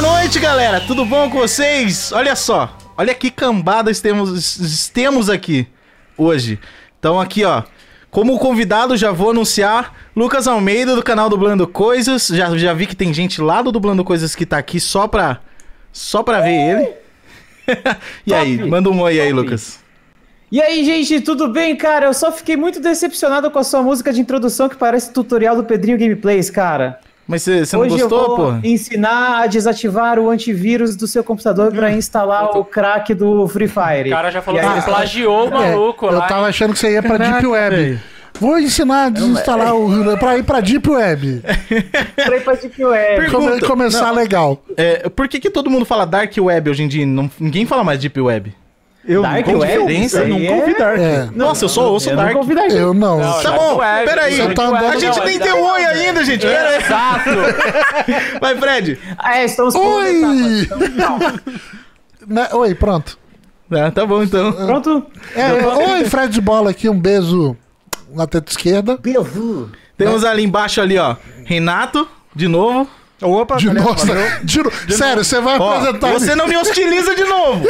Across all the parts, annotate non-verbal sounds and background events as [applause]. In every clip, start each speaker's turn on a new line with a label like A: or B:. A: noite, galera. Tudo bom com vocês? Olha só. Olha que cambadas temos, temos aqui hoje. Então aqui, ó. Como convidado, já vou anunciar Lucas Almeida do canal Dublando Coisas. Já, já vi que tem gente lá do Dublando Coisas que tá aqui só pra, só pra ver ele. [laughs] e aí,
B: Top.
A: manda um oi aí,
B: Top.
A: Lucas.
B: E aí, gente, tudo bem, cara? Eu só fiquei muito decepcionado com a sua música de introdução que parece tutorial do Pedrinho Gameplays, cara.
A: Mas você não
B: Hoje eu
A: gostou,
B: vou
A: pô?
B: ensinar a desativar o antivírus do seu computador pra instalar o crack do Free Fire.
C: O cara já
B: E
C: falou que
B: aí, é,
C: ele plagiou o
A: Tá
C: maluco
D: É, Eu
C: lá.
D: tava achando que você ia pra Deep Web. Vou ensinar a desinstalar o. pra ir pra Deep Web.
B: falei pra Deep Web.
A: É, Pergunta.
D: Come- começar legal.
A: É, por que, que todo mundo fala Dark Web hoje em dia? Não- ninguém fala mais Deep Web.
E: Eu
B: Dark
E: nunca ouvi-
B: Web? Isso
E: Eu
B: aí
E: nunca
B: é-
E: ouvi Dark.
D: É.
A: Nossa, eu só ouço
B: Eu não
A: Dark.
B: convido a gente.
D: Eu não.
C: Não,
A: Tá
C: Dark
A: bom,
C: Web,
A: peraí.
C: Dark
D: Tá andando-
A: A
C: Web,
A: gente
C: não, é
A: nem
C: Dark
A: deu oi ainda, gente. Pera aí.
C: Exato.
A: [laughs] Vai, Fred.
B: Ah, é, estamos pulando etapas.
D: Oi! [laughs] Né, Oi, pronto.
A: Ah, tá bom, então.
B: Pronto?
D: É, é, oi, Fred de Bola aqui, um beijo na teta esquerda.
B: Beijo.
A: Temos ali embaixo ali, ó. Renato, de novo.
E: Opa,
A: né,
D: De
E: aliás,
D: nossa, de no- Sério, você vai
A: Ó,
D: apresentar
A: você não me hostiliza de
D: [laughs]
A: novo.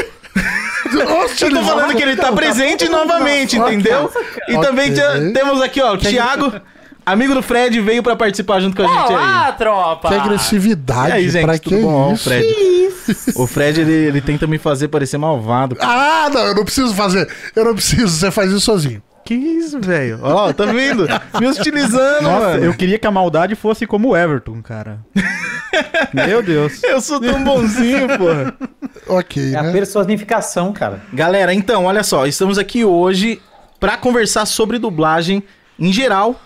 D: Nossa,
A: Eu tô falando que ele tá presente novamente, entendeu? E também
D: Ok.
A: te- temos aqui, ó, o Thiago, amigo do Fred, veio pra participar junto com a gente aí.
C: Olá, Ah, tropa.
D: Que
A: E
D: agressividade,
A: aí, gente,
D: pra
A: tudo
D: que
A: bom? Ó, o
D: isso?
A: Fred. O Fred, ele, ele tenta me fazer parecer malvado.
D: Ah, não, eu não preciso fazer. Eu não preciso, você faz isso sozinho.
A: Que isso, velho? Ó, tá vendo? Me hostilizando,
E: Nossa,
A: mano.
E: eu queria que a maldade fosse como o Everton, [laughs] cara. Meu Deus.
A: Eu sou tão bonzinho, porra.
D: Ok,
B: É a
D: né?
B: personificação, cara.
A: Galera, então, olha só, estamos aqui hoje pra conversar sobre dublagem em geral,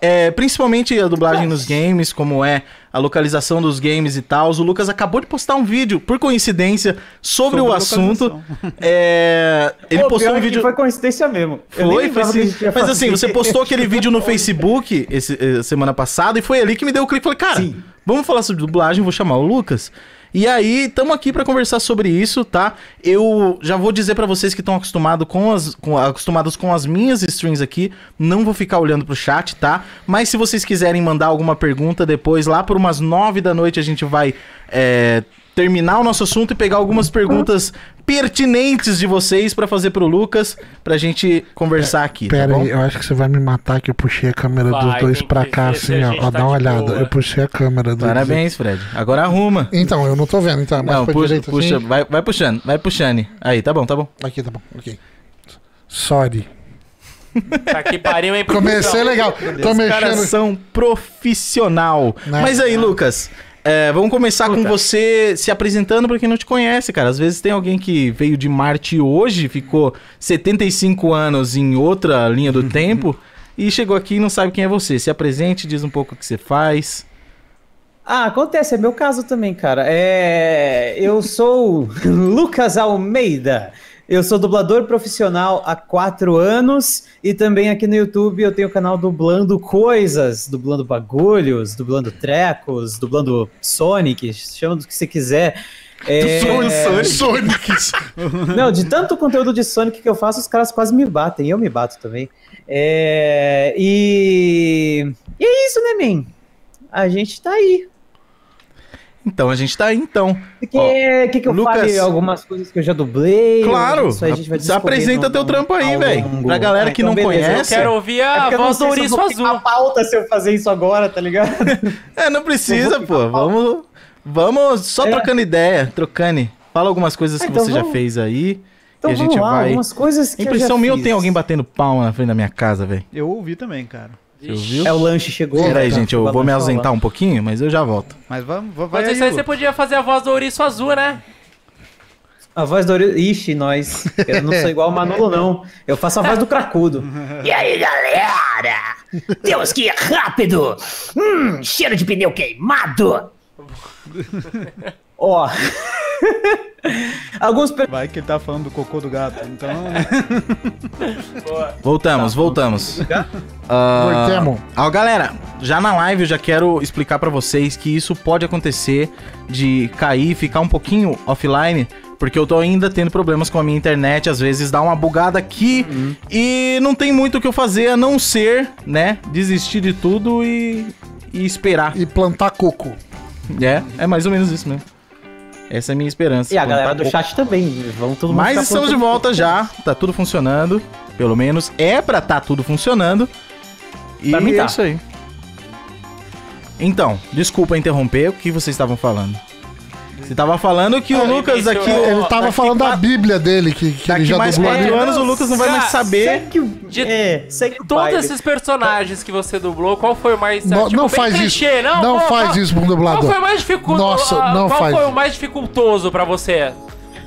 A: é, principalmente a dublagem nos games, como é a localização dos games e tal. O Lucas acabou de postar um vídeo, por coincidência, sobre,
E: Sobre
A: o
E: a
A: assunto.
E: localização.
A: É, ele
B: Pô,
A: postou
B: pior
A: um
B: que
A: vídeo.
B: Foi coincidência mesmo. Eu nem
A: Foi, foi
B: lembrava que a
A: sim.
B: gente ia
A: Mas assim,
B: fazer.
A: você postou
D: [laughs]
A: aquele vídeo no Facebook esse, eh, semana passada e foi ali que me deu o clique. Falei, cara,
B: Sim.
A: vamos falar sobre dublagem, vou chamar o Lucas. E aí, estamos aqui para conversar sobre isso, tá? Eu já vou dizer para vocês que estão acostumado com as, com- acostumados com as minhas streams aqui, não vou ficar olhando pro chat, tá? Mas se vocês quiserem mandar alguma pergunta depois, lá por umas nove da noite a gente vai eh, terminar o nosso assunto e pegar algumas perguntas pertinentes de vocês pra fazer pro Lucas, pra gente conversar aqui, tá
D: É, Pera
A: bom?
D: aí, eu acho que você vai me matar que eu puxei a câmera
C: Vai,
D: dos dois
C: tem
D: pra
C: que
D: cá,
C: ver se
D: assim,
C: a
D: ó.
C: gente
D: ó,
C: tá
D: dá uma
C: de
D: olhada.
C: boa.
D: Eu puxei a câmera dos
A: Parabéns, Fred. Agora arruma.
D: Então, eu não tô vendo, então. é mais
A: Não,
D: pra
A: puxa,
D: direita,
A: puxa,
D: assim?
A: vai, vai puxando, vai puxando. Aí, tá bom, tá bom.
D: Aqui, tá bom, ok. Sorry.
C: Tá que pariu, hein?
D: Comecei legal. Tô
A: Os caras
D: mexendo.
A: são profissional.
D: Né?
A: Mas aí, Lucas, é, vamos começar com você se apresentando pra quem não te conhece, cara. Às vezes tem alguém que veio de Marte hoje, ficou 75 anos em outra linha
D: [laughs]
A: do tempo e chegou aqui e não sabe quem é você. Se apresente, diz um pouco o que você faz.
B: Ah, acontece, é meu caso também, cara. É... Eu sou o [laughs] Lucas Almeida. Eu sou dublador profissional há quatro anos e também aqui no YouTube eu tenho o canal dublando coisas, dublando bagulhos, dublando trecos, dublando Sonic, chama do que você quiser. É...
D: Sonic.
B: Não, de tanto conteúdo de Sonic que eu faço, os caras quase me batem. Eu me bato também. É, E, e é isso, né, men? A gente tá aí.
A: Então, a gente tá aí, então.
B: O que, que, que eu
A: Lucas-
B: falei? Algumas coisas que eu já dublei?
A: Claro!
B: Isso aí a gente vai
A: Se
B: descobrir
A: apresenta
B: no-
A: teu trampo aí,
B: ao
A: velho.
B: longo. Ah, então
A: Pra galera que não
B: eu
A: conhece.
C: Quero ouvir
B: É
C: a
B: porque eu não
C: voz do
B: sei se eu
C: ouriço
B: vou ficar
C: azul.
B: a pauta se eu fazer isso agora,
A: [laughs]
B: tá ligado?
A: É, não precisa, pô. Vamos, vamos só
B: É.
A: trocando ideia, trocando. Fala algumas coisas
B: Ah,
A: que
B: então
A: você já
B: vamos.
A: fez aí.
B: Então
A: e a
B: vamos
A: gente
B: lá,
A: vai.
B: algumas coisas que eu já
A: Impressão minha ou
B: fiz.
A: tem alguém batendo palma na frente da minha casa, velho?
E: Eu ouvi também, cara.
A: Você ouviu?
B: É, o lanche chegou.
A: Peraí,
B: tá?
A: gente, eu
B: Vai
A: vou me
B: lanchar o
A: ausentar um pouquinho, mas eu já volto.
E: Mas vamos, vamos vai
C: Mas
E: aí,
C: isso aí
E: Lu.
C: você podia fazer a voz do ouriço azul, né?
A: um.
B: A voz do Ori... Ixi, nós. Eu não sou igual o Manolo, não. Eu faço a voz do cracudo.
A: Uhum.
F: E aí, galera? Temos que ir rápido! Hum, cheiro de pneu queimado!
A: [laughs]
B: Ó. Alguns per...
E: Vai que ele tá falando do cocô do gato.
B: [laughs]
E: Então,
A: Voltamos,
B: Tá,
A: voltamos. Ah,
D: Voltemos.
A: Ó, galera, já na live eu já quero explicar pra vocês que isso pode acontecer de cair, ficar um pouquinho offline, porque eu tô ainda tendo problemas com a minha internet, às vezes dá uma bugada aqui
B: Uhum.
A: e não tem muito o que eu fazer a não ser, né, desistir de tudo e, e esperar.
D: E plantar coco.
A: É, é mais ou menos isso mesmo. Essa é a minha esperança.
B: E a
A: Quando
B: galera
A: tá
B: do
A: pouco-
B: chat também. Vamos todo mundo
A: Mas
B: ficar
A: estamos de
B: falando-
A: volta já, tá tudo funcionando. Pelo menos é pra tá tudo funcionando. E
B: Pra mim tá.
A: é isso aí. Então, desculpa interromper, o que vocês estavam falando? Você tava falando que o
C: Ah,
A: Lucas
C: isso-
A: daqui,
C: é,
D: Ele tava
A: daqui
D: falando da
A: quatro-
D: Bíblia dele, que, que ele
A: daqui
D: já
A: mais
D: dublou.
A: quatro
B: É,
A: anos o Lucas não vai mais
C: cara,
A: saber.
B: Segue o.
C: De-
B: É, segue o
C: Todos
B: baile.
C: esses personagens que você dublou, qual foi o mais. tipo,
D: Não, não
C: bem
D: faz
C: clichê,
D: isso. Não,
C: Qual-
D: faz
C: qual-
D: isso pro
C: Qual
D: dublador.
C: foi o mais dificultoso?
D: Nossa, não
C: Qual
D: faz
C: foi o
D: isso.
C: mais dificultoso pra você?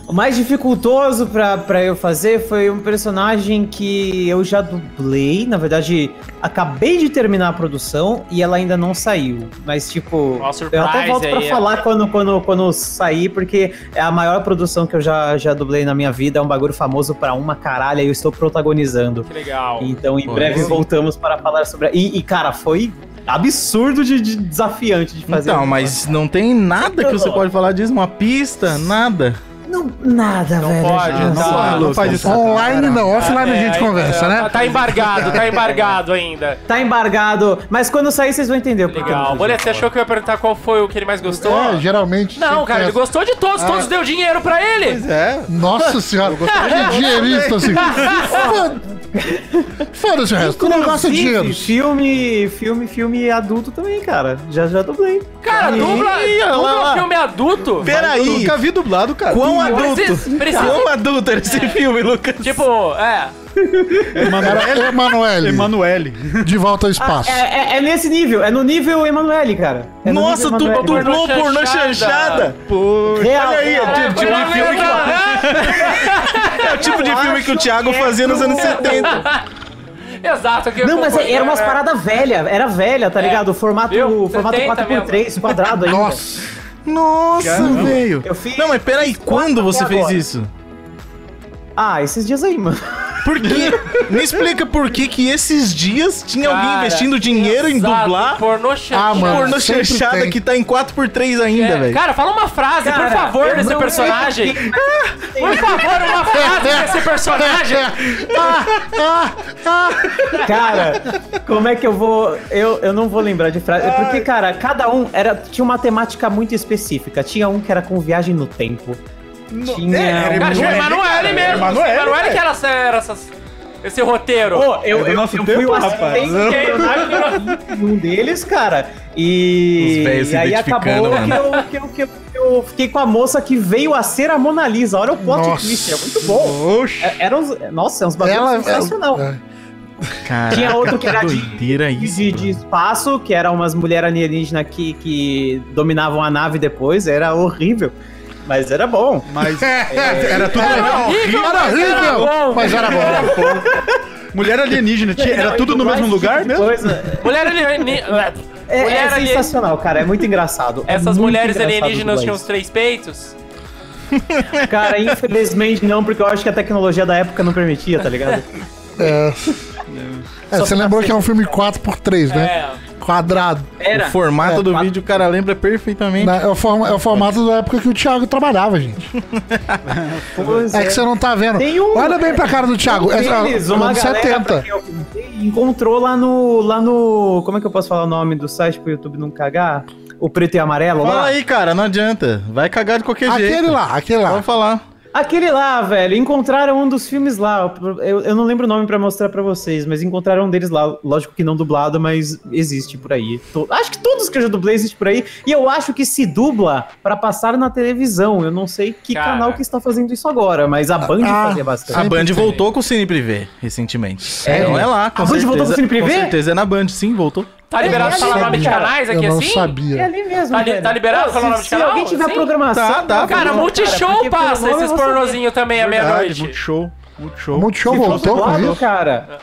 B: O mais dificultoso pra, pra eu fazer foi um personagem que eu já dublei. Na verdade, acabei de terminar a produção e ela ainda não saiu. Mas, tipo,
C: Ó,
B: eu
C: surprise
B: até volto pra
C: aí, é. ó.
B: falar quando, quando, quando sair, porque é a maior produção que eu já, já dublei na minha vida. É um bagulho famoso pra uma caralha e eu estou protagonizando.
C: Que legal.
B: Então, em
A: Pô,
B: breve
A: sim.
B: voltamos para falar sobre. E, e, cara, foi absurdo de, de desafiante de fazer.
A: Então, mas não tem nada que você pode falar disso, uma pista, nada.
B: Não, nada,
C: Não
B: velho.
C: pode,
B: gente.
C: não
A: Ah,
E: não faz isso.
D: Online não, offline a
C: É,
D: gente
C: aí-
D: conversa,
C: é,
D: né?
C: Tá, tá embargado, tá embargado ainda.
D: [laughs]
B: Tá embargado, mas quando sair vocês vão entender o porquê.
C: Legal. Olha, você achou que eu ia perguntar qual foi o que ele mais gostou?
D: É, geralmente.
C: tá- Não,
D: sempre
C: cara,
D: é
C: ele gostou de todos, todos deu dinheiro pra ele.
E: Pois é.
D: Nossa senhora, que dinheirista assim. Foda- assim. Foda-se o resto, não gosta de
B: Inclusive,
D: dinheiro.
B: Filme, filme, filme adulto também, cara. Já já dublei.
C: Cara, dubla,
A: Ih, olha
C: dubla
A: lá.
C: filme adulto.
E: Eu
A: Peraí,
E: nunca vi dublado, cara.
A: quão
C: Sim,
A: adulto,
C: precisa- precisa.
A: quão adulto era esse filme, Lucas?
C: Tipo, é.
D: Era É Emanuele,
E: Emanuele.
D: de volta ao
B: Ah,
D: espaço.
B: é, é- é nesse nível, é no nível Emanuele, cara. É no
A: Nossa,
B: nível
A: tu
B: Emanuele.
A: dublou pornô
C: Pornô
A: chanchada?
C: chanchada.
E: Pô,
B: Real,
A: Olha aí,
B: real.
A: é o tipo de filme que É o tipo de
B: Eu
A: filme que o
B: acho
A: Thiago
B: que
A: fazia nos
B: é
A: anos
B: do- [laughs]
A: 70.
C: [laughs] Exato. eu queria
B: Não, mas é,
C: concordar,
B: era umas
C: né?
B: paradas velhas, era velha, tá ligado? O formato,
C: Viu?
B: o formato
C: 70
B: 4x3, quadrado ainda.
D: Nossa,
A: Nossa,
E: Caramba.
A: velho.
B: Eu fiz
A: Não, mas peraí, quando você
B: até
A: fez
B: agora.
A: isso?
B: Ah, esses dias aí, mano.
A: Por quê? Me explica por que que esses dias tinha alguém
C: Cara,
A: investindo dinheiro em
C: exato,
A: dublar
C: Pornô chanchada.
D: Ah, mano,
A: pornô
D: sempre
A: chanchada
D: tem.
A: que tá em 4x3 ainda,
C: É,
A: velho.
C: Cara, fala uma frase,
B: Cara,
C: por favor,
B: eu
C: desse
B: não-
C: personagem. Por favor, uma frase desse personagem.
D: É, Ah,
B: Cara, como é que eu vou. Eu, eu não vou lembrar de frase. Porque, cara, cada um era, tinha uma temática muito específica. Tinha um que era com viagem no tempo. Tinha.
D: é,
B: um-
C: Cara, tinha o Emanuele
E: Emanuele,
C: é mesmo.
E: Emanuele,
C: Emanuele
E: velho.
C: que era essa, era essas- esse roteiro. [laughs]
B: Pô, eu,
E: É do
B: eu,
E: nosso
B: eu
E: tempo,
B: fui o
E: rapaz.
B: assistente do Leonardo em um deles, cara.
A: Os
B: E,
A: velhos se
B: e aí acabou
A: identificando, né?
B: que eu, que, eu, que, eu, que eu fiquei com a moça que veio a ser a Mona Lisa. Olha o plot
D: Nossa.
B: twist, é muito bom.
E: Oxi.
B: É- Era uns, nossa, é uns bagulhos
D: ela.
B: sensacional.
D: é- um
A: Caraca,
B: Tinha outro que era de-
A: doideira isso.
B: de, de espaço, que eram umas mulheres alienígenas que, que dominavam a nave depois, era horrível. Mas era bom.
E: [laughs] Mas
D: É, Era tudo
C: Era horrível,
D: Era
C: mas era
D: horrível,
C: bom.
D: mas era bom.
E: mulher alienígena, tinha- era tudo no mesmo lugar mesmo?
B: mesmo?
C: Mulher alieni-
B: Tipo É,
C: Mulher
B: é
C: alien-
B: sensacional, cara. É muito engraçado. É
C: Essas
B: muito
C: mulheres
B: engraçado
C: alienígenas
B: tudo
C: tinham os
B: isso.
C: três peitos?
B: Cara, infelizmente não, porque eu acho que a tecnologia da época não permitia, tá
D: [laughs]
B: ligado?
D: É. É, você lembrou que é um filme 4x3, né?
C: É.
D: Quadrado.
A: O formato
D: É,
A: do
D: quatro-
A: vídeo o cara lembra perfeitamente.
D: Na- É o, forma- é o formato da época que o Thiago trabalhava, gente.
B: Pois
D: É que você não tá vendo.
B: Tem um-
D: Olha bem pra cara do Thiago. É, é,
B: Eles, uma
D: anos
B: galera 70.
D: 70.
B: Eu contei, encontrou lá no, lá no. Como é que eu posso falar o nome do site pro YouTube não cagar? O preto e amarelo lá?
A: Fala aí, cara, não adianta. Vai cagar de qualquer jeito.
D: Aquele lá, aquele lá.
A: Vamos falar.
B: Aquele lá, velho, encontraram um dos filmes lá. Eu, eu não lembro o nome pra mostrar pra vocês, mas encontraram um deles lá. Lógico que não dublado, mas existe por aí. To- acho que todos que eu já dublei existem por aí. E eu acho que se dubla pra passar na televisão. Eu não sei que
C: Cara.
B: canal que está fazendo isso agora, mas a Band
D: Ah,
B: fazia
A: A
B: bastante.
A: Band voltou com o Cine Privé recentemente.
D: Sério?
A: Então é lá, com
B: A Band
A: certeza.
B: voltou com o Cine Privé?
A: Com certeza é na Band, sim, voltou.
C: Tá liberado
D: Eu não
C: falar nome de
D: sabia.
C: canais aqui
D: É, Eu não
C: assim?
B: É
D: sabia.
B: ali mesmo,
C: Tá li-
B: velho.
C: tá liberado
B: Não,
C: falar o
B: se,
C: nome de
B: se
C: canal?
B: alguém tiver
C: Sim.
B: programação...
A: Tá, dá,
B: não,
C: Cara,
B: não,
C: Multishow
B: porque pelo
C: passa
B: nome
C: esses
B: você
C: pornozinhos também à
E: muito
C: meia-noite.
E: show. Muito show.
D: Multishow voltou com
B: vê.
D: isso?
B: Cara,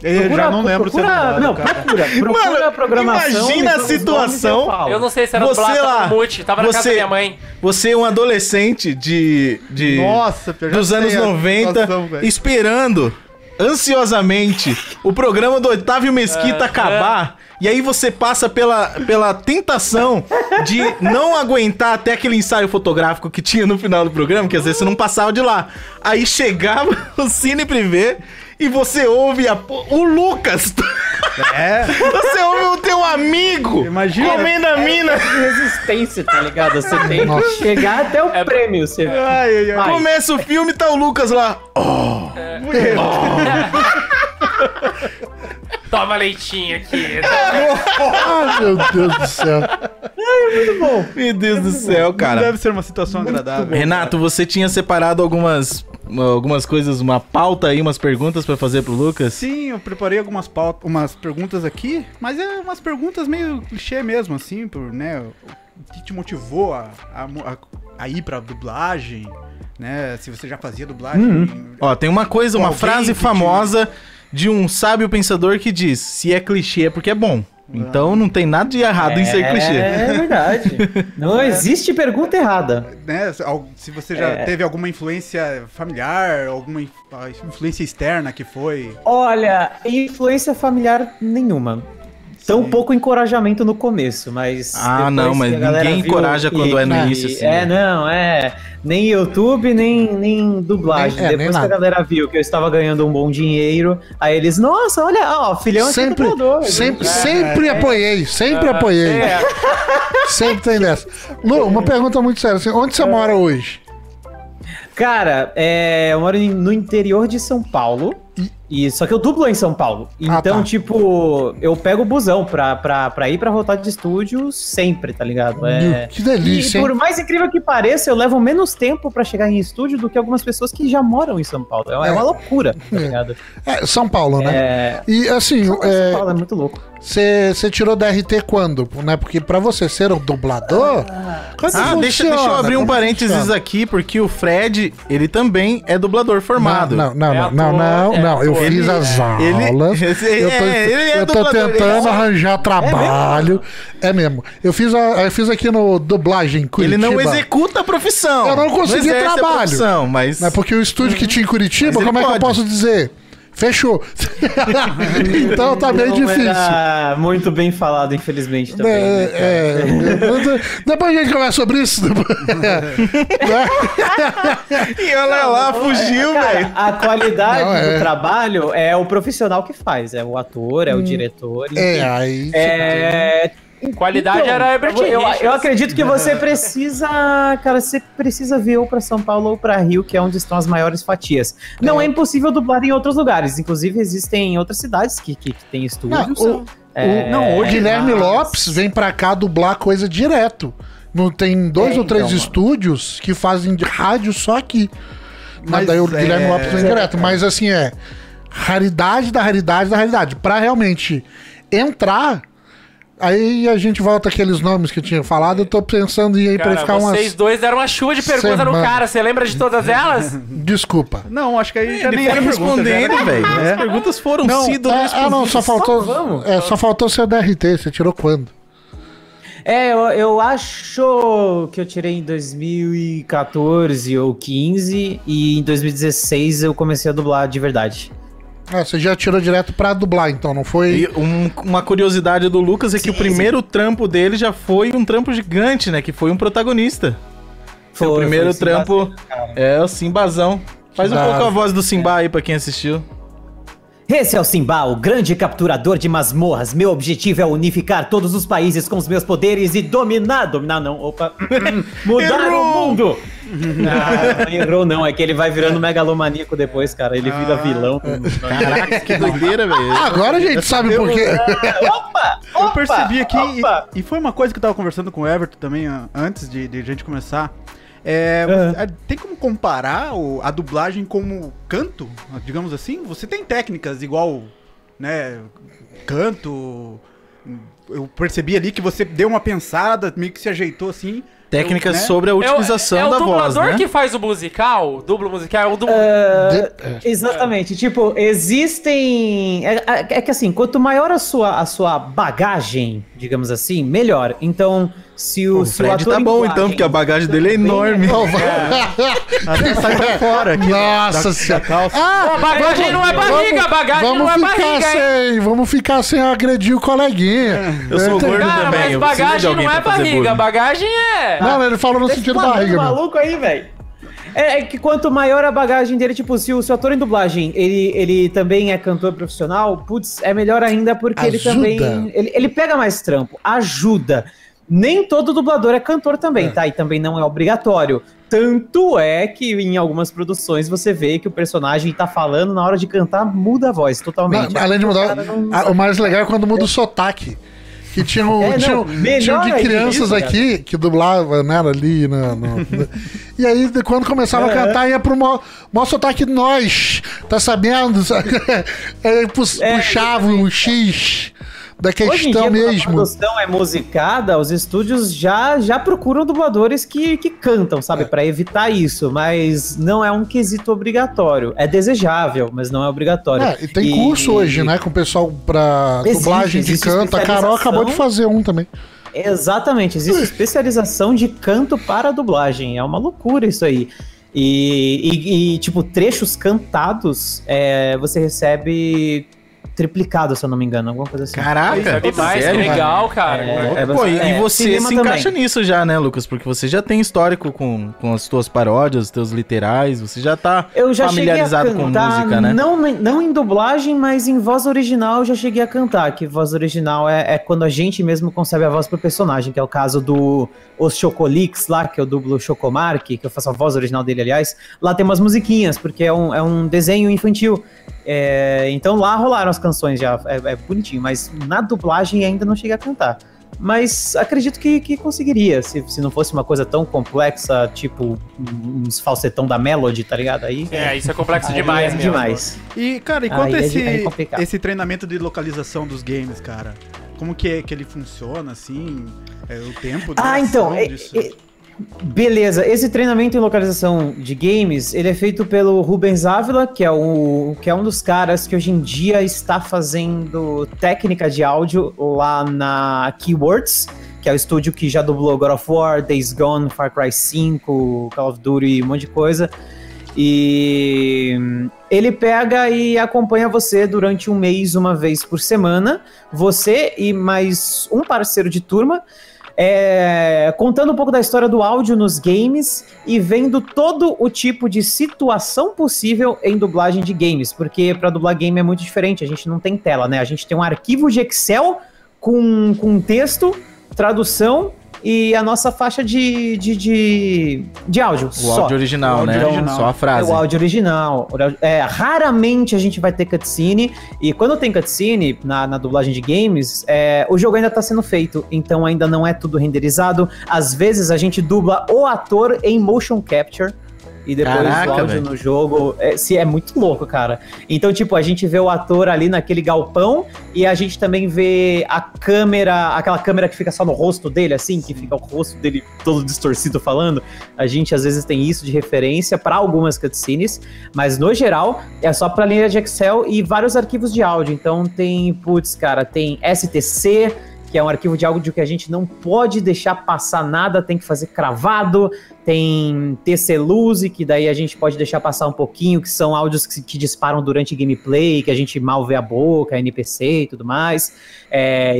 E: Eu já não lembro
B: procura,
E: se era dublado,
B: Não,
E: cara.
B: procura, procura
A: Mano,
B: a programação.
A: imagina
B: e
A: a
B: os nomes eu
A: situação.
B: falo.
C: Eu não sei se era
A: Você
C: dublado,
A: lá,
C: tava no mute, tava na casa
A: você-
C: da minha mãe.
A: Você é um adolescente de. de
E: Nossa, eu já
A: dos
E: sei
A: anos
E: a
A: 90,
E: situação, velho.
A: esperando ansiosamente o programa do Otávio
C: É,
A: Mesquita acabar. E aí você passa pela, pela tentação de não aguentar até aquele ensaio fotográfico que [laughs] tinha no final do programa, que às vezes você não passava de lá. Aí chegava o Cine Privé e você ouve a po- o Lucas. [laughs]
E: É.
A: Você ouve o teu amigo
E: Imagina.
A: comendo
E: é,
A: a mina.
B: Resistência, tá ligado? Você tem
D: Nossa.
B: que chegar até o prêmio. Você...
E: Ai, ai, ai.
B: Ai.
A: Começa o filme, tá o Lucas lá.
C: Toma leitinho
A: É,
C: aqui.
D: Ah, meu Deus do céu.
A: Meu Deus do céu, cara.
E: Deve ser uma situação agradável.
A: Renato, você tinha separado algumas algumas coisas, uma pauta aí, umas perguntas pra fazer pro Lucas?
E: Sim, eu preparei algumas pautas, umas perguntas aqui, mas é umas perguntas meio clichê mesmo, assim, por, né? O que te motivou a, a, mo- a- a ir pra dublagem, né? Se você já fazia dublagem.
A: Ó, tem uma coisa, uma
E: Alguém
A: frase
E: que te-
A: famosa de um sábio pensador que diz: se é clichê é porque é bom. Então não tem nada de errado em ser clichê.
B: É verdade. Não existe pergunta errada.
E: né, se al- se você já
B: É.
E: teve alguma influência familiar, alguma in- a influência externa que foi.
B: Olha, influência familiar nenhuma. Tão
E: Sim.
B: pouco encorajamento no começo, mas.
A: Ah,
B: depois
A: não,
B: que
A: mas
B: a galera
A: ninguém
B: viu
A: encoraja
B: que-
A: quando é no
B: que-
A: início, assim,
B: É,
A: né?
B: não, é. Nem YouTube, nem, nem dublagem.
D: Nem- é, nem
B: Depois que
D: nada.
B: a galera viu que eu estava ganhando um bom dinheiro, aí eles, nossa, olha, ó, filhão é
D: Sempre,
B: dublador.
D: sempre, sempre apoiei, sempre apoiei.
C: É,
D: Sempre tem dessa. Lu, uma pergunta muito séria. assim, onde você mora hoje?
B: Cara, é, eu moro em- no interior de São Paulo. E, só que eu dublo em São Paulo.
D: Ah,
B: Então,
D: tá.
B: tipo, eu pego o busão pra, pra, pra ir pra rotar de estúdio sempre, tá ligado? É.
D: Que
B: E
D: delícia,
B: por
D: hein?
B: mais incrível que pareça, eu levo menos tempo pra chegar em estúdio do que algumas pessoas que já moram em São Paulo. É uma, é uma loucura, tá
D: É.
B: ligado?
D: É, São Paulo, né?
B: É.
D: E assim,
B: São Paulo é muito louco.
D: você tirou DRT quando? Né? Porque pra você ser um dublador. quando
A: Ah, deixa,
D: funciona?
A: deixa eu abrir um
D: Como
A: parênteses
D: funciona?
A: aqui, porque o Fred, ele também é dublador formado.
D: Não, não, não,
C: É
D: não,
C: ator,
D: não,
C: é
D: não. Eu
C: ator.
D: fiz
A: Ele-
D: as
A: ele-
D: aulas.
A: é,
D: eu tô,
A: ele é
D: eu tô
A: dublador,
D: tentando
A: ele-
D: arranjar trabalho. É mesmo. Eu fiz, a- eu fiz aqui no dublagem
A: Ele
D: Curitiba.
A: não executa a profissão.
D: Eu não consegui
A: exerce a
D: trabalho.
A: profissão, mas...
D: Não é porque o estúdio que tinha em Curitiba,
A: Mas ele
D: como é que eu
A: pode.
D: posso dizer? Fechou. então tá bem
B: Não
D: difícil.
B: era muito bem falado, infelizmente, também. né, cara?
D: É, é, depois a gente conversa sobre isso. depois-
A: E ela lá fugiu,
B: Cara,
A: velho.
B: a qualidade
D: Não, é.
B: do trabalho é o profissional que faz, é o ator, é o diretor.
D: É,
B: enfim.
D: aí.
B: É,
C: Qualidade
B: então,
C: era Herbert
B: eu, eu,
C: Richards.
B: eu acredito que
A: [laughs]
B: você precisa, cara, você precisa vir ou pra São Paulo ou pra Rio, que é onde estão as maiores fatias. Não é, impossível dublar em outros lugares, inclusive existem outras cidades que, que, que têm estúdios.
D: Não, o-
B: É,
D: O, não, o Guilherme
B: mas-
D: Lopes vem pra cá dublar coisa direto. Não tem dois
B: É,
D: ou três
B: então, mano.
D: estúdios que fazem de rádio só aqui. Mas
E: Mas
D: daí o
E: é-
D: Guilherme Lopes vem direto. Mas assim, é raridade da raridade da raridade. Pra realmente entrar, aí a gente volta aqueles nomes que eu tinha falado. Eu tô pensando em ir pra
C: Cara,
D: ele ficar umas.
C: vocês dois deram uma chuva de perguntas no
D: Semana.
C: cara. Você lembra de
A: [laughs]
C: todas elas?
D: Desculpa.
E: Não, acho que aí já
A: Ele
E: nem
A: foi
E: era pergunta, já era-
A: respondendo, velho.
E: É.
A: As perguntas foram
E: Não,
A: sido
D: É, ah, não, só faltou. é, só faltou seu DRT. Você tirou quando?
B: É, eu, eu acho que eu tirei em 2014 ou 15 e em 2016 eu comecei a dublar de verdade.
D: Ah, você já tirou direto pra dublar, então, não foi?
A: E um- uma curiosidade do Lucas é que o primeiro trampo dele já foi um trampo gigante, né? Que foi um protagonista. Foi, o primeiro
B: sim,
A: trampo é o Simbazão. Faz um
D: Da-
A: pouco a voz do Simba aí pra quem assistiu.
B: Esse é o Simba, o grande capturador de masmorras. Meu objetivo é unificar todos os países com os meus poderes e dominar. Dominar não, opa. [laughs] Mudar
A: Errou!
B: o [laughs] mundo! Não, não errou não, é que ele vai virando megalomaníaco depois, cara. Ele vira
A: Ah.
B: vilão.
A: [laughs] Caraca, [laughs] que doideira, velho.
D: Agora a gente sabe por quê.
A: um-
B: Opa!
E: Eu
B: opa,
E: percebi aqui, e-
B: opa.
E: e, foi uma coisa que eu tava conversando com o Everton também, ah, antes de, de a gente começar. É,
B: Aham.
E: ah, Tem como comparar o- a dublagem como canto, ah, digamos assim? Você tem técnicas igual, né, canto... Eu percebi ali que você deu uma pensada, meio que se ajeitou assim.
A: Técnicas
E: né?
A: sobre a
C: É o-
A: utilização
C: é o
A: da voz,
C: dublador
A: né?
C: que faz o musical, o dublo musical, é o dublo...
A: É.
D: De-
B: Exatamente. Tipo, existem. É, é- é que assim, quanto maior a sua, a sua bagagem, digamos assim, melhor. Então, se o.
A: O
B: se o
A: Fred
B: ator
A: tá
B: em
A: bom
B: dublagem-
A: então, porque a bagagem dele é enorme.
D: Ó,
A: [laughs]
D: vai-
E: Até sai pra fora aqui.
D: Nossa
E: da
D: senhora.
E: calça.
D: Ah,
C: A bagagem não é barriga, a bagagem
D: vamos
C: não é
D: ficar
C: barriga, hein?
D: sem, vamos ficar sem agredir o coleguinha.
A: Eu sou
D: Tem-
A: gordo
C: Cara,
A: também.
C: mas
A: eu preciso de
C: bagagem
A: alguém
C: não é
A: pra fazer
C: barriga,
A: bullying.
C: bagagem é...
D: Não, ele falou no sentido
B: Tá
D: barriga. meu.
B: maluco aí, velho. É, é que quanto maior a bagagem dele, tipo, se o seu ator em dublagem, ele, ele também é cantor profissional, putz, é melhor ainda porque ele
D: Ajuda.
B: também. Ele, ele pega mais trampo, ajuda. Nem todo dublador é cantor também, tá? E também não é obrigatório. Tanto é que em algumas produções você vê que o personagem tá falando, na hora de cantar, muda a voz totalmente.
D: Na- além de mudar.
B: cara não-
D: a- o mais legal é quando muda o sotaque. Que tinha um,
B: É, não,
D: tinha um-
B: melhor
D: tinha um de
B: ainda
D: crianças
B: isso,
D: aqui que dublava, né? era Ali, na- no- e aí, de- quando começava a cantar, ia pro maior, maior sotaque de nós. Tá sabendo? [laughs] É, Aí pus- puxava o X da
B: É, Hoje em dia,
D: questão
B: quando a
D: mesmo.
B: produção é musicada, os estúdios já, já procuram dubladores que, que cantam,
D: É.
B: sabe? Pra evitar isso, mas não é um quesito obrigatório. É desejável, mas não é obrigatório.
D: É, e tem
B: E-
D: curso hoje, né? Com o pessoal pra
B: Existe,
D: dublagem que
B: existe
D: canta. A Carol acabou de
B: especialização.
D: fazer um também.
B: Exatamente, existe especialização de canto para dublagem. É uma loucura isso aí. E, e- e, tipo, trechos cantados, é, você recebe triplicado, se eu não me engano, alguma coisa assim.
A: Caraca,
C: Sabe mais, É que
A: é sério?
C: legal, cara.
B: É, é
A: Pô, e,
B: é,
A: e você
B: cinema
A: se
B: também.
A: encaixa nisso já, né, Lucas? Porque você já tem histórico com, com as tuas paródias, os teus literais, você já tá
B: Eu já
A: familiarizado
B: cheguei a
A: com
B: cantar,
A: música, né?
B: Não, não em dublagem, mas em voz original eu já cheguei a cantar, que voz original é, é quando a gente mesmo concebe a voz pro personagem, que é o caso do Os Chocolix lá, que eu dublo o Chocomark, que eu faço a voz original dele, aliás. Lá tem umas musiquinhas, porque é um, é um desenho infantil. É, então lá rolaram as canções já, é, é bonitinho, mas na dublagem ainda não cheguei a cantar. Mas acredito que, que conseguiria, se, se não fosse uma coisa tão complexa, tipo um- uns falsetão da Melody, tá ligado? Aí
C: É, isso é complexo
B: Aí
C: demais,
B: é
C: mesmo.
B: demais.
E: E, cara, e quanto a
B: Aí é-
E: esse,
B: aí é complicado.
E: esse treinamento de localização dos games, cara? Como que, é, que ele funciona, assim? É, o tempo
B: Ah,
E: duração
B: então. é-
E: disso?
B: é- beleza, esse treinamento em localização de games, ele é feito pelo Rubens Ávila, que é, o, que é um dos caras que hoje em dia está fazendo técnica de áudio lá na Keywords, que é o estúdio que já dublou God of War, Days Gone, Far Cry 5, Call of Duty, um monte de coisa. E hum, ele pega e acompanha você durante um mês, uma vez por semana, você e mais um parceiro de turma, é, contando um pouco da história do áudio nos games e vendo todo o tipo de situação possível em dublagem de games, porque para dublar game é muito diferente, a gente não tem tela, né? A gente tem um arquivo de Excel com, com texto, tradução e a nossa faixa de, de, de, de áudio.
A: O
B: só.
A: áudio original,
E: O áudio
A: né?
E: original.
A: Só a frase.
B: É o áudio original. É, raramente a gente vai ter cutscene. E quando tem cutscene na, na dublagem de games, é, o jogo ainda tá sendo feito. Então ainda não é tudo renderizado. Às vezes a gente dubla o ator em motion capture. E depois
A: Caraca,
B: o áudio
A: velho.
B: no jogo. É, se é muito louco, cara. Então, tipo, a gente vê o ator ali naquele galpão e a gente também vê a câmera, aquela câmera que fica só no rosto dele, assim, que fica o rosto dele todo distorcido falando. A gente às vezes tem isso de referência para algumas cutscenes, mas no geral é só pra linha de Excel e vários arquivos de áudio. Então tem, putz, cara, tem STC, que é um arquivo de áudio que a gente não pode deixar passar nada, tem que fazer cravado. Tem TC Luz, que daí a gente pode deixar passar um pouquinho, que são áudios que, que disparam durante gameplay, que a gente mal vê a boca, NPC e tudo mais. É,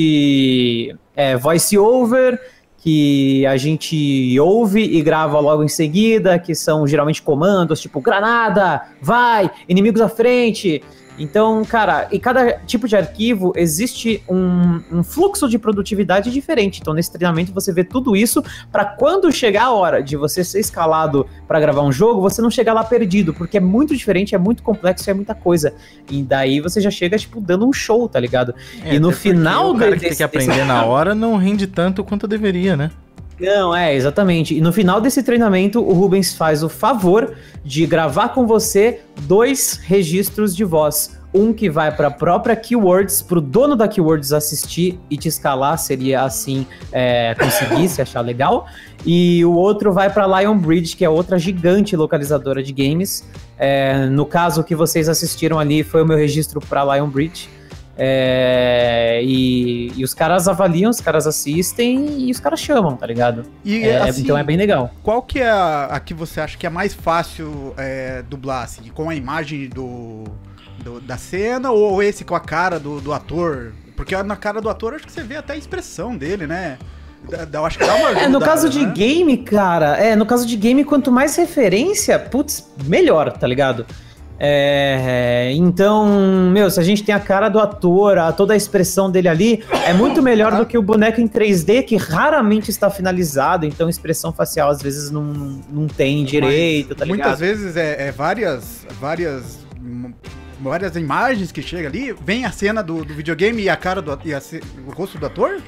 B: existe é, Voice Over, que a gente ouve e grava logo em seguida, que são geralmente comandos, tipo granada, vai, inimigos à frente. Então, cara, e cada tipo de arquivo existe um- um fluxo de produtividade diferente. Então, nesse treinamento você vê tudo isso Pra quando chegar a hora de você ser escalado pra gravar um jogo, você não chegar lá perdido, porque é muito diferente, é muito complexo, é muita coisa. E daí você já chega tipo dando um show, tá ligado?
A: É,
B: e no
A: até porque
B: final
A: o cara que
B: desse-
A: tem que aprender
B: desse-
A: na hora não rende tanto quanto deveria, né?
B: Não, é, exatamente. E no final desse treinamento, o Rubens faz o favor de gravar com você dois registros de voz. Um que vai pra própria Keywords, pro dono da Keywords assistir e te escalar, seria assim, é, conseguir, se achar legal. E o outro vai pra Lionbridge, que é outra gigante localizadora de games. É, no caso, o que vocês assistiram ali foi o meu registro pra Lionbridge. É, e, e os caras avaliam, os caras assistem e os caras chamam, tá ligado?
E: E,
B: É,
E: assim,
B: então é bem legal.
E: Qual que é a, a que você acha que é mais fácil é, dublar, assim? Com a imagem do, do- da cena ou esse com a cara do, do ator? Porque na cara do ator acho que você vê até a expressão dele, né? Dá- dá- eu acho que dá uma
B: É, no
E: ajudada,
B: caso de
E: né?
B: game, cara, é, no caso de game, quanto mais referência, putz, melhor, tá ligado? É, então, meu, se a gente tem a cara do ator, a, toda a expressão dele ali, é muito melhor do que o boneco em 3D, que raramente está finalizado, então expressão facial às vezes não, não tem direito, tá ligado?
E: Muitas vezes é, é várias, várias, hum, várias imagens que chega ali, vem a cena do, do videogame e a cara do at- e a ce- o rosto do ator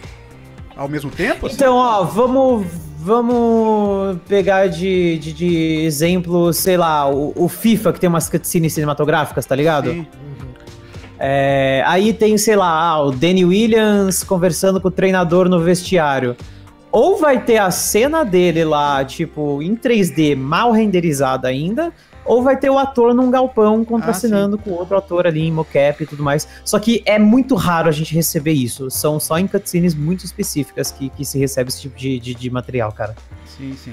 E: ao mesmo tempo. assim?
B: Então, ó, vamos, vamos pegar de, de, de exemplo, sei lá, o, o FIFA, que tem umas cutscenes cinematográficas, tá ligado?
E: Sim.
B: É, aí tem, sei lá, ah, o Danny Williams conversando com o treinador no vestiário. Ou vai ter a cena dele lá, tipo, em 3D, mal renderizada ainda, ou vai ter o ator num galpão contracenando
A: Ah,
B: com outro ator ali em mocap e tudo mais. Só que é muito raro a gente receber isso. São só em cutscenes muito específicas que, que se recebe esse tipo de, de, de material, cara.
E: Sim, sim.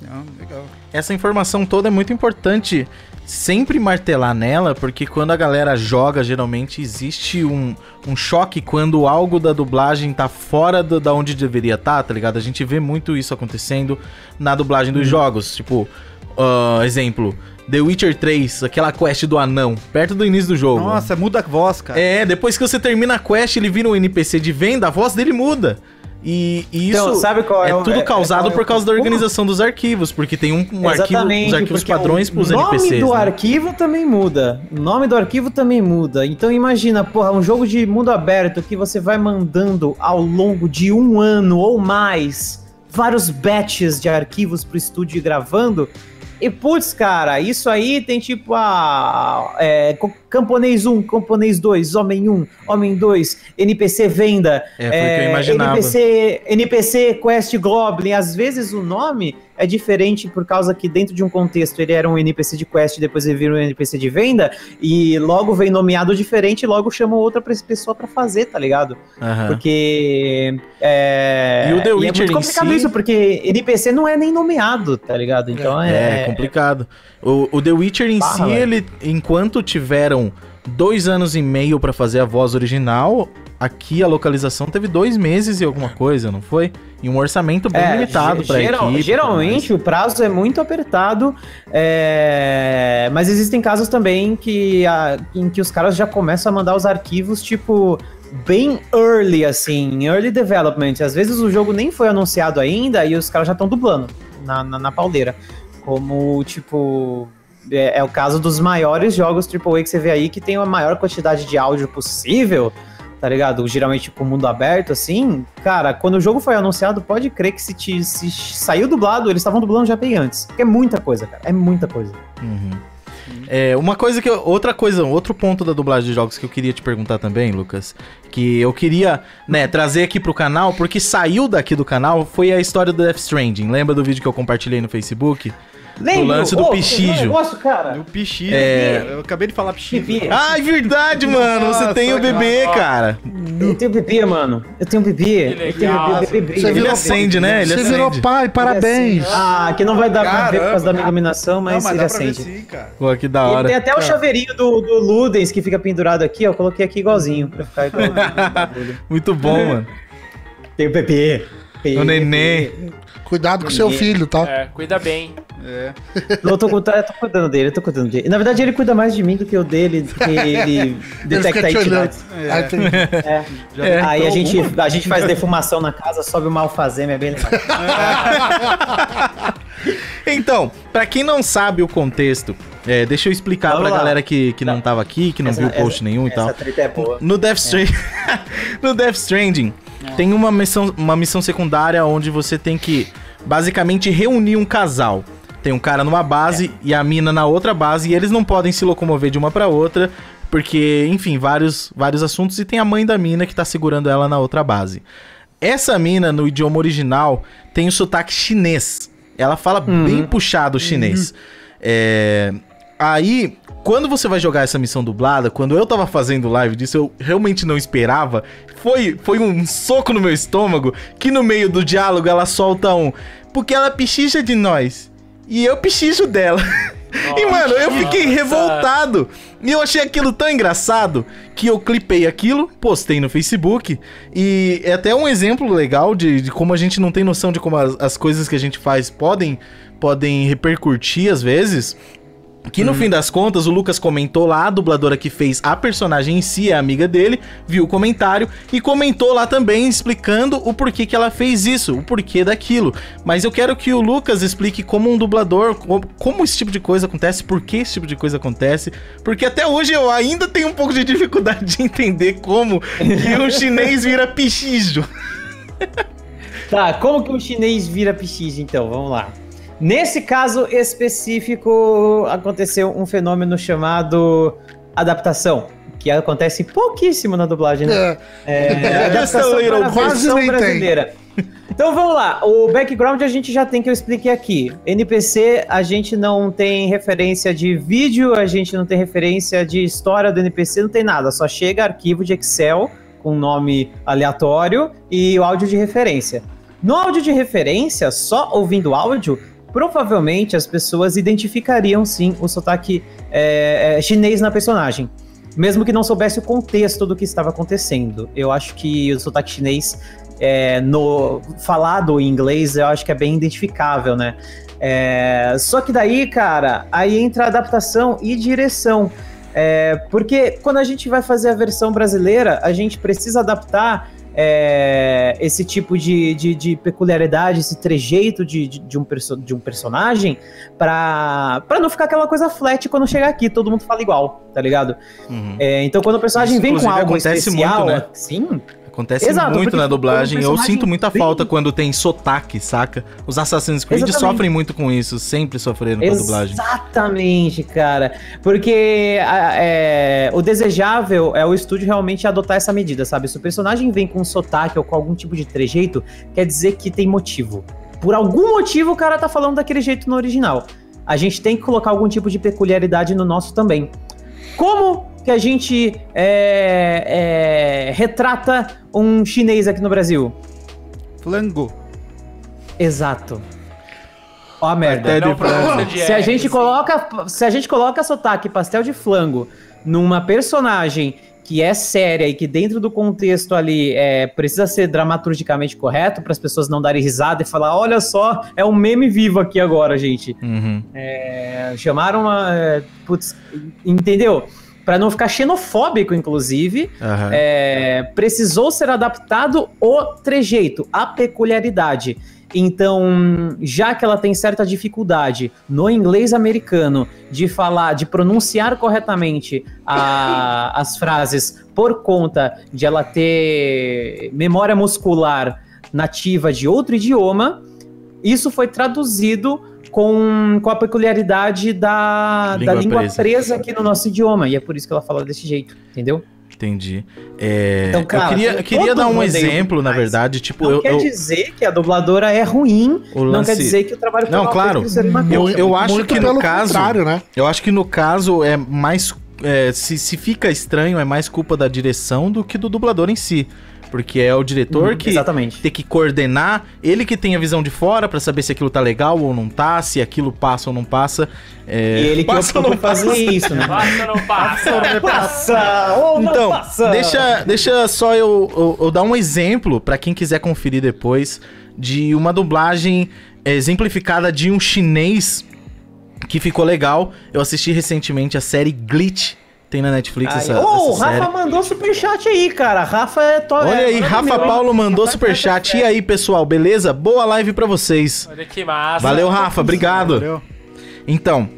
E: Não, legal.
A: Essa informação toda é muito importante sempre martelar nela, porque quando a galera joga, geralmente existe um, um choque quando algo da dublagem tá fora do- da onde deveria estar, tá, ligado? A gente vê muito isso acontecendo na dublagem
E: Uhum.
A: dos jogos. Tipo, ah, exemplo, The Witcher 3, aquela quest do anão, perto do início do jogo.
E: Nossa, muda a voz, cara.
A: É, depois que você termina a quest, ele vira um NPC de venda, a voz dele muda. E, e isso
B: Então, sabe qual é
A: é
B: o-
A: tudo
B: é-
A: causado
B: é qual é
A: por
B: o-
A: causa da
B: Como?
A: organização dos arquivos, porque tem um, um arquivo, os arquivos
B: porque é
A: padrões pros
B: o nome
A: NPCs.
B: do
A: né?
B: arquivo também muda. O nome do arquivo também muda. Então imagina, porra, um jogo de mundo aberto que você vai mandando ao longo de um ano ou mais vários batches de arquivos pro estúdio ir gravando. E putz, cara, isso aí tem tipo a. é, co- camponês 1, camponês 2, homem 1, homem 2, NPC venda,
A: É, foi o que eu imaginava.
B: NPC, NPC Quest Goblin, às vezes o nome é diferente por causa que dentro de um contexto ele era um NPC de quest, depois ele vira um NPC de venda e logo vem nomeado diferente e logo chama outra pres- pessoa pra fazer, tá ligado?
A: Aham.
B: Porque é
A: Ah. E o The Witcher
B: é muito
A: em
B: complicado
A: si-
B: isso porque NPC não é nem nomeado, tá ligado? Então
A: É,
B: é,
A: complicado. O, o The Witcher em
B: Barra,
A: si,
B: velho.
A: ele, enquanto tiveram dois anos e meio pra fazer a voz original, aqui a localização teve dois meses e alguma coisa, não foi? E um orçamento bem
B: É,
A: limitado
B: ge-
A: pra
B: geral-
A: equipe. e tudo
B: Geralmente o prazo é muito apertado, é, mas existem casos também que a- em que os caras já começam a mandar os arquivos, tipo, bem early, assim, early development. Às vezes o jogo nem foi anunciado ainda e os caras já estão dublando na, na, na pauleira. Como, tipo. É, é o caso dos maiores jogos AAA que você vê aí, que tem a maior quantidade de áudio possível tá ligado? Geralmente com o mundo aberto, assim, cara, quando o jogo foi anunciado, pode crer que se, te- se saiu dublado, eles estavam dublando já bem antes. Porque é muita coisa, cara. É muita coisa.
A: Uhum. É, uma coisa que eu- outra coisa, um outro ponto da dublagem de jogos que eu queria te perguntar também, Lucas, que eu queria, né, trazer aqui pro canal, porque saiu daqui do canal, foi a história do Death Stranding. Lembra do vídeo que eu compartilhei no Facebook?
B: Lembra?
A: lance do
B: Ô,
A: pichijo.
B: tem um negócio, cara.
E: O Pichi,
B: É.
E: eu acabei de falar Pichi.
B: Pipi.
A: Ai, Ah, é verdade, mano, você
E: Nossa,
A: tem o
E: cara.
A: bebê, cara.
B: Eu tenho pipi, mano. Eu tenho pipi. Eu tenho
C: legal.
B: pipi, pipi, pipi.
D: Você
A: Ele
D: virou-
A: acende, né? Ele
D: Você virou
A: acende.
D: pai, parabéns.
B: é Ah, que não vai dar pra ver por causa
E: Caramba.
B: da minha iluminação, mas, ele
E: dá pra ver
B: acende.
E: sim, cara.
A: Pô, que da
B: E tem
A: hora.
B: até o chaveirinho do, do Ludens que fica pendurado aqui, ó. Eu Coloquei aqui igualzinho pra ficar igual.
A: Muito bom, mano.
B: Tenho pipi.
A: O neném.
D: Cuidado com seu filho, tá?
C: É, cuida bem.
E: É.
B: Eu tô, cu- eu tô cuidando dele, eu tô cuidando dele. Na verdade, ele cuida mais de mim do que eu dele, porque ele detecta
D: fica te
B: entidades.
E: É.
D: Aí tem-
E: Já
A: É.
B: Aí a
E: detectou
B: gente, a gente faz defumação na casa, sobe uma alfazema, é bem legal.
A: Então, pra quem não sabe o contexto, é, deixa eu explicar
B: Vamos
A: pra
B: lá.
A: galera que, que não
B: Tá.
A: tava aqui, que não
B: Essa-
A: viu post
B: essa-
A: nenhum e tal.
B: Essa treta é É. boa.
A: No Death, Stra- [laughs] no Death Stranding, tem uma missão, uma missão secundária onde você tem que basicamente reunir um casal. Tem um cara numa base
B: É.
A: e a mina na outra base e eles não podem se locomover de uma pra outra porque, enfim, vários vários assuntos e tem a mãe da mina que tá segurando ela na outra base. Essa mina no idioma original tem o sotaque chinês. Ela fala bem puxado o chinês. É, Aí, quando você vai jogar essa missão dublada, quando eu tava fazendo live disso, eu realmente não esperava. Foi, foi um soco no meu estômago que no meio do diálogo ela solta um. Porque ela pichicha de nós. E eu pichicho dela. E, mano, eu fiquei revoltado. E eu achei aquilo tão engraçado que eu clipei aquilo, postei no Facebook. E é até um exemplo legal de, de como a gente não tem noção de como as, as coisas que a gente faz podem, podem repercutir às vezes. Que no fim das contas, o Lucas comentou lá, a dubladora que fez a personagem em si, é amiga dele, viu o comentário e comentou lá também, explicando o porquê que ela fez isso, o porquê daquilo. Mas eu quero que o Lucas explique como um dublador, como, como esse tipo de coisa acontece, por que esse tipo de coisa acontece, porque até hoje eu ainda tenho um pouco de dificuldade de entender como que um chinês vira pichijo.
B: Tá, como que um chinês vira pichiche, então? Vamos lá. Nesse caso específico, aconteceu um fenômeno chamado adaptação, que acontece pouquíssimo na dublagem, né?
D: É,
B: É, adaptação
A: Little,
B: para a
D: quase
B: versão
D: nem tem.
B: brasileira. Então vamos lá, o background a gente já tem que eu expliquei aqui. NPC a gente não tem referência de vídeo, a gente não tem referência de história do NPC, não tem nada, só chega arquivo de Excel com nome aleatório e o áudio de referência. No áudio de referência, só ouvindo o áudio, provavelmente as pessoas identificariam sim o sotaque é, é, chinês na personagem. Mesmo que não soubesse o contexto do que estava acontecendo. Eu acho que o sotaque chinês é, no falado em inglês, eu acho que é bem identificável, né? É, só que daí, cara, aí entra adaptação e direção. É, porque quando a gente vai fazer a versão brasileira, a gente precisa adaptar é, esse tipo de, de- de peculiaridade, esse trejeito de, de- de um, perso- de um personagem, pra, pra não ficar aquela coisa flat quando chegar aqui, todo mundo fala igual, tá ligado?
A: Uhum.
B: É, então quando o personagem
A: Isso,
B: vem com
A: inclusive,
B: algo
A: acontece muito,
B: especial, assim,
A: né?
B: sim,
A: Acontece
B: Exato,
A: muito
B: porque
A: na
B: ficou um
A: dublagem. Eu
B: personagem
A: sinto muita
B: bem-
A: falta quando tem sotaque, saca? Os Assassin's Creed
B: Exatamente.
A: sofrem muito com isso, sempre sofreram com a dublagem.
B: Exatamente, cara. Porque a- é, o desejável é o estúdio realmente adotar essa medida, sabe? Se o personagem vem com um sotaque ou com algum tipo de trejeito, quer dizer que tem motivo. Por algum motivo o cara tá falando daquele jeito no original. A gente tem que colocar algum tipo de peculiaridade no nosso também. Como que a gente é, é, retrata um chinês aqui no Brasil?
E: Flango.
B: Exato. Ó a merda.
A: Até
C: Não
A: depois.
C: pronúncia de
B: Se a
C: R,
B: gente
C: sim.
B: coloca, se a gente coloca sotaque pastel de flango numa personagem que é séria e que dentro do contexto ali é, precisa ser dramaturgicamente correto para as pessoas não darem risada e falar, olha só, é um meme vivo aqui agora, gente.
A: Uhum.
B: É, chamaram uma, é, putz, entendeu? Para não ficar xenofóbico, inclusive,
A: Aham.
B: é, precisou ser adaptado o trejeito, a peculiaridade. Então, já que ela tem certa dificuldade no inglês americano de falar, de pronunciar corretamente
A: [laughs]
B: a- as frases por conta de ela ter memória muscular nativa de outro idioma, isso foi traduzido com, com a peculiaridade da língua,
A: Língua
B: da língua
A: presa.
B: presa aqui no nosso idioma. E é por isso que ela fala desse jeito, entendeu?
A: Entendi. É,
B: Então, cara,
A: eu queria, eu queria
B: todo
A: dar um
B: mundo odeia o
A: exemplo, na
B: Lucas.
A: verdade. Tipo,
B: Não
A: eu,
B: quer
A: eu-
B: dizer que a dubladora é ruim,
A: o
B: não
A: lance-
B: quer dizer que o trabalho foi
A: Não,
B: mal
A: claro.
B: feito, isso é uma
A: Eu-
B: coisa.
A: eu acho
D: muito
A: que no
D: pelo
A: caso-
D: contrário, né?
A: eu acho que no caso é mais. é, se, se fica estranho, é mais culpa da direção do que do dublador em si. Porque é o diretor
B: Uhum,
A: que
B: Exatamente.
A: ter que coordenar, ele que tem a visão de fora pra saber se aquilo tá legal ou não tá, se aquilo passa ou não passa.
B: E
A: É,
B: ele que
A: passa
B: optou por fazer isso, né?
C: Passa ou não passa?
B: Passa! Ou não
A: Então,
B: passa!
A: deixa, deixa só eu, eu- eu dar um exemplo pra quem quiser conferir depois de uma dublagem eh, exemplificada de um chinês que ficou legal. Eu assisti recentemente a série Glitch, tem na Netflix
B: Ai,
A: essa,
B: Ô, o
A: essa
B: Rafa
A: série.
B: mandou superchat aí, cara. Rafa é top.
A: Olha
B: é,
A: aí,
B: mano,
A: Rafa
B: meu.
A: Paulo mandou superchat. E aí, pessoal, beleza? Boa live pra vocês.
C: Olha que massa.
A: Valeu, Rafa, obrigado.
E: Valeu.
A: Então,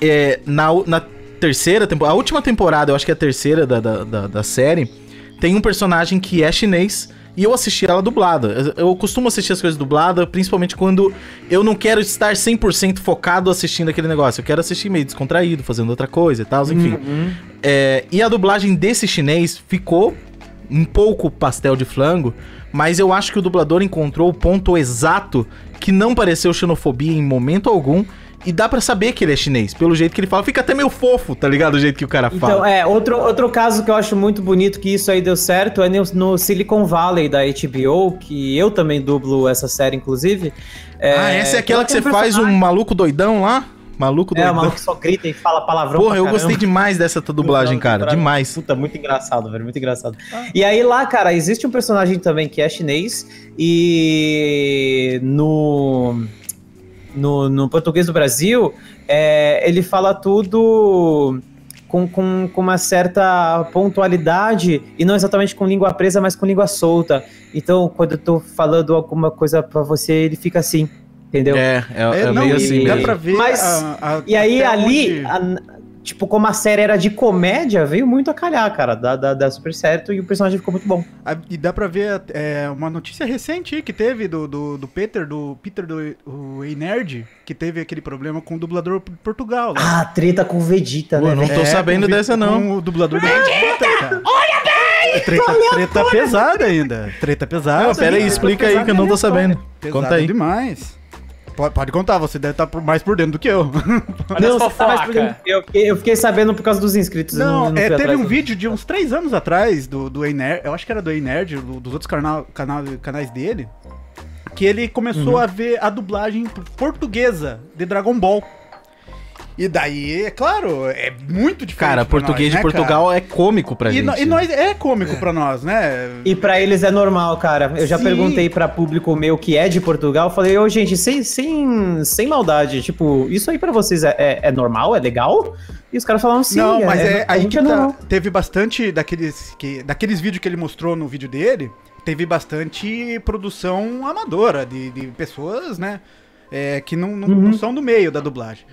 A: é, na, u- na terceira temporada, a última temporada, eu acho que é a terceira da, da, da- da série, tem um personagem que é chinês e eu assisti ela dublada. Eu, eu costumo assistir as coisas dubladas, principalmente quando eu não quero estar 100% focado assistindo aquele negócio. Eu quero assistir meio descontraído, fazendo outra coisa e tal,
B: Uhum.
A: enfim. É, e a dublagem desse chinês ficou um pouco pastel de flango, mas eu acho que o dublador encontrou o ponto exato que não pareceu xenofobia em momento algum. E dá pra saber que ele é chinês, pelo jeito que ele fala. Fica até meio fofo, tá ligado? O jeito que o cara
B: Então,
A: fala.
B: é, outro, outro caso que eu acho muito bonito que isso aí deu certo é no, no Silicon Valley da HBO, que eu também dublo essa série, inclusive.
A: ah, essa é aquela
B: ela
A: que
B: então tem
A: você
B: um
A: faz um maluco doidão lá? Maluco
B: É,
A: doidão.
B: o maluco só grita e fala palavrão.
A: Porra,
B: pra
A: eu
B: caramba.
A: gostei demais dessa dublagem, cara.
B: Pra-
A: Demais.
B: Puta, é muito engraçado, velho. Muito engraçado. E aí lá, cara, existe um personagem também que é chinês e no no, no português do Brasil é, ele fala tudo com, com, com uma certa pontualidade e não exatamente com língua presa, mas com língua solta. Então, quando eu tô falando alguma coisa pra você, ele fica assim, entendeu?
A: É, é, é
E: É, não,
A: meio
E: e
A: assim
B: e-
E: dá
A: mesmo.
E: pra ver.
B: Mas- E aí, ali, a- tipo, como a série era de comédia, veio muito a calhar, cara. Dá, dá, dá super certo e o personagem ficou muito bom.
E: A- E dá pra ver é, uma notícia recente aí que teve do, do, do Peter, do Peter do o Ei Nerd, que teve aquele problema com o dublador por- Portugal. lá.
B: Ah, treta com o Vegeta,
A: Pô, eu
B: né?
A: não
B: velho?
A: tô
E: É,
A: sabendo
E: com o Vi-
A: dessa, não.
E: Com o dublador do Vegeta, cara. Olha bem! Treta, treta pesada ainda. Treta pesada.
A: Não, pera aí,
E: Treta
A: explica aí
E: pesada
A: que eu não tô sabendo.
E: Pesada
A: Conta aí.
E: demais. Pode, pode contar, você deve estar mais por dentro do que eu.
C: Olha
B: Não,
C: as
B: você tá mais por dentro.
C: fofocas.
B: eu, fiquei, eu fiquei sabendo por causa dos inscritos. eu eu
E: Não, é,
B: fui
E: teve
B: atrás
E: um
B: do-
E: vídeo de uns três anos atrás do, do Ei Nerd, eu acho que era do Ei Nerd, do- dos outros canal, canal- canais dele, que ele começou a ver a dublagem portuguesa de Dragon Ball. E daí, é claro, é muito difícil.
A: Cara, português de Portugal é cômico pra
E: né, E,
A: gente.
E: no- e nós é cômico pra nós, né?
B: E pra eles é normal, cara. Eu já
E: Sim.
B: perguntei pra público meu que é de Portugal. eu Falei, ô, gente, sem, sem, sem maldade. Tipo, isso aí pra vocês é, é, é normal? É legal? E os caras falaram sim.
E: não, mas é,
B: a
E: aí
B: gente
E: que
B: é
E: tá-
B: normal.
E: teve bastante daqueles que daqueles vídeos que ele mostrou no vídeo dele, teve bastante produção amadora de, de pessoas, né, é, que não, não-
A: Uhum.
E: não são do meio da dublagem.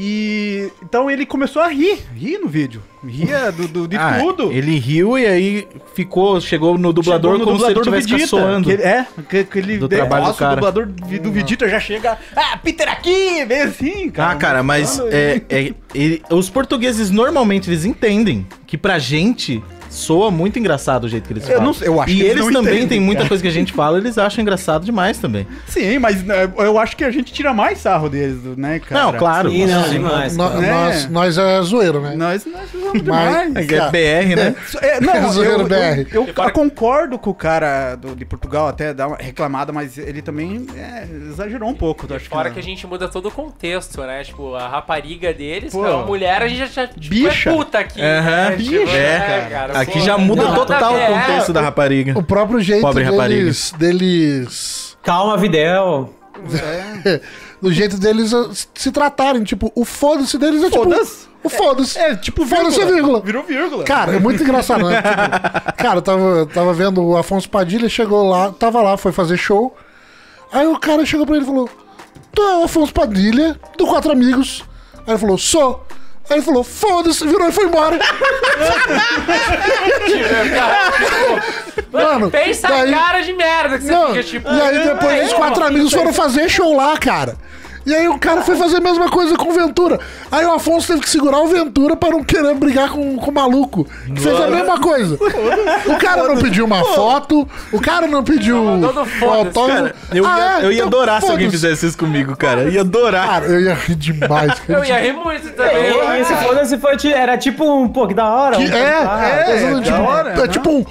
E: E então ele começou a rir, rir no vídeo, ria do, do- de
A: Ah,
E: tudo.
A: Ele riu e aí ficou, chegou no dublador
E: Chegou no
A: como
E: dublador
A: se ele
E: do
A: estivesse
E: Vegeta,
A: caçoando.
E: que ele- é, que, que ele
A: Do trabalho do
E: Nossa,
A: cara.
E: o dublador do, do Vegeta já chega, ah, Peter aqui, vem assim, cara.
A: Ah, cara, mas
E: Falando-
A: é, é- ele- os portugueses normalmente eles entendem que pra gente soa muito engraçado o jeito que eles
E: Eu
A: falam.
E: não sei, eu acho
A: e
E: que eles
A: eles,
E: não
A: também
E: entendem,
A: tem muita
E: cara.
A: coisa que a gente fala, eles acham engraçado demais também.
E: Sim, mas né, eu acho que a gente tira mais sarro deles, né, cara?
A: não, claro.
B: Sim, não, demais.
D: No-
E: né?
D: nós, nós é zoeiro, né?
E: Nós, nós usamos
D: Mas-
E: demais.
A: É que é BR, né?
E: É, não, eu,
D: Zoeiro
E: eu-
D: BR.
E: eu concordo com o cara do- de Portugal até dar uma reclamada, mas ele também é, exagerou um pouco. eu acho
C: Fora
E: não.
C: que a gente muda todo o contexto, né? Tipo, a rapariga deles,
E: Pô.
C: é uma mulher, a gente já- já tipo,
E: Bicha.
C: é puta aqui.
A: Aham,
C: né? Tipo,
A: bicha.
C: é, cara,
A: Aqui
C: pô,
A: já muda
C: nada
A: total
C: a
A: o
C: ver, é,
A: contexto
C: [laughs]
A: da rapariga.
D: O próprio jeito
A: Pobre
D: deles, deles. [laughs]
B: Calma, Videl.
D: Do jeito deles eh, se tratarem. Tipo, o foda-se deles é tipo.
E: Foda-se.
D: O foda-se.
E: É, tipo,
D: Foda-se, vírgula.
E: Virou vírgula.
D: Cara, é muito engraçado, né? Tipo, cara, eu tava, eu tava vendo o Afonso Padilha, chegou lá, tava lá, foi fazer show. Aí o cara chegou pra ele e falou: Tu é o Afonso Padilha, do Quatro Amigos. Aí ele falou: Sou. Aí ele falou, foda-se, virou e foi embora. Mano,
C: Pensa
D: daí-
C: a cara de merda que você
D: Não,
C: fica, tipo...
D: e aí depois
C: "Ah,
D: os
C: eu
D: quatro
C: vou
D: amigos foram fazer show lá, cara. E aí o cara foi fazer a mesma coisa com o Ventura. Aí o Afonso teve que segurar o Ventura pra não querer brigar com, com o maluco. Que fez a mesma coisa. O cara não pediu uma foto, o cara não pediu
C: mandou no
D: o
C: foda-se,
D: autógrafo.
A: Eu ia,
D: Ah, é?
A: eu ia
D: Então,
A: adorar se alguém
D: foda-se.
A: fizesse isso comigo, cara. Eu ia adorar.
E: Ah,
D: Cara, eu ia rir demais. cara.
C: Eu ia rir muito também. eu-
B: E Esse foda-se foi, ti- era tipo um, pô, que da hora.
D: Que
B: um-
D: é,
B: ah,
D: é,
E: é,
D: exatamente,
E: da
D: tipo,
E: hora,
D: é
E: né?
D: tipo um.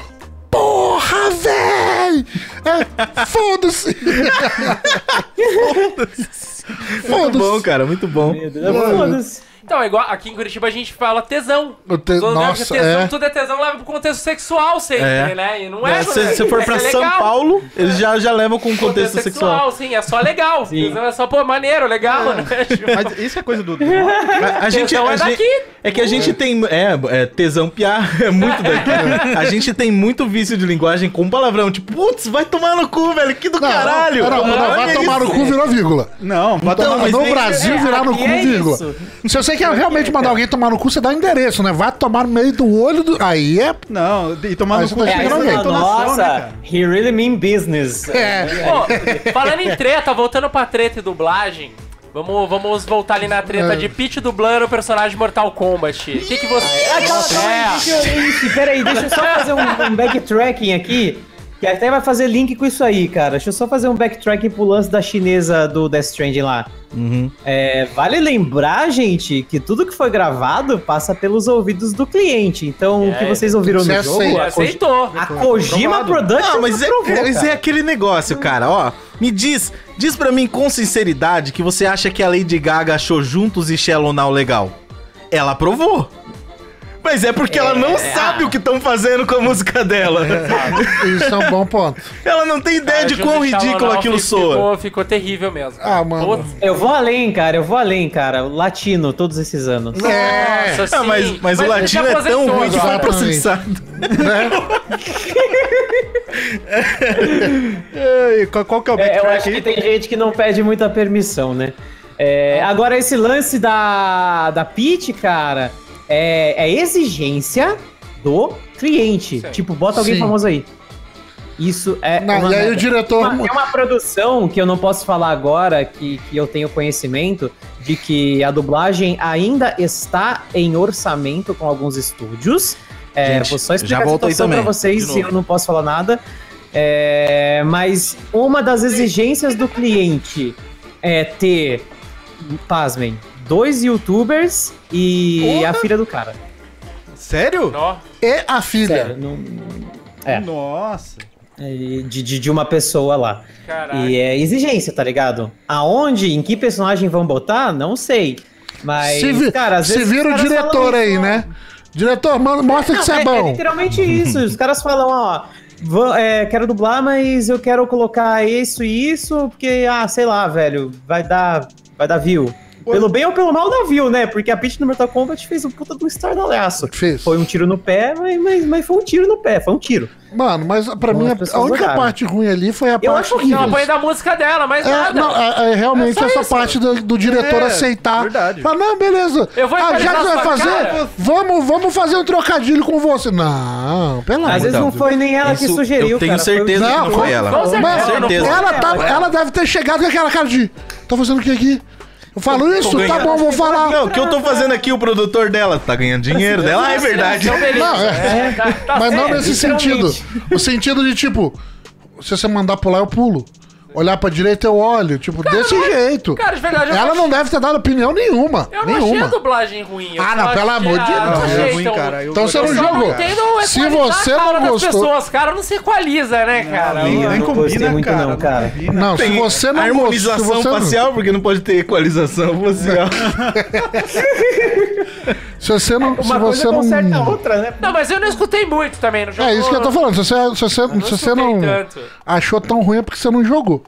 D: Porra, véi! É, foda-se!
A: Muito bom,
D: foda-se!
A: cara, muito bom.
B: meu Deus, foda-se.
C: Então, é igual aqui em Curitiba a gente fala tesão.
D: Eu te-
C: Todo lugar que
D: nossa,
C: tesão,
D: é.
C: Tudo é tesão, leva pro contexto sexual sempre,
A: É.
C: né? E não é...
A: É, se você for
C: é
A: pra
C: legal. É.
A: São Paulo, eles já, já levam com contexto sexual.
C: Sim, é só legal. Tesão é só, pô, maneiro, legal,
A: [laughs]
C: né? Tipo,
E: Mas isso é coisa do. do-
A: A, a gente,
C: Tesão
A: a
C: é
A: gente-
C: daqui.
A: é que a gente tem. É, é, tesão piá [laughs] é muito daqui. né? A gente tem muito vício de linguagem com palavrão. Tipo, putz, vai tomar no cu, velho. Que do
D: Não,
A: caralho.
D: Não, não, não,
A: Olha
D: vai tomar no
A: isso.
D: cu, virou vírgula.
E: Não, bota
D: Então,
E: uma-
A: mas
D: no
A: nem-
D: Brasil, virar no
B: aqui
D: cu,
B: é
D: vírgula.
B: isso.
D: Se você quer é realmente mandar alguém tomar no cu, você dá endereço, né? Vai tomar no meio do olho do. Aí é.
E: Não, e tomar
D: Aí
E: no
D: você
E: cu
D: tá
B: É,
E: chega
B: aí
D: chegando
E: na
B: você
D: alguém.
B: fala,
E: entonação,
B: nossa,
E: né, cara?
B: he really mean business.
D: É.
C: Pô, falando em treta, voltando pra treta e dublagem, vamos, vamos voltar ali na
A: É.
C: treta de Pete dublando o personagem de Mortal Kombat. O que, que você. É,
B: Gente, peraí, deixa eu só fazer um, um backtracking aqui. Que até vai fazer link com isso aí, cara. Deixa eu só fazer um backtracking pro lance da chinesa do Death Stranding lá.
A: Uhum.
B: É, vale lembrar, gente, que tudo que foi gravado passa pelos ouvidos do cliente. Então, o que
C: É,
B: vocês ouviram
D: você
B: no jogo?
D: aceita.
B: a Koji-
C: aceitou.
B: A Kojima
E: Aprovado.
B: Productions
A: Não, mas é,
B: aprovou,
A: mas
B: cara.
A: é aquele negócio, cara, ó. Me diz, diz pra mim com sinceridade que você acha que a Lady Gaga achou Juntos e Shallow Now legal. Ela aprovou. Mas é porque ela não sabe o que estão fazendo com a música [laughs] dela.
D: Isso é um bom ponto.
A: Ela não tem ideia
C: É,
A: de quão ridículo aquilo soa.
C: Ficou, ficou terrível mesmo.
D: Ah, mano.
C: Putz,
B: Eu vou além, cara, eu vou além, cara. Latino, todos esses anos.
D: É.
C: Nossa,
A: Ah,
C: sim.
A: mas, mas o
C: ele se
A: latino é tão
C: aposentou
A: ruim que foi
C: agora.
A: processado. [laughs]
E: Ei, qual, qual que é o
B: É, eu
E: backtrack
B: acho
E: aí?
B: que tem gente que não pede muita permissão, né? É, agora, esse lance da, da pitch, cara, é, é exigência do cliente.
C: Sim.
B: Tipo, bota alguém
D: Sim.
B: famoso aí. Isso é.
D: Não,
B: uma
D: e aí
B: merda.
D: o diretor.
B: Uma- é uma produção que eu não posso falar agora, que, que eu tenho conhecimento de que a dublagem ainda está em orçamento com alguns estúdios. É,
A: Gente,
B: vou só
A: já
B: explicar a
A: volto aí
B: situação
A: também,
B: para vocês,
A: de
B: se
A: novo.
B: eu não posso falar nada. É, mas uma das exigências do cliente é ter, pasmem, dois youtubers e a filha do cara.
E: Sério?
C: Nó.
D: E a filha.
B: Sério, não- É.
E: Nossa.
B: de, de, de uma pessoa lá.
C: Caraca.
B: E é exigência, tá ligado? Aonde, em que personagem vão botar, não sei. Mas,
D: se vi-
B: cara, às
D: se
B: vezes.
D: vira
B: os
D: o
B: caras
D: diretor
B: falam
D: aí,
B: isso,
D: né? Diretor, mano, mostra que
B: Não,
D: você é,
B: é, é
D: bom.
B: literalmente isso. Os caras falam, ó. va- é, quero dublar, mas eu quero colocar isso e isso, porque, ah, sei lá, velho, vai dar, vai dar view. Pelo bem ou pelo mal dá view, né? Porque a Peach no Mortal Kombat fez um puta do estardalhaço.
D: Fez.
B: Foi um tiro no pé, mas, mas, mas foi um tiro no pé, foi um tiro.
D: Mano, mas pra mim
B: As
D: a,
B: pessoas
D: a única
B: jogaram.
D: parte ruim ali foi a parte
B: acho horrível.
C: Não,
D: que-
C: apanhei da música dela, mas
D: É,
C: nada.
D: não, é, é realmente
C: É só
D: essa
C: isso.
D: parte do, do diretor
E: É,
D: aceitar.
E: verdade.
D: Fala, não, beleza.
C: Eu vou
D: ah, já que
C: equalizar
D: você vai
C: sua cara.
D: fazer, vamos, vamos fazer um trocadilho com você. Não, pela
B: Às vezes não foi nem ela que
A: Ah, então, Isso
B: sugeriu,
A: eu tenho
B: cara, foi um o
A: certeza que não foi ela.
C: Com certeza,
D: Mano,
A: Com certeza.
D: Ela,
C: Não foi
B: É.
D: tava, ela deve ter chegado com aquela cara de. Tô fazendo o que aqui? Eu falo isso? Tá
A: ganhando.
D: bom, vou falar.
A: Não, o que eu tô fazendo aqui, o produtor dela tá ganhando dinheiro dela, ah, é verdade.
C: Então, beleza.
D: Não, é.
C: Tá- tá
D: Mas não
C: certo.
D: nesse sentido.
B: literalmente.
D: O sentido de tipo, se você mandar pular, eu pulo. Olhar pra direita, eu olho. Tipo, desse jeito.
C: Cara, de verdade, eu
D: ela
C: achei-
D: não deve ter dado opinião nenhuma.
C: Eu não achei a
D: nenhuma.
C: dublagem ruim. eu
D: Ah,
C: só
D: não, pelo
C: achei
D: amor de
C: a-
D: Deus.
C: não
E: É
C: achei
E: ruim,
C: tão-
E: cara. Eu-
D: Então você não
C: Eu só
D: jogou.
C: entendo é
D: Se
C: equalizar
D: você
C: a cara
D: não
C: das
D: gostou.
C: pessoas, cara, não se equaliza, né, cara?
E: Nem,
B: eu
E: nem
B: não
E: combina,
B: gostei muito
E: cara.
B: não, cara.
E: combina.
D: Não, se
A: Tem
D: você não gostou. se
A: harmonização
D: você não-
A: facial, porque não pode ter equalização facial.
D: Se você não. Se
B: Uma coisa
D: você
B: conserta a
D: não.
B: outra, né?
C: Não, mas eu não escutei muito também no jogo.
D: É isso que eu tô falando. Se você, se você, se você não
C: tanto.
D: achou tão ruim é porque você não jogou.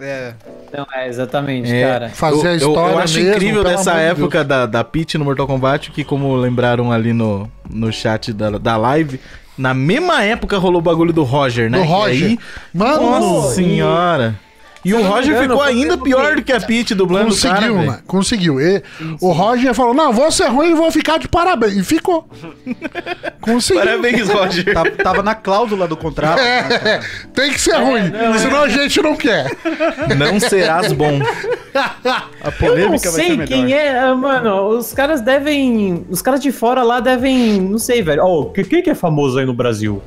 E: É.
B: Não, é, exatamente,
A: É,
B: cara.
D: [laughs] Fazer
A: eu,
D: a
A: eu-
D: história.
A: Eu acho
D: mesmo,
A: incrível
D: pelo
A: dessa
D: amor de Deus.
A: época da, da Peach no Mortal Kombat, que como lembraram ali no, no chat da, da live, na mesma época rolou o bagulho do Roger, né?
D: Do
A: E
D: Roger.
A: aí-
D: Mano,
A: nossa senhora. E o
B: não me
A: Roger
B: engano,
A: ficou
B: foi
A: ainda
B: pelo
A: pior
B: Peach.
A: do que a Peach dublando o cara,
D: conseguiu,
A: velho.
D: né? Conseguiu. E o Roger falou: não, vou ser ruim e vou ficar de parabéns.
B: [laughs]
D: E ficou. conseguiu. É,
A: Parabéns, Roger.
E: Tá- tava na cláusula
D: [laughs]
E: do contrato. né, cara?
D: Tem que ser
B: É,
D: ruim, senão a gente
B: [laughs]
D: não quer.
A: Não serás bom.
E: A
B: Eu
E: polêmica
B: não
E: vai ser
B: sei
E: melhor.
B: quem é, ah, mano. Os caras devem. Os caras de fora lá devem. Não sei, velho. Ó, que- quem que é famoso aí no Brasil?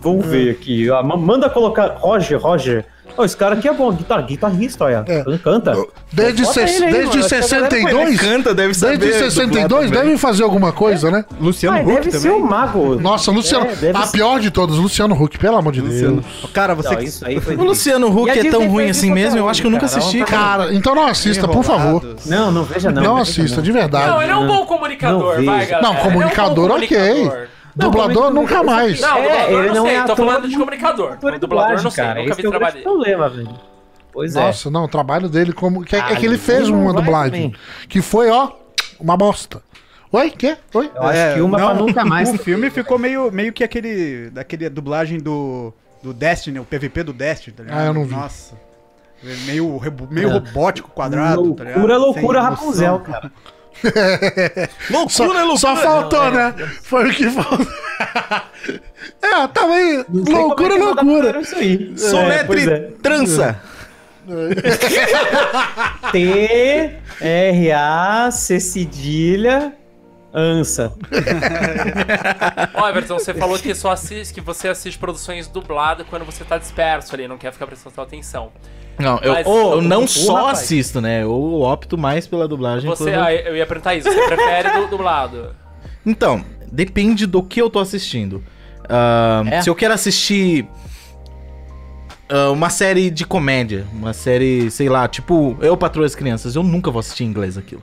B: Vamos ver aqui. Ah, ma- manda colocar. Roger, Roger. Ó, esse cara aqui é bom, guitar, guitarrista, olha.
D: É.
B: Canta.
D: Desde,
B: Bota
D: ses-
B: ele aí,
D: desde
B: mano, essa galera
A: Mas ele
D: 62,
A: canta, deve saber.
D: desde
A: dublar
D: 62
A: também.
D: devem fazer alguma coisa, né?
E: Luciano
B: Ah,
E: Huck
B: deve
E: também.
B: ser o mago.
D: Nossa, Luciano,
B: É, deve
D: a
B: ser-
D: pior de todas, Luciano Huck, pelo amor de
E: Luciano.
D: Deus.
E: Cara, você
B: Não,
E: que-
B: isso aí foi.
A: O Luciano
B: E a
A: Huck é tão
B: Disney
A: ruim
B: fez
A: assim
B: isso
A: mesmo,
B: até
A: eu acho que eu nunca
B: hoje, cara. é um
A: assisti,
B: Ela
A: cara.
D: Cara, então não assista, por favor.
E: Enrolados.
B: Não, não veja não.
D: Não
B: veja
D: assista,
B: não.
D: de
C: Não,
D: verdade.
C: ele é um bom comunicador,
B: Não
C: vai,
B: vejo.
C: galera.
D: Ah, Não,
C: Ele é um bom
D: comunicador, ok.
C: comunicador.
D: Dublador
B: Não,
D: nunca mais.
C: Não,
B: É,
C: dublador
B: ele
C: não
B: não
C: sei,
B: é
C: tô
B: ator,
C: falando de comunicador.
B: Ator e
C: Dublador
B: dublagem,
C: não sei,
B: cara.
C: nunca
B: Esse
C: vi
B: é o
C: trabalho
B: grande
C: dele.
B: problema, velho. Pois é.
D: Nossa, não, o trabalho dele como que, é
B: Ah,
D: que ele
B: ele
D: fez
B: não
D: uma
B: vai
D: dublagem
B: também.
D: que foi, ó, uma bosta. Oi, quê? Oi?
B: Eu acho
E: É,
B: que uma
E: não,
B: pra nunca mais.
E: O filme ficou meio, meio que aquele. daquele dublagem do. Do Destiny, o PVP do Destiny, tá ligado?
D: Ah, eu não vi.
E: Nossa. Meio, rebu- meio
B: É.
E: robótico, quadrado, tá ligado?
B: loucura,
E: Sem
B: loucura,
E: emoção.
B: Rapunzel, cara.
E: É
D: Só, só faltou, né? Foi o que faltou. [laughs] é, tava aí.
B: é,
D: Loucura,
C: é
D: loucura.
B: Isso aí. é.
A: Soletre trança.
B: T, R, A, C, cedilha, ansa.
C: Ó, Everton, você falou que só assiste, que você assiste produções dubladas quando você tá disperso ali, não quer ficar prestando atenção.
A: Não, eu,
C: Mas-
A: ou eu não só
C: rapaz.
A: assisto, né? Eu opto mais pela dublagem.
C: Você,
B: um-
A: quando-
C: ah, eu ia perguntar isso, você prefere du- dublado?
A: Então, depende do que eu tô assistindo. Ah,
B: É?
A: Se eu quero assistir ah, uma série de comédia. Uma série, sei lá, tipo Eu Patrulho as Crianças. Eu nunca vou assistir em inglês aquilo.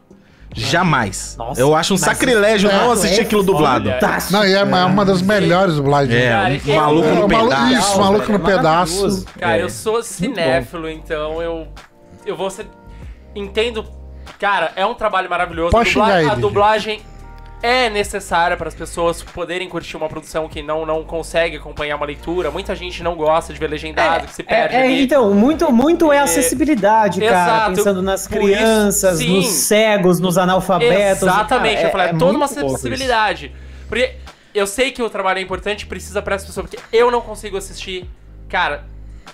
A: Jamais.
B: Nossa,
A: eu acho um sacrilégio não
D: é,
A: assistir
B: é
A: aquilo dublado.
C: foda.
B: Tá,
D: Não, e é uma uma das melhores dublagens.
A: É,
D: né?
C: Cara,
A: um maluco
C: eu-
A: no
D: É, malu-
A: pedaço.
D: Isso, maluco no pedaço.
C: Cara,
A: É.
C: eu sou cinéfilo, então eu. Eu vou ser. Entendo. Cara, é um trabalho maravilhoso.
D: Pode
C: a dubla-
D: xingar ele,
C: a
D: gente.
C: dublagem é necessária para as pessoas poderem curtir uma produção que não, não consegue acompanhar uma leitura. Muita gente não gosta de ver legendado, que se perde.
B: É, é,
C: ali.
B: então, muito, muito é
C: É,
B: acessibilidade, cara.
C: exato.
B: Pensando nas
C: Por
B: crianças,
C: isso, sim.
B: nos cegos, nos analfabetos.
C: Exatamente,
B: Cara,
C: eu falei, é, toda
B: muito
C: uma
B: louco isso.
C: acessibilidade. Porque eu sei que o trabalho é importante, precisa para as pessoas, porque eu não consigo assistir, cara,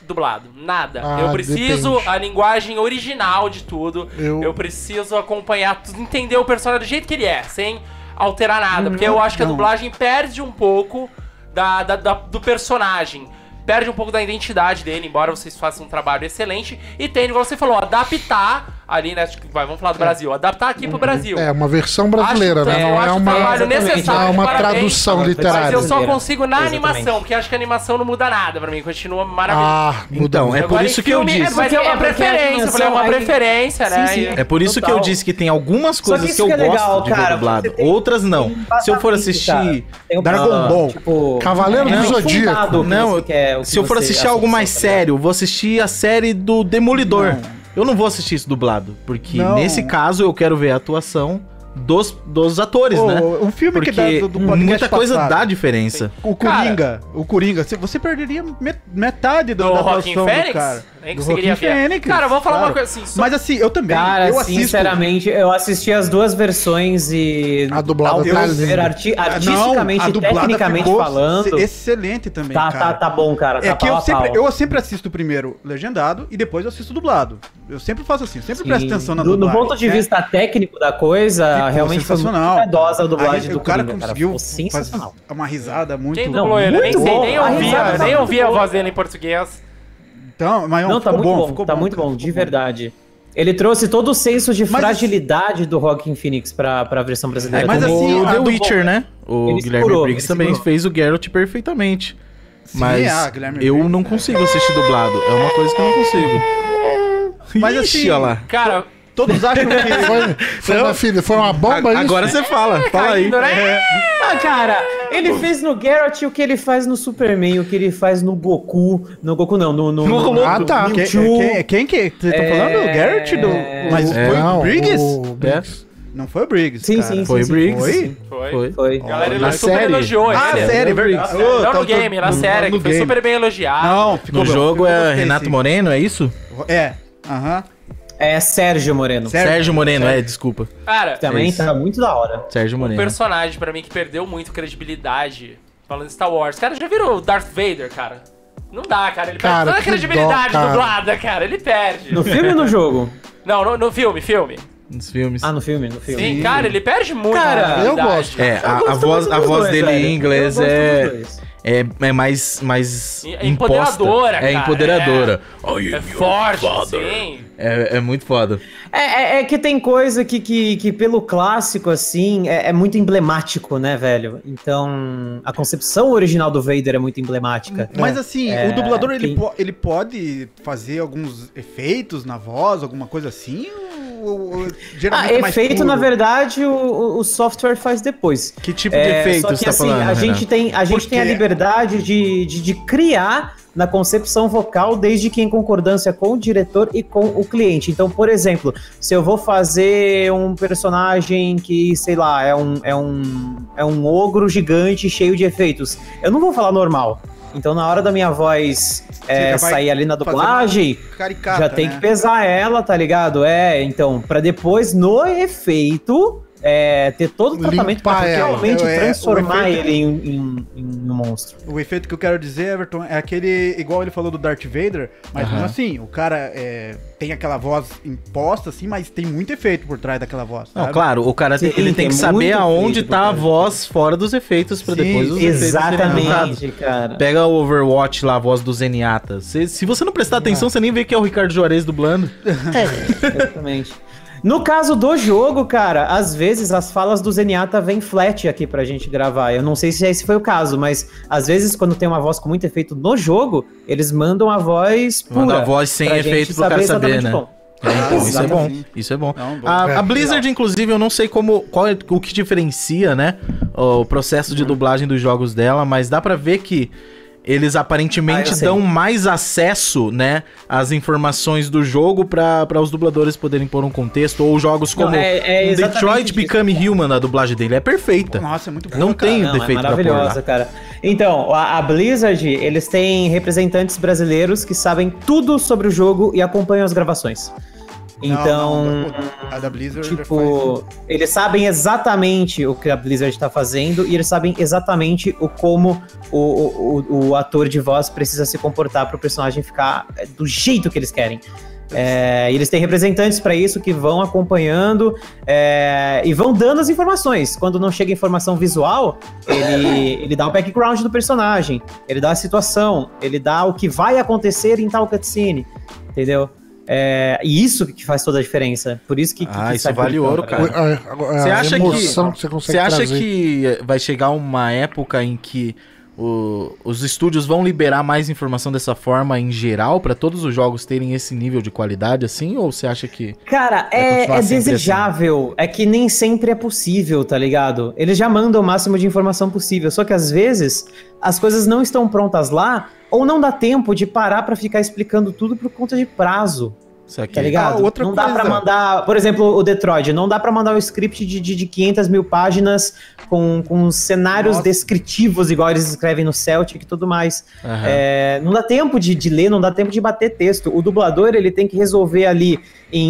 C: dublado, nada.
D: Ah,
C: eu preciso
D: depende.
C: a linguagem original de tudo.
D: Eu-
C: Eu, preciso acompanhar, tudo, entender o personagem do jeito que ele é, sem alterar nada, porque eu acho que a
E: não.
C: dublagem perde um pouco da, da- da- do personagem. Perde um pouco da identidade dele, embora vocês façam um trabalho excelente. E tem, igual você falou, adaptar ali, né? acho que Vai, vamos falar do Brasil. Adaptar aqui pro Brasil.
D: É, uma versão brasileira,
C: Acho-
D: né? Não
C: eu
D: é
C: acho
D: uma,
C: o trabalho necessário,
D: não é uma
C: parabéns.
D: tradução
B: Mas eu
D: literária.
C: Mas eu um só
B: Brasileira.
C: consigo na
B: Exatamente.
C: animação, porque acho que a animação não muda nada pra mim, continua maravilhoso.
D: Ah, mudou.
A: Então, é por
C: Agora,
A: isso
C: em
A: que eu
C: filme, é-
A: disse.
C: Mas
B: Porque-
C: é uma
B: é porque a
C: preferência, eu falei, é uma
B: animação aí-
C: preferência, né?
B: Sim, sim.
C: E-
A: É por isso
B: Total.
A: que eu disse que tem algumas
B: que
A: coisas que,
B: isso
A: eu
B: que é
A: gosto
B: legal,
A: de ver
B: cara,
A: dublado,
B: você tem-
A: outras não.
B: tem
A: Se eu for
B: embasamento,
A: assistir
B: cara. Tem um
D: Dragon
B: plano,
D: Ball,
B: tipo,
D: Cavaleiro
B: é
D: do
B: bem
D: Zodíaco.
B: fundado o que
A: Não,
B: você quer, o que
A: Se eu for
B: você
A: assistir algo
B: associa,
A: mais
B: tá ligado?
A: sério, eu vou assistir a série do Demolidor. Eu não vou assistir isso dublado, porque
E: Não.
A: nesse caso eu quero ver a atuação dos, dos atores,
E: Ô,
A: né?
E: Um filme
A: Porque
E: que dá do, do podcast
A: muita coisa
E: passado.
A: dá diferença.
E: O Coringa, o Coringa, você- você perderia met- metade do,
C: Do
E: da
C: Rockin'
E: atuação do
C: Fênix?
E: cara.
C: Nem
E: Do
C: conseguiria
E: Rockin'
C: ver.
E: Fênix,
C: Cara, eu vou falar uma coisa assim, só-
E: Mas assim, eu também,
B: Cara,
E: eu assisto.
B: sinceramente, eu assisti as duas versões e.
E: é-
D: A dublada
B: ao meu
D: tá
B: ver,
D: linda.
B: arti-
E: Ah, não,
B: artisticamente,
E: a
B: e
E: dublada
B: tecnicamente
E: ficou
B: falando.
E: Excelente também,
B: Tá,
E: cara.
B: tá, tá bom, cara.
E: É
B: tá
E: que
B: pau
E: eu
B: a
E: sempre,
B: pau.
E: eu sempre assisto primeiro legendado e depois eu assisto dublado. Eu sempre faço assim, eu sempre presto atenção na
B: Do-
E: dublagem.
B: No ponto de
E: né?
B: vista técnico da coisa,
E: Ficou
B: realmente foi muito
E: sensacional.
B: cuidadosa a dublagem
E: Aí
B: do
E: O cara
B: Coringa,
E: conseguiu
B: Ficou
E: fazer
B: sensacional.
E: uma risada muito...
C: Quem
B: Não,
C: dublou ele? Eu Nem
B: muito
C: sei,
B: bom.
C: nem
B: A
C: ouvia,
B: risada tá
C: nem
B: muito
C: ouvia a
B: boa.
C: voz dele em português.
E: Então, mas
B: Não, tá
E: ficou
B: muito bom,
E: ficou
B: tá muito
E: cara,
B: bom, de
E: ficou
B: verdade. Ele trouxe todo o senso de
E: Mas- assim-
B: fragilidade do Rockin' Phoenix pra, pra versão brasileira. um
A: É
E: mas
A: como
E: assim,
A: o
E: a
A: The
E: dubla-
A: Witcher, né? O
B: Ele
A: Guilherme
B: segurou,
A: Briggs
B: ele
A: também
B: segurou.
A: fez o Geralt perfeitamente.
E: Sim,
A: mas
E: ah, Guilherme
A: eu
E: Briggs,
A: não
E: é.
A: consigo assistir dublado. É uma coisa que eu não consigo.
E: Mas
A: Ixi,
E: assim,
A: olha lá.
C: Cara,
E: Todos acham que...
D: Foi, foi, minha filha, foi uma bomba
A: A-
D: isso?
A: agora
B: é
A: você fala, fala aí.
C: caindo, né?
B: Ah, cara, ele fez no Garrett o que ele faz no Superman, o que ele faz no Goku. No Goku não, no. no, no
D: Ah, tá.
E: Quem, é,
B: Mewtwo.
E: quem, quem que... Você tá
B: É.
E: falando? O Garrett? Do... Mas
A: É,
E: foi
D: Não,
E: o Briggs? É.
D: o Briggs.
E: Não foi o Briggs,
B: Sim,
E: cara.
B: sim,
A: Foi o
B: sim,
A: Briggs.
E: Foi?
C: Foi.
A: Foi. é
B: Foi.
C: A galera
A: Na
C: super
A: série.
C: elogiou ele.
E: Ah,
A: Ele é
E: série,
A: bom.
E: verdade.
C: Não,
E: Ô, tá-
C: no
E: tô-
C: game, na
E: no-
C: série,
E: no
C: que foi
E: game.
C: super bem
B: Ah,
C: elogiado.
E: Não,
A: No
E: ficou bom,
A: jogo
E: eu
A: é
E: gostei,
A: Renato
E: sim.
A: Moreno, é isso?
E: É, aham.
B: É Sérgio Moreno.
E: Sérgio-
A: Sérgio Moreno, é, desculpa.
C: Cara,
B: Também
A: Isso.
B: tá muito da hora.
A: Sérgio
C: um
A: Moreno.
C: personagem pra mim que perdeu muito credibilidade falando em Star Wars. Cara, já viram o Darth Vader, cara? Não dá, cara. Ele
D: Cara,
C: perde toda a
D: que
C: credibilidade
D: dó, cara.
C: dublada, cara. Ele perde.
B: No filme ou no jogo?
C: Não, no, no filme, filme.
A: Nos filmes.
B: Ah, no filme, no filme.
C: Sim, cara, ele perde muito.
B: Cara,
C: a credibilidade.
D: eu gosto.
A: É, a,
B: Eu
A: a
B: gosto
A: voz,
B: muito
A: a
B: dos
A: voz
B: dois,
A: dele
B: velho.
A: em inglês
B: Eu gosto
A: é,
B: dos dois.
A: é, é mais, mais
C: É
A: imposta.
C: empoderadora,
A: É
C: cara,
A: empoderadora. Oh, you-
C: É forte, sim.
A: É, é muito foda.
B: É, é- é que tem coisa que, que, que pelo clássico, assim, é, é muito emblemático, né, velho? Então, a concepção original do Vader é muito emblemática.
E: Mas assim,
B: É,
E: o dublador, ele,
B: tem-
E: po- ele pode fazer alguns efeitos na voz, alguma coisa assim? Ou, ou-
B: Ah,
E: geralmente é mais
B: efeito,
E: puro?
B: na verdade, o, o- o software faz depois.
A: Que tipo de
B: É,
A: efeito
B: só que,
A: você tá
B: assim,
A: falando?
B: A
A: Renan?
B: gente tem a, gente tem a
E: Porque-
B: liberdade de, de, de criar na concepção vocal, desde que em concordância com o diretor e com o cliente. Então, por exemplo, se eu vou fazer um personagem que, sei lá, é um, é um, é um ogro gigante cheio de efeitos, eu não vou falar normal. Então, na hora da minha voz é,
E: já tipo, vai
B: sair ali na
E: fazer
B: dublagem,
E: Caricata,
B: já tem
E: né?
B: que pesar ela, tá ligado? É, então, pra depois, no efeito, é, ter todo o tratamento pra
D: Limpar ela.
B: realmente
E: É, é,
B: transformar
E: o efeito-
B: ele em, em- em um monstro.
E: O efeito que eu quero dizer, Everton, é aquele, igual ele falou do Darth Vader, mas não é assim, o cara é, tem aquela voz imposta, assim, mas tem muito efeito por trás daquela voz.
A: Não,
E: sabe?
A: claro, o cara tem,
B: Sim,
A: ele tem,
B: tem
A: que
B: é muito
A: saber aonde
B: efeito,
A: tá a
B: cara.
A: voz fora dos efeitos pra
E: Sim,
A: depois os efeitos serem montados.
B: Exatamente,
A: [laughs]
B: cara.
A: Pega o Overwatch lá, a voz do é Zenyatta. Se, se você não prestar atenção, você nem vê que é o Ricardo Juarez dublando.
B: Exatamente. No caso do jogo, cara, às vezes as falas do Zenyatta vêm flat aqui pra gente gravar. Eu não sei se esse foi o caso, mas às vezes quando tem uma voz com muito efeito no jogo, eles mandam a voz pura.
A: Manda a voz sem
B: pra gente
A: efeito pro cara saber,
B: exatamente
A: né?
B: como. Ah,
A: É, então, isso é bom.
E: exatamente.
A: Isso é bom.
E: Não, bom.
A: A, a
D: É.
A: Blizzard, inclusive, eu não sei como, qual é o que diferencia, né, o processo
B: Uhum.
A: de dublagem dos jogos dela, mas dá pra ver que eles aparentemente
B: Ah, eu sei.
A: dão mais acesso, né, às informações do jogo pra pra os dubladores poderem pôr um contexto ou jogos
B: Não,
A: como
B: é- é exatamente
A: Detroit
B: isso.
A: Become Human, a dublagem dele é perfeita.
E: Nossa, é muito bom.
A: não tem um
B: Não,
A: defeito
B: é
A: pra pôr né?
B: maravilhosa,
A: lá.
B: cara. Então, a, a Blizzard, eles têm representantes brasileiros que sabem tudo sobre o jogo e acompanham as gravações. Então,
E: a da Blizzard
B: tipo, eles sabem exatamente o que a Blizzard tá fazendo e eles sabem exatamente o como o, o, o- o ator de voz precisa se comportar pro personagem ficar é, do jeito que eles querem. É, e eles têm representantes para isso que vão acompanhando é, e vão dando as informações. Quando não chega informação visual,
A: [laughs]
B: ele, ele dá o background do personagem, ele dá a situação, ele dá o que vai acontecer em tal cutscene, entendeu? É, e isso que faz toda a diferença. Por isso que, que,
A: Ah,
B: que
A: isso
B: sai
A: vale
B: bonitão,
A: ouro,
B: tá
A: cara.
B: ligado?
A: Você
D: Você
A: acha
D: emoção
A: que-
D: que você consegue
A: Você acha
D: trazer.
A: que vai chegar uma época em que o- os estúdios vão liberar mais informação dessa forma em geral pra todos os jogos terem esse nível de qualidade assim? Ou você acha que
B: Cara,
A: Vai
B: é,
A: continuar
B: é
A: sempre assim.
B: desejável. É que nem sempre é possível, tá ligado? Eles já mandam o máximo de informação possível. Só que às vezes as coisas não estão prontas lá ou não dá tempo de parar pra ficar explicando tudo por conta de prazo,
A: isso aqui?
B: tá ligado?
E: Ah, outra
B: não dá
E: coisa.
B: pra mandar, por exemplo, o Detroit, não dá pra mandar um script de, de, de 500 mil páginas com, com cenários
E: Nossa.
B: descritivos, igual eles escrevem no Celtic e tudo mais.
A: Aham.
B: É, não dá tempo de, de ler, não dá tempo de bater texto. O dublador ele tem que resolver ali em,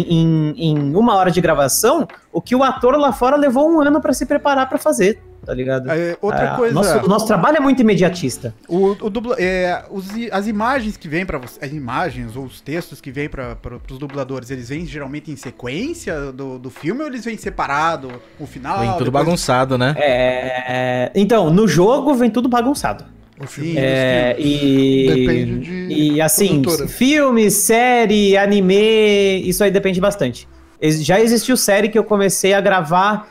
B: em- em uma hora de gravação o que o ator lá fora levou um ano pra se preparar pra fazer, tá ligado?
E: É, outra
B: Ah,
E: coisa,
B: Nosso, o nosso trabalho é muito imediatista.
E: o, o dubla- é, os i- as imagens que vêm pra você, as imagens ou os textos que vêm para os dubladores, eles vêm geralmente em sequência do, do filme ou eles vêm separado, o final?
A: Vem tudo
E: depois-
A: bagunçado, né?
B: É, então, no jogo vem tudo bagunçado.
D: O
E: Sim,
D: filme
B: É, e,
D: Depende de
B: e assim,
D: produtora.
B: filme, série, anime, isso aí depende bastante. Ex- Já existiu série que eu comecei a gravar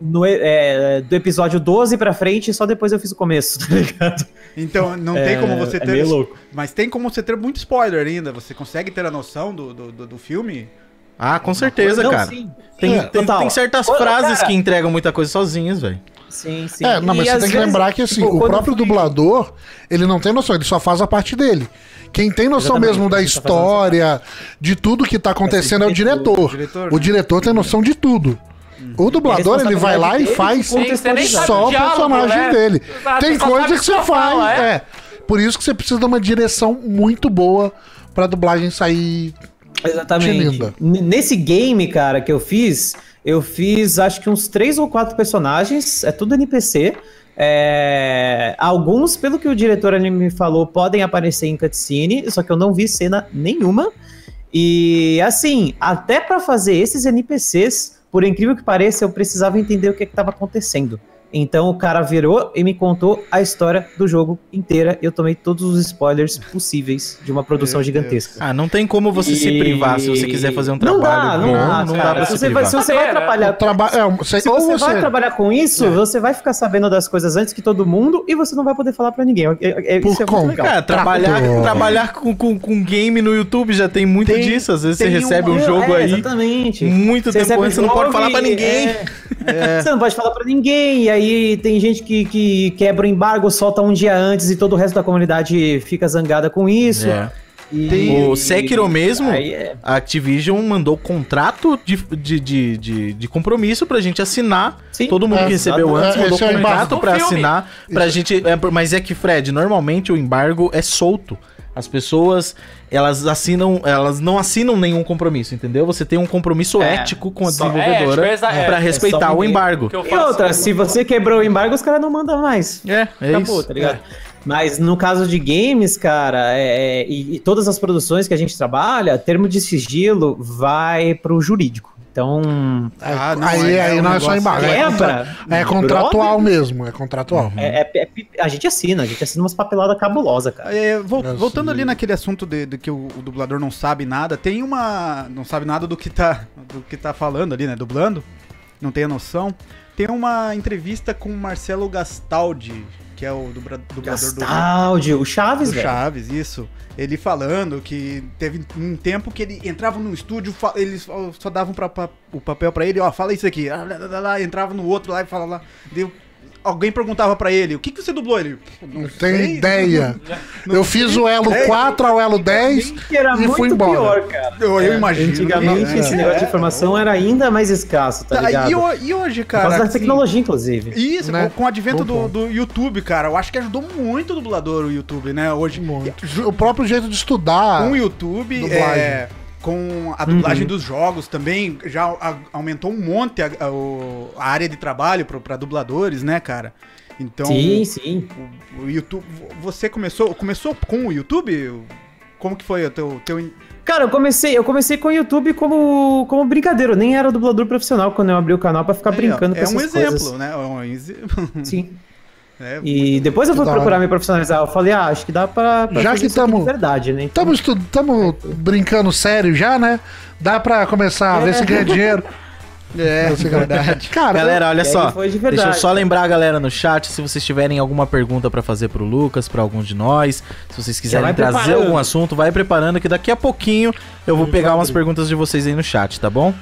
B: no, e- é, do episódio 12 pra frente e só depois eu fiz o começo, [laughs] tá ligado?
E: Então, não tem como você
B: é
E: ter.
B: meio louco.
E: Mas tem como você ter muito spoiler ainda. Você consegue ter a noção do, do, do- do filme?
A: Ah, com certeza,
B: Não,
A: cara.
B: sim,
A: Tem,
D: É.
A: tem,
B: Total.
A: tem certas
B: Ô,
A: frases
B: cara.
A: que entregam muita coisa sozinhas, velho.
B: sim, sim.
D: É, não, mas
B: E
D: você
B: às
D: tem que
B: vezes,
D: lembrar que assim,
B: tipo,
D: o
B: quando-
D: próprio dublador, ele não tem noção, ele só faz a parte dele. Quem tem noção
B: Exatamente,
D: mesmo da
B: ele só faz a nossa
D: história, de tudo que tá acontecendo é o diretor.
E: diretor,
D: O
E: né?
D: diretor tem noção de tudo. O dublador, ele vai lá e faz
B: Sim, você nem sabe
D: só
C: o
D: o
C: diálogo,
D: personagem
C: né?
D: dele.
C: Ah,
D: Tem
C: você só
D: coisa
C: sabe
D: que você
C: só
D: faz,
C: fala,
D: é.
C: é.
D: Por isso que você precisa de uma direção muito boa pra dublagem sair.
B: Exatamente.
D: Tilinda.
B: N- Nesse game, cara, que eu fiz, eu fiz acho que uns três ou quatro personagens, é tudo NPC. É, Alguns, pelo que o diretor ali me falou, podem aparecer em cutscene, só que eu não vi cena nenhuma. E assim, até pra fazer esses NPCs, por incrível que pareça, eu precisava entender o que estava acontecendo. Então o cara virou e me contou a história do jogo inteira. Eu tomei todos os spoilers possíveis de uma produção
E: Meu Deus.
B: gigantesca.
A: Ah, não tem como você se
B: E-
A: privar se você quiser fazer um
B: Não dá,
A: trabalho
B: não
A: bom.
B: dá,
A: não
B: cara.
A: dá pra
B: se
A: se
B: você, vai,
A: privar.
B: se você vai
C: É, né?
B: atrapalhar.
D: Traba... é, você-
B: Se
D: ou
B: você,
D: você.
B: vai trabalhar com
A: É.
B: isso, você vai ficar sabendo das coisas antes que todo mundo e você não vai poder falar pra ninguém. É- é- é-
D: Por
B: isso é
D: conta.
B: muito legal.
A: Cara, trabalhar,
D: Trator.
A: trabalhar com, com, com game no YouTube já tem muito
E: Tem-
A: disso. Às vezes você
E: tem
A: recebe um
B: É,
A: jogo
B: é,
A: aí
B: Exatamente.
A: muito
B: Você
A: tempo
B: recebe
A: antes, você não
B: jogo
A: pode falar pra
B: e-
A: ninguém.
B: é. Você não pode falar pra ninguém, e aí tem gente que, que quebra o embargo, solta um dia antes e todo o resto da comunidade fica zangada com isso.
A: É.
B: E-
A: O Sekiro mesmo,
B: Aí é-
A: a Activision mandou contrato de, de, de, de, de compromisso pra gente assinar.
B: Sim.
A: Todo mundo
D: É,
A: que recebeu
D: exato.
A: antes
D: É,
A: mandou
D: esse é o
A: contrato
D: embargo.
A: pra
C: Do filme.
A: assinar. Pra gente, é, por- mas é que, Fred, normalmente o embargo é solto. As pessoas, elas assinam, elas não assinam nenhum compromisso, entendeu? Você tem um compromisso
B: É,
A: ético com a
C: só- é,
A: desenvolvedora
C: ético, exa- é,
A: pra
C: é
A: respeitar
B: só
A: o
B: ninguém-
A: embargo.
C: Que eu
B: E
C: faço.
B: outra,
A: assim.
B: se você quebrou o embargo, os caras não mandam mais.
A: É, é
B: Acabou,
A: isso.
B: tá ligado? Mas no caso de games, cara, é- é- e, e todas as produções que a gente trabalha, termo de sigilo vai pro jurídico. Então,
E: Ah, não,
D: aí,
E: é-
D: aí
E: é um
D: nós só
E: negócio-
D: embarga. É,
B: Quebra?
D: contra- é contratual mesmo, é contratual.
B: é- é- é pi- a gente assina, a gente assina umas papeladas cabulosas, cara.
E: É, vol-
D: Nossa,
E: voltando ali
D: meu.
E: naquele assunto de, de que o, o dublador não sabe nada, tem uma. Não sabe nada do que tá, do que tá falando ali, né? Dublando. Não tem a noção. Tem uma entrevista com o Marcelo Gastaldi, que é o dubra- dublador do-
B: Gastaldi, o Chaves,
E: do
B: velho.
E: Chaves, isso. Ele falando que teve um tempo que ele entrava num estúdio, fa- eles só- só davam pra, pra- o papel pra ele, ó, fala isso aqui. Ah, lá, lá, lá, lá, entrava no outro lá e fala lá. Deu- alguém perguntava pra ele, o que, que você dublou? Ele, não
D: Não tem ideia. Eu fiz o Elo
E: ideia.
D: 4 ao Elo 10.
B: Que era
D: E fui
B: muito
D: embora.
B: pior, cara.
E: Eu, eu imagino.
B: É, Antigamente,
E: que-
B: esse
E: é,
B: negócio de
E: é.
B: informação era ainda mais escasso, tá
E: Tá,
B: ligado?
E: e, ho- e hoje,
B: Por
E: cara.
B: causa da
E: assim,
B: tecnologia, inclusive.
E: Isso,
D: Né?
E: com- com o advento
D: Bom
E: do, do YouTube, cara, eu acho que ajudou muito o dublador o YouTube, né? Hoje.
D: Muito. Ju- O próprio jeito de estudar.
E: Com o YouTube,
D: Dublagem.
E: é, com a
B: Uhum.
E: dublagem dos jogos também, já a- aumentou um monte a, a- o- a área de trabalho pro- pra dubladores, né, cara? Então,
B: sim, sim.
E: o- o YouTube. Você começou, começou com o YouTube? Como que foi o teu. teu in-
B: Cara, eu comecei, eu comecei com o YouTube como, como brincadeira. Eu nem era dublador profissional quando eu abri o canal pra ficar
E: Aí, ó,
B: Tá brincando
E: é um
B: essas
A: [laughs]
E: exemplo,
B: coisas.
E: né? É um exemplo.
B: Sim.
E: [laughs] É,
B: E depois eu fui
D: Que da
B: procurar
D: hora.
B: me profissionalizar. Eu falei, ah, acho que dá pra, pra
D: Já
B: fazer
D: que
B: isso aqui
D: tamo-
B: de verdade, né?
D: Estamos brincando sério já, né? Dá pra começar a ver se ganha dinheiro. É, verdade. Cara,
A: Galera, olha
B: E aí
A: só.
B: foi de
A: Deixa eu
B: verdade.
A: só lembrar a galera no chat, se vocês tiverem alguma pergunta pra fazer pro Lucas, pra algum de nós, se vocês quiserem
B: vai
A: trazer
B: preparando.
A: algum assunto, vai preparando que daqui a pouquinho eu vou pegar umas perguntas de vocês aí no chat, tá bom?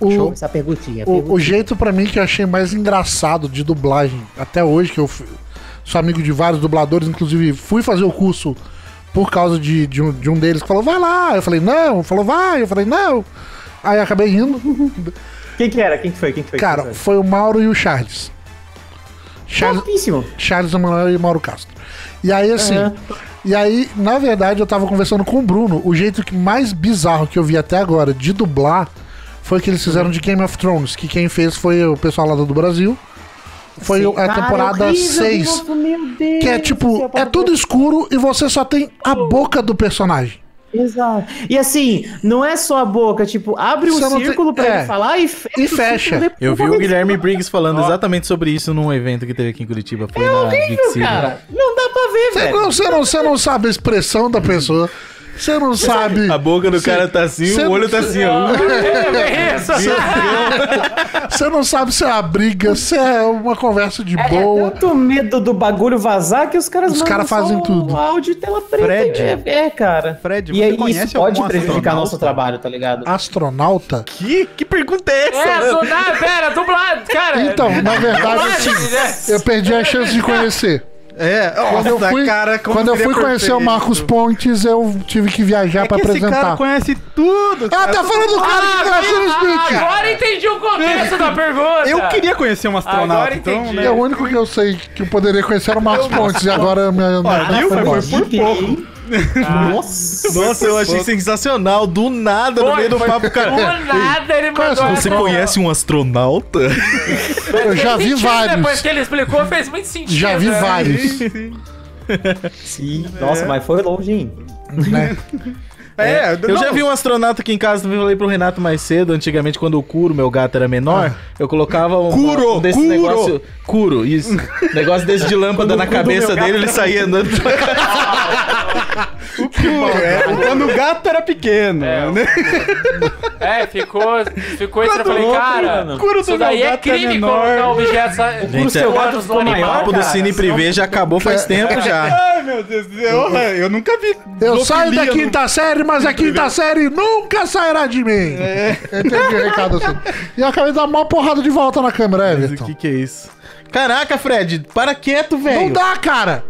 D: o,
B: Essa perguntinha.
D: o, o jeito pra mim que eu achei mais engraçado de dublagem até hoje, que eu fui- sou amigo de vários dubladores, inclusive fui fazer o curso por causa de, de, um, de um deles que falou, vai lá. Eu falei, não. Falou, vai. Eu falei, não. Aí acabei rindo.
B: Quem que era? Quem que foi? Quem que foi?
D: Cara,
B: Quem que
D: foi o Mauro e o Charles.
B: foi?
D: Charles,
B: Topíssimo.
D: Charles Emanuel e Mauro Castro. E aí, assim.
B: Aham.
D: E aí, na verdade, eu tava conversando com o Bruno. O jeito que mais bizarro que eu vi até agora de dublar foi que eles fizeram de Game of Thrones, que quem fez foi o pessoal lá do Brasil. Foi
B: Sim.
D: a
B: Cara,
D: temporada
B: horrível,
D: 6.
B: nossa, meu Deus do
D: Que é
B: céu,
D: tipo, é
B: parece-
D: tudo escuro e você só tem a boca do personagem.
B: Exato. E assim, não é só a boca, tipo, abre um
D: Você não tem-
B: círculo pra
D: é.
B: ele falar e fecha.
D: E
B: o círculo
D: fecha.
B: depois.
A: Eu vi o Guilherme Briggs falando exatamente sobre isso num evento que teve aqui em Curitiba. Foi na Geek City.
B: É Cara, não dá pra ver,
D: Você
B: velho.
D: não, você não, você não sabe a expressão da pessoa. Você não sabe.
A: A boca do cara tá assim,
D: cê-
A: o olho tá assim, ó.
C: É
A: [laughs]
D: Você não sabe se é uma briga, se é uma conversa de
B: é
D: boa.
B: Tanto medo do bagulho vazar que os caras
D: Os
B: mandam
D: caras
B: só
D: fazem
B: o
D: tudo.
B: áudio e tela preta.
E: Fred.
B: É, é, cara.
E: Fred,
B: e
E: você
B: aí
E: conhece
B: isso pode
E: algum
B: prejudicar
E: astronauta? Ah,
B: nosso trabalho, tá ligado?
D: Astronauta?
A: Que, que pergunta é essa?
C: É, do nada, pera, dublado, cara. né?
D: Então, na verdade,
C: é?
D: assim, eu perdi a chance de conhecer.
E: É,
D: Quando eu fui, quando eu fui conhecer o Marcos Pontes, eu tive que viajar pra
E: É Esse cara
D: apresentar.
E: conhece tudo.
D: Ah,
E: cara.
D: tá falando do cara que nasceu no Smith!
C: Agora entendi o contexto da pergunta.
E: Eu queria conhecer um astronauta,
C: Agora
E: então,
C: entendi.
E: né?
D: É o único que eu sei que eu poderia conhecer era o Marcos Pontes, e agora é minha.
E: Olha,
D: foi
E: viu? Foi
D: embora.
E: por pouco.
B: Nossa.
A: Nossa, eu achei sensacional. Do nada, no
C: Foi,
A: meio do
C: foi-
A: papo, cara.
C: Do nada ele
D: Conhece-
C: mandou
A: Você
C: essa-
A: conhece um astronauta?
D: Eu já
C: Fez sentido
D: vi
C: Depois
D: vários.
C: que ele explicou, fez muito sentido.
D: Já vi
C: né?
D: vários.
B: Sim. Nossa, mas foi longe, hein?
E: É,
A: Eu já vi um astronauta aqui em casa, também falei pro Renato mais cedo, antigamente quando o Curo, meu gato, era menor, eu colocava um,
E: Curo,
A: um desse
E: Curo.
A: negócio... Curo, isso. negócio desse de lâmpada na cabeça dele, ele saía andando.
E: é, [laughs] Quando o gato era pequeno,
C: né? É,
E: né?
C: É, ficou, ficou isso. Eu falei,
B: louco,
C: cara,
B: mano.
E: Curo do
C: isso daí
E: meu
C: é
E: gato é
C: crime
E: menor.
C: colocar um objetos.
A: Gente, é-
C: gato
B: ficou
A: O
B: maior,
A: papo do
B: cara.
A: Cine Privé já acabou faz tempo já. [laughs]
E: Ai, meu Deus do céu. Eu nunca vi.
D: Eu saio tá? da
E: zoofilia no-
D: quinta série, mas a quinta série nunca sairá de mim. É. Entendi o recado assim. E eu acabei de dar uma porrada de volta na câmera,
A: O
D: Everton.
A: que que é isso? Caraca, Fred, para quieto,
D: Não
A: velho.
D: dá, cara!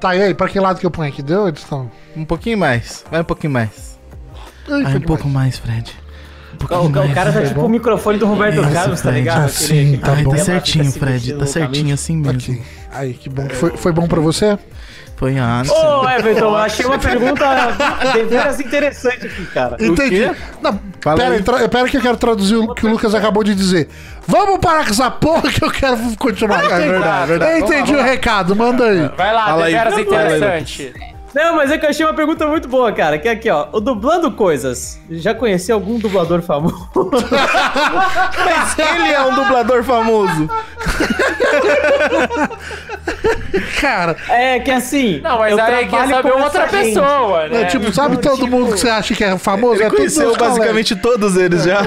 D: Tá, e aí, pra que lado que eu ponho aqui? Deu, Edson?
A: Um pouquinho mais, vai um pouquinho mais.
D: Ai,
A: Vai
D: foi
A: um pouco
D: demais.
A: mais, Fred. Um
B: O,
A: pouquinho
B: o cara tá
E: é
B: tipo o microfone do Roberto
A: Isso,
B: Carlos, tá
A: Fred.
B: ligado?
D: Ah, sim, tá
A: Ai,
D: bom.
A: tá
D: Ela
A: certinho,
B: fica se
A: Fred,
B: mexendo
A: tá certinho assim mesmo.
D: Aqui. Aí, que bom que foi. Foi bom pra você?
A: Foi ah, a
B: Ô, Everton, achei uma pergunta
A: [laughs]
B: deveras interessante aqui, cara.
D: Entendi.
A: quê?
D: Não,
A: Fala
D: pera,
A: aí.
D: aí, tra- pera que eu quero traduzir o que o Lucas acabou de dizer. Vamos parar com essa porra que eu quero continuar.
C: verdade, verdade.
D: Eu entendi o recado, manda aí.
C: Vai lá,
A: Fala aí,
C: deveras
A: fala aí,
C: interessante.
B: Não, mas é que eu achei uma pergunta muito boa, cara. Que é aqui, ó. O dublando coisas. Já conheci algum dublador famoso?
A: Mas ele é um dublador famoso.
D: Cara,
B: É, que assim.
C: Não, mas
B: eu
C: aí quer
B: trabalho
C: saber
B: com
C: outra
B: essa gente.
C: pessoa, né?
D: é, tipo, sabe todo mundo que você acha que é famoso?
A: Ele
D: é todos
A: conheceu
D: meus colegas.
A: basicamente todos eles já.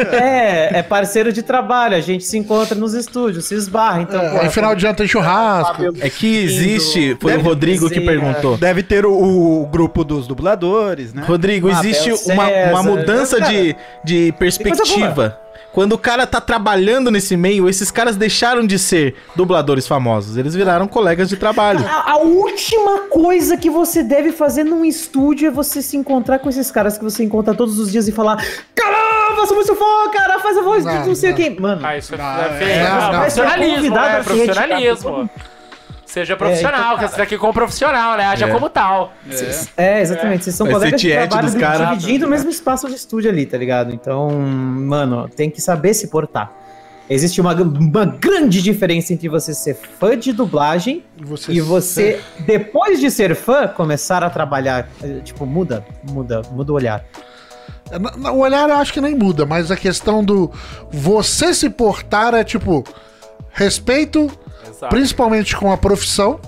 B: É, é parceiro de trabalho. A gente se encontra nos estúdios, se esbarra. Então,
D: É, aí final de ano tem churrasco.
A: É que existe. Foi o Rodrigo que
B: dizer,
A: perguntou.
E: Deve ter o, o grupo dos dubladores, né?
A: Rodrigo,
B: Mabel
A: existe uma, uma
B: é César.
A: mudança
B: Cara,
A: de, de perspectiva. Quando o cara tá trabalhando nesse meio, esses caras deixaram de ser dubladores famosos. Eles viraram colegas de trabalho.
B: A, a última coisa que você deve fazer num estúdio é você se encontrar com esses caras que você encontra todos os dias e falar: Caramba, sou muito fã, cara, faz a voz de
D: Não,
B: não sei
D: não.
B: quem. Mano,
C: Ah, isso é,
E: Não,
C: é feio.
D: é,
C: Não,
D: não.
C: profissionalismo,
B: Convidado
C: né?
B: a se retirar.
C: Profissionalismo. Seja profissional, que você tá aqui como profissional, né? Haja
A: É.
C: como tal.
B: é, exatamente. Vocês são
A: Vai ser
B: colegas de
A: tiete
B: trabalho
A: dos caras.
B: dividindo o mesmo espaço de estúdio ali, tá ligado? Então, mano, tem que saber se portar. Existe uma, uma grande diferença entre você ser fã de dublagem
D: Você-
B: e você, depois de ser fã, começar a trabalhar. eh, Tipo, muda, muda, muda o olhar.
D: É, na- na- O olhar eu acho que nem muda, mas a questão do você se portar é tipo respeito,
E: Tá.
C: Exato.
D: principalmente com a profissão,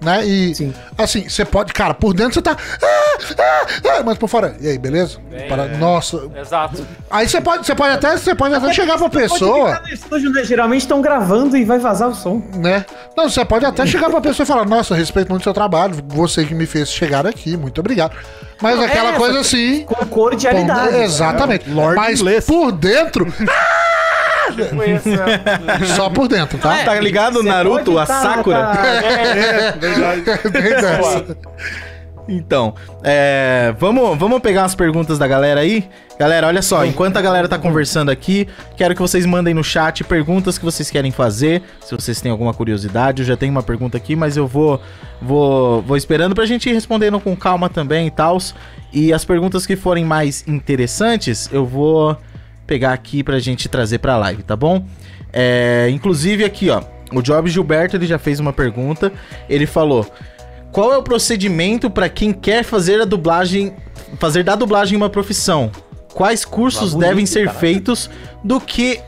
D: né? E
B: Sim.
D: assim, você pode, cara, por dentro você tá. "Ah, ah, ah", mas por fora, e aí, beleza?
E: É.
D: Para- Nossa.
C: Exato.
D: Aí você pode, você pode até, você pode até chegar pra
B: Pode
D: pessoa,
B: ficar no estúdio, né? Geralmente estão gravando e vai vazar o som.
D: né? Não, você pode até chegar pra pessoa e falar, nossa, eu respeito muito o seu trabalho, você que me fez chegar aqui, muito obrigado. Mas aquela
B: é,
D: coisa assim.
B: Com cordialidade.
D: Bom, Exatamente.
E: Lorde
D: Mas
E: inglês.
D: por dentro, é
C: Tipo isso,
D: [laughs]
C: né?
D: só por dentro,
B: É.
D: tá?
A: Tá ligado,
B: Você
A: Naruto,
B: pode
A: a
B: tá-
A: Sakura?
B: tá-
D: É,
E: É
D: Tá [laughs] Bem dessa.
A: Então, é, vamos, vamos pegar umas perguntas da galera aí? Galera, olha só, enquanto a galera tá conversando aqui, quero que vocês mandem no chat perguntas que vocês querem fazer, se vocês têm alguma curiosidade. Eu já tenho uma pergunta aqui, mas eu vou vou, vou esperando pra gente ir respondendo com calma também e tal. E as perguntas que forem mais interessantes, eu vou pegar aqui pra gente trazer pra live, tá bom? É, inclusive aqui, ó, o Job Gilberto ele já fez uma pergunta. Ele falou: qual é o procedimento para quem quer fazer a dublagem, fazer da dublagem uma profissão? Quais cursos
B: Tá bonito,
A: devem ser
B: caraca.
A: feitos? Do que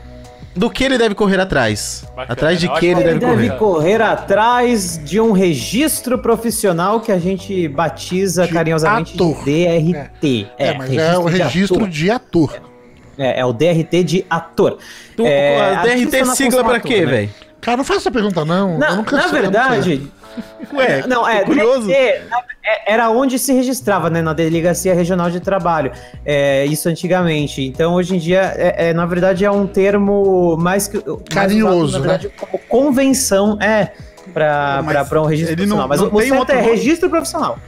A: do que ele deve correr atrás?
C: Bacana,
A: atrás de que
C: ótimo.
A: ele
B: Ele
A: deve correr?
B: tá- deve correr atrás de um registro profissional que a gente batiza
D: De
B: carinhosamente
D: ator.
B: de DRT.
D: É, mas é o
B: de
D: registro
B: ator.
D: de ator.
B: É, é o DRT de ator.
A: Tu,
B: É,
A: a DRT
B: artista na
A: sigla
B: função
A: pra
B: ator,
A: quê,
B: né?
A: velho?
D: Cara, não faça essa pergunta, não. Eu
B: Na,
D: nunca
B: na
D: sei, eu não sei.
B: verdade,
A: Ué,
B: não, é,
A: tô curioso.
B: DRT, na- é, era onde se registrava, né, na Delegacia Regional de Trabalho, é, isso antigamente. Então, hoje em dia, é, é, na verdade, é um termo mais que... mais
D: Carinhoso,
B: na verdade, como convenção, é,
E: Não, mas
B: para um registro
E: ele não-
B: profissional. Mas
E: não
B: o
E: tem
B: certo
E: outro
B: é
E: nome.
B: registro profissional.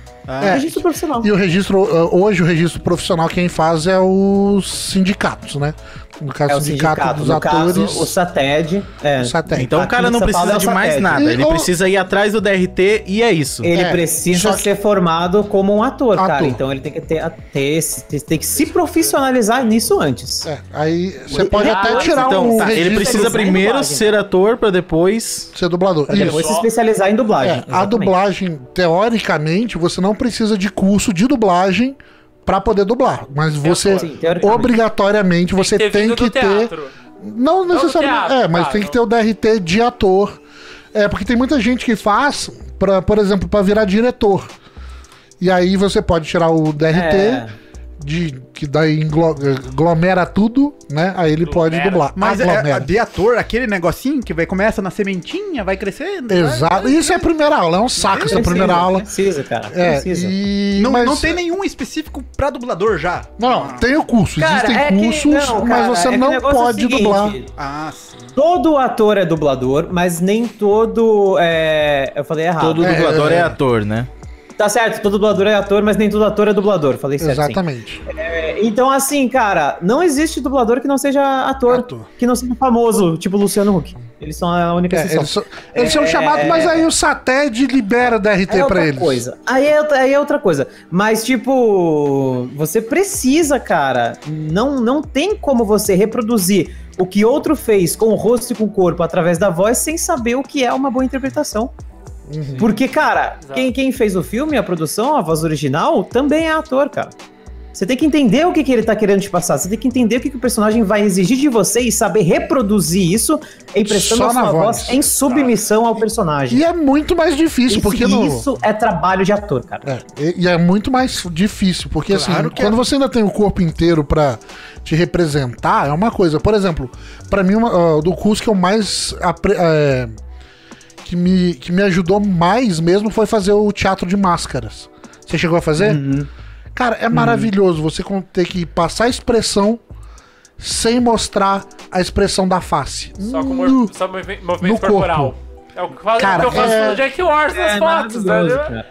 D: É.
B: Registro profissional.
D: E o registro, uh, hoje o registro profissional quem faz é os sindicatos, né? No caso,
B: É o
D: sindicato,
B: sindicato,
D: dos
B: no
D: atores.
B: caso, o SATED. É,
D: o SATEC.
A: Então o
B: Aqui
A: cara
B: em
A: não
B: São
A: precisa
B: Paulo é
A: de
B: só
A: mais
B: teste.
A: nada.
D: E
A: ele
D: o-
A: precisa ir atrás do DRT e é isso.
B: Ele
D: É,
B: precisa
D: só que-
B: ser formado como um ator, cara.
D: Ator.
B: Então ele tem que ter, ter esse- tem que se profissionalizar nisso antes.
D: É, aí você pode
C: Ah,
D: até
C: mas
D: tirar
A: então,
D: um
A: tá, ele
D: registro
A: precisa
B: design
A: primeiro
B: dublagem.
A: ser ator pra depois.
D: de ser dublador.
B: Pra depois
D: Isso.
B: se especializar em dublagem.
D: É, a
B: exatamente.
D: dublagem, teoricamente, você não precisa de curso de dublagem pra poder dublar. Mas você,
B: É, Sim, teoricamente.
D: obrigatoriamente, você
C: É, Ter
D: tem
C: vindo
D: que
C: do
D: ter...
C: teatro.
D: Não
C: do
D: necessariamente.
C: teatro,
D: é, mas
C: tá,
D: tem que
C: não.
D: ter o DRT de ator. É, porque tem muita gente que faz, pra, por exemplo, pra virar diretor. E aí você pode tirar o DRT,
B: É.
D: de, que daí englo- aglomera tudo, né? Aí ele pode
C: Aglomera.
D: dublar.
E: Mas é, é,
D: Aglomera.
E: de ator, aquele negocinho que vai, começa na sementinha, vai crescendo.
D: Exato. Isso é a primeira aula, é um saco essa
B: Precisa,
D: primeira aula.
B: Precisa, cara.
D: É,
B: Precisa.
D: e...
E: Não,
D: mas-
E: não tem nenhum específico pra dublador já.
D: Não, não, tem o curso.
B: Cara,
D: Existem
B: é que-
D: cursos,
B: não,
D: mas
B: cara, é
D: você
B: que o
D: não
B: negócio é o
D: pode
B: seguinte,
D: dublar.
E: Ah, sim.
B: Todo ator é dublador, mas nem todo. é, Eu falei errado.
A: Todo
D: É,
A: dublador é,
D: é, é.
A: ator, né?
B: Tá certo, todo dublador é ator, mas nem todo ator é dublador. Falei certo. sim.
D: Exatamente.
B: É, Então, assim, cara, não existe dublador que não seja ator,
D: Ator.
B: que não seja famoso, tipo Luciano Huck. Eles são a única
D: É,
B: exceção.
D: eles são, eles são chamados, mas aí o Sated libera DRT
B: Aí é
D: pra
B: outra
D: eles.
B: coisa. Aí é, outra- aí é outra coisa. Mas, tipo, você precisa, cara. Não, não tem como você reproduzir o que outro fez com o rosto e com o corpo através da voz sem saber o que é uma boa interpretação.
D: Uhum.
B: Porque, cara,
C: Exato.
B: quem, quem fez o filme, a produção, a voz original, também é ator, cara. Você tem que entender o que, que ele tá querendo te passar. Você tem que entender o que, que o personagem vai exigir de você e saber reproduzir isso emprestando
D: Só
B: a
D: na
B: sua
D: voz.
B: voz em submissão ao personagem.
D: E é muito mais difícil,
B: Esse-
D: porque no.
B: isso é trabalho de ator, cara.
D: É, e- e é muito mais difícil, porque
E: Claro
D: assim,
E: que
D: quando
E: é.
D: você ainda tem o corpo inteiro pra te representar, é uma coisa. Por exemplo, pra mim, uma- ah, do curso que eu mais. apre- é, que, me, que me ajudou mais mesmo foi fazer o teatro de máscaras. Você chegou a fazer?
E: Uhum.
D: Cara, é maravilhoso você con- ter que passar a expressão sem mostrar a expressão da face.
C: Só com
D: Nu.
C: mor- só move- movimento
D: Uh, no
C: corporal. É o que faz-
D: Cara,
C: que eu faço
D: é-
C: no Jack Wars nas fotos, né?
B: maravilhoso, cara.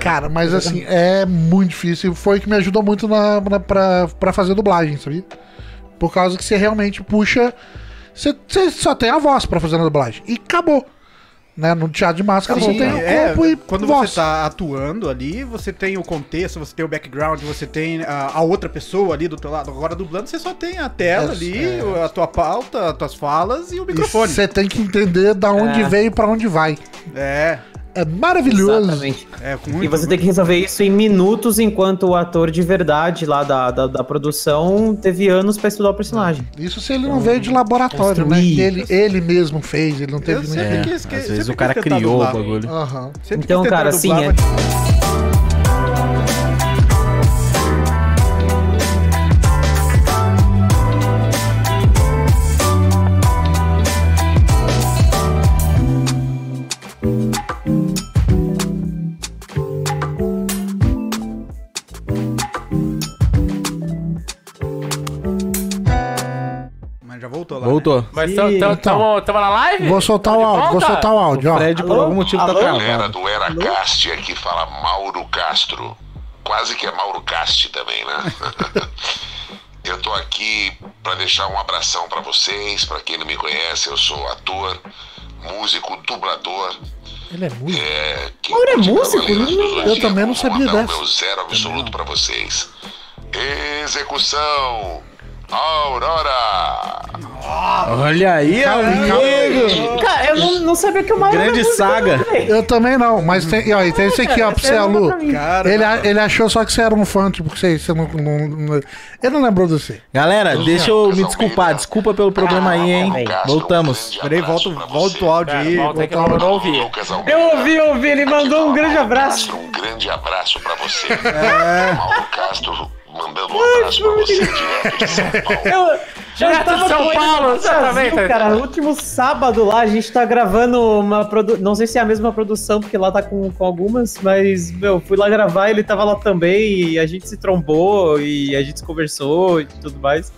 D: Cara, mas assim, é muito difícil. Foi o que me ajudou muito na, na, pra, pra fazer dublagem, sabia? Por causa que você realmente puxa. Você, você só tem a voz pra fazer na dublagem. E acabou. Né? No teatro de máscara
E: Sim,
D: só tem
E: é,
D: o corpo e
E: quando
D: voz.
E: você tá atuando ali, você tem o contexto, você tem o background, você tem a, a outra pessoa ali do teu lado. Agora dublando, você só tem a tela
D: É,
E: ali,
D: é.
E: a tua pauta, as tuas falas e o
D: E
E: microfone.
D: Você tem que entender da onde
B: É.
D: veio e pra onde vai.
E: É,
D: É maravilhoso.
B: Exatamente.
E: é com muito.
B: E você tem que resolver isso em minutos, enquanto o ator de verdade lá da, da, da produção teve anos pra estudar o personagem.
D: Isso se ele não veio de laboratório, né?
B: construir.
D: Que ele, ele mesmo fez, ele não
E: Eu
D: teve
E: sempre
D: ninguém.
E: quis, que-
A: É, Às
E: sempre
A: vezes o
E: quis
A: cara
E: tentar
A: criou o
E: dublar.
A: bagulho.
D: Aham.
E: Sempre quis
B: Então,
E: tentar
B: cara, assim,
E: dublar,
B: é-
E: mas- Mas já voltou lá.
A: Voltou.
C: Mas estamos
B: Sim.
C: na live?
D: então. Vou soltar o
C: Tamo de
D: áudio, vou
C: volta?
D: soltar o áudio, ó.
A: Fred, por
B: Alô?
A: algum motivo, tá
B: Alô?
G: Galera
A: travado.
G: do
D: Hum?
G: Eracast aqui fala Mauro Castro. Quase que é Mauro Cast também,
D: [laughs]
G: né? eu tô aqui para deixar um abração para vocês, para quem não me conhece, eu sou ator, músico, dublador.
D: Ele é muito.
G: É, quem
B: Mauro é
G: curte
B: músico?
G: Cavaleiros do
B: Eu
G: Zodíaco,
D: também não
G: vou
D: sabia
G: mandar
D: dessa.
G: O meu zero absoluto para vocês. Execução Aurora.
A: Olha aí, amigo!
E: né?
B: Cara, eu não, não sabia que o Mauro
A: Grande
B: músico,
A: saga.
B: não, velho.
D: Eu também não, mas tem, e, ó, e tem esse aqui, ó, pra você,
B: Essa não
D: Lu.
B: dá pra mim.
E: Cara,
D: Ele, a- ele achou só que você era um fã, tipo, que você, você não, não- não- Ele não lembrou de você.
A: Galera, deixa eu me desculpar. Desculpa pelo problema aí, hein?
G: Mauro Castro, um
A: Voltamos.
G: grande
E: Peraí,
G: abraço
E: volta,
G: pra
E: volta
G: você.
E: o áudio
C: Pera,
E: aí.
C: volta aí que eu
E: volta.
C: não, não ouvi.
G: Lucas Almeida.
B: Eu ouvi, eu ouvi, ele mandou um grande
G: Mauro
B: abraço.
G: Castro, um grande abraço pra você. Mauro Castro mandando um abraço pra você direto de São Paulo.
B: Eu, eu
C: Direto
B: tava
C: de São
B: com ele
C: Paulo, tá-
B: no
C: exatamente.
B: Brasil, cara, no último sábado lá, a gente tá gravando uma produ... Não sei se é a mesma produção, porque lá tá com, com algumas, mas, meu, fui lá gravar, ele tava lá também, e a gente se trombou, e a gente conversou e tudo mais.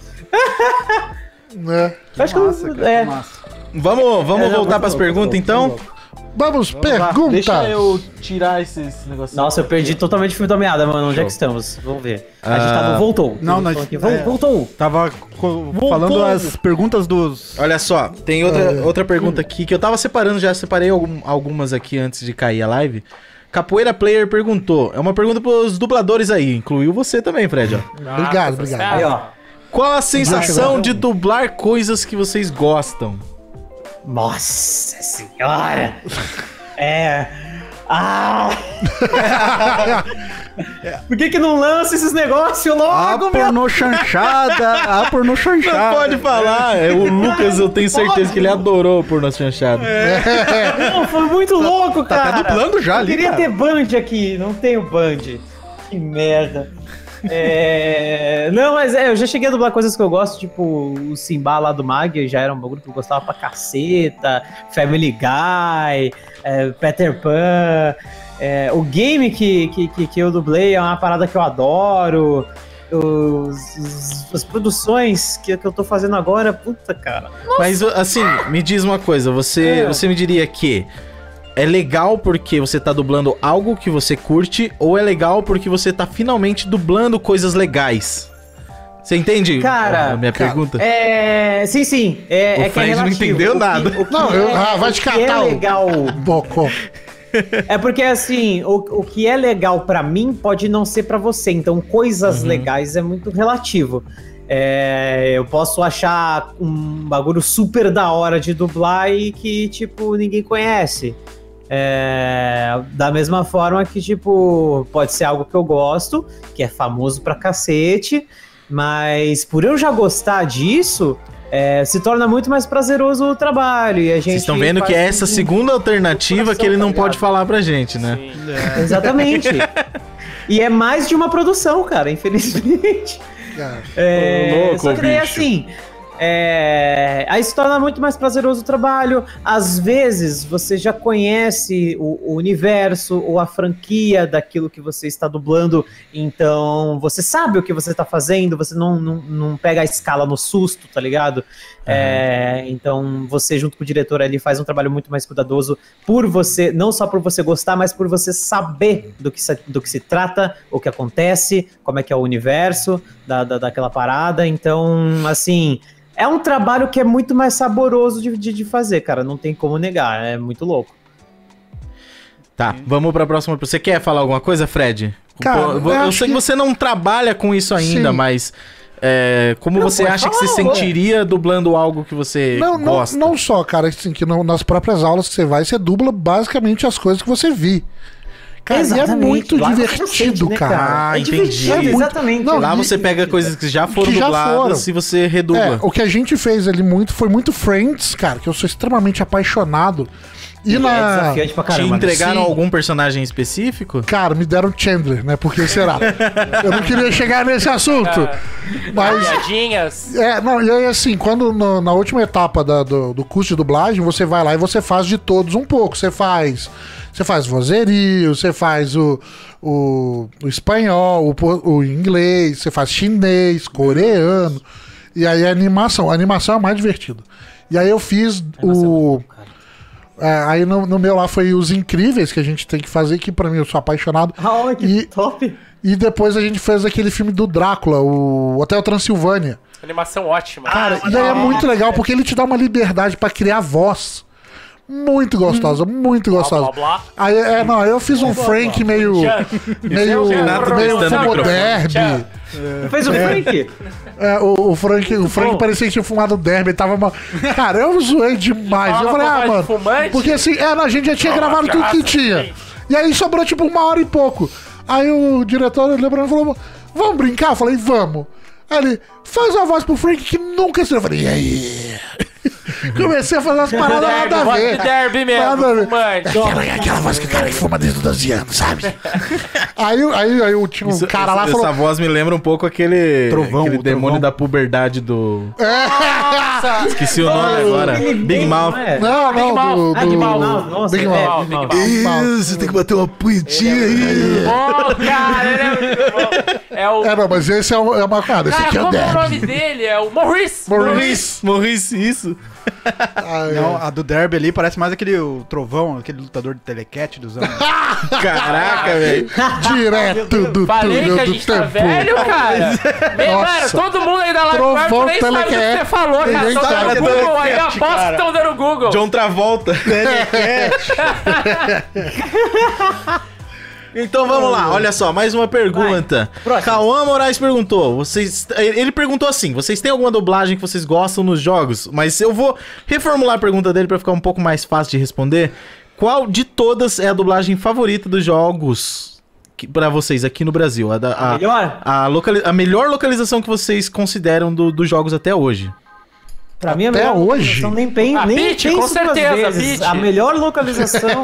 D: Né?
E: Que
B: Acho que
E: massa,
B: eu-
E: cara,
B: é.
E: que massa.
A: Vamos, vamos
B: É, não,
A: voltar
B: muito
A: pras
B: louco,
A: perguntas,
B: muito
A: então?
B: louco.
D: Vamos,
A: Vamos lá,
D: perguntas.
A: Deixa eu tirar esses negocinhos.
B: Nossa, eu perdi totalmente o fio da meada, mano. Onde é que estamos? Vamos ver. A gente tava. Voltou.
E: Ah. Não, nós-
B: Voltou aqui. Vol-
E: é.
B: Voltou.
E: Tava co- falando as perguntas dos.
A: Olha só, tem outra, outra pergunta aqui que eu tava separando, já separei algum- algumas aqui antes de cair a live. Capoeira Player perguntou, é uma pergunta pros dubladores aí, incluiu você também, Fred, ó.
D: Obrigado, obrigado.
B: Aí, ó.
A: Qual a sensação de dublar coisas que vocês gostam?
B: Nossa senhora! É.
E: [laughs]
B: Ah! Por que que não lança esses negócios
E: A
B: logo, meu?
E: pornô chanchada, a pornô
A: Não
E: chanchada.
A: pode falar, é, o Lucas eu tenho certeza que ele adorou por nosso chanchado.
D: [laughs]
B: Não, foi muito louco,
E: tá
B: cara.
E: dublando já
B: Eu
E: ali,
B: Queria
E: cara.
B: ter band aqui, não tenho band. Que merda. É, Não, mas é, eu já cheguei a dublar coisas que eu gosto, tipo o Simba lá do Mag, já era um bagulho que eu gostava pra caceta, Family Guy, é, Peter Pan. é, o game que, que, que, que eu dublei é uma parada que eu adoro. os- os- as produções que, que eu tô fazendo agora, puta
A: [laughs]
B: cara.
A: Mas assim, me diz uma coisa, você,
B: É.
A: você me diria que é legal porque você tá dublando algo que você curte ou é legal porque você tá finalmente dublando coisas legais? Você entende?
B: Cara,
A: a minha
D: cara,
A: pergunta?
B: É, sim, sim.
A: O
B: É, é que é
A: Fred não
B: relativo.
A: entendeu
B: O que-
A: nada.
B: o que
D: Não, eu-
B: é-
D: ah, vai te
B: o que
D: catar,
B: É
D: ô.
B: legal.
D: Bocó.
B: É porque assim, o, o que é legal pra mim pode não ser pra você. Então, coisas
A: Uhum.
B: legais é muito relativo. É, eu posso achar um bagulho super da hora de dublar e que tipo ninguém conhece. É, da mesma forma que, tipo, pode ser algo que eu gosto, que é famoso pra cacete, mas por eu já gostar disso, é, se torna muito mais prazeroso o trabalho. E a gente
A: Vocês estão vendo que é essa
B: segunda
A: segunda alternativa que ele
B: tá
A: não pode falar pra gente, né?
C: Sim.
B: É, Exatamente. e é mais de uma produção, cara, infelizmente.
D: Cara,
B: É,
H: Ô, louco,
B: só que daí,
H: bicho.
B: assim, é, aí se torna muito mais prazeroso o trabalho. Às vezes você já conhece o, o universo ou a franquia daquilo que você está dublando, então você sabe o que você está fazendo, você não, não, não pega a escala no susto, tá ligado? É, então você, junto com o diretor ali, faz um trabalho muito mais cuidadoso por você, não só por você gostar, mas por você saber do que se, do que se trata, o que acontece, como é que é o universo da, da, daquela parada. Então, assim, é um trabalho que é muito mais saboroso de, de, de fazer, cara. Não tem como negar, é muito louco.
A: Tá, vamos pra próxima. Você quer falar alguma coisa, Fred?
D: Cara,
A: Pô, eu,
D: eu acho
A: sei que
D: que-
A: você não trabalha com isso ainda,
D: Sim.
A: mas é, como você
B: pode
A: acha que
B: falar,
A: se
B: amor.
A: sentiria dublando algo que você
D: Não, não,
A: gosta?
D: não só, cara, assim, que não- nas próprias aulas que você vai, você dubla basicamente as coisas que você vi. Cara, e é
B: Exatamente.
D: muito
B: Lá você
D: divertido,
B: sente, né,
D: cara.
A: cara? Ah,
B: é
A: entendi.
B: divertido,
A: É muito-
B: exatamente.
D: Não,
A: Lá você pega coisas que já foram
D: que já foram.
A: dubladas e você redubla.
D: É, o que a gente fez ali muito foi muito Friends, cara, que eu sou extremamente apaixonado. E
B: [laughs] É
D: na.
B: desafiante pra
A: Te
B: caramba. né?
A: entregaram
D: Sim.
A: algum personagem específico?
D: Cara, me deram Chandler, né? Porque será? eu não queria chegar nesse assunto. Mas.
C: Piadinhas.
D: É, não, e aí assim, quando no- na última etapa da- do, do curso de dublagem, você vai lá e você faz de todos um pouco. Você faz. Você faz vozerio, você faz o, o, o espanhol, o, po- o inglês, você faz chinês, coreano. E aí a animação. A animação é mais divertida. E aí eu fiz o. é, aí no, no meu lá foi os incríveis que a gente tem que fazer, que pra mim eu sou apaixonado.
B: Ah, [laughs] olha que
D: E-
B: top.
D: E depois a gente fez aquele filme do Drácula, o Hotel Transilvânia.
C: Animação ótima.
D: Cara, e aí é muito legal porque ele te dá uma liberdade pra criar voz. Muito gostosa, muito gostosa.
C: blá, blá.
D: Aí, é, não, eu fiz um Frank meio. meio.
A: Renato
D: meio
A: testando o
D: fumoderbe.
C: microfone.
B: Fez o Frank.
D: É, o, o Frank, o Frank parecia que tinha fumado derby, tava uma... Cara, eu zoei demais. Eu
C: Falava com
D: falei, ah,
C: voz de
D: mano.
C: fumante?
D: Porque assim, é, a gente já tinha gravado tudo que tinha. E aí sobrou tipo uma hora e pouco. Aí o diretor olhou pra mim e falou: Vamos brincar? Eu falei, vamos. Aí ele, faz uma voz pro Frank que nunca se. Eu falei, e aí? [laughs] Comecei a fazer umas paradas
C: Derby,
D: nada a
C: voz
D: ver.
C: É, de derby mesmo,
D: Nada a ver.
C: fumante.
D: Aquela, aquela voz que o cara fuma desde os 12 anos, sabe? aí, aí, aí eu tinha um
A: Isso-
D: cara
A: essa-
D: lá e falou.
A: Essa voz me lembra um pouco aquele,
E: Trovão,
A: aquele
E: o
A: demônio
E: trovão.
A: da puberdade do. Esqueci o nome
B: Ah,
A: agora.
B: Billy
A: Big
B: Bang,
A: Mouth.
B: não é?
D: "É, Não,
C: Big Mouth.
D: não, do,
B: Ah, Big
D: do-
B: Mouth, nossa,
D: Big
B: é,
D: Mouth.
B: Big Mouth.
D: Big Mouth.
I: Você tem que bater uma punhetinha aí.
C: Bom, cara, ele é muito bom. É o.
D: É, não, mas esse é, o- é uma cara. Esse
C: Cara,
D: aqui é o
C: como é o
D: Derby.
C: nome dele? É o Maurice.
A: Maurice, Maurice, isso.
E: Não, a do Derby ali parece mais aquele o Trovão, aquele lutador de telecat dos
A: [laughs]
E: anos.
A: Caraca, velho.
D: Direto do
C: Falei que
D: túnel
C: a
D: do
C: gente tá
D: tempo.
C: velho, cara. Bem,
D: Nossa.
C: mano, todo mundo aí da live
D: Trovão,
C: Marvel nem sabe o que
D: Telecat.
C: você falou, cara.
D: é Ninguém
C: Estão
D: sabe. é
C: dando Google aí, eu aposto que estão dando Google.
A: John Travolta. [laughs] Então vamos lá, olha só, mais uma pergunta. Cauã Moraes perguntou: vocês. Ele perguntou assim: vocês têm alguma dublagem que vocês gostam nos jogos? Mas eu vou reformular a pergunta dele pra ficar um pouco mais fácil de responder. Qual de todas é a dublagem favorita dos jogos que- pra vocês aqui no Brasil? A, da- a-
B: Melhor?
A: a locali- a melhor localização que vocês consideram do- dos jogos até hoje?
B: Pra mim, a
D: Até
B: melhor
D: hoje?
B: localização nem, pen,
C: Ah,
B: nem
C: Pitch,
B: penso
C: com
B: duas
C: certeza,
B: vezes.
C: Pitch.
B: A melhor localização...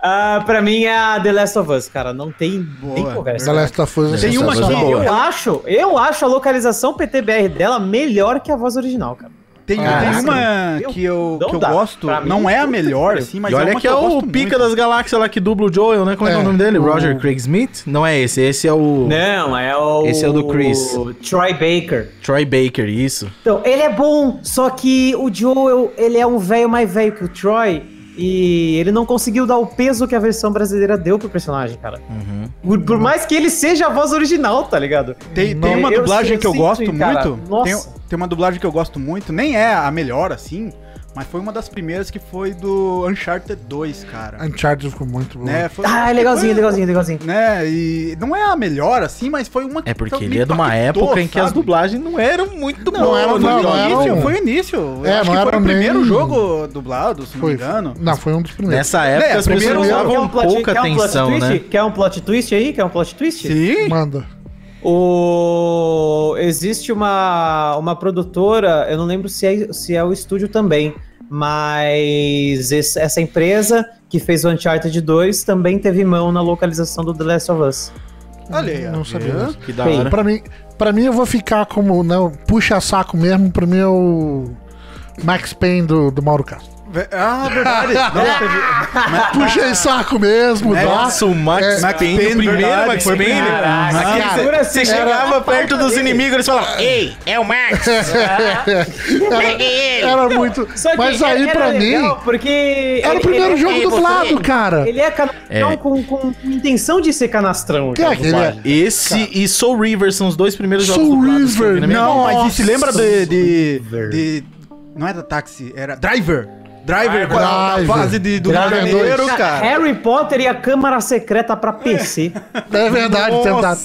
B: ah, pra mim é a The Last of Us, cara. Não tem nem conversa.
D: The Last of Us é
A: Tem uma
D: sensacional.
A: aqui.
B: Eu acho, eu acho a localização PTBR dela melhor que a voz original, cara.
E: Tem,
A: Caraca.
E: tem uma
B: Meu,
E: que eu,
B: não
E: que eu
B: dá.
E: gosto,
B: Pra mim,
E: não é a
B: puta que
E: melhor,
B: pariu.
E: assim, mas
A: e olha
E: é uma
A: que é
E: eu
A: o
E: gosto
A: pica
E: muito.
A: das galáxias lá que dubla o Joel, né? Como é, que é o
D: É,
A: nome dele?
D: o-
A: Roger Craig Smith? Não é esse, esse é o
E: Né?
B: Não, é o.
A: Esse é o do Chris.
B: Troy Baker.
A: Troy Baker, isso.
B: Então, ele é bom, só que o Joel, ele é um velho mais velho que o Troy. E ele não conseguiu dar o peso que a versão brasileira deu pro personagem, cara.
A: Uhum.
B: Por, por mais que ele seja a voz original, tá ligado?
E: Tem, tem
B: Não,
E: uma
B: eu
E: dublagem
B: sei, eu
E: que eu
B: sinto,
E: gosto
B: cara.
E: muito. um,
B: Nossa.
E: Tem, tem uma dublagem que eu gosto muito, nem é a melhor, assim, Mas foi uma das primeiras que foi do Uncharted 2, cara.
D: Uncharted ficou muito bom.
E: Né? Foi,
B: Ah, é legalzinho, legalzinho, legalzinho.
E: Né? E não é a melhor, assim, mas foi uma que
A: É porque
E: me
A: ele é de uma
E: impactou,
A: época em que as
E: sabe?
A: dublagens não eram muito
E: Não,
A: boas.
E: era
D: eram-
E: no
D: não,
E: início,
D: eram-
E: foi o início.
D: É,
E: É, acho
D: não
E: que foi
D: eram
E: o primeiro
D: nem-
E: jogo dublado, se não me
D: foi,
E: engano.
D: não, foi um dos primeiros.
A: Nessa época
E: É,
A: as pessoas
E: primeiro-
A: usavam
B: um
A: pouca atenção,
B: é plot
A: né?
B: twist? Quer um plot twist aí? Quer um plot twist?
E: Sim.
D: Manda.
B: O... Existe uma, uma produtora, eu não lembro se é, se é o estúdio também, mas esse- essa empresa que fez o Uncharted 2 também teve mão na localização do The Last of Us.
E: Olha aí, ó.
D: Não sabia disso.
A: Que da
B: Sim.
A: hora.
D: Pra mim, pra mim eu vou ficar como. Não, puxa saco mesmo, pra mim é o. Max Payne do, do Mauro Castro.
E: Ve- Ah,
D: [laughs]
E: verdade. Nossa, teve- Mas-
D: Puxei saco mesmo, dá.
A: Nossa, o Max
D: É,
A: Payne,
E: Max Payne,
A: o primeiro
E: verdade,
A: Max
E: foi
A: Payne.
E: caraca.
A: Aquele que
B: Segura
A: Você
B: assim, cara.
A: chegava perto dos inimigos, eles falavam, ei, é o Max.
D: era, era muito.
B: Só que
D: Mas aí,
B: era
D: pra mim,
B: legal Porque
D: era o
B: ele-
D: primeiro
B: ele-
D: jogo
B: ele-
D: dublado, cara.
B: Ele é canastrão
A: É.
B: Com, com intenção de ser canastrão.
D: Que é aquele?
A: Esse e Soul River são os dois primeiros jogos
D: Soul
A: dublados que eu vi na
D: River,
A: minha
E: Não,
A: vida.
E: mas se lembra de, de,
B: Driver.
E: de- Não era táxi, era driver. Driver, com a-
D: Driver.
E: a fase de, do
D: Driver
E: janeiro,
D: dois.
E: cara.
B: Ah, Harry Potter e a Câmara Secreta pra
D: [laughs]
B: PC.
D: É verdade, tentado.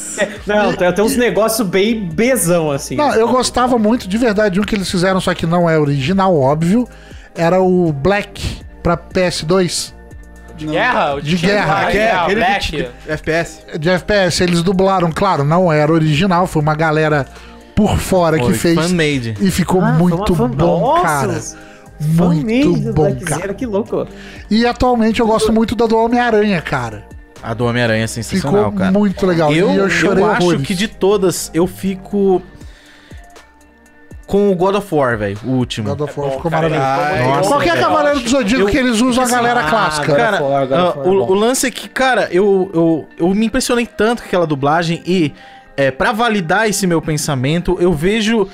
B: Não, tem, tem uns negócios bem bezão, assim.
D: Não, eu gostava muito, de verdade, de um que eles fizeram, só que não é original, óbvio. Era o Black pra PS2
C: De guerra?
D: De guerra. tipo
E: Ah, que é,
C: guerra,
E: aquele
C: né, Black.
E: de, de FPS.
D: de FPS. Eles dublaram, claro, não era original, foi uma galera por fora
A: Foi
D: que fez.
A: fan-made.
D: E ficou
B: Ah, foi
D: muito
B: uma fan-
D: bom,
B: Nossa,
D: cara.
B: os fanmade
D: Muito
B: do
D: bom,
B: Black
D: cara.
B: Zero, que louco.
D: E atualmente eu gosto muito da do Homem-Aranha, cara.
A: A do Homem-Aranha é sensacional,
D: Ficou
A: cara.
D: muito legal.
A: Eu,
D: e eu
A: eu
D: chorei
A: acho
D: horrores.
A: que de todas, eu fico com o God of War, velho, o último.
D: God of War ficou
C: cara,
D: maravilhoso.
C: ele-
A: Nossa,
D: Qualquer
A: velho.
D: Cavaleiro do Zodíaco
A: é Eu-
D: que eles usam, a galera
B: Ah,
D: clássica. né?
B: agora-
A: Cara,
B: Fora, agora
A: ah,
B: fora,
A: o,
B: bom.
A: o lance é que, cara, eu, eu, eu me impressionei tanto com aquela dublagem e, é, para validar esse meu pensamento, eu vejo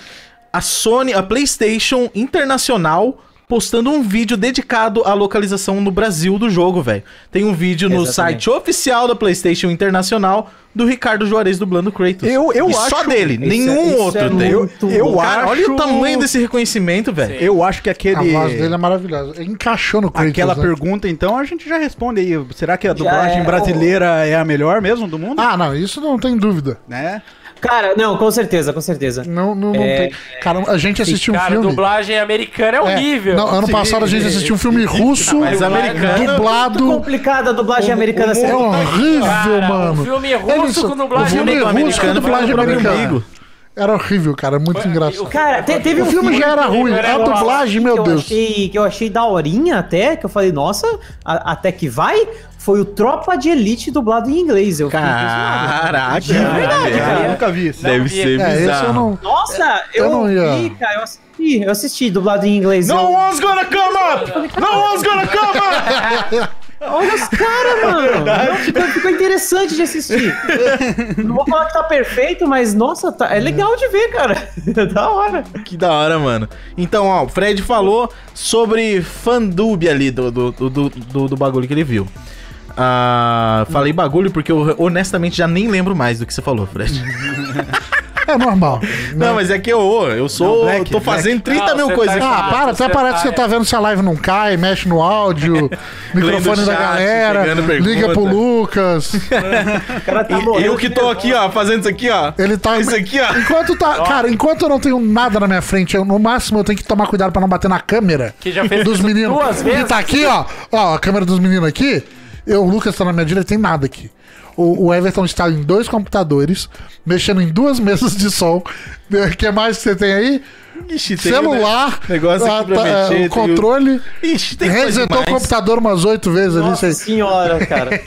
A: a Sony, a PlayStation internacional postando um vídeo dedicado à localização no Brasil do jogo, velho. Tem um vídeo no
B: Exatamente.
A: site oficial da PlayStation Internacional do Ricardo Juarez dublando Kratos.
E: Eu- eu
A: e só
E: acho-
A: dele,
B: é-
A: nenhum
B: isso é
A: outro tem.
E: Eu,
B: Muito
E: eu
B: bom.
A: Cara,
E: acho...
A: olha o tamanho desse reconhecimento, velho.
E: Eu acho que aquele...
D: A voz dele é maravilhosa. Ele encaixou no Kratos.
E: Aquela
D: né?
E: pergunta, então, a gente já responde aí. Será que a
B: é,
E: dublagem
B: o-
E: brasileira é a melhor mesmo do mundo?
D: Ah, não, isso não tem dúvida.
E: Né?
B: Cara, não, com certeza, com certeza.
D: Não, não, não
B: É.
D: tem. Cara, a gente assistiu um
C: Cara,
D: filme.
C: dublagem americana é
D: É,
C: horrível.
D: não, ano passado a gente assistiu um filme russo,
A: é, mas americano-
B: Muito
D: dublado.
B: complicada a dublagem americana.
D: É
B: sério.
D: horrível,
C: Cara,
D: mano.
C: o filme russo
D: Eles-
C: com dublagem
D: o filme
C: americana.
D: russo com
C: Americano
D: dublagem
A: falando pro
D: americana.
A: amigo.
D: Era horrível, cara. Muito engraçado.
B: Cara, te- teve
D: O
B: um
D: filme já era ruim.
C: era
D: A
C: uma-
D: dublagem, meu
B: que Eu
D: Deus.
B: achei, que eu achei daorinha até, que eu falei, nossa, a- até que vai, foi o Tropa de Elite dublado em inglês. Eu fiquei impressionado.
A: Caraca,
B: verdade,
A: velho.
B: cara.
E: Eu nunca vi isso.
A: Deve
C: Não,
A: ser bizarro.
D: É, esse eu não.
B: Nossa,
D: Eu
B: eu,
D: não ia-
B: vi, cara, eu assisti, eu assisti dublado em inglês.
A: No
B: eu...
A: one's gonna come up! No one's gonna come up!
B: Olha os
A: É
B: caras, mano. Não, ficou, ficou interessante de assistir. Não vou falar que tá perfeito, mas nossa, tá- é legal de ver, cara. [laughs] da hora.
A: [laughs] que da hora, mano. Então, ó, o Fred falou sobre fandub ali do, do, do, do- do- do bagulho que ele viu. Ah, falei bagulho porque eu honestamente já nem lembro mais do que você falou, Fred.
D: É normal.
A: Não, mas é que eu, eu sou.
E: Não, Black,
A: tô
E: Black.
A: fazendo 30
C: Não,
A: mil
C: você
A: coisas. aqui.
C: tá
D: Ah, para, até
C: Você
D: parece
C: tá-
D: que você tá vendo se a live não cai, mexe no áudio, microfone
A: Lendo
D: da
A: chat,
D: galera,
A: pegando pergunta.
D: liga pro Lucas.
B: O cara tá
A: E-
B: morrendo.
A: eu que tô aqui, ó, fazendo isso aqui, ó.
D: Ele tá.
A: [laughs] Isso aqui, ó.
D: Enquanto tá. Cara, enquanto eu não tenho nada na minha frente, eu, no máximo eu tenho que tomar cuidado pra não bater na câmera
C: Que já fez
D: dos meninos.
C: duas
D: Porque
C: vezes.
D: tá aqui, ó. Ó, a câmera dos meninos aqui. Eu, o Lucas tá na minha direita, tem nada aqui. O, o Everton está em dois computadores, mexendo em duas mesas de som. O que mais que você tem aí?
A: Ixi, tem
D: Celular,
A: um negócio aqui pra
D: ah, tá,
A: mexer, tem um-
D: o controle.
A: Ixi, tem coisa
D: Resetou o
A: demais.
D: computador umas oito vezes ali.
B: Nossa
D: Sei.
B: senhora, cara.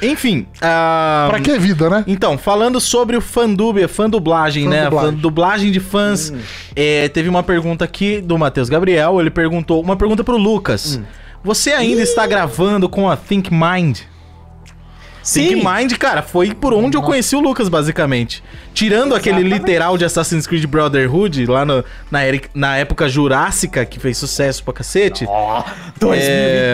A: Enfim, ah,
D: Pra que vida, né?
A: Então, falando sobre o fandub, fã-dublagem, né?
D: Fandublagem. Hum.
A: Fandublagem de fãs. É, teve uma pergunta aqui do Matheus Gabriel. Ele perguntou... Uma pergunta pro Lucas.
D: Hum.
A: Você ainda está gravando com a Think Mind? Think
B: Sim,
A: Mind, cara, foi por onde eu conheci o Lucas, basicamente. Tirando aquele literal de Assassin's Creed Brotherhood, lá no- na, eri- na época jurássica, que fez sucesso pra cacete. É,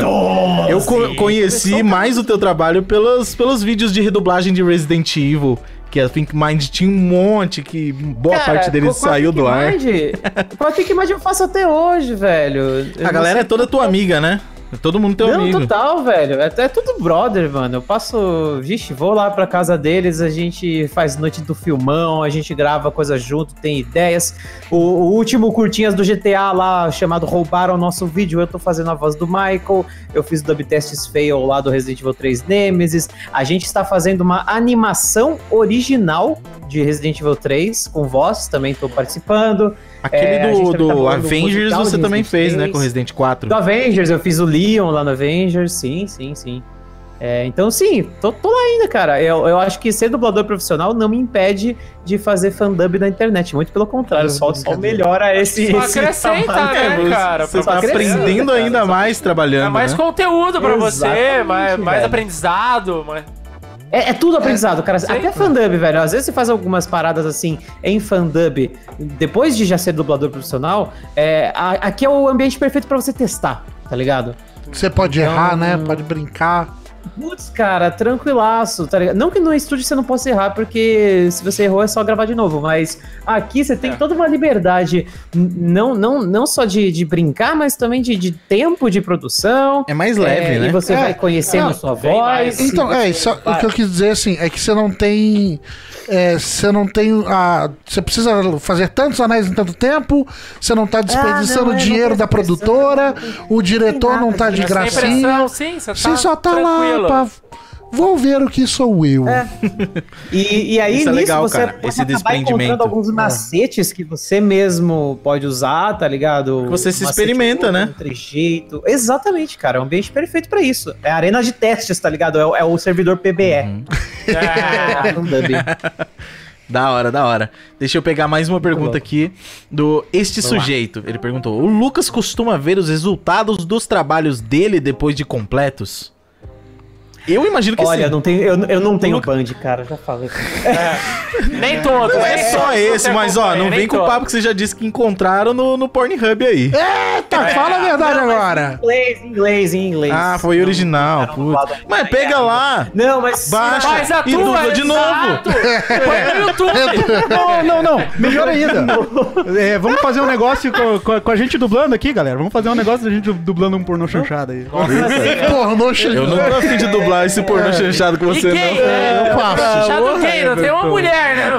A: eu co- conheci mais o teu trabalho pelos, pelos vídeos de redublagem de Resident Evil. que a Think Mind tinha um monte que boa
B: Cara,
A: parte deles
B: com- com a
A: saiu do ar.
B: Think Mind- Com a Think Mind eu faço até hoje, velho. Eu
A: A galera é toda tua amiga, né? É Todo mundo teu
B: tá. não,
A: amigo.
B: total, velho. É, é tudo brother, mano. Eu passo. Vixe, vou lá pra casa deles, a gente faz noite do filmão, a gente grava coisa junto, tem ideias. O, o último curtinhas do GTA lá, chamado Roubaram o Nosso Vídeo, eu tô fazendo a voz do Michael, eu fiz o dub testes fail lá do Resident Evil 3 Nemesis. A gente está fazendo uma animação original de Resident Evil 3 com voz, também tô participando.
A: Aquele
B: É, a gente
A: do,
B: também tá
A: do
B: falando do
A: Avengers
B: musical
A: você
B: de
A: também
B: Resident
A: fez, né?
B: 3.
A: Com Resident 4.
B: Do Avengers, eu fiz o Leon lá no Avengers, sim, sim, sim. É, então, sim, tô, tô lá ainda, cara. Eu, eu acho que ser dublador profissional não me impede de fazer fandub na internet. Muito pelo contrário, só, só melhora esse.
C: Só
B: esse
C: acrescenta,
B: tamanho. É,
C: né,
A: você-
C: cara?
A: Você
C: Pra
A: tá
C: você-
A: aprendendo
B: cara,
A: ainda
B: só-
A: mais trabalhando.
C: É mais
A: né?
C: conteúdo pra você,
B: Exatamente,
C: mais, mais
B: velho.
C: aprendizado. mais-
B: É, é tudo aprendizado, cara.
C: sempre.
B: Até fandub, velho. Às vezes você faz algumas paradas assim em fandub, depois de já ser dublador profissional, é, a- aqui é o ambiente perfeito pra você testar, tá ligado?
D: Você pode errar, né? Pode brincar.
B: Putz, cara, tranquilaço, tá ligado? Não que no estúdio você não possa errar, porque se você errou é só gravar de novo, mas aqui você tem
A: É.
B: toda uma liberdade, n- não, não, não só de, de brincar, mas também de, de tempo de produção.
A: É mais
B: É,
A: leve,
B: E
A: né?
B: você
D: É,
B: vai conhecendo
D: não,
B: a sua
C: bem mais.
B: voz.
D: Então, é, isso, o que eu quis dizer assim é que você não tem. é, você não tem. A, você precisa fazer tantos anéis em tanto tempo, você não tá desperdiçando
B: não, é, não
D: dinheiro
B: tem
D: da
B: essa
D: produtora, o diretor não tá de
C: Sem
D: gracinha.
C: pressão, sim, você tá
D: Você só tá
C: tranquilo.
D: lá pra. Vou ver o que sou eu.
B: É. E, e aí,
A: Isso é
B: nisso,
A: legal,
B: você
A: cara,
B: pode
A: esse
B: acabar
A: desprendimento. É.
B: encontrando alguns macetes que você mesmo pode usar, tá ligado?
A: Você se
B: Um macete
A: experimenta, né?
B: Um trejeito. Exatamente, cara. É um ambiente perfeito pra isso. É a arena de testes, tá ligado? É, o- é o servidor PBE.
C: É.
B: Um dub.
A: Da hora, da hora. Deixa eu pegar mais uma pergunta aqui do este sujeito. Ele perguntou: O Lucas costuma ver os resultados dos trabalhos dele depois de completos? Eu imagino que
B: Olha,
A: sim.
B: não tenho, eu, eu não tenho
A: Luca-
B: band, cara. Já falei.
C: Nem todos.
A: Não é só esse, mas ó, não vem com o
C: papo.
A: papo que você já disse que encontraram no, no Pornhub aí.
D: Tá, fala a verdade agora.
B: Inglês, inglês, inglês.
A: Ah, foi
B: Não,
A: original,
B: não,
A: putz.
B: não, não,
A: Mas
B: não,
A: pega
B: não.
A: lá.
B: Não, mas.
A: Baixa.
C: Faz a
A: E
C: tua,
A: dubla de novo. É.
C: exato. Põe no YouTube.
E: Não, não, não.
D: [laughs]
E: Melhor ainda. É, vamos fazer um negócio com, com a- com a gente dublando aqui, galera. Vamos fazer um negócio da gente dublando um pornô chanchada aí.
B: é.
D: Pornô
A: Eu não tô afim de dublar esse pornô chanchado com
C: E
A: você,
C: gay,
A: não. um
C: né?
D: eu faço.
C: Já não gay,
A: é
C: não tem uma mulher, né? No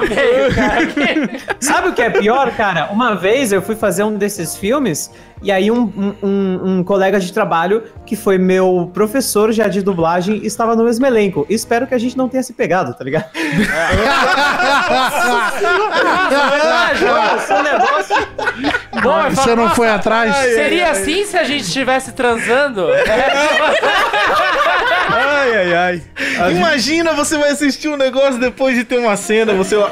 A: [laughs]
C: meio, cara.
B: Sabe o que é pior, cara? Uma vez eu fui fazer um desses filmes e aí um, um- um- um colega de trabalho, que foi meu professor já de dublagem, estava no mesmo elenco. Espero que a gente não tenha se pegado, tá ligado?
E: Ah,
B: Esse é um negócio-
C: Bom, eu
D: Você
C: falo,
D: não foi
C: nossa,
D: atrás?
C: Seria assim se a gente
A: [laughs]
C: estivesse transando? É,
E: Ai, ai, ai.
A: Imagina, você vai assistir um negócio depois de ter uma cena, você. Oh,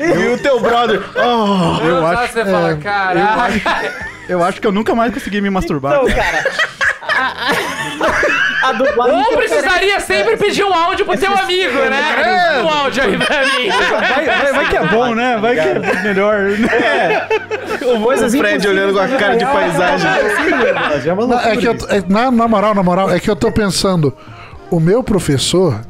A: e o teu brother. Oh.
C: Eu
D: acho-
C: Você fala,
D: é,
C: caralho.
E: Eu acho que eu nunca mais consegui me masturbar.
B: Então,
E: cara.
B: cara. A, a, a dublagem.
C: Ou precisaria sempre pedir um áudio pro
A: É.
C: teu amigo, né? Um áudio aí pra mim.
E: Vai, vai- vai que é bom, né? Vai que é melhor.
A: O Fred olhando com a cara de paisagem.
D: Não, é que eu tô- é- na, na moral, na moral, é que eu tô pensando, o meu professor,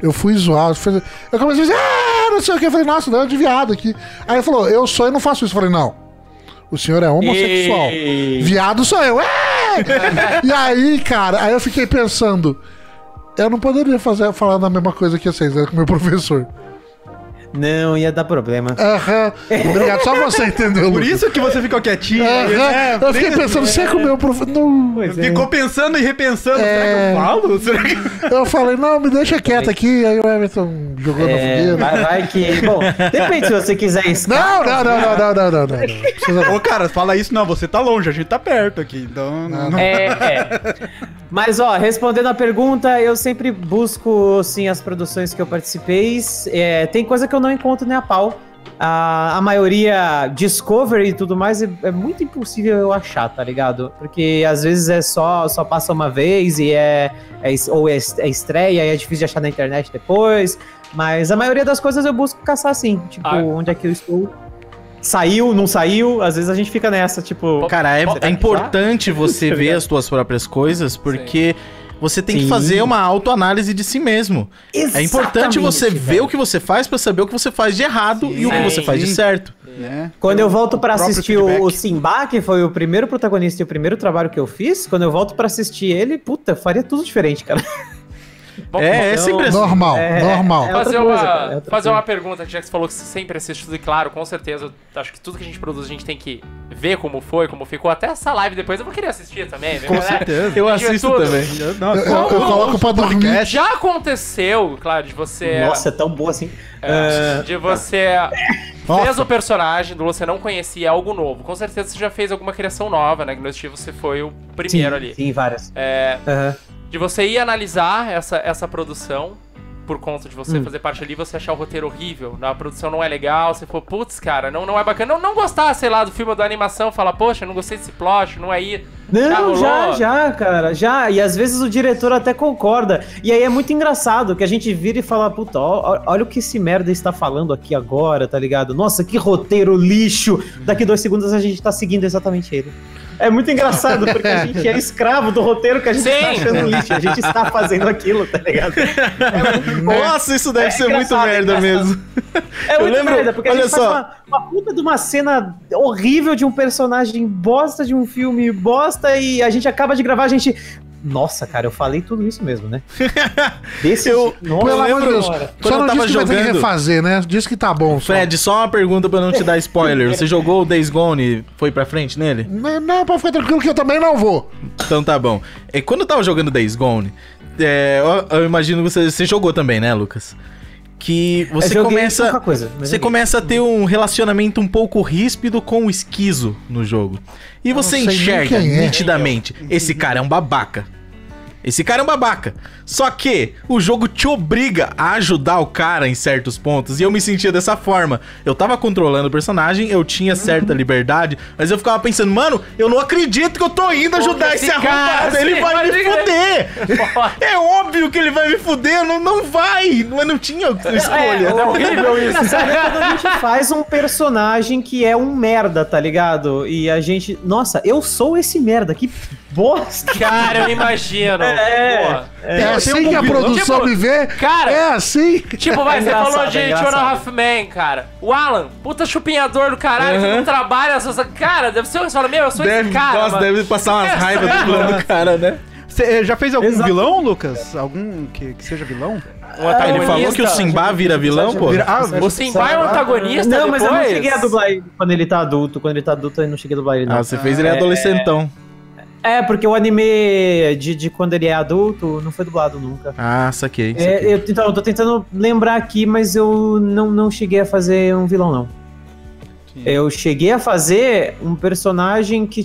D: eu fui zoado, fui- eu comecei a dizer, ah, não sei o que, eu falei, nossa, deu de viado aqui. Aí ele falou, eu sou e não faço isso. Eu falei, não, o senhor é homossexual, viado sou
E: [laughs]
D: eu. "Ah!" e aí, cara, aí eu fiquei pensando, eu não poderia fazer, falar da mesma coisa que vocês, né, com o meu professor.
B: Não, ia dar problema.
E: [laughs]
D: Aham, obrigado, só você entendeu,
E: Por
D: Lucas.
E: isso que você ficou quietinho. né?
D: Aham, eu fiquei pensando, você é com o meu professor... não."
B: Pois é.
E: Ficou pensando e repensando.
D: É.
E: Será que eu falo? Será que...
D: Eu falei, não, me deixa quieto aqui. Aí o Everton jogou na
B: É,
D: fogueira.
B: vai, vai que.
E: [laughs]
B: Bom, depende se você quiser escalar.
D: Não, não, não, não, não, não, não, não. não. Precisa-
E: Ô, cara, fala isso não. Você tá longe, a gente tá perto aqui. Então, não, não-
B: É, é. Mas, ó, respondendo a pergunta, eu sempre busco, sim, as produções que eu participei. É, tem coisa que eu não encontro nem a pau. A, a maioria Discovery e tudo mais é, é muito impossível eu achar, tá ligado? Porque às vezes é só só passa uma vez e é, é es- ou é, es- é estreia e é difícil de achar na internet depois. Mas a maioria das coisas eu busco caçar assim, tipo,
C: Ah.
B: onde é que eu estou? Saiu, não saiu? Às vezes a gente fica nessa, tipo,
A: Cara, é, é importante você
B: Tá
A: ver as tuas próprias coisas, porque Você tem que
B: Sim.
A: fazer uma autoanálise de si mesmo. É importante
F: Exatamente,
A: você ver
F: velho.
A: o que você faz pra saber o que você faz de errado e o que
C: Sim.
A: você faz de
E: Sim.
A: certo.
E: né?
B: Quando eu volto pra
E: O próprio
B: assistir o, o
E: feedback.
B: Simba, que foi o primeiro protagonista e o primeiro trabalho que eu fiz, quando eu volto pra assistir ele, puta, faria tudo diferente, cara.
C: Bom,
A: é,
C: bom,
A: essa impressão.
D: Normal,
B: É,
D: normal.
B: é-
C: fazer,
B: outra coisa,
C: uma,
B: cara, é outra
C: fazer
B: coisa.
C: uma pergunta, já que você falou que você sempre assiste tudo, e claro, com certeza, eu acho que tudo que a gente produz a gente tem que ver como foi, como ficou, até essa live depois eu vou querer assistir também, viu,
E: Com
C: galera?
E: certeza.
A: Eu
C: Entendi
A: assisto
C: tudo.
A: também.
E: Eu- não,
D: Eu, eu- eu coloco pra dormir.
C: Já aconteceu, claro, de você.
B: Nossa, é tão boa assim.
C: é, de você fez
A: Nossa.
C: o personagem do você não conhecia é algo novo. Com certeza você já fez alguma criação nova, né? Que no estilo você foi o
B: Sim,
C: primeiro ali.
B: sim, várias.
C: É,
B: Aham.
C: de você ir analisar essa, essa produção por conta de
A: Hum.
C: você fazer parte ali, você achar o roteiro horrível, né? a produção não é legal, você for, putz, cara, não, não é bacana. Não, não gostar, sei lá, do filme ou da animação, falar, poxa, não gostei desse plot, não é isso. Já
B: Não,
C: rolou?
B: já, já, cara, já. E às vezes o diretor até concorda. E aí é muito engraçado que a gente vira e fala, puta, ó- ó- olha o que esse merda está falando aqui agora, tá ligado? Nossa, que roteiro lixo. Daqui dois segundos a gente tá seguindo exatamente ele. É muito engraçado, porque [laughs] a gente é escravo do roteiro que a gente
C: Sim.
B: está tá achando lixo. A gente está fazendo aquilo, tá ligado? né?
A: Nossa, isso deve ser muito
B: engraçado, é
A: merda
B: engraçado.
A: mesmo.
B: É
A: Eu
B: muito
A: lembro-
B: merda, porque
A: olha
B: a gente faz
A: só.
B: uma, uma puta de uma cena horrível de um personagem bosta, de um filme bosta, e a gente acaba de gravar, a gente. Nossa, cara, eu falei tudo isso
A: [laughs]
B: mesmo, né? Desse
A: Eu-
B: jeito. Nossa,
D: Pelo amor de Deus.
B: senhora.
A: Quando eu
D: Só não
A: tava
D: diz que vai ter que
A: jogando-
D: refazer, né? Diz que tá bom. Só.
A: Fred, só uma pergunta pra não te dar spoiler. Você jogou o Days Gone e foi pra frente nele?
D: Não, não, pode ficar tranquilo que eu também não vou.
A: Então tá bom. É, quando eu tava jogando Days Gone, é, eu, eu imagino que você, você jogou também, né, Lucas? Que
B: Eu
A: você
B: É, joguei
A: começa.
B: pouca coisa, mas é
A: Você
B: joguei.
A: começa a ter um relacionamento um pouco ríspido com o esquizo no jogo. E você
D: sei nem
A: enxerga
D: quem é.
A: nitidamente. Esse cara é um babaca. Esse cara é um babaca. Só que o jogo te obriga a ajudar o cara em certos pontos. E eu me sentia dessa forma. Eu tava controlando o personagem, eu tinha certa liberdade, mas eu ficava pensando, mano, eu não acredito que eu tô indo ajudar
C: esse
A: esse arrombado.
C: cara,
A: Ele
C: sim,
A: vai me
C: imagina.
A: fuder. É óbvio que ele vai me fuder, não, não vai. Mas não tinha escolha.
C: É horrível isso.
B: Engraçado é quando a gente
A: [laughs]
B: faz um personagem que é um merda, tá ligado? E a gente. Nossa, eu sou esse merda, que bosta!
C: Cara, eu imagino.
B: É.
C: Pô.
D: É, assim
E: tem um
D: que a
E: bom
D: produção
C: vilão.
D: me vê.
C: Cara-
D: é assim.
C: Tipo, vai,
B: É
C: você falou
B: engraçado,
C: de
B: é
C: Two and
B: engraçado.
C: a Half Men, cara. O Alan, puta chupinhador do caralho, que não trabalha, essas... cara, deve ser um... Você fala, meu, eu sou
A: Deve,
C: esse cara,
A: nossa,
C: mano.
A: deve passar
C: [laughs]
A: umas raivas do plano do cara, né?
E: Você eh, já fez algum
B: Exato.
E: vilão, Lucas? Algum que, que seja vilão?
C: Um antagonista.
A: Tá, Ele falou que o Simba vira É vilão, pô.
E: Vira- ah,
C: O Simba é um antagonista
B: Não, mas eu não
C: depois?
B: cheguei a dublar ele quando ele tá adulto. Quando ele tá adulto, eu não cheguei a dublar ele, não.
A: Ah, você fez ele adolescentão.
B: É, porque o anime de, de quando ele é adulto não foi dublado nunca.
A: Ah, saquei.
B: É,
A: saquei.
B: eu, então, eu tô tentando lembrar aqui, mas eu não, não cheguei a fazer um vilão, não. Eu cheguei a fazer um personagem que,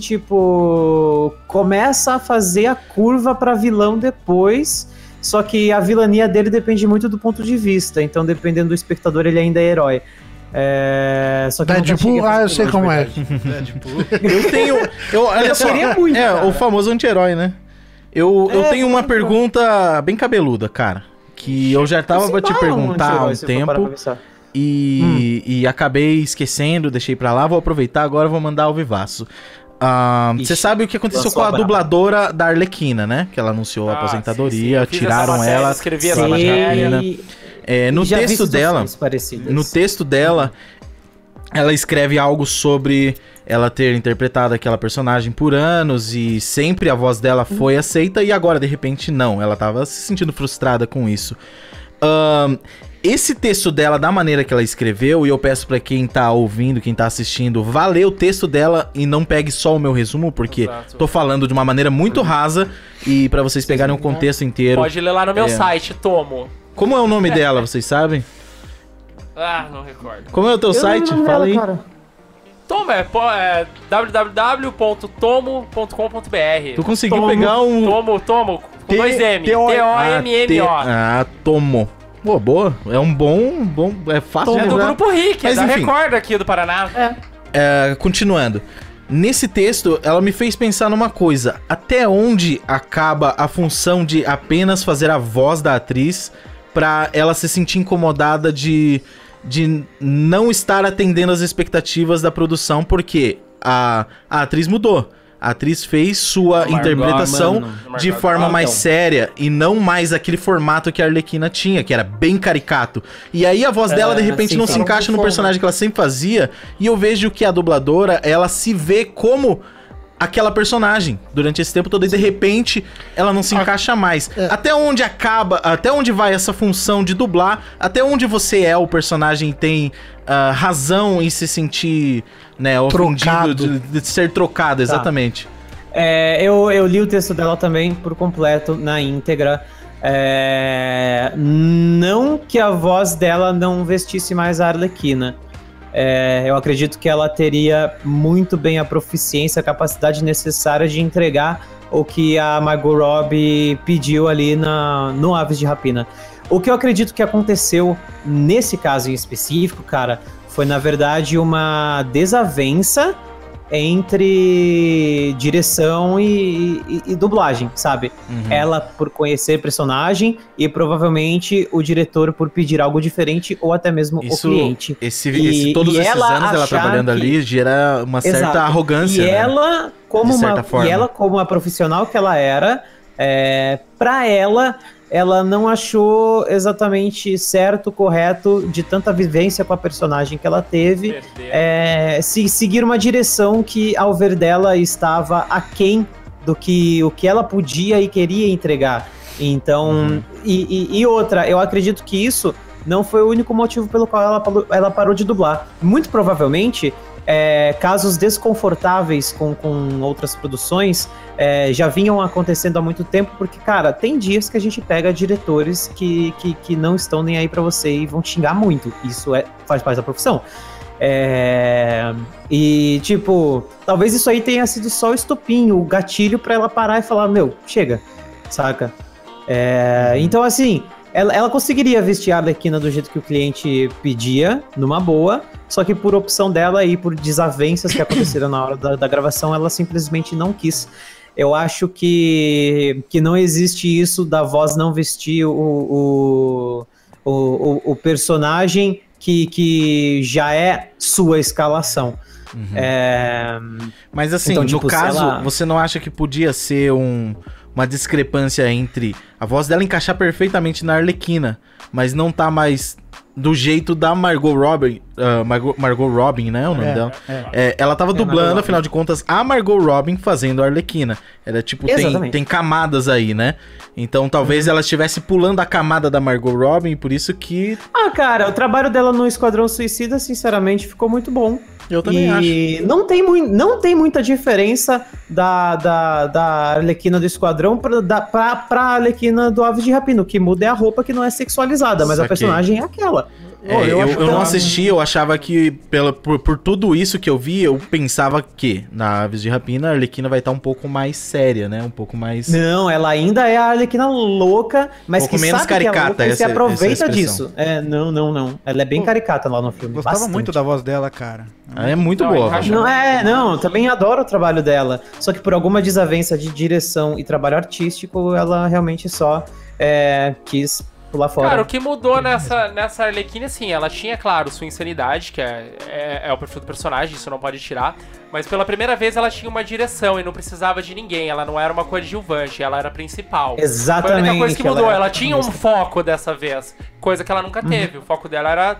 B: tipo, começa a fazer a curva pra vilão depois, só que a vilania dele depende muito do ponto de vista, então dependendo do espectador, ele ainda é herói. É, só que eu nunca cheguei a
D: Deadpool,
B: fazer
D: ah, eu
B: vilão,
D: sei
B: de
D: como é.
B: verdade.
E: É, tipo,
A: Eu tenho. Eu, olha só.
B: queria muito,
A: é,
B: cara.
A: o famoso anti-herói, né? Eu, eu
B: É,
A: tenho uma
B: muito
A: pergunta bem cabeluda, cara. Que eu já tava
B: Esse
A: pra te
B: Baron,
A: perguntar há
B: é anti-herói,
A: um
B: se eu for parar pra
A: tempo
B: pensar.
A: e,
B: Hum.
A: e acabei esquecendo, deixei pra lá. Vou aproveitar agora, vou mandar ao vivaço. Ah,
B: Ixi,
A: Você sabe o que aconteceu
B: lançou
A: com a
B: a braba.
A: dubladora da Arlequina, né? Que ela anunciou a
C: Ah,
A: aposentadoria,
C: sim, sim. Eu fiz essa
A: tiraram
C: matéria,
A: ela.
C: escrevi essa
A: ela
B: Sim,
C: matéria.
A: Arlequina.
B: e-
A: É, no
B: Já vi
A: texto
B: situações
A: dela,
B: parecidas.
A: No texto dela, ela escreve algo sobre ela ter interpretado aquela personagem por anos e sempre a voz dela foi aceita e agora, de repente, não. Ela tava se sentindo frustrada com isso. Ahn, esse texto dela, da maneira que ela escreveu, e eu peço pra quem tá ouvindo, quem tá assistindo, vá ler o texto dela e não pegue só o meu resumo, porque
C: Exato. Uhum.
A: tô falando de uma maneira muito rasa e pra vocês pegarem o contexto inteiro.
C: Pode ler lá no meu
A: É.
C: site, tomo.
A: Como é o nome dela, vocês sabem?
C: Ah, não recordo.
A: Como é o teu site? Fala aí.
C: Tomo é, po- é www.tomo.com.br.
A: Tu conseguiu
C: Tomo,
A: pegar um-
C: Tomo, tomo, com
E: T-
C: dois M.
E: T-O-
C: T-O-M-M-O.
A: Ah, te- ah, tomou. Pô, boa. É um bom. bom é fácil
C: É
A: de
C: do
A: lembrar.
C: Grupo Rick, é
A: Mas
C: da
A: enfim.
C: Record aqui do Paraná.
A: É, continuando. Nesse texto, ela me fez pensar numa coisa. Até onde acaba a função de apenas fazer a voz da atriz pra ela se sentir incomodada de, de não estar atendendo as expectativas da produção, porque a, a atriz mudou. A atriz fez sua
H: Margot,
A: interpretação
H: mano.
A: de
C: Margot.
A: forma
C: Ah,
A: mais
C: então.
A: séria e não mais aquele formato que a Arlequina tinha, que era bem caricato. E aí a voz dela, de
B: Ah,
A: repente,
B: sim,
A: não
B: sim.
A: se encaixa no personagem que ela sempre fazia. E eu vejo que a dubladora, ela se vê como aquela personagem durante esse tempo todo e de repente ela não se encaixa mais.
C: É.
A: Até onde acaba, até onde vai essa função de dublar, até onde você é o personagem e tem ah, razão em se sentir, né, ofendido
D: Trocado.
A: De, de ser
C: Tá.
A: trocado, exatamente.
B: É, eu, eu li o texto dela também por completo, na íntegra. É, não que a voz dela não vestisse mais a Arlequina. É, eu acredito que ela teria muito bem a proficiência, a capacidade necessária de entregar o que a Margot Robbie pediu ali na, no Aves de Rapina. O que eu acredito que aconteceu nesse caso em específico, cara, foi na verdade uma desavença é entre direção e, e- e dublagem, sabe?
A: Hum.
B: Ela por conhecer personagem e provavelmente o diretor por pedir algo diferente ou até mesmo
A: Isso-
B: o cliente.
A: Esse,
B: E-
A: esse- todos
B: e
A: esses
B: ela
A: anos ela
B: achar
A: trabalhando
B: que-
A: ali gera uma
B: Exato.
A: certa arrogância.
B: E
A: né?
B: ela, como
A: De certa
B: uma,
A: forma.
B: e ela, como a profissional que ela era, é, para ela, ela não achou exatamente certo, correto, de tanta vivência com a personagem que ela teve,
C: Perdeu.
B: então. é, se seguir uma direção que, ao ver dela, estava aquém do que o que ela podia e queria entregar. Então, e, e- e outra, eu acredito que isso não foi o único motivo pelo qual ela, palo- ela parou de dublar. Muito provavelmente, é, casos desconfortáveis com, com outras produções é, já vinham acontecendo há muito tempo, porque, cara, tem dias que a gente pega diretores que, que, que não estão nem aí pra você e vão xingar muito. Isso é, faz parte da profissão. É, e, tipo, talvez isso aí tenha sido só o estopim, o gatilho pra ela parar e falar: Meu, chega, saca? É, Então, assim, ela, ela conseguiria vestir a Arlequina do jeito que o cliente pedia, numa boa, só que por opção dela e por desavenças que aconteceram na hora da, da gravação, ela simplesmente não quis. Eu acho que, que não existe isso da voz não vestir o, o, o, o- o personagem que, que já é sua escalação.
A: Uhum.
B: É,
A: Mas assim,
B: Então,
A: no
B: tipo, sei
A: caso,
B: lá.
A: você não acha que podia ser um- uma discrepância entre a voz dela encaixar perfeitamente na Arlequina, mas não tá mais do jeito da Margot Robin, ah, Margot, Margot Robin, né, o nome dela? É, ela tava dublando,
B: Margot
A: afinal de contas, a Margot Robin fazendo a Arlequina. Era tipo, tem,
B: Exatamente. Uhum.
A: tem camadas aí, né? Então talvez ela estivesse pulando a camada da Margot Robin, por isso que
B: Ah, cara, o trabalho dela no Esquadrão Suicida, sinceramente, ficou muito bom.
A: eu também acho.
B: e Não, tem mui- não tem muita diferença da, da, da Arlequina do Esquadrão pra, da, pra, pra Arlequina do Aves de Rapina. O que muda é a roupa que não é sexualizada, mas
A: Saquei.
B: a personagem é aquela.
A: É,
E: Pô, eu
A: eu,
E: acho
A: eu
E: que
A: não
E: ela-
A: assisti, eu achava que, pela, por, por tudo isso que eu vi, eu pensava que na Aves de Rapina a Arlequina vai estar um pouco mais séria, né? Um pouco mais.
B: Não, ela ainda é a Arlequina louca, mas
A: Pouco
B: que
A: menos
B: sabe que é
A: caricata
B: louca e
A: essa-
B: se
A: essa
B: aproveita
A: expressão.
B: disso. É, não, não, não. Ela é bem
E: Pô,
B: caricata lá no filme.
E: Gostava
B: bastante.
E: muito da voz dela, cara.
A: Ela é muito
C: Não,
A: boa,
C: encaixa
A: velho.
C: muito.
B: Não, é, não, eu também adoro o trabalho dela. Só que por alguma desavença de direção e trabalho artístico, ela realmente só é, quis pular fora.
C: Cara, o que mudou nessa, nessa Arlequina, assim, ela tinha, claro, sua insanidade, que é, é, é o perfil do personagem, isso não pode tirar. Mas pela primeira vez ela tinha uma direção e não precisava de ninguém. Ela não era uma coadjuvante, ela era a principal. Foi a
B: Exatamente. é
C: única coisa que mudou. Ela,
B: era Uhum.
C: tinha um foco dessa vez, coisa que ela nunca teve. O foco dela era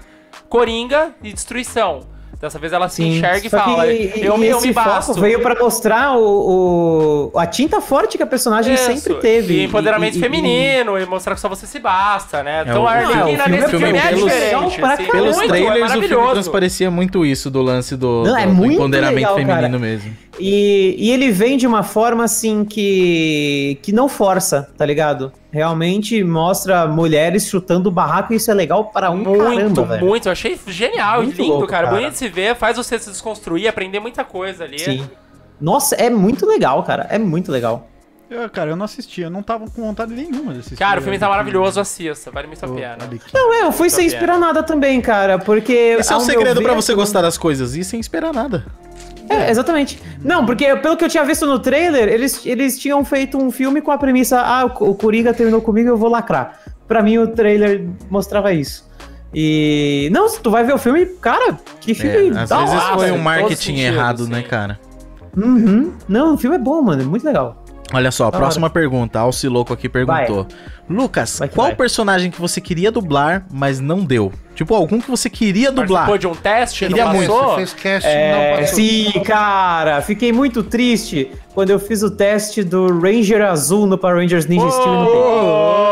C: coringa e destruição. Dessa vez ela se
B: Sim,
C: assim, enxerga e
B: só que
C: fala:
B: e-
C: eu, me-
B: e
C: eu
B: esse
C: me basto.
B: foco veio pra mostrar o, o- a tinta forte que a personagem
C: Isso,
B: sempre teve.
C: E empoderamento
B: e- e-
C: feminino, e mostrar que só você se basta, né?
A: É, o-
C: Então a
B: Não,
C: Arlequina
B: o
C: nesse
B: filme-
C: filme é
A: pelos-
C: diferente.
B: pra
C: assim,
A: Pelos
C: muito, é
A: trailers, o filme
C: maravilhoso.
A: transparecia muito isso do lance do,
B: Não,
A: do-
B: é
A: do
B: muito
A: empoderamento
B: legal, cara.
A: feminino mesmo.
B: E, e ele vem de uma forma assim que que não força, tá ligado? Realmente mostra mulheres chutando o barraco e isso é legal para um
C: Muito,
B: caramba, velho.
C: muito. Eu achei genial,
B: Muito
C: lindo,
B: louco,
C: cara.
B: cara.
C: Bonito de se ver, faz você se desconstruir, aprender muita coisa ali.
B: Sim. Nossa, é muito legal, cara. É muito legal.
E: Eu, cara, eu não assisti, eu não tava com vontade nenhuma de assistir.
C: Cara, o filme tá maravilhoso, assista, vale muito a pena.
B: Não, é, eu fui sem esperar nada também, cara, porque.
A: Esse é o
B: ao meu
A: segredo
B: ver,
A: pra você gostar das coisas e sem esperar nada.
B: É, exatamente. Não, porque pelo que eu tinha visto no trailer, eles, eles tinham feito um filme com a premissa: ah, o Co- o Coringa terminou comigo, eu vou lacrar. Pra mim, o trailer mostrava isso. E. Não, se tu vai ver o filme, cara, que
A: É,
B: filme
A: às
B: da
A: vezes
B: hora.
A: foi
C: em
A: um
C: todo
A: marketing
C: sentido,
A: errado,
C: sim.
A: né, cara?
B: Uhum. Não, o filme é bom, mano. É muito legal.
A: Olha só, próxima pergunta. Alciloco aqui perguntou. Lucas,
B: Vai que
A: qual
B: vai.
A: personagem que você queria dublar, mas não deu? Tipo, algum que você queria dublar.
C: Participou de um teste,
A: Queria
C: não
A: muito,
C: passou?
D: Você fez cast, não
B: É,
D: passou.
B: sim, cara. Fiquei muito triste quando eu fiz o teste do Ranger Azul no Power Rangers Ninja Steel. e não deu.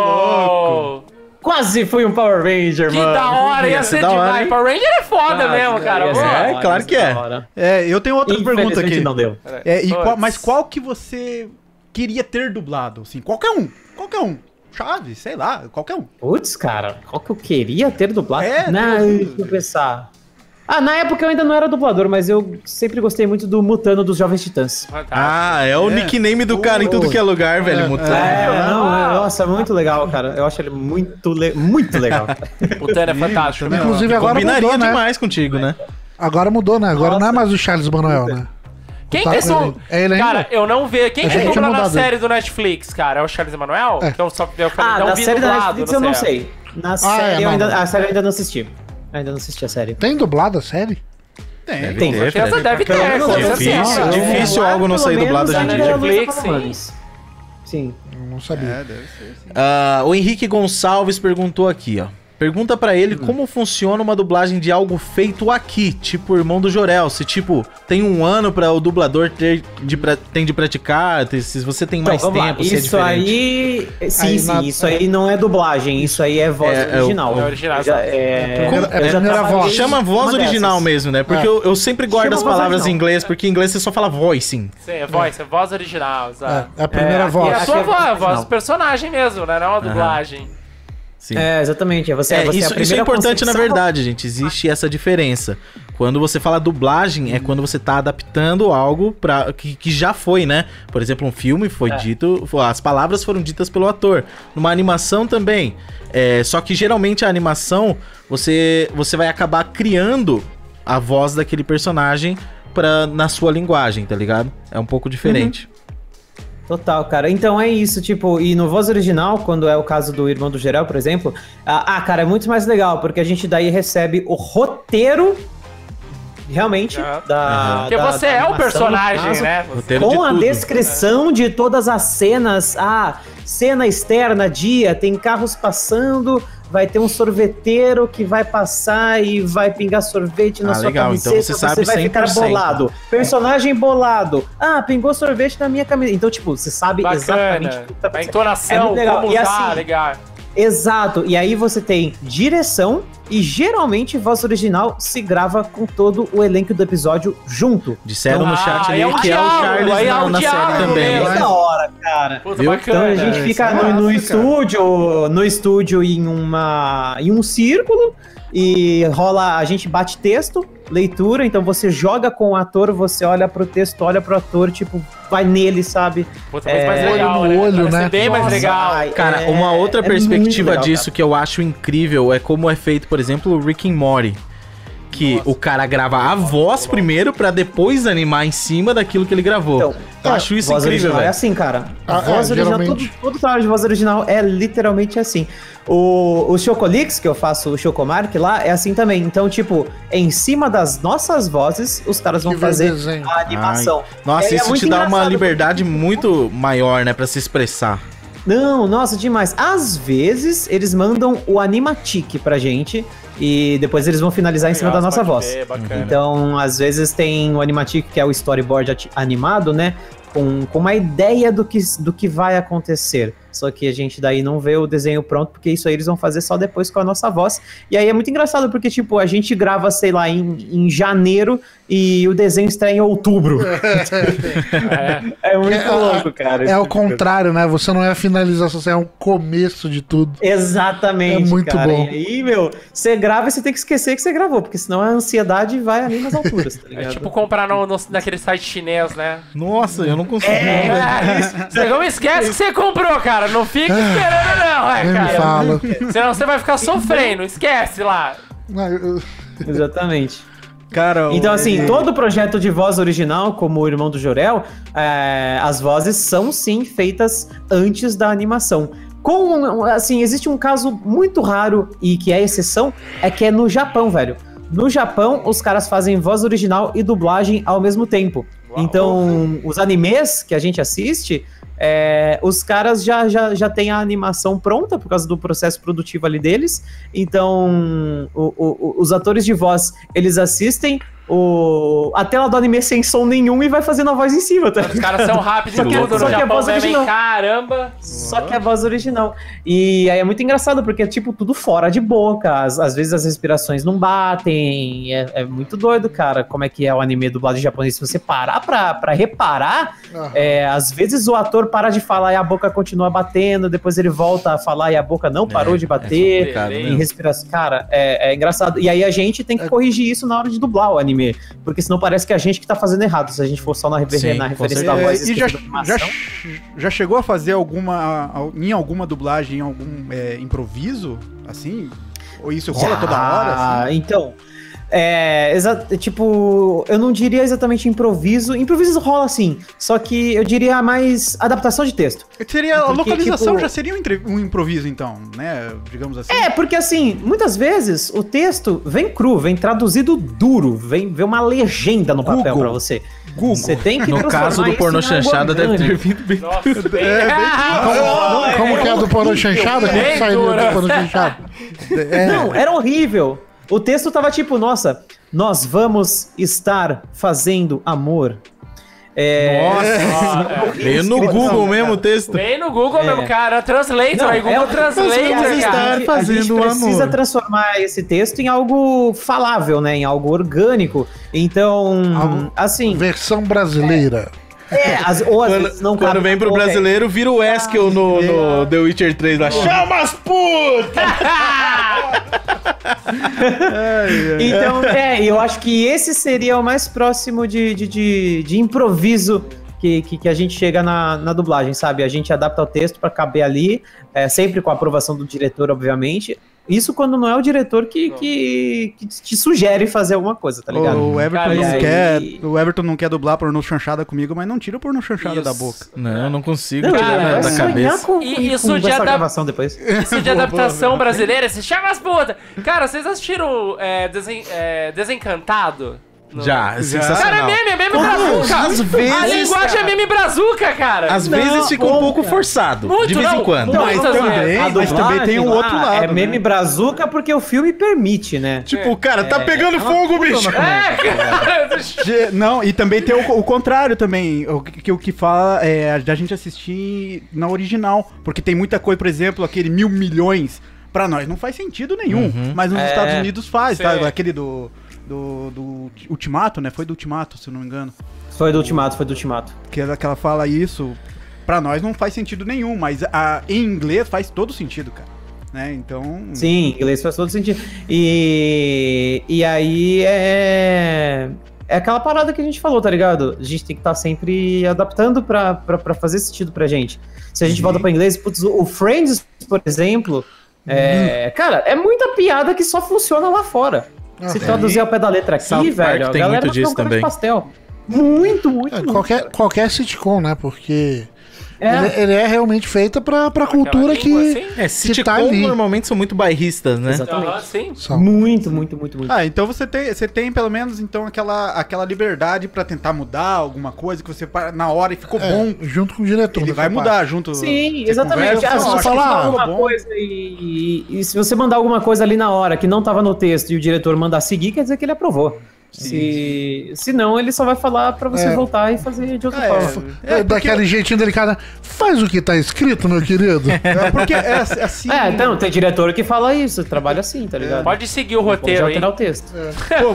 C: Ô,
B: Quase fui um Power Ranger,
C: Que
B: mano.
C: da hora, ia
A: Ia ser
C: ser
A: da hora,
C: demais.
A: hein?
C: Power Ranger é foda mesmo,
B: né?
C: cara.
A: ser.
C: boa.
A: É, claro que é.
E: É, eu tenho outra pergunta aqui.
B: não deu.
E: É, e qual-
C: Puts.
E: mas qual que você queria ter dublado? Assim, qualquer um. Qualquer um. Chaves, sei lá, qualquer um.
B: Putz, cara, qual que eu queria ter dublado?
E: É,
B: na,
E: não,
B: deixa eu pensar. Ah, na época eu ainda não era dublador, mas eu sempre gostei muito do Mutano dos Jovens Titãs.
C: Fantástico.
A: Ah, é o
E: É.
A: nickname do cara em tudo que é lugar, velho. Mutano.
B: É, não, é, nossa, muito legal, cara. Eu acho ele muito, le- muito legal.
C: Putana é fantástico. né?
D: Inclusive agora
A: Combinaria
D: mudou, né?
A: demais contigo, né?
D: Agora mudou, né? Agora não é
B: Nossa.
D: mais o Charles Manuel, né?
C: Quem
D: Tá
C: que é
D: com
C: só...
D: ele. É ele ainda?
C: Cara, eu não vejo. Quem
D: Eu
C: que
D: achei
C: dubla
D: que tinha
C: na
D: mudado
C: série do Netflix, cara? É o Charles Emanuel?
D: É.
C: Que eu só eu falei,
B: ah,
A: Então
C: não
B: da
C: vi
A: um
B: série da
C: dublado,
B: Netflix eu não sei. Na série,
D: é,
B: eu
D: não,
B: ainda,
D: não.
B: a série eu ainda não assisti. Eu ainda não assisti a série.
D: Tem dublado a série?
E: Tem.
B: Tem.
A: ter,
C: Essa
A: velho.
C: deve né? ter,
B: Pelo menos
C: com
B: eu não sei.
C: certeza.
A: Difícil,
B: É.
A: É, difícil algo não
B: Pelo
A: sair dublado
B: menos
A: hoje em
B: a
A: dia.
B: Netflix,
C: Netflix,
B: sim. Sim.
D: Eu não sabia.
E: É, deve ser. sim.
A: Ah, o Henrique Gonçalves perguntou aqui, ó. Pergunta pra ele como funciona uma dublagem de algo feito aqui, tipo Irmão do Jorel. Se, tipo, tem um ano pra o dublador ter de pra- tem de praticar, te- se você tem mais
B: Então, vamos lá.
A: tempo, se é
B: Isso
A: diferente.
B: aí. Sim,
D: Aí
B: sim,
D: na-
B: isso aí não é dublagem, isso aí é voz
A: É, é o-
B: original.
C: é original.
B: Já- é,
D: Como- é a primeira
B: trabalhei
D: voz.
A: Chama
B: numa
A: voz original
B: dessas.
A: mesmo, né? Porque
D: É.
A: eu, eu sempre guardo
B: Chama
A: as
B: voz
A: palavras em
B: original.
A: inglês, porque em inglês você só fala voicing.
C: Sim, é voz, é voz original, exato.
D: É, é a primeira
B: aqui
C: E
D: voz.
C: a
B: Aqui
C: sua
B: é
C: voz,
B: voz
C: a voz
B: original.
C: do personagem mesmo, né? Não a dublagem.
A: Sim.
B: É, exatamente. é Você,
A: É,
B: você
A: isso,
B: a
A: isso é
B: primeira
A: importante, na
B: concepção-
A: verdade, gente. Existe essa diferença. Quando você fala dublagem, é quando você tá adaptando algo pra, que, que já foi, né? Por exemplo, um filme foi
B: É.
A: dito, fo- as palavras foram ditas pelo ator. Numa animação também. É, só que geralmente a animação, você, você vai acabar criando a voz daquele personagem pra, na sua linguagem, tá ligado? É um pouco diferente.
B: Total, cara. Então é isso, tipo, e no voz original, quando é o caso do Irmão do Geral, por exemplo, ah, ah, cara, é muito mais legal, porque a gente daí recebe o roteiro, realmente,
C: Aham.
B: da.
C: Porque
B: da-
C: você
B: da
C: é o
B: animação, Ah, no
C: personagem,
B: caso.
C: né?
A: Roteiro de
B: Com a
A: tudo.
B: descrição de todas as cenas, a cena externa, dia, tem carros passando, vai ter um sorveteiro que vai passar e vai pingar sorvete na
A: Ah,
B: sua
A: legal, então
B: camiseta,
A: você sabe
B: vai ficar
A: 100%.
B: bolado. Personagem bolado. Ah, pingou sorvete na minha camiseta. Então, tipo, você sabe exatamente
C: Bacana.
B: o que tá
C: A
B: acontecendo. É
C: entonação,
B: muito legal.
C: como
B: E
C: usar,
B: assim,
C: legal.
B: Exato. E aí você tem direção e geralmente voz original se grava com todo o elenco do episódio junto.
A: Disseram no chat
C: Ah,
A: ali
C: é um
A: que é o
C: diálogo,
A: Charles
C: aí é
A: na,
C: um
A: na série
C: diálogo
A: também. né?
C: mesmo.
B: É da hora, cara.
C: Puta,
A: Viu?
B: Então
C: bacana. né?
B: a gente fica
E: isso é
B: no, no
E: massa, cara.
B: estúdio, no estúdio em uma em um círculo e rola a gente bate texto, leitura, então você joga com o ator, você olha pro texto, olha pro ator, tipo, vai nele, sabe?
C: Puta, muito mais
B: É,
C: legal,
D: olho no olho,
C: Parece
D: né?
E: É
C: bem mais
B: Nossa,
C: legal.
B: ai,
A: Cara,
B: é-
A: uma outra
B: é
A: perspectiva
B: muito legal,
A: disso que eu acho incrível é como é feito, por exemplo, o Rick and Morty. Que o cara grava a voz primeiro pra depois animar em cima daquilo que ele gravou.
B: Então,
A: eu acho isso
B: voz
A: incrível,
B: original é
A: velho.
B: assim, cara.
D: Ah,
B: voz
D: é,
B: original,
D: geralmente.
B: todo, todo trabalho de voz original é literalmente assim. O, o Chocolix, que eu faço o Chocomark lá, é assim também. Então, tipo, em cima das nossas vozes, os caras vão
D: Que vai
B: fazer
D: desenho.
B: a animação.
A: Nossa,
B: É, é
A: isso
B: muito
A: te dá uma
B: engraçado,
A: liberdade muito maior, né, Pra se expressar.
B: Não, nossa, demais. Às vezes, eles mandam o animatic pra gente e depois eles vão finalizar em cima da nossa voz. Então, às vezes tem o animatic, que é o storyboard ati- animado, né? Com, com uma ideia do que, do que vai acontecer. Só que a gente daí não vê o desenho pronto, porque isso aí eles vão fazer só depois com a nossa voz. E aí é muito engraçado, porque, tipo, a gente grava, sei lá, em, em janeiro e o desenho estreia em outubro. [laughs] é muito
D: É,
B: louco, cara.
D: É o contrário, né? Você não é a finalização, você é o começo de tudo.
B: Exatamente.
D: É muito
B: cara.
D: bom.
B: E aí, meu, você grava e você tem que esquecer que você gravou, porque senão a ansiedade vai ali nas alturas,
D: [laughs]
B: tá
C: É
B: ligado?
C: tipo comprar no, no- naquele site chinês, né?
A: Nossa, eu não consigo.
C: É, isso. Você não esquece que você comprou, cara. Não fica
B: Ah,
C: esperando, não, é,
D: Nem me
C: cara.
D: fala.
C: Senão você vai ficar sofrendo. Esquece lá.
D: Ah, eu-
B: Exatamente.
E: Cara,
B: Então,
E: o-
B: assim, todo projeto de voz original, como o Irmão do Jorel, é, as vozes são sim feitas antes da animação. Com, assim, existe um caso muito raro e que é exceção, é que é no Japão, velho. No Japão, os caras fazem voz original e dublagem ao mesmo tempo. Então, os animes que a gente assiste, é, os caras já, já, já têm a animação pronta por causa do processo produtivo ali deles. Então, o- o- o- os atores de voz, eles assistem o, a tela do anime sem som nenhum e vai fazendo a voz em cima, tá?
C: Os caras são rápidos
B: Só
C: em
B: que- só
C: tudo no
B: que a
C: Japão
B: voz
C: mesmo, hein?
B: original.
C: Caramba!
B: Só que a voz original. E aí é muito engraçado, porque é tipo tudo fora de boca. Às, às vezes as respirações não batem. É, é muito doido, cara, como é que é o anime dublado em japonês. Se você parar pra, pra reparar,
D: Aham.
B: é, às vezes o ator para de falar e a boca continua batendo, depois ele volta a falar e a boca
A: É,
B: não parou de bater.
A: complicado, né?
B: Em respiração. Cara, é, é engraçado. E aí a gente tem
E: É.
B: que corrigir isso na hora de dublar o anime. Porque senão parece que a gente que tá fazendo errado se a gente for só na, refer-
A: Sim,
B: na
A: com
B: referência da
A: certeza.
B: voz.
E: É, e já,
B: esquecendo tá, da
E: já,
B: animação.
E: já chegou a fazer alguma. al- em alguma dublagem, algum é, improviso? Assim? Ou isso rola toda hora?
B: Ah,
E: assim?
B: então. É, exa- tipo, eu não diria exatamente improviso. Improviso rola assim, só que eu diria mais adaptação de texto.
E: Seria, a
B: Porque,
E: localização
B: tipo-
E: já seria um, entre- um improviso, então, né? Digamos assim.
B: É, porque assim, muitas vezes o texto vem cru, vem traduzido duro, vem, vem uma legenda no papel
E: Google.
B: pra você. Você tem que
A: No
B: transformar
A: caso do
B: isso é
A: pornô
B: em
A: chanchada,
B: algo
A: deve ter
B: orgânico.
A: vindo bem.
C: Nossa, Ah, bem...
B: é,
C: [laughs]
D: Como, como que é a
C: um
D: do porno chanchada? Como que
C: bem
D: saiu
C: dura.
D: do porno chanchada?
B: Não, era horrível. O texto tava tipo, nossa, nós vamos estar fazendo amor. É,
C: Nossa, é.
A: Veio no Google mesmo o texto.
C: Bem no Google
B: É.
C: mesmo, cara. Translator,
B: Não,
C: aí Google
B: é o-
C: Translator,
A: Vamos
C: cara.
A: estar
B: a gente
A: fazendo
B: precisa
A: amor.
B: transformar esse texto em algo falável, né? Em algo orgânico. Então,
A: [laughs]
D: Algo-
B: assim,
D: Versão brasileira.
B: é, as, ou às vezes não
A: Quando
B: cabe Ah,
A: vem
B: na
A: pro
B: boca, é
A: brasileiro, vira o Eskel no, no The Witcher 3 lá. Chama as putas!
B: Então,
A: [laughs]
B: é, eu acho que esse seria o mais próximo de, de, de, de improviso que, que, que a gente chega na, na dublagem, sabe? A gente adapta o texto pra caber ali, é, sempre com a aprovação do diretor, obviamente. Isso quando não é o diretor que, que, que te sugere fazer alguma coisa, tá ligado?
E: O Everton,
C: Cara,
E: não
B: e
E: quer,
B: aí-
E: o Everton não quer dublar pornô chanchada comigo, mas não tira o pornô chanchada da boca.
A: Não, eu não consigo
B: Não,
A: tirar
B: ele
C: cara,
A: da-
B: vai
A: da
B: sonhar
A: cabeça.
B: com,
C: E
B: com-
C: isso
B: com
C: de
B: essa
C: adap-
B: gravação depois.
C: Isso de adaptação brasileira, se chama as putas. Cara, vocês assistiram é, Desen- é, Desencantado? No-
A: Já, é
C: Cara, é
A: sensacional.
C: meme, é meme
A: Todas
C: brazuca.
A: as
C: A
A: vezes,
C: linguagem é meme brazuca, cara. [laughs]
A: Às vezes fica um pouco forçado,
C: Muito,
A: de vez
C: não.
A: em quando.
C: Não,
E: Mas
C: Muitas
E: também,
C: vezes.
B: A
E: É, mas também tem o
B: dublagem
E: outro
B: lá
E: lado.
B: É meme
E: né?
B: brazuca porque o filme permite, né?
A: Tipo, cara, tá pegando fogo, bicho.
C: É, cara.
E: [laughs] De- Não, e também tem o, o contrário também, o que, o que fala é da gente assistir na original, porque tem muita coisa, por exemplo, aquele mil milhões, pra nós não faz sentido nenhum, mas nos
B: É.
E: Estados Unidos faz, tá?
C: Sim.
E: Aquele do, do, do Ultimato, né? Foi do Ultimato, se eu não me engano,
B: Foi do Ultimato, foi do Ultimato.
E: que ela, que ela fala isso, pra nós não faz sentido nenhum, mas a, em inglês faz todo sentido, cara, né? Então...
B: Sim, inglês faz todo sentido. E, e aí é. É aquela parada que a gente falou, tá ligado? A gente tem que estar sempre adaptando pra, pra, pra fazer sentido pra gente. Se a gente
E: Uhum.
B: volta pra inglês, putz, o Friends, por exemplo,
E: Uhum.
B: é, cara, é muita piada que só funciona lá fora. É.
D: Ah,
B: Se
D: É.
B: traduzir ao pé da letra aqui,
A: South Park
B: velho, a
A: tem
B: galera
A: muito
B: vai ficar
A: disso
B: um cara
A: também.
B: de pastel. Muito, muito,
D: É,
B: muito.
D: qualquer, qualquer sitcom, né? Porque
B: É.
D: Ele, ele é realmente feita pra, pra cultura que...
C: assim.
A: É, sitcom
D: tá ali.
A: normalmente são muito bairristas, né?
B: Exatamente.
C: sim.
D: São.
B: Muito, muito, muito, muito.
E: Ah, então você tem, você tem pelo menos então aquela, aquela liberdade pra tentar mudar alguma coisa que você para na hora e ficou
D: É,
E: bom.
D: junto com o diretor.
E: Ele
D: né,
E: vai
D: capaz.
E: mudar junto.
B: Sim,
E: Você
B: exatamente.
E: conversa,
B: Ah, se
E: fala,
B: você
E: fala,
B: mandar
E: ah,
B: alguma
E: bom.
B: coisa e, e- e se você mandar alguma coisa ali na hora que não estava no texto e o diretor mandar seguir, quer dizer que ele aprovou. Se, se não, ele só vai falar pra você
D: É.
B: voltar e fazer de outra
E: Ah,
B: forma.
E: É,
D: É, daquele jeitinho delicado. Faz o que tá escrito,
B: [laughs]
D: meu querido.
E: É porque é assim.
B: É, então, tem diretor que fala isso, trabalha assim, tá ligado?
C: Pode seguir o
B: Não pode
C: roteiro aí.
B: alterar o texto.
E: pô,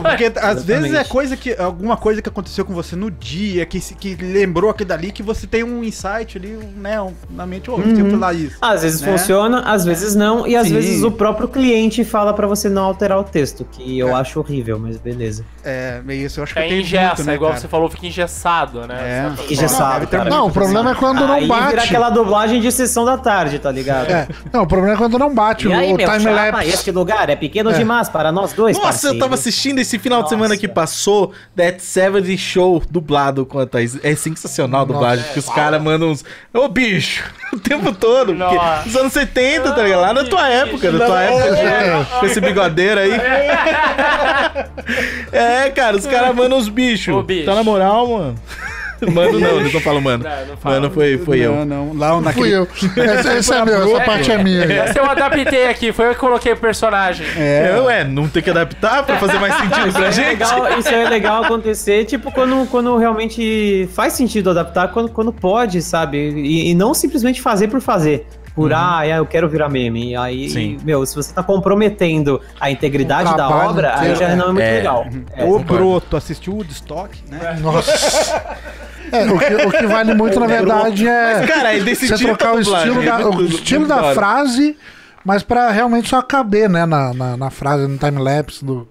B: [laughs]
E: porque às vezes é
B: Exatamente.
E: coisa que. Alguma coisa que aconteceu com você no dia, que, se- que lembrou aquilo dali, que você tem um insight ali, um, né? um- na mente, ô, eu
D: Uhum.
E: preciso falar isso.
B: Às vezes
E: Né?
B: funciona, às vezes não, e às
E: Sim.
B: vezes o próprio cliente fala pra você não alterar o texto, que eu acho horrível, mas beleza.
E: É, meio isso. Eu acho que eu
C: É
E: tenho
C: engessa,
E: muito, né,
C: igual
E: cara?
C: você falou, fica engessado, né?
E: É.
B: E já sabe, cara.
D: Não, o problema é quando não
B: Aí vira
D: bate.
B: aquela dublagem de sessão da tarde, tá ligado?
D: É, não, o problema é quando não bate.
B: E aí,
D: o
B: meu
D: time
B: chapa,
D: lapse.
B: este lugar é pequeno demais para nós dois,
A: Nossa, eu tava
B: parceiro.
A: assistindo esse final de semana
B: Nossa.
A: que passou, Dead Seventy Show dublado com a Thaís. É sensacional a dublagem, que os
C: É,
A: caras mandam uns. Ô bicho! [laughs] O tempo todo. Porque
C: Nossa. É.
A: nos anos 70, tá ligado? Lá na tua época, na tua época. né? Com esse bigodeiro aí. É, cara, os caras mandam uns bichos.
C: Ô, bicho. [laughs]
A: Tá na moral, mano. Mano, não, eles não falam mano.
C: Não, não fala.
A: Mano, foi, foi eu.
E: não, não. Lá naquele...
D: Fui eu. [laughs] Essa, essa é meu, essa parte é minha.
C: Essa eu adaptei aqui, foi eu que coloquei o personagem.
A: É, ué, não tem que adaptar pra fazer mais sentido pra
B: Isso é,
A: gente?
B: legal, isso é legal acontecer, tipo, quando, quando realmente faz sentido adaptar, quando, quando pode, sabe? E, e não simplesmente fazer por fazer. Por, ah, é, eu quero virar meme. E Aí,
A: Uhum. Sim.
B: meu, se você tá comprometendo a integridade
D: O
B: da
D: trabalho
B: obra, aí
D: inteiro,
B: já não é muito
A: é.
B: legal. É.
E: O Broto assistiu o Woodstock, né?
D: Nossa. É, o, que, o que vale muito, na verdade, é
A: Cara, ele decidiu
D: você
B: tipo
D: trocar o
B: é
D: estilo da, o estilo da frase, mas pra realmente só caber, né, na, na, na frase, no time-lapse do...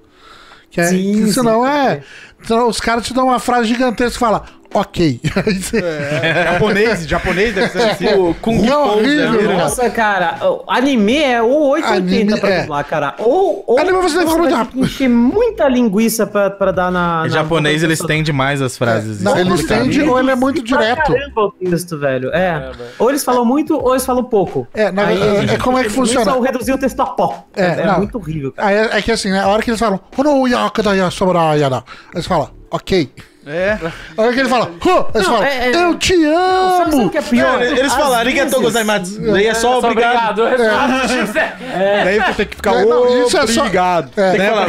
D: Que é,
B: Sim,
D: que
B: sim,
D: senão é... senão os caras te dão uma frase gigantesca e falam, ok. [laughs] Aí você-
E: [laughs]
B: É.
E: Japonês, japonês deve ser assim.
A: [laughs] O Kung
D: É
A: Pao,
D: horrível,
A: né?
D: cara.
B: Nossa, cara, o anime é ou 880
D: Anime, é.
B: pra dublar, cara. Ou, ou
D: Anime você deve falar muito
B: vai ter que encher muita linguiça pra, pra dar na.
A: Em
B: na
A: japonês, eles têm demais as frases.
D: Não,
A: isso é
D: ele
A: complicado.
D: estende ou ele é muito
B: Pra
D: direto.
B: Caramba, o texto, velho. É. Ou eles falam muito, ou eles falam pouco.
D: É, na,
B: Aí,
D: verdade, é, como é que funciona.
B: Só reduzir o texto a pó.
D: É,
B: É,
D: não.
B: muito horrível, cara.
D: Aí é, é que assim, né, a hora que eles falam, "Hono yakata ya sobara yada", aí você fala, ok.
E: É.
D: A hora que eles falam, "Hô", aí você fala,
B: é- é-
D: eu te
B: Sabe sabe o
D: amo.
B: que é pior?
A: Eles é eles
B: Às
A: falam, arigatou
B: vezes-
A: gozaimatsu. Daí é só
C: Só
A: obrigado.
C: obrigado. [laughs] É.
E: Daí você tem que ficar
D: É, não, isso é só-
E: obrigado.
D: É.
E: Né?
B: Ah,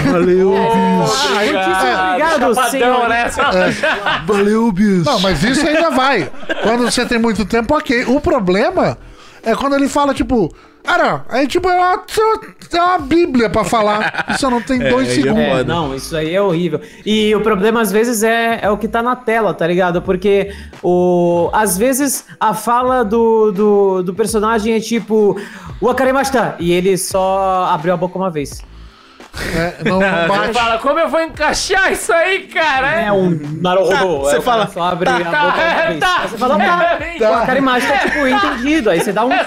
B: obrigado, senhor.
C: né?
I: Valeu, bicho.
D: Não, mas isso ainda vai. Quando você tem muito tempo, ok. O problema é quando ele fala, tipo, cara, aí tipo, é uma, é uma bíblia pra falar. Isso não tem dois
A: aí é
D: segundos.
B: É,
A: Foda.
B: não, isso aí é horrível. E o problema, às vezes, é, é o que tá na tela, tá ligado? Porque o, às vezes a fala do, do, do personagem é tipo Wakarimashita, e ele só abriu a boca uma vez.
D: É, não, não
C: Você
D: bate.
C: fala, como eu vou encaixar isso aí, cara?
B: É um Naruhodo.
A: Tá, Você
B: é, o cara
A: fala,
B: Só abre a boca
C: tá,
B: uma
C: é,
B: vez.
C: tá.
B: Aí Você fala, tá.
C: É,
B: tá. Wakarimashita,
A: [laughs]
B: tipo,
A: É,
B: entendido. Aí você dá um tá.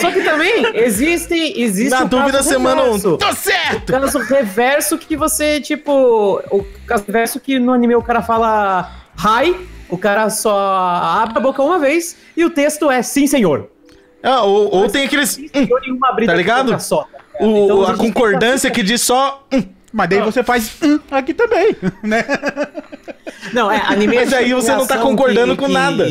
B: Só que também existem, existe
A: Na
B: o
A: dúvida,
B: caso
A: você manda um.
B: reverso. Um
A: Tô certo!
B: caso reverso que você, tipo. O caso reverso que no anime o cara fala hi, o cara só abre a boca uma vez e o texto é sim, senhor.
A: Ah, ou, ou tem aqueles.
B: Sim,
A: hum,
B: senhor e uma abrida
A: Tá ligado?
B: de boca só. tá ligado?
A: o-
B: Então,
A: a
B: gente tem que
A: concordância que diz só. hum.
E: Mas daí você faz hum, aqui também, né?
B: ficar- Não, é, anime. é
A: Mas aí
B: cheio de
A: você não tá
B: reação É.
A: concordando com nada.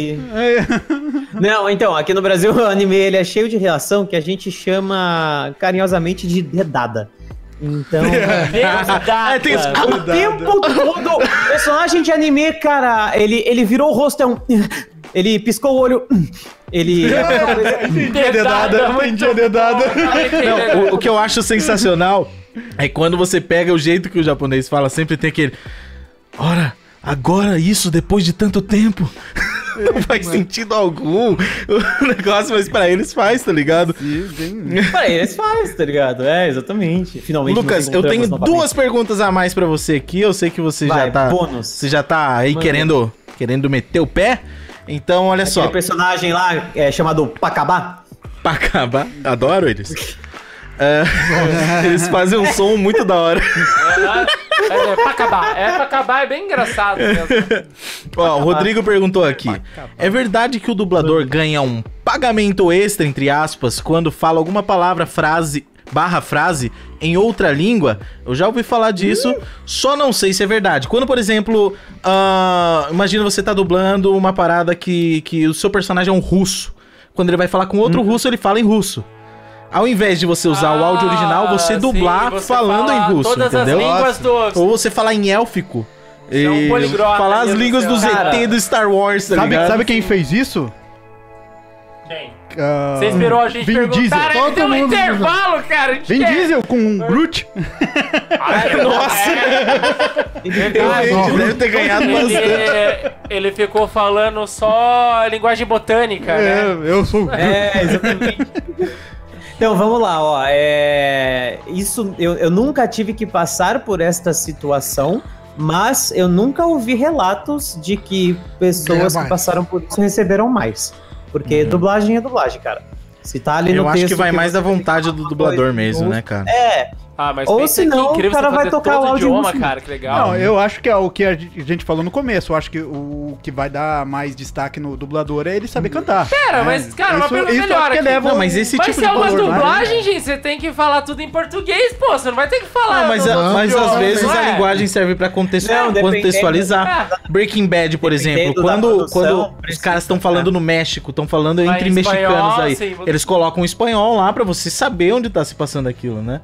B: Não, então, aqui no Brasil o anime ele é cheio de reação que a gente chama carinhosamente de dedada.
A: [laughs]
B: Então.
C: é
A: Ah, tem isso.
B: O tempo todo, o personagem de anime, cara, ele, ele virou o rosto, é um. [laughs] Ele piscou o olho. [laughs] Ele. é
A: Não, o, o que eu acho sensacional é quando você pega o jeito que o japonês fala, sempre tem aquele. Ora, agora isso depois de tanto tempo. [laughs] Não faz sentido algum [laughs] o negócio, mas pra eles faz, tá ligado? [laughs]
E: [laughs]
B: Peraí, eles fazem, tá ligado? É, exatamente. Finalmente.
A: Lucas,
B: nos
A: eu tenho
B: encontramos
A: duas perguntas a mais pra você aqui. Eu sei que você
B: Vai,
A: já tá.
B: bônus.
A: Você já tá aí
B: Manda.
A: querendo, querendo meter o pé. Então, olha
B: novamente.
A: só.
B: Aquele personagem lá é chamado Pacabá.
A: Pra acabar, adoro
B: [laughs]
A: eles. É, eles fazem um som muito da hora.
C: É pra acabar. É pra acabar, é bem engraçado mesmo.
A: Ó, o
C: [laughs]
A: Rodrigo perguntou aqui: É verdade que o dublador ganha um pagamento extra, entre aspas, quando fala alguma palavra, frase, barra frase, em outra língua? Eu já ouvi falar disso,
C: Hum.
A: só não sei se é verdade. Quando, por exemplo, ah, imagina você tá dublando uma parada que, que o seu personagem é um russo. Quando ele vai falar com
C: Hum.
A: outro russo, ele fala em russo. Ao invés de você usar o áudio
C: Ah,
A: original, você
C: sim,
A: dublar
C: você
A: falando
C: falar
A: em russo,
C: todas as
A: entendeu?
C: línguas do-
A: Ou você falar em élfico.
C: é um
A: E
C: poligrota,
A: falar as
C: meu
A: línguas do
C: Deus do céu.
A: ZT do Star Wars, tá
E: Sabe,
A: ligado?
E: sabe quem fez isso?
C: Bem,
E: Ah,
C: Você esperou a gente
E: Vin
C: perguntar,
E: Diesel.
C: ele deu um intervalo, cara. a gente
E: Vin
C: quer-
E: Diesel com um Groot.
C: Ai, é, Nossa.
B: é
A: Ele deve ter ganhado bastante.
C: Ele, ele ficou falando só linguagem botânica,
E: É,
C: né?
E: eu sou o Groot.
B: É, exatamente. Então vamos lá, ó. É... Isso eu, eu nunca tive que passar por esta situação, mas eu nunca ouvi relatos de que
D: Ganha
B: pessoas
D: mais.
B: que passaram por isso receberam mais. Porque dublagem é dublagem, cara. Se tá ali no
A: Uhum. Eu acho
B: texto
A: que vai mais da
B: você tem
A: vontade do
B: falar
A: dublador
B: coisa,
A: mesmo,
B: ou-
A: né, cara?
B: É,
C: Ah, mas
B: Ou
C: pensa
B: senão,
C: que incrível
B: o cara
C: você
B: vai
C: fazer
B: tocar o
C: todo
B: áudio
C: idioma,
B: no fim.
C: cara, que legal.
E: Não, eu acho que é o que a gen- gente falou no começo. Eu acho que o que vai dar mais destaque no dublador é ele saber cantar.
C: Pera, mas, cara, uma pergunta melhor aqui.
A: Não, mas esse
C: Mas
A: tipo
C: se
A: de
C: é uma
A: valor, né?
C: dublagem, gente, você tem que falar tudo em português, pô. Você não vai ter que falar.
A: Ah, mas,
C: no-
A: a-
C: no
A: mas
C: idioma,
A: às vezes
C: não
A: a
C: é? ah,
A: linguagem serve pra contextu-
B: Não, dependendo-
A: contextualizar. Breaking Bad, por
B: Dependendo
A: exemplo,
B: da
A: quando,
B: produção,
A: quando os
B: precisa,
A: caras estão
B: né?
A: falando no México, estão falando
C: Ah, em
A: entre
C: espanhol,
A: mexicanos aí,
C: sim, vou-
A: eles colocam o espanhol lá pra você saber onde tá se passando aquilo, né?
C: Ah,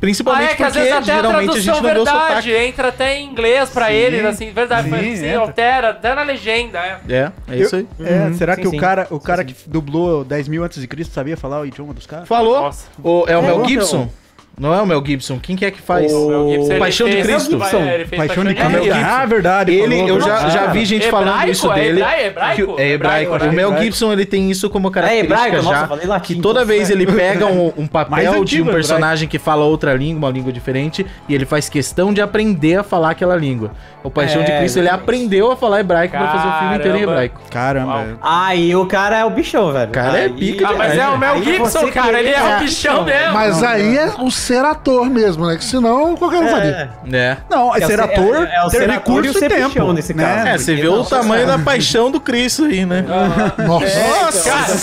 A: Principalmente
C: é que às
A: porque
C: vezes até a
A: geralmente a, gente
C: tradução
A: não deu
C: verdade
A: sotaque.
C: entra até em inglês pra eles, assim, verdade,
E: sim,
C: mas sim,
E: entra.
C: altera, até na legenda, é.
A: É, é isso aí.
E: É, será
B: Sim,
E: que
B: sim.
E: o cara, o cara que dublou 10 mil antes de Cristo sabia falar o idioma dos caras?
A: Falou?
C: Nossa.
A: O- é o Mel
E: então.
A: Gibson? Não é o Mel Gibson? Quem que é que faz?
C: O Mel Gibson, ele
A: Paixão de
C: fez-
A: Cristo.
C: vai, é, ele fez
E: Paixão de
A: Cristo.
E: Cristo. Ah, verdade.
A: Ele,
E: falou,
A: eu
E: verdade.
A: já, já vi gente
C: Hebraico?
A: falando isso
C: É
A: dele.
C: hebrai- hebraico?
A: Que- é hebraico.
C: Hebraico,
A: o Mel
E: hebraico.
A: Gibson ele tem isso como característica já.
B: hebraico? Nossa, falei latim,
A: que toda
B: pô.
A: vez ele pega um, um
E: Mais
A: papel
E: antigo,
A: de um
E: hebraico.
A: personagem que fala outra língua, uma língua diferente, e ele faz questão de aprender a falar aquela língua. O Paixão
B: É,
A: de Cristo ele
B: exatamente.
A: aprendeu a falar hebraico pra fazer o filme inteiro em
C: Caramba.
A: hebraico.
E: Caramba.
B: Aí o cara é o bichão, velho.
A: O cara é
B: Aí-
A: pica
C: Ah, mas
A: demais,
C: é o
A: né?
C: Mel
B: Aí
C: Gibson,
B: você
C: cara, ele é
B: queria-
C: o bichão mesmo.
D: Mas aí é o ser ator mesmo, né? Que senão qualquer um faria.
B: É.
A: É.
E: Não, é,
B: É o
E: ser
B: ser-
E: ator,
B: é- é o
E: ter
B: ser ator e o
E: recurso e
B: ser
E: tempo.
B: bichão nesse
E: né?
B: caso.
A: É, você vê o tamanho da paixão do Cristo aí, né? [laughs]
D: Nossa.
C: Cara,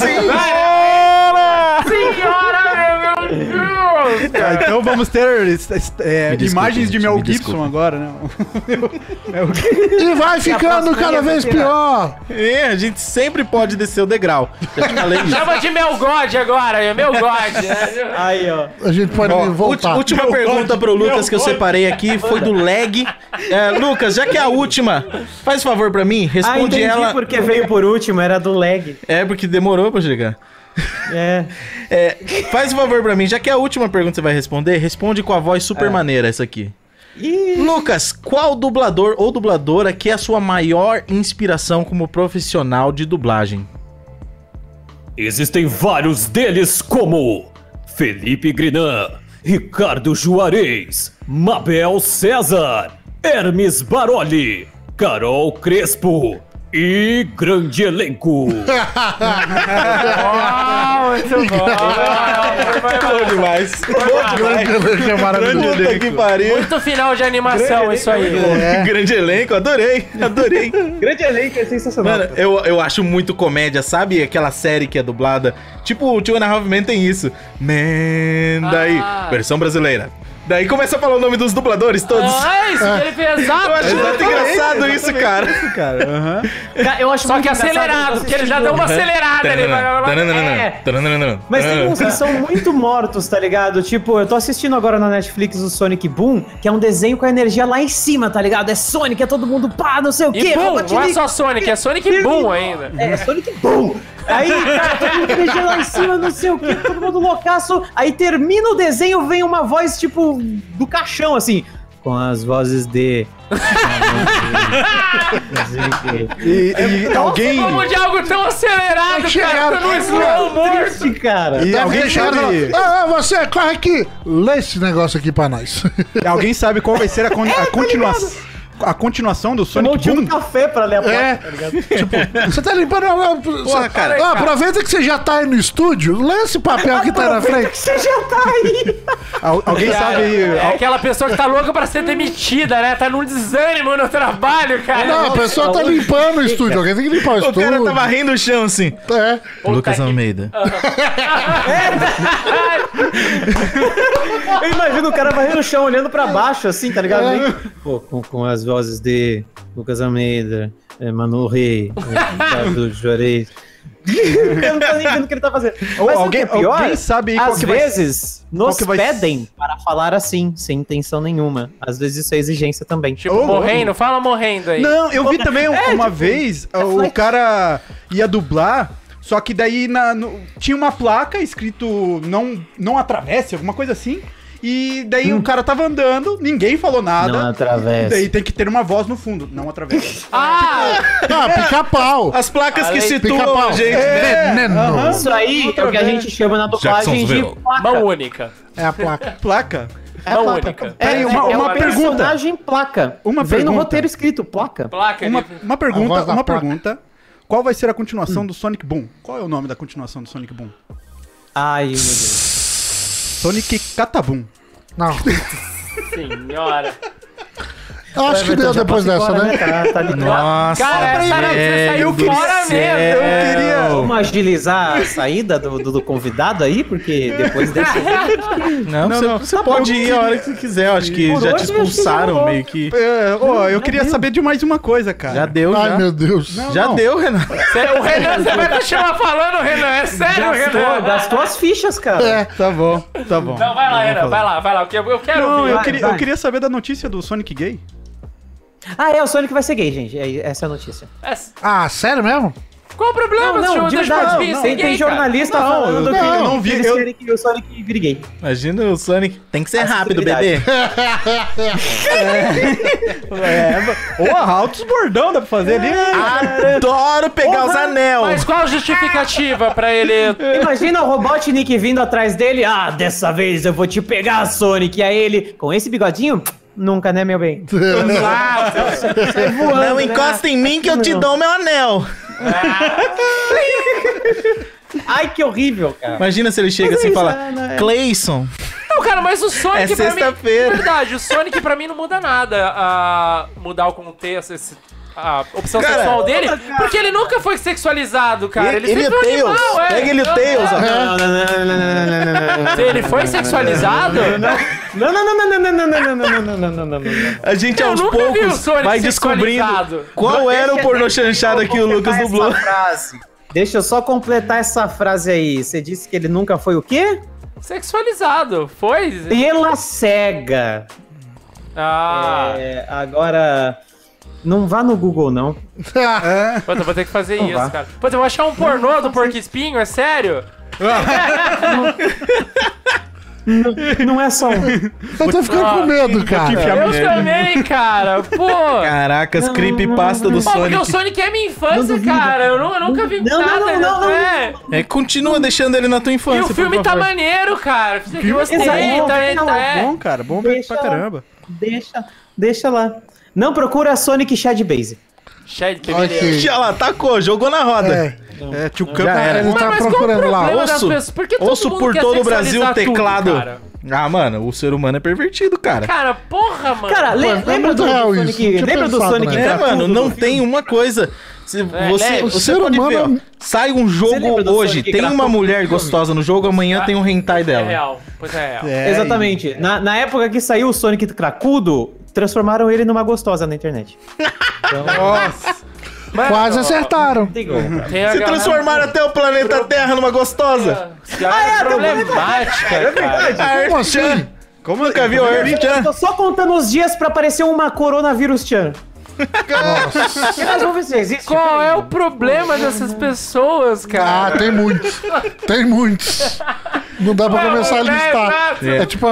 C: Senhora, meu Deus!
E: Ah, então vamos ter es- es- é,
A: Me desculpe,
E: imagens de
A: gente,
E: Mel
A: me desculpe.
E: Gibson agora, né?
D: E vai ficando cada vez pior.
A: É, a gente sempre pode descer o degrau. Já te falei isso.
C: Chama de Mel God né? agora, é Mel God.
A: [laughs]
B: Aí, ó.
D: A gente pode
A: Ó,
D: voltar. [laughs]
A: ulti- última pergunta pro Lucas que eu separei aqui foi do lag. É, Lucas, já que é a última, faz favor pra mim,
B: Ah,
A: responde
B: entendi
A: ela.
B: porque veio por último, era do lag.
A: É, porque demorou pra chegar.
B: É.
A: É, faz favor pra mim, já que é a última pergunta que você vai responder, responde com a voz super maneira essa aqui.
B: Ih,
A: Lucas, qual dublador ou dubladora que é a sua maior inspiração como profissional de dublagem?
H: Existem vários deles, como Felipe Grinan, Ricardo Juarez, Mabel César, Hermes Baroli, Carol Crespo e grande elenco.
A: demais.
D: Grande elenco é maravilhoso.
A: Puta que pariu.
C: Muito final de animação, isso aí.
E: né?
A: Grande elenco, adorei, adorei.
B: grande elenco é sensacional.
A: Mano, eu, eu acho muito comédia, sabe? Aquela série que é dublada. Tipo, o Two and a Half Men tem isso. Man, daí,
C: Ah.
A: versão brasileira. Daí começa a falar o nome dos dubladores todos.
C: Ah, isso, ele fez
A: eu acho muito
C: exato.
A: engraçado isso, cara.
E: Cara, aham.
B: Ca- Eu acho
C: Só
B: muito
C: que
B: engraçado
C: acelerado,
B: você né?
C: porque ele
B: assistir
C: já deu uma
B: dublado.
C: acelerada ali.
B: É. Mas
A: É. um
B: tem uns que são muito mortos, tá ligado? Tipo, eu tô assistindo agora na Netflix o Sonic Boom, que é um desenho com a energia lá em cima, tá ligado? É Sonic, é todo mundo pá, não sei o
C: E
B: quê.
C: Boom, não é
B: Robotnik.
C: só Sonic, é Sonic Boom ainda.
B: É, Sonic Boom! Aí, cara, todo mundo mexendo lá em cima, não sei o que, todo mundo loucaço. Aí termina o desenho, vem uma voz, tipo, do caixão, assim. Com as vozes de.
E: E, e [laughs] alguém.
C: Como de algo tão acelerado, cara,
D: chegaram-
C: tá no
E: né?
C: slow motion.
B: Triste, cara.
E: E
D: Deve
E: alguém
D: deixar
E: sabe,
D: ela-
E: [laughs]
D: Ah, você, corre aqui. Lê esse negócio aqui pra nós. [laughs]
E: alguém sabe qual vai ser a, con- a continuação. A continuação do
B: Tomou
E: Sonic
B: um tiro
E: Boom?
B: de café pra ler a placa,
D: É.
B: tá ligado?
D: Você tá limpando. a- a- só-
A: cara,
D: Ah, aproveita que você já tá aí no estúdio, lê esse papel que tá na
B: Aproveita
D: frente.
B: que você já tá aí.
E: Al- alguém sabe.
C: É
E: al-
C: aquela pessoa que tá louca pra ser demitida, né? Tá num desânimo no trabalho, cara.
D: Não, a pessoa tá limpando o estúdio. Alguém tem que limpar o
A: O
D: estúdio.
A: cara tá varrendo o chão assim.
D: É.
A: Lucas Almeida.
C: Ah,
B: Eu imagino o cara varrendo no chão, olhando pra baixo, assim, tá ligado?
E: É.
B: Bem- Pô, com, com as vozes de Lucas Almeida, eh, Manu Rei, eh,
E: [laughs]
B: Ricardo Juarez. Eu não tô nem vendo o que ele tá fazendo.
E: Ou
B: Mas
E: alguém-
B: alguém, o que é pior,
E: alguém sabe aí qual
B: às
E: que vai-
B: vezes nos
E: que vai-
B: pedem para falar assim, sem intenção nenhuma. Às vezes isso é exigência também.
C: Tipo,
E: Ô,
C: morrendo, fala morrendo aí.
E: Não, eu
B: [laughs]
E: vi
B: é,
E: também um- uma
B: tipo,
E: vez o cara ia dublar, só que daí na- no- tinha uma placa escrito não, não atravesse, alguma coisa assim. E daí
D: Hum.
E: o cara tava andando, ninguém falou nada.
B: Não atravessa.
E: Daí tem que ter uma voz no fundo,
B: [laughs]
E: não atravessa.
C: Ah,
D: Ah, pica-pau.
A: As placas que situam
D: Pica-pau.
A: a gente.
D: Veneno.
B: Isso aí é o que a gente chama na dublagem de
A: Jacksonville.
C: mão
B: placa. É
C: única.
D: É a placa.
E: Placa.
C: Mão única.
E: Peraí, uma- uma pergunta.
B: personagem placa.
E: Uma
B: Vem no
E: pergunta.
B: roteiro escrito, placa.
C: Placa
E: Uma,
C: ali.
E: uma
D: A
E: pergunta,
D: voz da
E: uma
D: placa. Hum.
E: pergunta. Qual vai ser a continuação do Sonic Boom? Qual é o nome da continuação do Sonic Boom?
B: Ai, meu Deus.
E: Sonic Cataboom.
D: Não.
C: Senhora.
D: Eu acho que deu
B: já
D: depois
B: posso ir
D: dessa,
B: embora,
D: né?
B: Tá, tá ligado.
A: Nossa,
C: Cara,
A: velho
C: cara, você saiu
A: do
C: fora mesmo, eu
A: céu.
B: Queria- Vamos agilizar a saída do, do- do convidado aí, porque depois desse.
A: Não, tá você, você pode ir a hora que você quiser. Eu acho que já te expulsaram meio que.
E: É, ó, eu queria saber de mais uma coisa, cara.
A: Já deu, já.
D: Ai, meu Deus.
A: já
E: não.
A: deu, Renan.
C: Cê- o Renan, você vai continuar falando, Renan? É sério,
B: Gastou,
C: Renan?
B: gastou as fichas, cara.
A: Tá bom, tá bom.
C: Não, vai lá, Renan, vai lá, vai lá. Eu quero- Eu quero
E: Não,
C: ouvir.
E: eu
B: Vai,
E: queria,
B: vai.
E: eu queria saber da notícia do Sonic Gay.
B: Ah, é, o Sonic vai ser gay, gente. É, essa é a notícia.
C: É-
D: Ah, sério mesmo?
C: Qual o problema, senhor? Deixa eu participar, isso é
B: tem, tem
C: gay, cara.
B: jornalista falando que
E: eu não vi,
B: eles
E: eu-
B: querem que o Sonic vire gay.
A: Imagina o Sonic. Tem que ser rápido, bebê.
B: sensibilidade.
E: Ô, altos bordão dá pra fazer ali. né?
A: Adoro pegar os anel.
C: Mas qual a justificativa pra ele...
B: Imagina o Robotnik vindo atrás dele. Ah, dessa vez eu vou te pegar, Sonic. E aí ele, com esse bigodinho, nunca, né, meu bem? Sai voando,
A: Não
B: né?
A: encosta em mim que eu te
B: Não.
A: dou meu anel.
B: Ai, que horrível, cara.
A: Imagina se ele chega
B: Mas é
A: assim e
B: isso,
A: fala:
B: é, não,
C: né?
B: é.
A: Clayson.
C: Não, cara, mas o Sonic
A: É
C: pra mim...
A: sexta-feira.
C: Verdade, o Sonic pra mim não muda nada. ah, mudar o contexto, esse- a opção
A: Cara,
C: sexual dele. Porque ele nunca foi sexualizado, cara. Ele,
A: Ele e
C: sempre
A: o
C: foi
A: Tails.
C: um animal, é.
A: Pega ele e o
C: Não,
A: Tails, ó.
B: Não, não, não, não, não, não, não, não, não, não.
C: Se ele
A: [laughs]
C: foi sexualizado...
B: Não, não, não, não, não, não, não, não, não, não, não, não, não.
A: A gente
C: Eu
A: aos
C: nunca vi o
A: poucos
C: Sonic
A: vai descobrindo
C: sexualizado.
A: qual era o pornô chanchado que é o Lucas dublou.
B: Deixa eu só completar essa frase aí. Você disse que ele nunca foi o quê?
C: Sexualizado, foi?
B: Pela cega.
C: Ah,
B: É, agora, não vá no Google, não.
C: puta, eu vou ter que fazer isso,
B: Então vá.
C: cara. Puta, eu vou achar um pornô do Porco Espinho, é sério?
B: Não é só um.
D: [laughs]
B: [laughs]
D: Eu tô ficando com medo, cara.
C: Eu
B: [laughs]
C: também, cara, pô.
A: Caracas, creepypasta do
C: Pô, porque o
A: Sonic.
C: Sonic é minha infância, cara. Eu, nu- eu nunca vi
B: Não, não,
C: nada.
B: não,
C: né?
B: não, não,
C: é.
A: É, continua deixando ele na tua
C: E
A: infância.
C: o filme
A: por
C: tá
A: favor.
C: maneiro, cara. Eu gostei,
B: Exato,
C: tá,
B: final,
C: tá, é.
E: Bom, cara, bom
B: Deixa
E: pra
B: lá.
E: caramba.
B: Deixa, deixa lá. Não procura Sonic Chad Base.
C: Cheio de
D: Ok.
A: Tia lá, tacou, jogou na roda.
D: É,
E: É, tio Campo.
A: Já era.
D: ele tá
C: Mas qual o
D: procurando lá.
C: problema das
A: Ah, osso.
C: pessoas? Por que todo
A: Osso
C: mundo
A: por
C: quer
A: todo o Brasil,
C: sexualizar tudo,
A: teclado.
C: cara?
A: Ah, mano, o ser humano é pervertido, cara.
C: Cara, porra, mano.
B: Cara, le-
D: é
B: lembra
D: muito
B: do
D: real
B: Sonic?
D: isso. Tinha
B: Lembra do
D: pensado,
B: Sonic?
D: né?
A: É,
B: Era
A: mano,
B: tudo
A: não
B: do
A: tem uma coisa. Se você
C: leve. O
A: você
D: ser
A: pode ver, ó.
D: humano-
A: Sai um jogo
B: lembra do
A: hoje,
B: Sonic
A: tem uma
B: Grafudo
A: mulher
B: no filme?
A: gostosa no jogo, amanhã tem um hentai
C: É
A: dela.
C: real, pois é real.
E: É,
B: Exatamente. Na, na época que saiu o Sonic Cracudo, transformaram ele numa gostosa na internet.
D: Quase acertaram.
B: Tem como.
C: Tem a
A: Se
C: galera-
A: transformaram até o planeta Terra numa gostosa.
B: Ah, é,
C: Galera é problemática, cara.
D: Como assim?
A: Como nunca viu a Earth Chan?
B: [laughs] Tô só contando os dias pra aparecer uma coronavírus tchan. Nossa. Mas vamos ver se existe.
C: Qual é o problema dessas pessoas,
D: Ah,
C: cara?
D: tem muitos. Tem muitos. Não dá tá pra começar a listar. É tipo.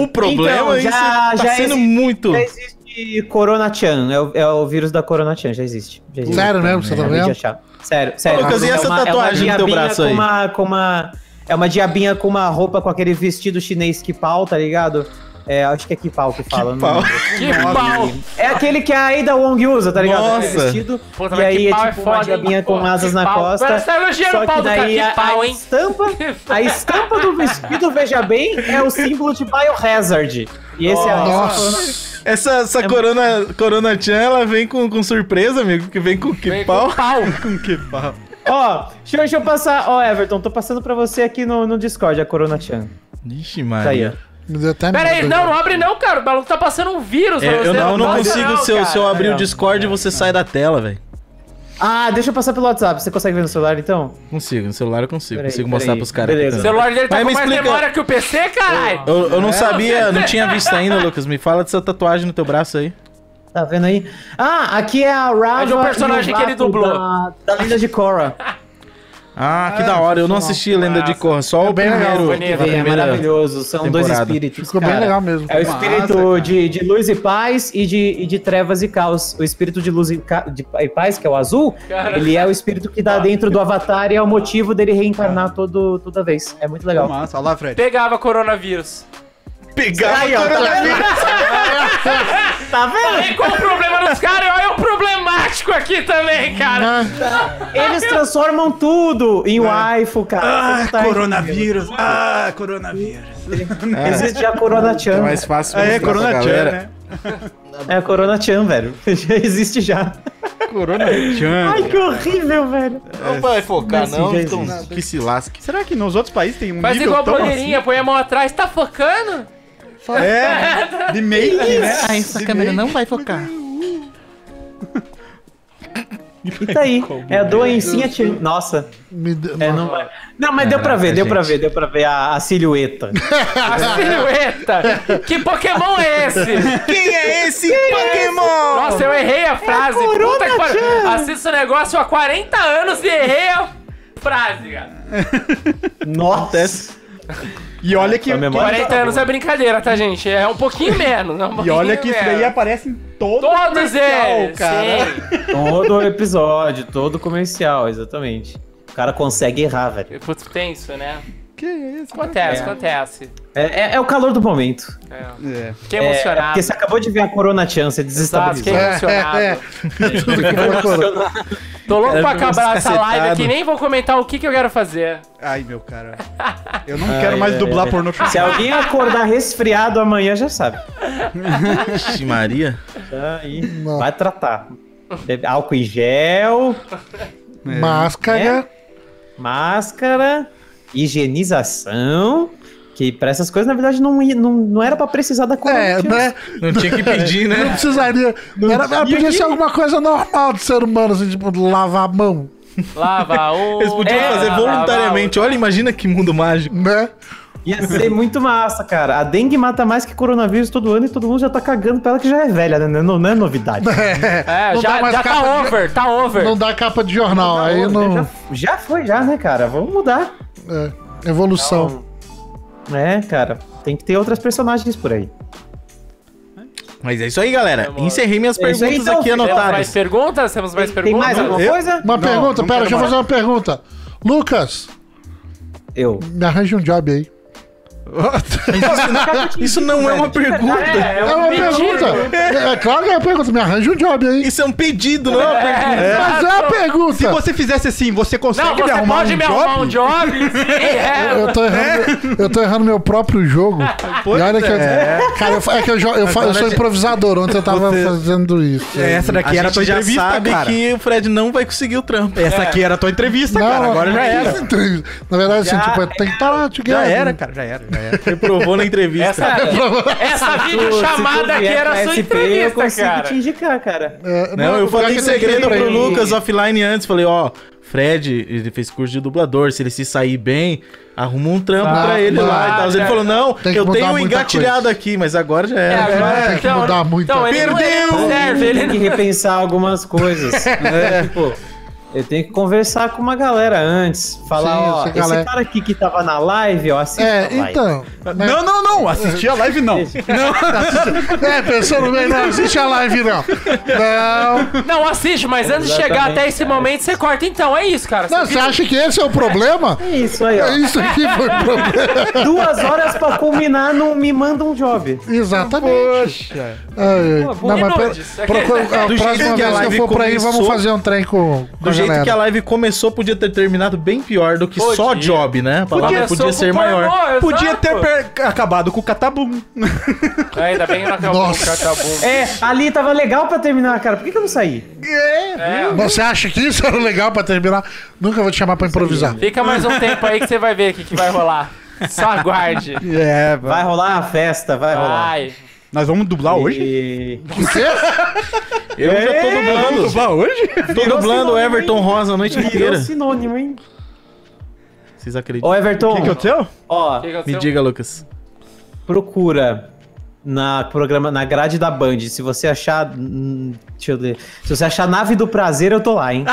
A: O problema é isso.
B: já-
A: Tá
B: já é
A: sendo
B: existe-
A: muito.
B: Já existe Corona Chan. É o, é o vírus da Corona Chan, já existe. Já existe.
D: Sério mesmo, você tá
B: Acabei de
D: vendo?
B: achar. Sério, sério. é
A: Lucas, e essa tatuagem no teu
B: diabinha
A: braço
B: com
A: aí?
B: Uma, com uma, é uma diabinha com uma roupa, com aquele vestido chinês que pau, tá ligado? É, acho que é que pau que fala. não
A: pau.
B: lembro.
C: Que pau.
B: É aquele que a Aida Wong usa, tá ligado?
A: Nossa.
B: Aquele vestido,
C: Puta,
B: e
C: mas que
B: aí é
C: pau
B: tipo
C: é foda,
B: uma diabinha
C: hein?
B: com
C: Pô,
B: asas
C: que
B: na
C: pau.
B: costa.
C: Parece que tá elogiando o
B: Só
C: pau
B: que
C: do cara.
B: daí
C: Que
B: a,
C: pau,
B: a
C: hein? [laughs]
B: estampa, a estampa do vestido, veja bem, é o símbolo de Biohazard. E esse é a
D: Nossa.
A: Essa, essa corona, corona Chan, ela vem com, com surpresa, amigo, que vem com que
C: Vem [laughs] com
A: pau.
C: pau.
B: Ó, deixa, eu- deixa eu passar. Ó, Everton, tô passando pra você aqui no, no Discord, a Corona Chan.
A: Ixi,
B: Tá aí, ó.
A: Maria.
D: Me deu até
C: Pera aí,
D: medo.
C: não, não abre não, cara. O maluco tá passando um vírus. pra
A: É, eu
C: você,
A: não, eu não
C: passa
A: consigo, se, eu,
C: cara.
A: se eu abrir o Discord,
B: É.
A: você sai da tela, velho.
B: Ah, deixa eu passar pelo WhatsApp. Você consegue ver no celular então?
A: Consigo, no celular eu consigo.
B: Peraí,
A: consigo
B: peraí.
A: mostrar pros caras.
B: Beleza.
C: O celular dele tá
A: Mas
C: com
A: me
C: mais
A: explica-
C: memória que o PC, caralho.
A: Eu, eu não sabia, não tinha visto ainda, Lucas. Me fala dessa tatuagem no teu braço aí.
B: Tá vendo aí? Ah, aqui é a Rava.
C: É de um personagem
B: e o
C: que ele
B: Vato
C: dublou.
B: Da, da lenda de Korra.
A: Ah, que da hora. Eu não assisti Lenda de Korra, só o
D: bem legal,
A: primeiro.
C: bonito,
A: a
B: é
A: primeira-
B: maravilhoso. São dois
A: temporada.
B: espíritos.
D: Ficou bem
B: cara.
D: legal mesmo.
B: É o espírito de, de luz e paz e de, e de trevas e caos. O espírito de luz e, ca- de pa- e paz, que é o azul,
C: Cara.
B: ele é o espírito que dá dentro do avatar e é o motivo dele reencarnar todo, toda vez. É muito legal.
E: Massa, olha lá, Fred.
C: Pegava coronavírus.
A: Pegar
B: Aí, ó, tá vendo? Tá vendo?
D: Tá
C: Tá Aí qual o problema dos caras? Olha o é um problemático aqui, aqui também,
A: Ah,
C: cara.
B: Eles transformam tudo em waifu, cara. Você
E: Ah,
B: tá
E: coronavírus. Ah, coronavírus.
B: entendendo. Existe a Corona Chan.
A: É mais fácil
E: Ah, é,
A: mostrar pra
E: coronavírus,
A: galera.
E: né?
B: É a Corona Chan, velho. [laughs] Já existe já.
E: Corona
B: Ai, que horrível, velho.
A: Não vai focar,
B: Desse
A: não.
B: jeito.
A: Então, que se lasque.
E: Será que nos outros países tem um
C: Faz
E: nível
C: igual a
E: tão
A: assim.
C: bandeirinha, põe a mão atrás, tá focando?
E: assim? É, de make, né?
A: Aí essa câmera não vai focar.
B: E tá aí. É a doencinha Chan. Nossa.
D: Me dê-
B: É, não vai. Não, mas deu pra ver, deu pra ver, deu pra ver a, a silhueta.
A: [laughs]
C: A silhueta. que Pokémon é esse?
J: Quem é esse
A: Oh.
J: Pokémon?
C: Nossa, eu errei
A: É
C: a frase. Puta que pariu. Assisto o negócio há 40 anos e errei a frase, cara.
B: Nossa.
E: E olha que.
B: A memória-
C: 40 anos é brincadeira, tá, gente? É um pouquinho
E: [laughs]
C: menos. é um
E: E
C: pouquinho
E: olha que isso daí
C: menos.
E: aparece em todo
C: Todos
E: comercial,
C: eles, sim.
B: Todo episódio, todo comercial, exatamente. O cara consegue errar, velho.
C: Putz, tenso, né?
E: Que isso?
C: Acontece,
B: É.
C: acontece.
B: É, é- é o calor do momento.
C: É.
E: É.
C: Fiquei
B: É, é
C: emocionado.
B: porque você acabou de ver a Corona Chan, você
C: Sabe, fiquei
B: desestabilizou.
C: emocionado.
D: É, é. Tudo que foi corona.
C: Tô louco
A: Era
C: pra
A: pra
C: acabar
A: você
C: essa
A: cacetado.
C: live aqui, nem vou comentar o que, que eu quero fazer.
E: Ai, meu cara. Eu não quero mais dublar
B: ai.
E: pornô
B: Se alguém acordar resfriado amanhã, já sabe.
A: Ixi, Maria.
B: Tá aí. Vai tratar. Bebe álcool em gel,
D: Máscara.
B: máscara, higienização. Que pra essas coisas, na verdade, não, ia- não, não era pra precisar da Corona
D: É,
B: Chan.
D: né?
A: Não tinha que pedir,
D: Não
A: né?
D: precisaria. Era, era, podia ser alguma coisa normal do ser humano, assim, tipo, lavar a mão,
C: Lava o.
A: Eles podiam
C: É,
A: fazer
C: lava
A: voluntariamente. Olha, imagina que mundo mágico.
D: né?
B: Ia ser muito massa, cara. A dengue mata mais que coronavírus todo ano e todo mundo já tá cagando pra ela que já é velha, né? Não, não é novidade.
C: o- É,
D: Não dá
C: já,
D: mais
C: já tá
D: capa de-
C: over, tá over.
D: Não dá capa de jornal, aí
B: Já,
D: [laughs] não.
B: né? já foi, já, né, cara? Vamos mudar.
D: é, evolução.
B: É, cara. Tem que ter outras personagens por aí.
A: Mas é isso aí, galera. Encerrei minhas
B: É isso aí,
A: perguntas
B: então,
A: aqui
B: filho.
C: Temos
A: anotadas.
C: mais perguntas? Temos mais
B: Tem
C: perguntas?
B: mais alguma
D: Eu-
B: coisa?
D: Uma
E: Não,
D: pergunta, pera,
E: não quero
D: deixa eu
E: mais.
D: fazer uma pergunta. Lucas,
B: Eu.
D: me arranja um job aí.
A: Isso não é uma pergunta.
C: É,
D: É uma pergunta. É, é claro que é uma pergunta, me arranja um job aí.
A: Isso é um pedido, não é uma pergunta.
D: Mas é uma
E: Se
D: pergunta.
E: você fizesse assim, você consegue
C: Não,
E: me
C: você
E: arrumar
C: pode
E: um
C: me
E: job?
C: arrumar um job? Sim, é.
D: Eu tô, errando, eu tô errando meu próprio jogo.
E: Pois
D: e olha que eu,
E: é.
D: Cara, eu, fa- é que eu, jo- eu, fa- eu sou improvisador, ontem eu tava fazendo isso.
E: É, Essa daqui
A: a
E: era a
A: gente
E: tua
A: já
E: entrevista,
A: sabe
E: cara.
A: que o Fred não vai conseguir o trampo. É.
E: Essa aqui era a tua entrevista, cara. Agora já era.
D: é Na verdade, assim, tipo, tem que estar lá, te
E: Já era, cara. Já era, já era.
A: Reprovou na entrevista.
C: Essa, essa videochamada aqui era a sua
B: eu
C: entrevista,
B: consigo
C: cara.
B: te indicar, cara.
D: É,
A: Não, eu
D: pior
A: falei
D: que
A: em
D: eu liguei
A: segredo
D: pra
A: pro
D: ele.
A: Lucas offline antes. Falei, ó, Fred, ele fez curso de dublador. Se ele se sair bem, arruma um trampo
D: Ah,
A: pra ele
D: tá.
A: lá e tal. Ele
C: É.
A: falou, não,
D: Tem que
A: eu
D: mudar
A: tenho um
D: muita
A: engatilhado
D: coisa.
A: aqui, mas agora já
C: É,
A: era.
C: agora-
D: tem que mudar muito.
C: Então, ele Perdeu! Não serve, ele
B: Tem que repensar algumas [laughs] coisas. Tipo, eu tenho que conversar com uma galera antes. Falar,
D: Sim,
B: ó,
D: essa
B: esse
D: galera.
B: cara aqui que tava na live, ó, assista a
D: É,
B: live.
D: então. né?
E: Não, não, não. Assistir a live, não.
D: É, pensando bem, não assiste a live, não. Não.
C: Não, assiste, mas antes de chegar
B: Exatamente,
C: até esse momento, você corta então. É isso, cara.
D: Não, você acha que esse é o problema?
B: É isso aí,
D: É
B: ó.
D: isso aqui foi o problema.
B: Duas horas pra culminar num Me Manda um Job.
D: Exatamente. Ai, ai.
C: boa.
D: Não, mas
C: Nudes?
D: pera- procura- a
A: Do jeito que
D: próxima
A: a
D: vez que eu
A: live
D: for pra aí,
A: começou-
D: vamos fazer um trem com, com
A: Do
D: a
A: jeito
D: galera.
A: que a live começou, podia ter terminado bem pior do que só
C: Podia.
A: job, né? A palavra
C: Começou
A: podia
C: com
A: ser
C: pornô,
A: maior.
C: exato.
E: Podia ter per- acabado com o catabum.
C: Ainda bem que não acabou.
D: Nossa.
C: acabou.
B: É, ali tava legal pra terminar, cara. Por que, que eu não saí?
C: É,
D: Você acha que isso era legal pra terminar? Nunca vou te chamar pra improvisar.
C: Fica mais um tempo aí que você vai ver o que, que vai rolar. Só aguarde.
E: É,
B: Vai rolar a festa, vai rolar.
C: Ai.
E: Nós vamos
D: Ah,
E: dublar hoje?
B: E...
A: Eu já tô
E: Vamos
A: dublando.
E: dublar hoje?
A: Tô
B: Virou
A: dublando o
B: sinônimo,
A: Everton
B: hein?
A: Rosa a noite
B: Virou
A: inteira.
B: sinônimo, hein?
A: Vocês acreditam?
B: Ô, Everton,
E: O que aconteceu?
B: ó,
C: O que
A: Me
C: aconteceu?
A: diga, Lucas.
B: procura na programa na grade da Band. Se você achar, hum, deixa eu ver. Se você achar Nave do Prazer, eu tô lá, hein?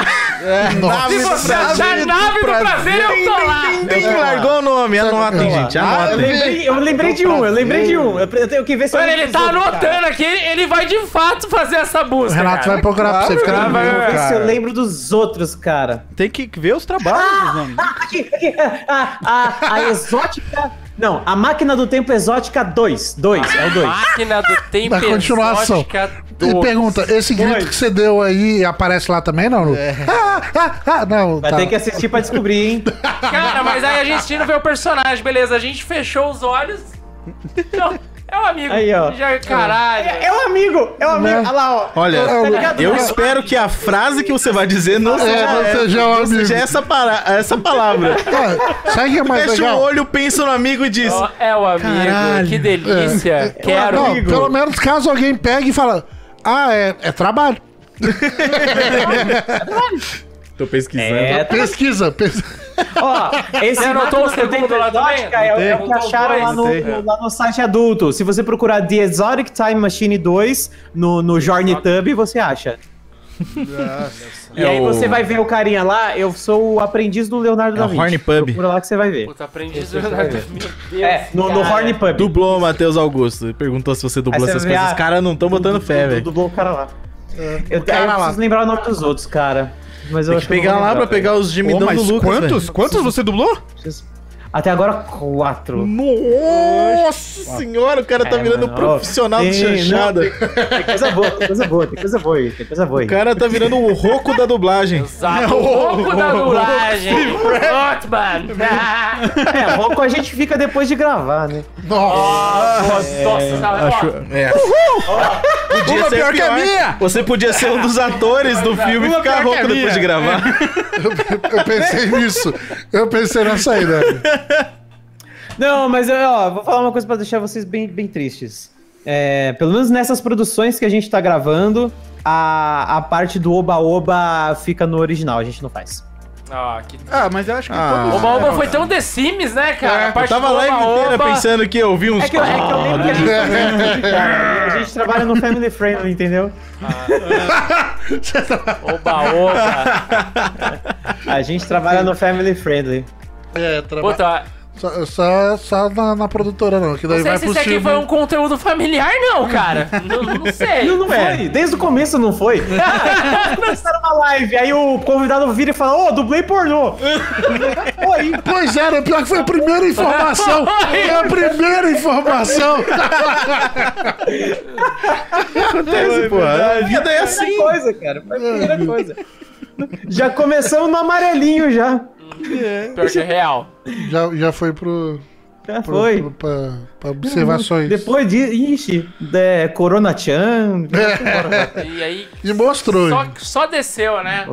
C: Se você achar nave do prazer, eu tô lá.
A: Quem largou o nome? Anotem, gente.
B: [laughs] Eu
A: Anotem.
B: lembrei, eu lembrei de um, eu lembrei de um. Eu pre- eu tenho que ver se eu
C: Mano,
B: lembro
C: ele
B: dos
C: tá
B: outros, cara.
C: anotando aqui, ele vai de fato fazer essa
D: O
C: busca.
D: Renato
C: cara.
D: vai procurar pra você, fica
E: Claro,
B: Eu
D: tranquilo.
B: vou ver se eu
E: Cara.
B: lembro dos outros, cara.
E: Tem que ver os trabalhos, mano.
B: Aqui, aqui, [laughs] a, a, a exótica. Não, a máquina do tempo exótica 2. 2, é o 2.
C: Máquina do tempo
D: Da continuação.
C: exótica
D: E pergunta, esse grito que você deu aí aparece lá também, não? Lu? Ah, ah, ah, não.
B: Vai
D: tá.
B: ter que assistir pra descobrir, hein?
C: Cara, mas aí a gente não vê o personagem, beleza. A gente fechou os olhos. Então, é um amigo.
B: Aí, ó.
C: Já, caralho.
B: É um amigo, é um amigo. Olha lá, ó.
A: Olha,
B: Tá ligado?
A: eu espero que a frase que você vai dizer não
D: É,
A: seja,
D: não seja um
A: não
D: amigo.
A: seja essa, para, essa palavra.
D: Ah, sabe o que é mais
A: é- Fecha
D: legal?
A: o olho, pensa no amigo e diz.
C: Ó, É o amigo.
A: Caralho.
C: Que delícia. Quero.
D: Não, pelo menos caso alguém pegue e fala, ah, é, é trabalho.
A: Tô pesquisando.
B: É, tá-
D: Pesquisa, pesquisa.
B: ó, esse
C: Você anotou
B: Magnum
C: o segundo
B: Detector
C: lá também?
B: Exótica É, o- é o que
C: Anotou os
B: acharam lá no,
C: dois?
B: no- lá no site adulto. Se você procurar The Exotic Time Machine 2 no, no Journey Tub, você acha.
A: É,
B: E aí você vai ver o carinha lá, eu sou o aprendiz do Leonardo
A: É
B: da
A: o
B: Vinci.
A: Horny Pub.
B: Procura lá que você vai ver.
C: Puta, aprendi isso. Meu Deus.
B: É, no, no
C: cara.
B: Horny Pub.
A: Dublou o Matheus Augusto. Perguntou se você dublou
B: Aí você
A: essas
B: vê,
A: coisas.
B: ah,
A: Os caras não estão botando fé, velho. É.
B: Dublou o cara lá. Eu, aí eu preciso lembrar o nome dos outros, cara. Mas eu
A: Tem
B: acho
A: que pegar
B: eu vou
A: lá pra
B: lembrar,
A: pegar os
E: Pô,
A: gemidão
E: mas
A: do Lucas.
E: quantos? Quantos você dublou?
B: velho. Até agora, quatro.
A: Nossa senhora, o cara tá
B: É,
A: virando
B: mano, ó.
A: profissional de
B: Sim, não,
A: chanchada.
B: Tem coisa boa, tem coisa boa, tem coisa boa aí, tem coisa boa aí.
A: O cara tá virando o roco da dublagem.
C: Exato. Louco da dublagem. Otman. [laughs]
B: É, rouco a gente fica depois de gravar, né?
C: Nossa,
A: Acho-
C: ó,
A: é. Podia
E: Uma
A: ser
E: pior que a minha!
A: Você podia ser um dos atores do filme e
E: Uma
A: ficar
E: pior que a
A: rouco depois
E: minha.
A: de
B: É,
A: gravar.
D: Eu [laughs] pensei nisso. Eu pensei nessa aí, né?
B: Não, mas eu, ó, vou falar uma coisa pra deixar vocês bem, bem tristes. É, pelo menos nessas produções que a gente tá gravando, a, a parte do oba-oba fica no original, a gente não faz.
C: Ah, que...
E: Ah, mas eu acho que
A: Ah.
E: todos-
C: O Baoba foi tão The Sims, né, cara? A
A: Eu
C: parte
A: tava a
C: do
A: live
C: Oba
A: inteira
C: Oba.
A: pensando que eu vi uns.
B: É que eu, é que eu lembro que a gente, né? a gente trabalha no family friendly, entendeu?
C: Oba, oba.
B: A gente trabalha no family friendly.
D: [laughs] É, trabalho.
C: Puta,
D: Só, só, só na, na produtora, não, que daí
C: não sei
D: vai
C: se
D: pro
C: isso aqui
D: filme.
C: foi um conteúdo familiar, não, cara. Não, não sei.
B: Não, não foi. Desde o começo não [laughs] foi. Começaram então uma live, aí o convidado vira e fala, ô, dublei pornô. [laughs] Oi.
D: Pois é, era, pior que foi a
C: [laughs]
D: primeira informação. Foi a primeira informação.
A: acontece, pô. A vida é assim.
B: Primeira coisa, cara. Foi a primeira coisa. Uhum. Já começamos no amarelinho, já.
C: Pior que é real.
D: Já, já foi pro.
B: Já
D: pro-
B: foi.
D: pro- pra, pra observações.
B: Depois de. Ixi, é,
A: [laughs]
B: Corona Chan.
C: E aí,
D: E mostrou.
C: só, só desceu, né?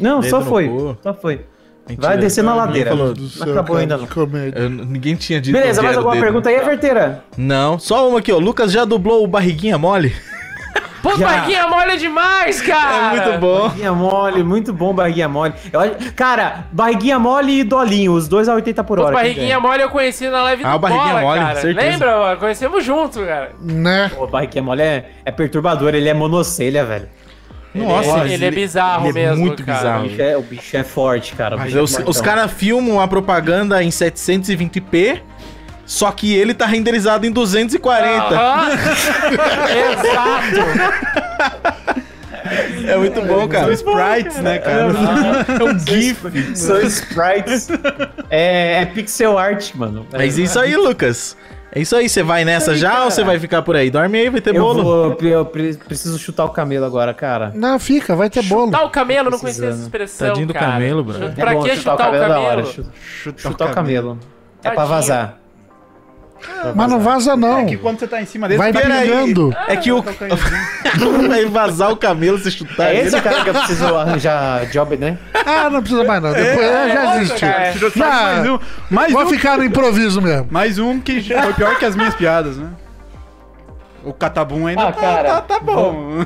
B: Não,
A: Dedo
B: só
A: no
B: foi.
A: cu.
B: Só foi.
A: Mentira.
B: Vai descer na
A: Ninguém
B: ladeira.
A: falou
D: do
B: Não acabou
D: cara
B: ainda,
D: de
B: não.
D: comédia.
A: Eu- ninguém tinha dito.
B: Beleza,
A: onde era
B: mais
A: o
B: alguma
A: dedo.
B: pergunta aí, Verteira?
A: Não, só uma aqui, ó. O Lucas já dublou o Barriguinha Mole.
C: Pô,
B: Já.
C: Barquinha molha demais, cara.
A: É muito bom.
B: Barriguinha mole, muito bom barriguinha mole. Eu acho- Cara, barriguinha mole e dolinho, os dois a 80 por
C: O
B: hora.
C: Barriguinha Mole eu conheci na live do
A: Ah, o Barriguinha
C: Bola,
A: Mole,
C: cara.
A: certeza.
C: Lembra? mano? Conhecemos junto, cara.
D: Né?
B: O barriguinha mole é, é perturbador, ele é monocelha, velho.
A: Nossa,
C: ele, ele é bizarro
A: ele é
C: mesmo,
A: muito
C: cara.
A: bizarro.
B: O bicho é, o bicho é forte, cara. o
A: Mas
B: bicho é
A: os
B: fortão.
A: os caras filmam a propaganda em 720p, só que ele tá renderizado em 240.
C: Aham. [laughs] Exato.
A: É muito bom, cara.
E: sprites, né, cara?
A: É
B: [laughs]
A: um GIF.
B: São sprites. é, é pixel art, mano.
A: Mas é isso aí, Lucas. É isso aí, você vai nessa já ou você vai ficar por aí? Dorme aí, vai ter
B: eu,
A: é bolo.
B: vou- eu pre- preciso chutar o camelo agora, cara.
D: Não, fica, vai ter bolo.
C: Tá o camelo, não conhecia essa expressão,
A: Tadinho do
C: Então, cara.
A: camelo, bro.
C: Chuta- Pra que chutar o
B: é
C: camelo?
B: da hora, chu-
E: Chutar,
B: Chutar o camelo. É pra
C: Tadinho.
B: vazar.
D: Mas não vaza, não.
E: É que quando você tá em cima dele, [laughs]
D: Vai
E: você fica
A: peraí.
D: pingando.
A: É que o. [laughs] vai vazar o camelo se chutar.
B: É
A: ele.
B: esse o cara que eu preciso
A: [laughs]
B: arranjar job, né?
D: Ah, não precisa mais, não. Depois é, já existiu.
C: cara.
E: Tirou sarro,
D: Já,
E: mais um. Mais
D: vou
E: um.
D: ficar no improviso mesmo.
E: Mais um que foi pior que as minhas piadas, né? O catabum ainda
B: Ah, cara,
E: tá, tá bom.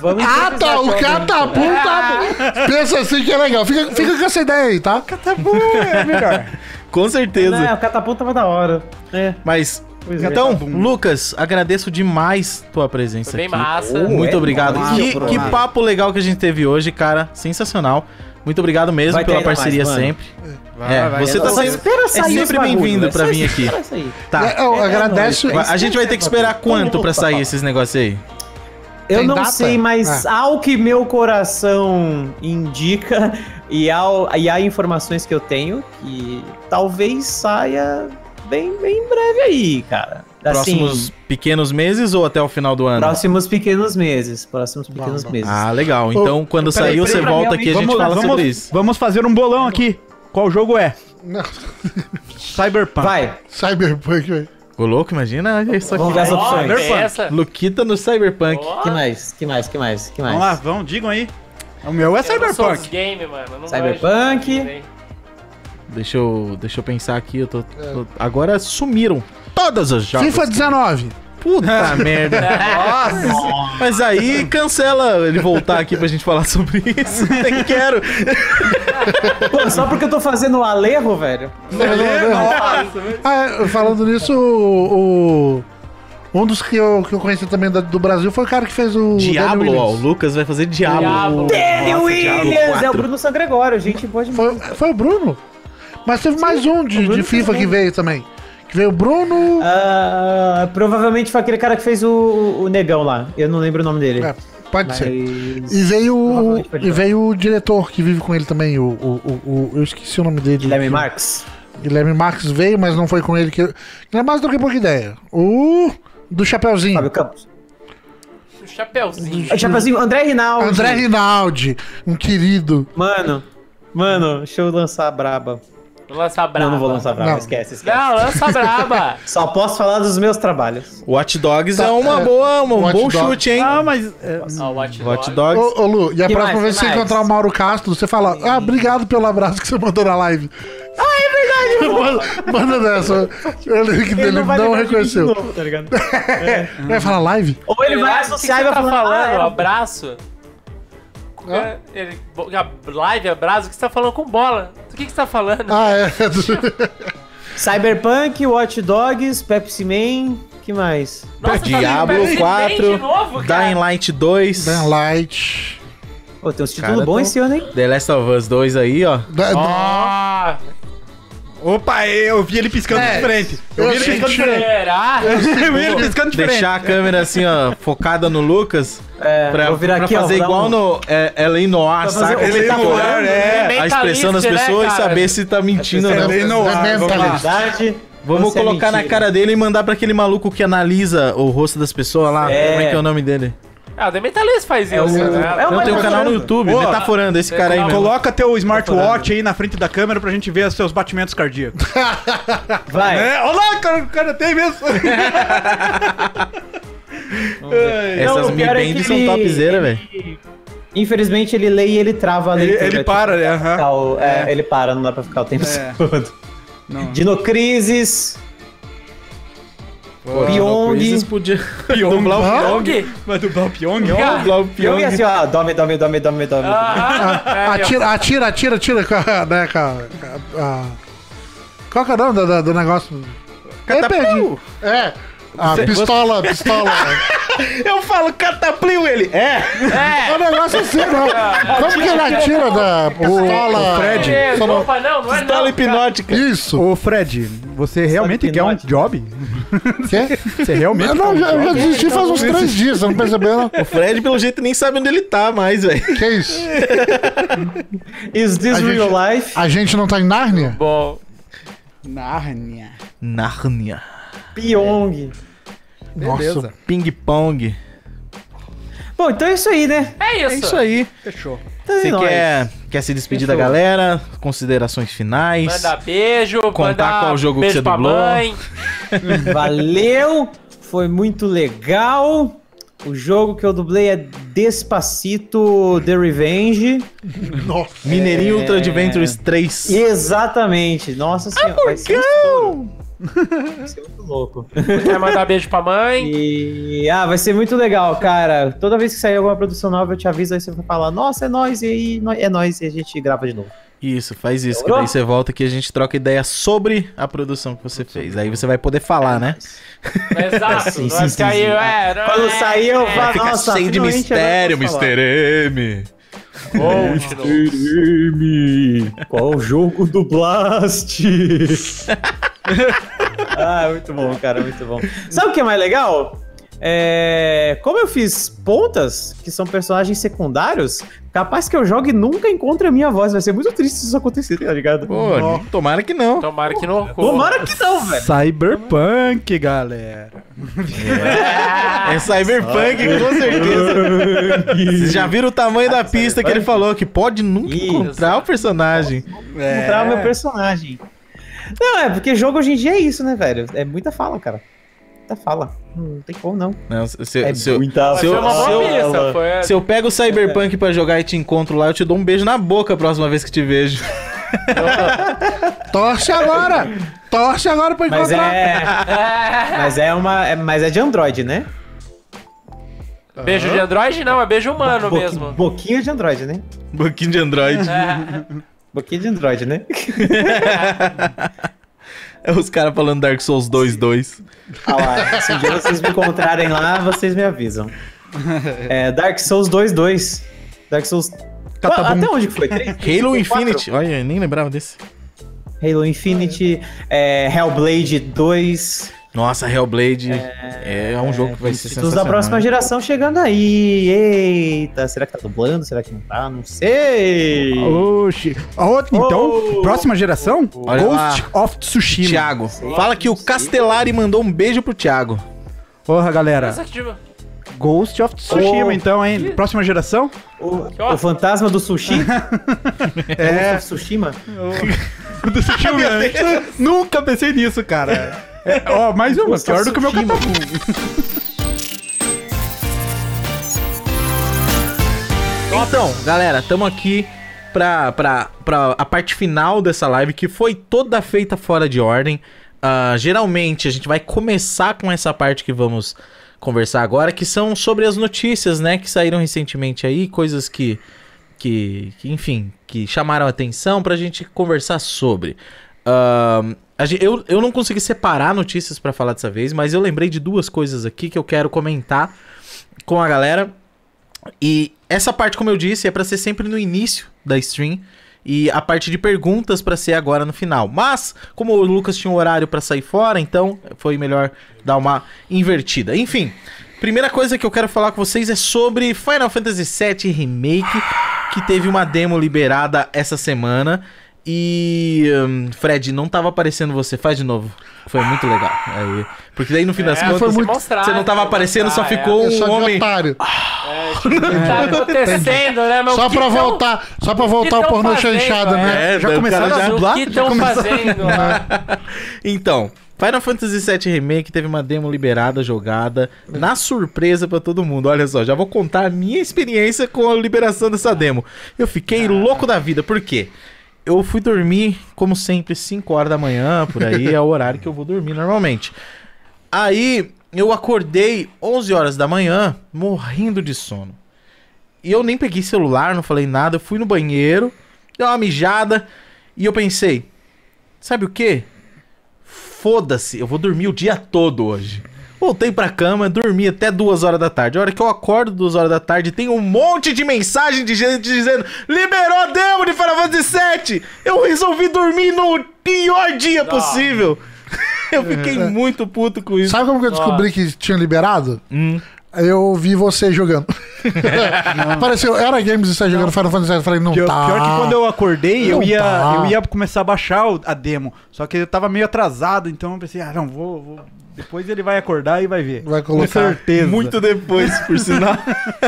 B: Vamos
D: Ah, tá, o
B: um.
D: catapum tá bom. Pensa assim que é legal. Fica, fica com essa ideia aí, tá?
E: Catabum é melhor.
A: Com certeza.
B: Não, o catapulta tava da hora. É.
A: Mas.
B: Pois é.
A: Então,
E: Vagabundo.
A: Lucas, agradeço demais tua presença
C: Foi bem
A: aqui.
C: massa.
A: É Muito obrigado.
E: massa,
B: é
A: que,
E: por
A: que
E: nada.
A: papo legal que a gente teve hoje, cara. Sensacional. Muito obrigado mesmo
B: Vai ter
A: pela
B: ainda mais,
A: parceria
B: mano.
A: sempre. É, você tá
B: Só
A: sempre-
B: espera
A: é
B: sair esse
A: sempre
B: bagulho,
A: bem-vindo
B: né?
A: pra
B: Só
A: vir aqui.
B: espera sair.
A: Tá.
D: Eu
B: É, é
D: agradeço.
B: nóis,
A: A gente vai ter que esperar quanto pra sair esses negócios aí?
B: Eu
D: Tem
B: não
D: data?
B: sei, mas ao que meu coração indica [laughs] e, ao, e há informações que eu tenho que talvez saia bem, bem breve aí, cara. Assim,
A: Próximos pequenos meses ou até o final do ano?
B: próximos pequenos meses. Próximos pequenos meses.
A: Ah, legal. Então,
B: Ô,
A: quando
B: peraí,
A: sair,
B: peraí,
A: você
B: pra
A: volta
B: minha
A: aqui e a gente
B: amiga.
A: fala
E: vamos,
A: sobre isso.
E: Vamos fazer um bolão aqui. Qual jogo é? Cyberpunk.
B: Vai.
D: Cyberpunk, velho.
A: Ô, louco, imagina é isso aqui.
B: Vamos ver as opções.
C: Cyberpunk. Essa.
A: Luquita no Cyberpunk.
B: Que mais? Que mais? Que mais? Que mais?
E: Vamos lá, vamos, digam aí. O meu é
C: Eu não sou dos
E: Cyberpunk.
C: game, mano. eu não
B: Cyberpunk.
C: manjo, né?
A: Deixa eu, deixa eu pensar aqui. Eu tô,
B: É.
A: tô- Agora sumiram todas as jogos.
D: FIFA 19.
A: Puta merda. Nossa. Mas aí cancela ele voltar aqui pra gente falar sobre isso. Nem quero.
B: Pô, só porque eu tô fazendo o alerro, velho.
D: É, Ah, é, falando nisso, o, o- um dos que eu, que eu conheci também da- do Brasil foi o cara que fez o. Danny
A: Diablo,
D: Williams.
A: ó. O Lucas vai fazer Diablo.
C: Diablo.
B: Danny
A: Nossa, Diablo
B: Williams! É o
A: 4.
B: Bruno San Gregório, gente boa demais.
D: Foi, foi o Bruno? Mas teve mais um de, de FIFA que veio também. Que veio o Bruno.
B: Ah, provavelmente foi aquele cara que fez o, o negão lá. Eu não lembro o nome dele.
D: É, pode
B: Mas-
D: ser. E veio, o-
B: Provavelmente foi
D: e veio o diretor que vive com ele também, o, o, o- o- eu esqueci o nome dele.
B: Guilherme
D: Que-
B: Marx.
D: Guilherme Marques veio, mas não foi com ele que eu... Não, Mas troquei pouca ideia. O do Chapeuzinho.
B: Fábio Campos.
C: O Chapeuzinho.
B: Ah, Chapeuzinho, André Rinaldi.
D: André Rinaldi, um querido.
B: Mano, mano, deixa eu lançar a braba.
C: Lança braba.
B: Não, não vou lançar a braba,
D: Não.
B: esquece, esquece.
C: Não, lança braba.
B: Só posso falar dos meus trabalhos.
A: Watch Dogs
D: Tá,
A: é uma
D: é,
A: boa, um
D: Watch
A: bom
D: Dogs.
A: chute, hein?
E: Ah, mas. é,
C: Ó, o Watch
A: Watch
C: Dogs.
A: Dogs.
D: Ô, ô, Lu, e a
B: Que
D: próxima
B: mais,
D: vez que
B: que
D: você
B: mais?
D: encontrar o Mauro Castro, você fala: Ah, obrigado pelo abraço que você mandou na live. Ah, [laughs] é verdade! manda, manda dessa. Ele, ele não, um
B: lembrar de mim Oh. de
D: reconheceu.
B: novo, tá ligado?
D: Vai falar live?
B: Ou ele vai
C: Aliás, o que
B: associar e
C: você
B: vai
C: tá
B: falar. ah,
C: falando?
B: era-
C: abraço? É,
D: Hã?
C: Ele, bo- a live, abraço, o que você tá falando com bola? Do que, que você tá falando?
D: Ah, é. [laughs]
B: Cyberpunk, Watch Dogs, Pepsi Man, que mais?
C: Nossa, tá
A: Diablo
C: vendo? Bem
A: 4,
C: de novo, cara.
A: Dying Light 2,
D: Dan Light.
B: Pô, tem uns
A: Cara,
B: títulos bons
A: tô-
B: esse ano, hein?
A: The Last of Us 2 aí, ó.
D: Da-
C: Ó,
E: Opa, eu vi ele piscando
D: É,
E: diferente.
D: eu
E: Eu vi ele piscando
D: senti-
E: diferente.
C: será?
E: Eu vi ele piscando diferente.
A: Deixar a câmera assim, ó, focada no Lucas.
B: É,
A: Pra,
B: vou virar
A: pra
B: aqui, ó,
A: fazer
B: vou dar
A: igual
B: um-
A: no é, Ellen Noir,
B: Pra fazer um né?
A: saca?
B: o-
A: Você
E: Ele
A: tá
E: tá
A: olhando
E: olhando, é.
A: a expressão das
C: Mentalista,
A: pessoas e
C: né, cara?
A: saber se tá mentindo ou
E: É
A: não.
E: bem no
D: Da
E: ar, vamos lá.
D: Mentalist.
B: Verdade. ou
A: Vamos
B: se é
A: colocar na
B: mentira.
A: cara dele e mandar pra aquele maluco que analisa o rosto das pessoas lá.
B: É.
A: Como é que é o nome dele?
C: Ah, o The Mentalist faz isso.
B: É o-
C: né?
B: é o
A: Não, tem um
B: Metaforando.
A: canal no YouTube,
E: Boa.
A: Metaforando, esse cara aí
C: Tem
A: mesmo.
E: Coloca teu smartwatch aí na frente da câmera pra gente ver os seus batimentos cardíacos.
B: Vai.
E: É, olha lá, cara, o cara tem
A: [laughs]
E: mesmo. Ai,
A: Essas
B: Não, o
A: Mi
B: pior é que
A: Band são
B: ele-
A: topzera, velho.
B: Infelizmente ele lê e ele trava a
E: Ele,
B: leitura.
E: ele
B: tipo,
E: para, né? aham.
B: ficar o- é, Ele para, não dá pra ficar o tempo
E: É.
B: todo.
E: Não.
B: Dinocrises.
A: Pô,
B: Pyong.
A: Chris podia
E: Pyong.
A: dublar o Pyong.
C: Pyong.
E: Vai dublar o né? Pyong?
C: Cara,
A: Dublar o
B: Eu ia
A: Pyong.
B: assim, ó, dome, dome, dome, dome, dome.
C: ah, ah, é,
D: Atira, atira, atira, atira. [laughs] com a- Né, com a- com a- a- Qual que é o nome da- da- do, negócio? É, perdi. É. A pistola, pistola.
A: Eu falo cataplio ele. É.
D: É um negócio assim, não. Como que ele atira da pistola?
E: Fred.
C: É,
D: Só não-
C: opa, não, não é
A: Pistola
C: não, cara.
A: hipnótica.
D: Isso.
E: Ô, Fred, você realmente quer um
A: é?
B: Hipnótico.
E: job?
D: Quê?
E: Você realmente [laughs]
D: Eu não,
E: quer um
D: já,
E: job?
D: já desisti faz uns três dias, você não percebeu? não?
A: O Fred, pelo jeito, nem sabe onde ele tá mais, velho.
D: Que isso?
B: Is this
D: A gente-
B: real life?
D: A gente não tá em Nárnia?
C: Bom,
E: Narnia.
A: Narnia.
B: Pyong.
D: Nossa.
A: Ping Pong.
B: Bom, então é isso aí, né?
C: é isso.
A: É isso aí.
E: Fechou.
B: Então é
A: Você
B: nóis.
A: quer, quer se despedir da
B: Fechou.
A: galera? Considerações finais?
C: Manda beijo,
A: Contar
C: manda
A: qual jogo que
C: beijo
A: você
C: pra
A: dublou.
C: mãe.
B: Valeu, foi muito legal. O jogo que eu dublei é Despacito The Revenge.
D: Nossa.
A: Mineirinho
B: É.
A: Ultra Adventures 3.
B: Exatamente. Nossa senhora, vai ser um estouro. Vai ser muito louco.
C: Quer mandar beijo pra mãe?
B: E ah, vai ser muito legal, cara. Toda vez que sair alguma produção nova, eu te aviso aí você vai falar: "Nossa, é nóis", e aí nó- é nóis e a gente grava de novo.
A: Isso, faz isso. Que
B: Demorou?
A: daí você volta que a gente troca ideia sobre a produção que você fez. Aí você vai poder falar, né?
D: [laughs]
C: Exato.
B: Sim,
C: não é
B: sim,
C: que aí,
B: sim, sim.
C: é, não
B: Quando
C: é,
B: sair eu
C: é.
B: falo, nossa,
A: cheio de
B: finalmente
A: mistério,
B: agora eu posso falar."
A: Mr. M.
C: Bom, tirou.
B: Qual jogo do Blast? ah, muito bom, cara, muito bom. Sabe o que é mais legal? É, como eu fiz pontas, que são personagens secundários, capaz que eu jogue e nunca encontre a minha voz. Vai ser muito triste se isso acontecer, tá ligado?
A: Pô, tomara que não.
C: Tomara que não ocorra.
B: Tomara que não, velho.
E: Cyberpunk, galera.
A: É Cyberpunk, com certeza. Vocês já viram o tamanho da pista que ele falou, que pode nunca encontrar o personagem.
B: Encontrar o meu personagem. Não, é porque jogo hoje em dia é isso, né, velho? É muita fala, cara. Muita fala. Não tem como não.
A: Não, se, se-
B: É
A: se eu,
B: muita
A: se eu-
C: Foi uma boa
A: se eu-
C: pista, foi-
A: se eu pego o Cyberpunk pra jogar e te encontro lá, eu te dou um beijo na boca a próxima vez que te vejo. [laughs]
D: Torce agora! Torce agora pra
B: Mas
D: encontrar.
B: é. mas é uma. é- mas é de Android, né?
C: Beijo de Android? Não, é beijo humano
B: Boqui-
C: mesmo.
B: Boquinha de Android, né?
A: Boquinho de Android.
B: Boquinha de Android, né?
A: É Os caras falando Dark Souls 2 2.
B: [laughs] Ah lá, se um dia vocês me encontrarem lá, vocês me [laughs] avisam. É, Dark Souls 2 2. Dark Souls.
A: Catabum.
B: Até onde que foi? Três?
A: Halo
B: Foi quatro?
A: Infinite. Olha, eu nem lembrava desse.
B: Halo Infinity, é, Hellblade 2.
A: Nossa, Hellblade é, é um jogo que vai ser
B: Títulos
A: sensacional.
B: da próxima geração chegando aí. Eita, será que tá dublando? Será que não tá? Não sei.
E: Oxi. A outra- Então, próxima geração?
A: Olha
E: Ghost of Tsushima.
A: Thiago, fala que o Castellari mandou um beijo pro Thiago.
E: Porra, galera.
C: Essa que
D: É.
C: diva-
E: Ghost of Tsushima, então, hein? Próxima geração?
B: O, o fantasma do [laughs] sushi? é. Tsushima?
E: Do [laughs] Tsushima. né? Nunca pensei nisso, cara. É, ó, mais uma.
B: Ghost of
E: Pior do que o meu
B: Tsushima.
E: catapum.
A: Então, galera, estamos aqui pra, pra, pra a parte final dessa live, que foi toda feita fora de ordem. Ah, geralmente, a gente vai começar com essa parte que vamos conversar agora, que são sobre as notícias, né, que saíram recentemente aí, coisas que, que, que, enfim, que chamaram a atenção pra gente conversar sobre. Ah, a gen- eu, eu não consegui separar notícias pra falar dessa vez, mas eu lembrei de duas coisas aqui que eu quero comentar com a galera. E essa parte, como eu disse, é pra ser sempre no início da stream e a parte de perguntas pra ser agora no final. Mas como o Lucas tinha um horário pra sair fora, então foi melhor dar uma invertida. Enfim, primeira coisa que eu quero falar com vocês é sobre Final Fantasy VII Remake, que teve uma demo liberada essa semana. E hum, Fred, não tava aparecendo você, faz de novo. Foi muito legal. Aí, porque daí no fim das
C: É,
A: contas,
C: foi muito-
A: você não tava
C: mostrar, né? Ah,
A: aparecendo, só
C: mostrar,
A: ficou
D: Eu sou
A: um
D: de
A: homem
D: otário.
C: Tá acontecendo, né, meu
D: Só
C: Que
D: pra
C: tão-
D: voltar, só pra voltar
C: que
D: o
C: tão
D: pornô
C: fazendo,
D: chanchada, né?
A: É,
E: Já
A: o
E: começaram
A: cara
E: a
A: já-
E: dublar?
C: O que estão
D: [laughs]
C: fazendo
D: É.
C: lá?
A: Então, Final Fantasy VII Remake teve uma demo liberada, jogada, na surpresa pra todo mundo. Olha só, já vou contar a minha experiência com a liberação dessa demo. Eu fiquei louco da vida, por quê? Eu fui dormir, como sempre, 5 horas da manhã, por aí é o horário que eu vou dormir normalmente. Aí eu acordei 11 horas da manhã, morrendo de sono. E eu nem peguei celular, não falei nada, eu fui no banheiro, dei uma mijada e eu pensei, sabe o quê? Foda-se, eu vou dormir o dia todo hoje. Voltei pra cama, dormi até duas horas da tarde. A hora que eu acordo, duas horas da tarde, tem um monte de mensagem de gente dizendo: Liberou a demo de Final Fantasy VII! Eu resolvi dormir no pior dia possível! Eu fiquei muito puto com isso.
D: Sabe como que eu descobri que tinha liberado?
C: Hum.
D: Eu vi você
E: [laughs]
D: jogando. [laughs] Apareceu, era games e você jogando Final Fantasy. Eu falei, não
E: Pior,
D: tá.
E: pior que quando eu acordei, eu
D: Não
E: ia,
D: tá.
E: eu ia começar a baixar o- a demo. Só que eu tava meio atrasado, então eu pensei, ah, não, vou. vou- Depois ele vai acordar e vai ver.
D: Vai
E: Com
D: colocar.
E: certeza.
A: Muito depois, por sinal.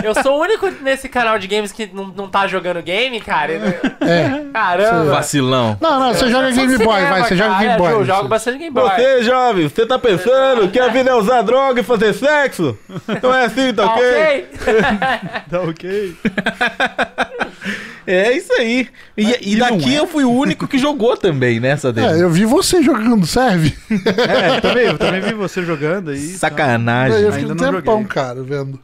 C: Eu sou o único nesse canal de games que não, não tá jogando game, cara.
D: É.
C: Caramba.
A: [laughs] Vacilão.
D: Não, não,
E: É.
D: você joga
C: Só
D: Game
C: cinema,
D: Boy, vai, você joga
C: cara. é,
D: Game Boy.
C: Eu
D: você-
C: jogo bastante Game Boy.
A: jovem, você tá pensando que a vida é usar droga e fazer sexo? Não é assim,
C: Tá ok?
E: Tá ok.
A: É isso aí. E, e daqui eu fui o único que jogou também né, nessa demo.
D: É, eu vi você jogando, serve?
E: É, eu também, eu também vi você jogando aí.
A: Sacanagem.
D: eu fiquei um
E: ainda não
D: tempão,
E: joguei.
D: cara, vendo.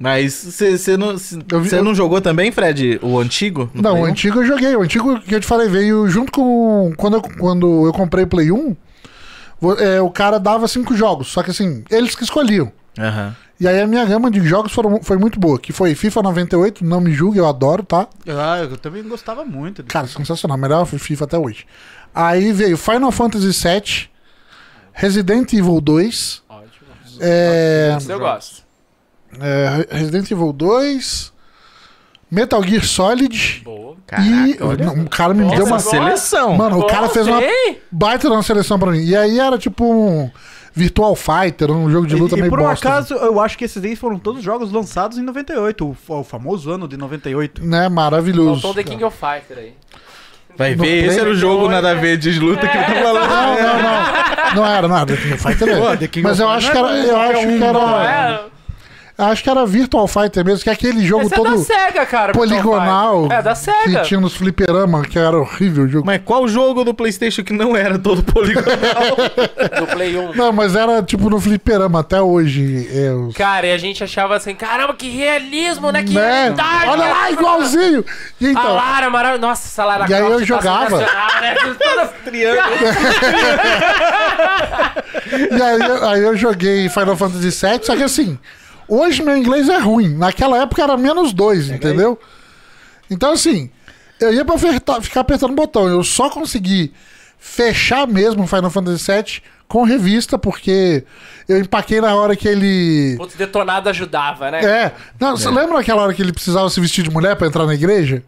A: Mas você não, cê-
D: Eu vi-
A: cê
D: eu-
A: não jogou também, Fred, o antigo? no
D: Não,
A: Play
D: o
A: um?
D: antigo eu joguei. O antigo que eu te falei veio junto com. Quando eu, quando eu comprei o Play 1, vo- é, o cara dava cinco jogos. Só que assim, eles que escolhiam.
A: Aham.
D: E aí a minha gama de jogos foram, foi muito boa. Que foi FIFA 98, não me julgue, eu adoro, tá?
E: Ah, eu também gostava muito.
D: Cara, sensacional. Melhor FIFA até hoje. Aí veio Final Fantasy VII, Resident Evil 2, É...
C: Esse eu gosto.
D: É, Resident Evil 2, Metal Gear Solid.
C: Boa.
D: e não, o cara me
A: Nossa,
D: deu uma
A: é seleção.
D: Mano, o
C: Boa,
D: cara fez uma
C: sei.
D: baita de uma seleção pra mim. E aí era tipo um Virtual Fighter, um jogo de luta
E: E, e
D: meio
E: por um
D: bosta.
E: acaso, eu acho que esses daí foram todos jogos lançados em 98, o, fa- o famoso ano de 98.
D: Né, maravilhoso.
C: Faltou The King of Fighter aí.
A: Vai ver, esse era o jogo nada a ver de luta que ele tá falando.
D: um é. Não, não, não. Não era, não era The King of Fighter. era.
E: Pô, The King
D: Mas
E: of
D: eu
E: Fighter
D: acho que era.
E: não é
D: Eu acho que
C: Não
D: era.
C: é?
D: Acho que era Virtual Fighter mesmo, que é aquele jogo
C: Esse é da
D: todo
C: SEGA, cara. Virtual
D: poligonal
C: Fighter. É, da SEGA.
D: que tinha nos fliperama, que era horrível o jogo.
A: Mas qual jogo do Playstation que não era todo poligonal?
C: Do Play 1.
D: Não, mas era tipo no fliperama até hoje. É, os-
C: Cara, e a gente achava assim, caramba, que realismo, né? Que Ah,
D: né?
C: realidade,
D: Olha
C: né?
D: lá, igualzinho! E
C: A
D: então,
C: Lara, maravilhosa. Nossa, essa Lara
D: E aí eu
C: Croft tá
D: jogava.
C: sensacional, né? [laughs] Toda-
D: e aí, aí eu joguei Final Fantasy VII, só que assim, hoje meu inglês é ruim. Naquela época era menos dois, entendeu? Então assim, eu ia pra apertar- ficar apertando o botão. Eu só consegui fechar mesmo Final Fantasy VII com revista, porque eu empaquei na hora que ele...
C: Putz, detonado ajudava, né?
D: É. Não, você lembra aquela hora que ele precisava se vestir de mulher pra entrar na igreja?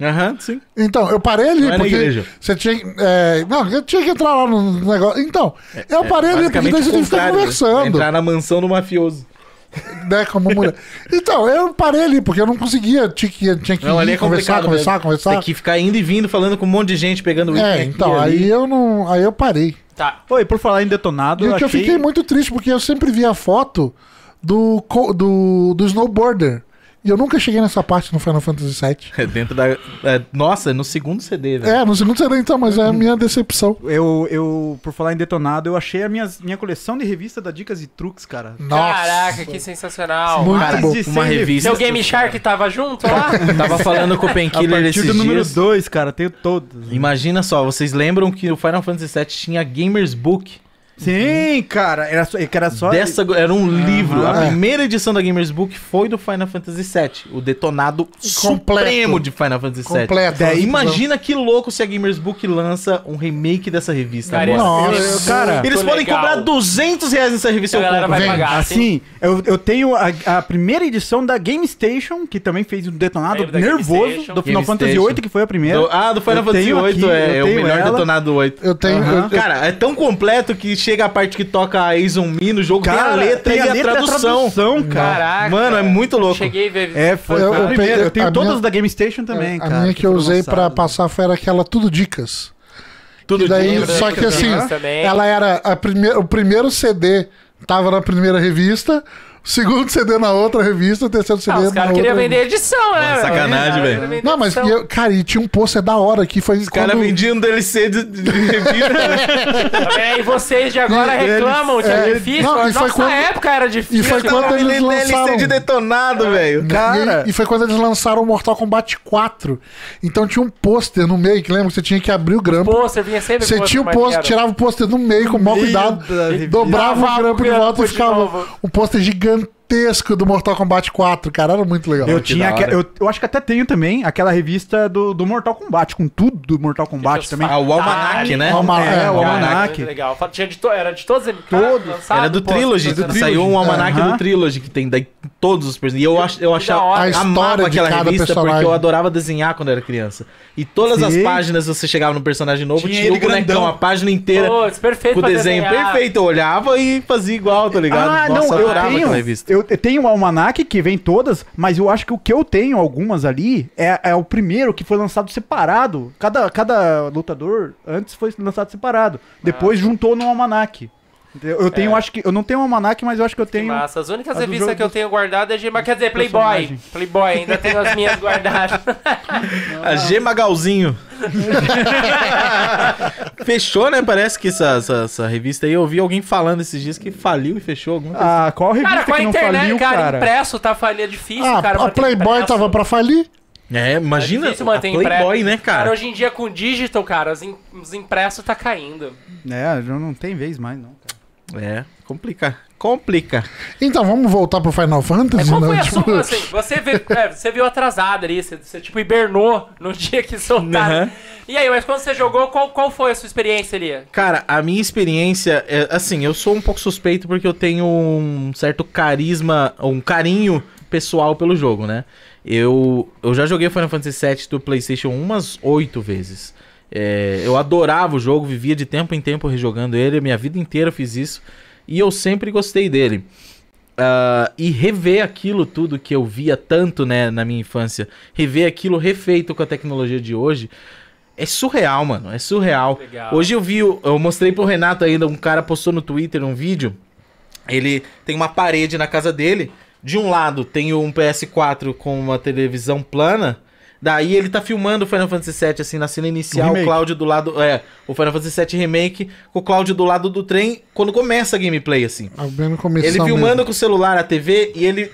A: Aham, sim.
D: Então, eu parei ali,
A: Não é na
D: porque
A: igreja.
D: você tinha. é, não, eu tinha que entrar lá no negócio. Então, eu parei ali, porque daí
A: É, Basicamente
D: você tem
A: o
D: que ficar
A: contrário, né?
D: conversando,
A: Entrar na mansão do mafioso.
D: né? Como mulher. Então, eu parei ali, porque eu não conseguia, tinha que, tinha que
A: Não,
D: ir,
A: ali é
D: conversar,
A: complicado.
D: conversar,
A: velho.
D: conversar.
A: Tem que ficar indo e vindo, falando com um monte de gente, pegando item
D: É,
A: aqui,
D: então,
A: ali.
D: aí eu não. Aí eu parei.
C: Tá.
E: Oi, por falar em detonado,
D: E o que eu fiquei muito triste, porque eu sempre via a foto do, co- do, do snowboarder. E eu nunca cheguei nessa parte no Final Fantasy VII.
A: É dentro da. é, nossa, no segundo CD, velho.
D: É, no segundo CD então, mas é a minha decepção.
E: Eu, eu, por falar em detonado, eu achei a minha, minha coleção de revista da Dicas e Truques, cara.
D: Nossa.
C: Caraca, que sensacional.
D: Muito
A: Cara,
D: bom.
E: de
A: uma
E: cem
A: revista.
C: Seu Game Shark tá? tava junto lá?
A: Tava falando com o Painkiller
E: partir
A: esses
E: do número
A: dias.
E: 2, cara, tenho todos.
A: Imagina só, vocês lembram que o Final Fantasy VII tinha Gamers Book?
E: Sim, cara, era só, que era só
A: Dessa, era um livro. A
D: É.
A: primeira edição da Gamers Book foi do Final Fantasy VII. O detonado
D: Completo.
A: supremo de Final Fantasy VII.
D: Completo.
A: Daí, imagina que louco se a Gamers Book lança um remake dessa revista.
C: Cara,
A: agora.
D: Nossa.
C: esse-
E: Eu- cara,
A: Eles
C: Muito
A: podem
C: legal.
A: cobrar 200 reais nessa revista.
C: A
A: eu
C: galera
A: compro.
C: vai
D: Vem,
C: pagar.
E: Assim, eu, eu tenho a, a primeira edição da Game Station, que também fez um detonado
C: Lembro da Game
E: nervoso
C: Station.
E: do Final
A: Game
E: Fantasy
A: Station.
E: VIII, que foi a primeira.
A: Do- ah, do Final
E: Eu
A: Fantasy
E: tenho aqui,
A: VIII é, é
E: eu
A: o
E: tenho
A: melhor
E: ela.
A: detonado 8.
D: Eu tenho. eu- eu-
A: Cara, é tão completo que chega a parte que toca a Aizon Me no jogo,
E: Cara,
A: tem a letra
E: tem
A: e a,
E: letra
A: tradução.
E: tradução, cara.
C: Caraca.
A: Mano, é muito louco.
C: Cheguei a ver. ah,
E: É, foi,
D: Eu-
E: foi
D: eu
E: a primeira.
D: peguei-
E: Eu tenho
D: a
E: todas
D: minha- é,
E: da Game Station também,
D: a
E: cara.
D: minha que, eu
E: foram
D: usei pra
E: lançadas.
D: passar foi era aquela tudo dicas.
A: Tudo
D: E daí,
A: dicas,
D: só que
C: dicas
D: assim,
C: também.
D: ela era a primeira, o primeiro CD tava na primeira revista, o segundo [laughs] CD na outra revista, o terceiro CD
C: Ah,
D: na
C: os
D: outra.
C: caras queriam
D: revista.
C: vender edição, né? velho?
A: sacanagem,
C: Os caras
A: velho.
C: queriam vender
D: Não, mas
C: edição.
D: eu- cara, e tinha um pôster da hora que foi
A: O cara
D: quando-
A: vendia um DLC de, de revista.
C: É, e vocês de agora
E: E eles-
C: reclamam que
D: é,
C: é difícil.
D: não, e
C: Nossa
D: foi quando-
C: época era difícil. né?
D: E foi quando eles lançaram. né,
A: DLC é de detonado, velho.
D: E, e foi quando eles lançaram o Mortal Kombat 4. Então tinha um pôster no meio, que lembra que você tinha que abrir o grampo.
C: Pô, você vinha sempre
D: Você
C: com
D: tinha o
C: outro
D: pôster,
C: maneiro.
D: tirava o pôster no meio com o maior
E: meio
D: cuidado,
E: da revista.
D: dobrava o
C: Dava
D: grampo de
C: o
D: volta e
C: grampo de
D: ficava
C: novo.
D: um pôster gigantesco do Mortal Kombat 4, cara. Era muito legal.
E: Eu
A: que
E: tinha
A: da
E: aque-
A: hora.
E: eu, eu acho que até tenho também aquela revista do, do Mortal Kombat, com tudo do Mortal Kombat também.
A: Ah, o Almanac, né?
D: O Almanac,
E: É, o
D: o
C: Cara,
E: Almanac.
C: muito Legal. Fa- Tinha de to- Era de todos eles?
E: Todos.
A: Era é do Trilogy.
E: do
A: Saiu um almanac
E: Aham.
A: do Trilogy que tem daí todos os personagens. E eu, ach, eu achava,
C: da hora.
D: A história
A: amava
D: de
A: aquela
D: cada
A: revista porque
D: personagem.
A: eu adorava desenhar quando eu era criança. E todas as
E: Sim.
A: páginas você chegava no personagem novo,
E: Tinha
A: tinha,
E: ele
A: o bonecão,
E: grandão.
A: a página inteira.
C: Putz, perfeito
A: com o
C: pra
A: desenho
C: desenhar.
A: perfeito. Eu olhava e fazia igual, tá ligado?
E: Ah, não, eu tenho, eu eu tenho o Almanac que vem todas, mas eu acho que o que eu tenho, algumas ali, é, é o primeiro que foi lançado separado. Cada, cada lutador antes foi lançado separado. Depois juntou no Almanac. Entendeu? Eu tenho, acho que. Eu não tenho Almanac, mas eu acho É. que eu
C: Que
E: tenho.
C: massa. As únicas
E: as do
C: revistas
E: jogo
C: que eu
E: dos-
C: tenho guardado é de. Mas quer dizer, Playboy.
E: personagem.
C: Playboy, ainda tenho as minhas
D: [laughs]
C: guardadas.
A: A G Magalzinho. [laughs] fechou, né? Parece que essa, essa, essa revista aí, eu ouvi alguém falando esses dias que faliu e fechou alguma coisa.
E: Ah, qual revista
C: Cara, com a
E: que não
C: internet,
E: faliu,
C: cara,
E: cara?
C: impresso tá falha é difícil,
D: Ah,
C: cara.
D: a
C: manter
D: Playboy
C: impresso.
D: tava pra falir.
A: É, imagina
C: difícil manter
A: a Playboy,
C: impresso.
A: né, cara?
C: Cara, hoje em dia com o digital, cara, os, im- os impressos tá caindo.
E: É, já não tem vez mais, não. cara.
A: É, complica. Complica.
D: Então, vamos voltar pro Final Fantasy?
C: É, Qual
D: né?
C: foi a
D: Tipo,
C: sua, assim, você, vê, é, você viu atrasado ali, você, você, tipo hibernou no [laughs] dia que soltaram. E aí, mas quando você jogou, qual, qual foi a sua experiência ali?
A: Cara, a minha experiência é assim, eu sou um pouco suspeito porque eu tenho um certo carisma, um carinho pessoal pelo jogo, né? Eu, eu já joguei Final Fantasy VII do PlayStation umas oito vezes. É, eu adorava o jogo, vivia de tempo em tempo rejogando ele, minha vida inteira eu fiz isso e eu sempre gostei dele. Ah, e rever aquilo tudo que eu via tanto né, na minha infância, rever aquilo refeito com a tecnologia de hoje, é surreal, mano. É surreal.
C: Legal.
A: Hoje eu vi, o- eu mostrei pro Renato ainda, um cara postou no Twitter um vídeo. Ele tem uma parede na casa dele. De um lado tem um PS4 com uma televisão plana. Daí ele tá filmando o Final Fantasy VII, assim, na cena inicial, o
E: remake.
A: Cláudio do lado. É, o Final Fantasy VII Remake, com o Cláudio do lado do trem, quando começa a gameplay, assim.
D: bem no começo
A: Ele filmando
D: mesmo.
A: com o celular a TV e ele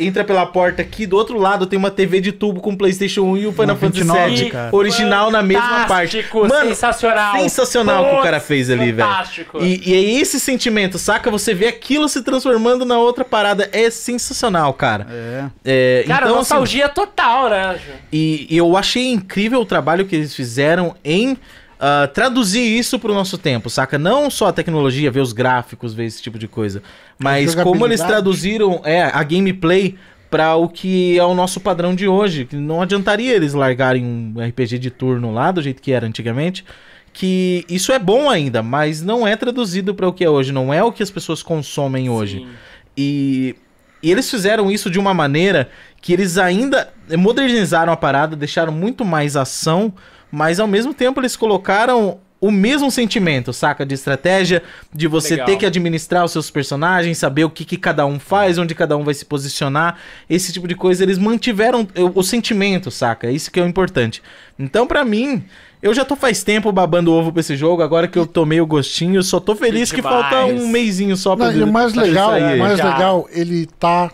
A: entra pela porta aqui, do outro lado tem uma TV de tubo com PlayStation 1 e o Final
E: Uma
A: Fantasy
E: 29,
A: VII
E: cara.
A: original na é mesma parte.
C: Fantástico, sensacional.
A: sensacional o que o cara fez ali, velho.
C: Fantástico.
A: E, e é esse sentimento, saca? Você vê aquilo se transformando na outra parada. É sensacional, cara.
E: É.
A: É,
C: Cara,
A: então, assim,
C: nostalgia total, né? Ju?
A: e e eu achei incrível o trabalho que eles fizeram em ah, traduzir isso pro nosso tempo, saca? Não só a tecnologia, ver os gráficos, ver esse tipo de coisa, mas como eles
D: jogabilidade.
A: traduziram é, a gameplay pra o que é o nosso padrão de hoje. Que não adiantaria eles largarem um RPG de turno lá do jeito que era antigamente. Que isso é bom ainda, mas não é traduzido pra o que é hoje, não é o que as pessoas consomem hoje.
C: Sim.
A: E, e eles fizeram isso de uma maneira que eles ainda modernizaram a parada, deixaram muito mais ação, mas ao mesmo tempo eles colocaram o mesmo sentimento, saca? De estratégia, de você
C: Legal.
A: ter que administrar os seus personagens, saber o que, que cada um faz, onde cada um vai se posicionar, esse tipo de coisa. Eles mantiveram o, o sentimento, saca? Isso que é o importante. Então, pra mim. Eu já tô faz tempo babando ovo pra esse jogo, agora que eu tomei o gostinho, só tô feliz que
C: demais.
A: falta um mêsinho só pra
D: Não, e o mais
A: pra ele
D: legal,
A: sair.
D: o mais
C: Já.
D: legal, ele tá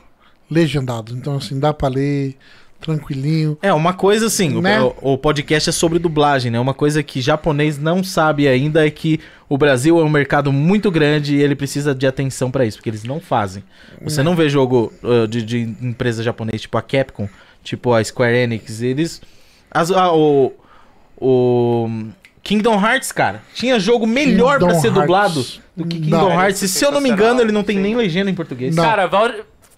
D: legendado. Então, assim, dá pra ler tranquilinho.
A: É, uma coisa assim, o-
D: Né?
A: o, o podcast é sobre dublagem, né? Uma coisa que japonês não sabe ainda é que o Brasil é um mercado muito grande e ele precisa de atenção pra isso, porque eles não fazem. Você não vê jogo uh, de, de empresa japonesa tipo a Capcom, tipo a Square Enix, eles. as- ah, o, o. Kingdom Hearts, cara, tinha jogo melhor pra
D: Kingdom
A: ser
D: Hearts.
A: dublado do que Kingdom
D: Não.
A: Hearts. E, se eu não me engano, ele não tem nem legenda em português.
D: Não.
C: Cara, val-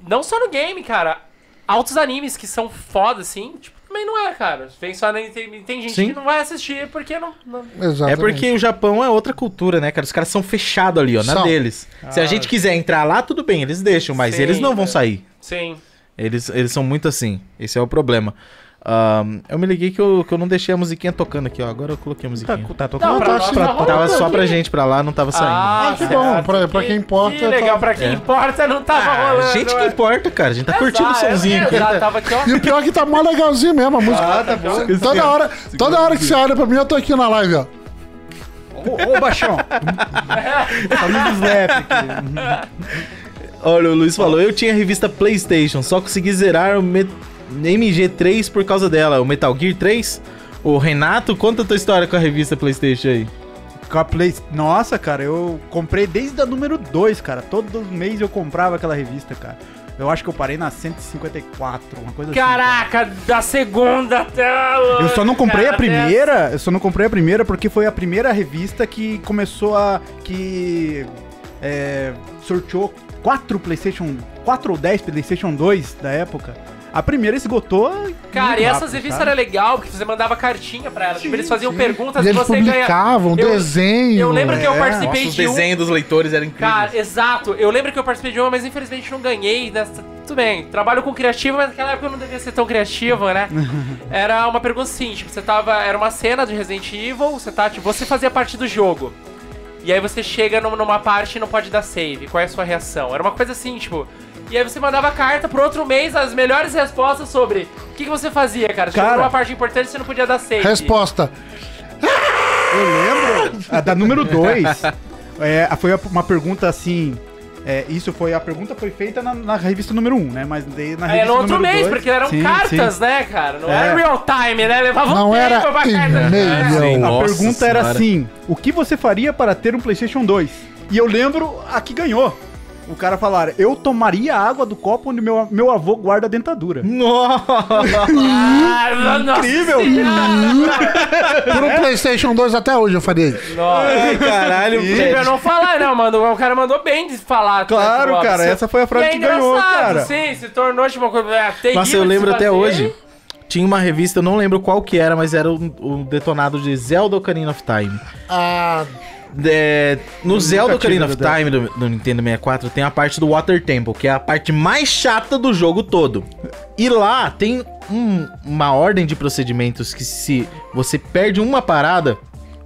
C: não só no game, cara. Altos animes que são foda, assim, tipo, também não é, cara. Vem só na Nintendo. Tem gente
A: Sim.
C: que não vai assistir porque não. não-
D: Exatamente.
A: É porque o Japão é outra cultura, né, cara? Os caras são fechados ali, ó, na
D: São.
A: deles. Se a gente quiser entrar lá, tudo bem, eles deixam, mas
C: Ah. Sim,
A: eles não vão
C: é.
A: sair.
C: Sim.
A: Eles, eles são muito assim. Esse é o problema. Ahn, eu me liguei que eu, que eu não deixei a musiquinha tocando aqui, ó. Agora eu coloquei a musiquinha.
E: tá tocando.
C: Não, pra
D: tá
C: nós
D: pra-
C: tá rolando
A: Tava só
C: aqui.
A: pra gente pra lá, não tava saindo. É.
C: Ah,
D: Ah, que
C: certo.
D: bom, pra- pra quem importa,
C: Que legal,
D: tá-
C: pra quem importa não tava rolando.
A: Ah, gente, que
C: é.
A: importa, cara. A gente tá curtindo o
C: Exato,
A: somzinho.
C: é, Já tava aqui, ó.
D: [laughs] E o pior é que tá mó legalzinho mesmo a
A: Ah,
D: música.
A: é
D: Toda hora, toda hora que você olha pra mim, eu tô aqui na live, ó.
C: Então,
E: Ô, ô, baixão. Família Slap.
A: Olha, o Luiz falou, eu tinha a revista Playstation, só consegui zerar o Met- MG3 por causa dela. O Metal Gear 3? O Renato, conta a tua história com a revista Playstation aí.
E: Com a Play... Nossa, cara, eu comprei desde a número 2, cara. Todo mês eu comprava aquela revista, cara. Eu acho que eu parei na 154, uma coisa assim,
C: Caraca, da segunda até. a outra,
E: Eu só não comprei a
C: cara, até
E: primeira, eu só não comprei a primeira porque foi a primeira revista que começou a. que. É, sorteou 4 PlayStation. 4 ou 10 PlayStation 2 da época. A primeira esgotou.
C: Cara,
E: muito
C: e
E: rápido,
C: essas revistas
E: sabe?
C: eram legal, porque você mandava cartinha pra elas. tipo, eles faziam perguntas e
D: E eles
C: você ganha.
D: publicavam
C: eu-
D: desenho.
C: Eu lembro que eu
E: É,
C: participei
A: Nossa, os
C: de um.
A: desenhos dos leitores eram incríveis.
C: Cara, exato. Eu lembro que eu participei de uma, mas infelizmente não ganhei. Nessa... Tudo bem, trabalho com criativo, mas naquela época eu não devia ser tão criativo, né? Era uma pergunta assim, tipo, você tava... Era uma cena de Resident Evil, você tá, tipo, você fazia parte do jogo. E aí você chega num- numa parte e não pode dar save. Qual é a sua reação? Era uma coisa assim, tipo... E aí você mandava carta pro outro mês as melhores respostas sobre... O que, que você fazia, cara? Chegou
E: Cara.
C: numa parte importante e você não podia dar save.
D: Resposta.
E: Eu lembro. A da número [laughs] 2. foi a- uma pergunta assim. é, isso foi. A pergunta foi feita na, na revista número 1, um, né? Mas daí na
C: Aí
E: revista.
C: Era É, no outro
E: número
C: mês,
E: dois-
C: porque eram
E: Sim,
C: cartas,
E: sim.
C: né, cara? Não
E: É.
C: era real time, né? Levava
D: Não
C: um tempo
D: era
C: pra carta.
D: e-mail.
C: É.
A: Sim.
E: A
A: Nossa
E: pergunta era
A: Senhora.
E: assim: o que você faria para ter um PlayStation 2? E eu lembro a que ganhou. O cara falar, eu tomaria a água do copo onde meu, meu avô guarda a dentadura.
A: Nossa!
C: Ah,
E: Incrível!
D: Por
E: É?
D: um PlayStation 2 até hoje eu faria isso.
A: Ai, caralho,
C: Pra não falar, não, mano. O cara mandou bem de falar.
E: Claro,
C: Tipo, ó,
E: cara,
C: você-
E: essa foi a frase
C: E é
E: que ganhou,
C: engraçado,
E: cara.
C: Sim, se tornou tipo uma coisa. é, tem
A: Nossa,
C: que
A: eu lembro até
C: fazer.
A: hoje. Tinha uma revista, eu não lembro qual que era, mas era o, o detonado de Zelda Ocarina of Time.
D: Ah,
A: É, no Zelda
E: tive
A: Ocarina of
E: Zelda.
A: Time do, do Nintendo 64 tem a parte do Water Temple, que é a parte mais chata do jogo todo. E lá tem um- uma ordem de procedimentos que se você perde uma parada,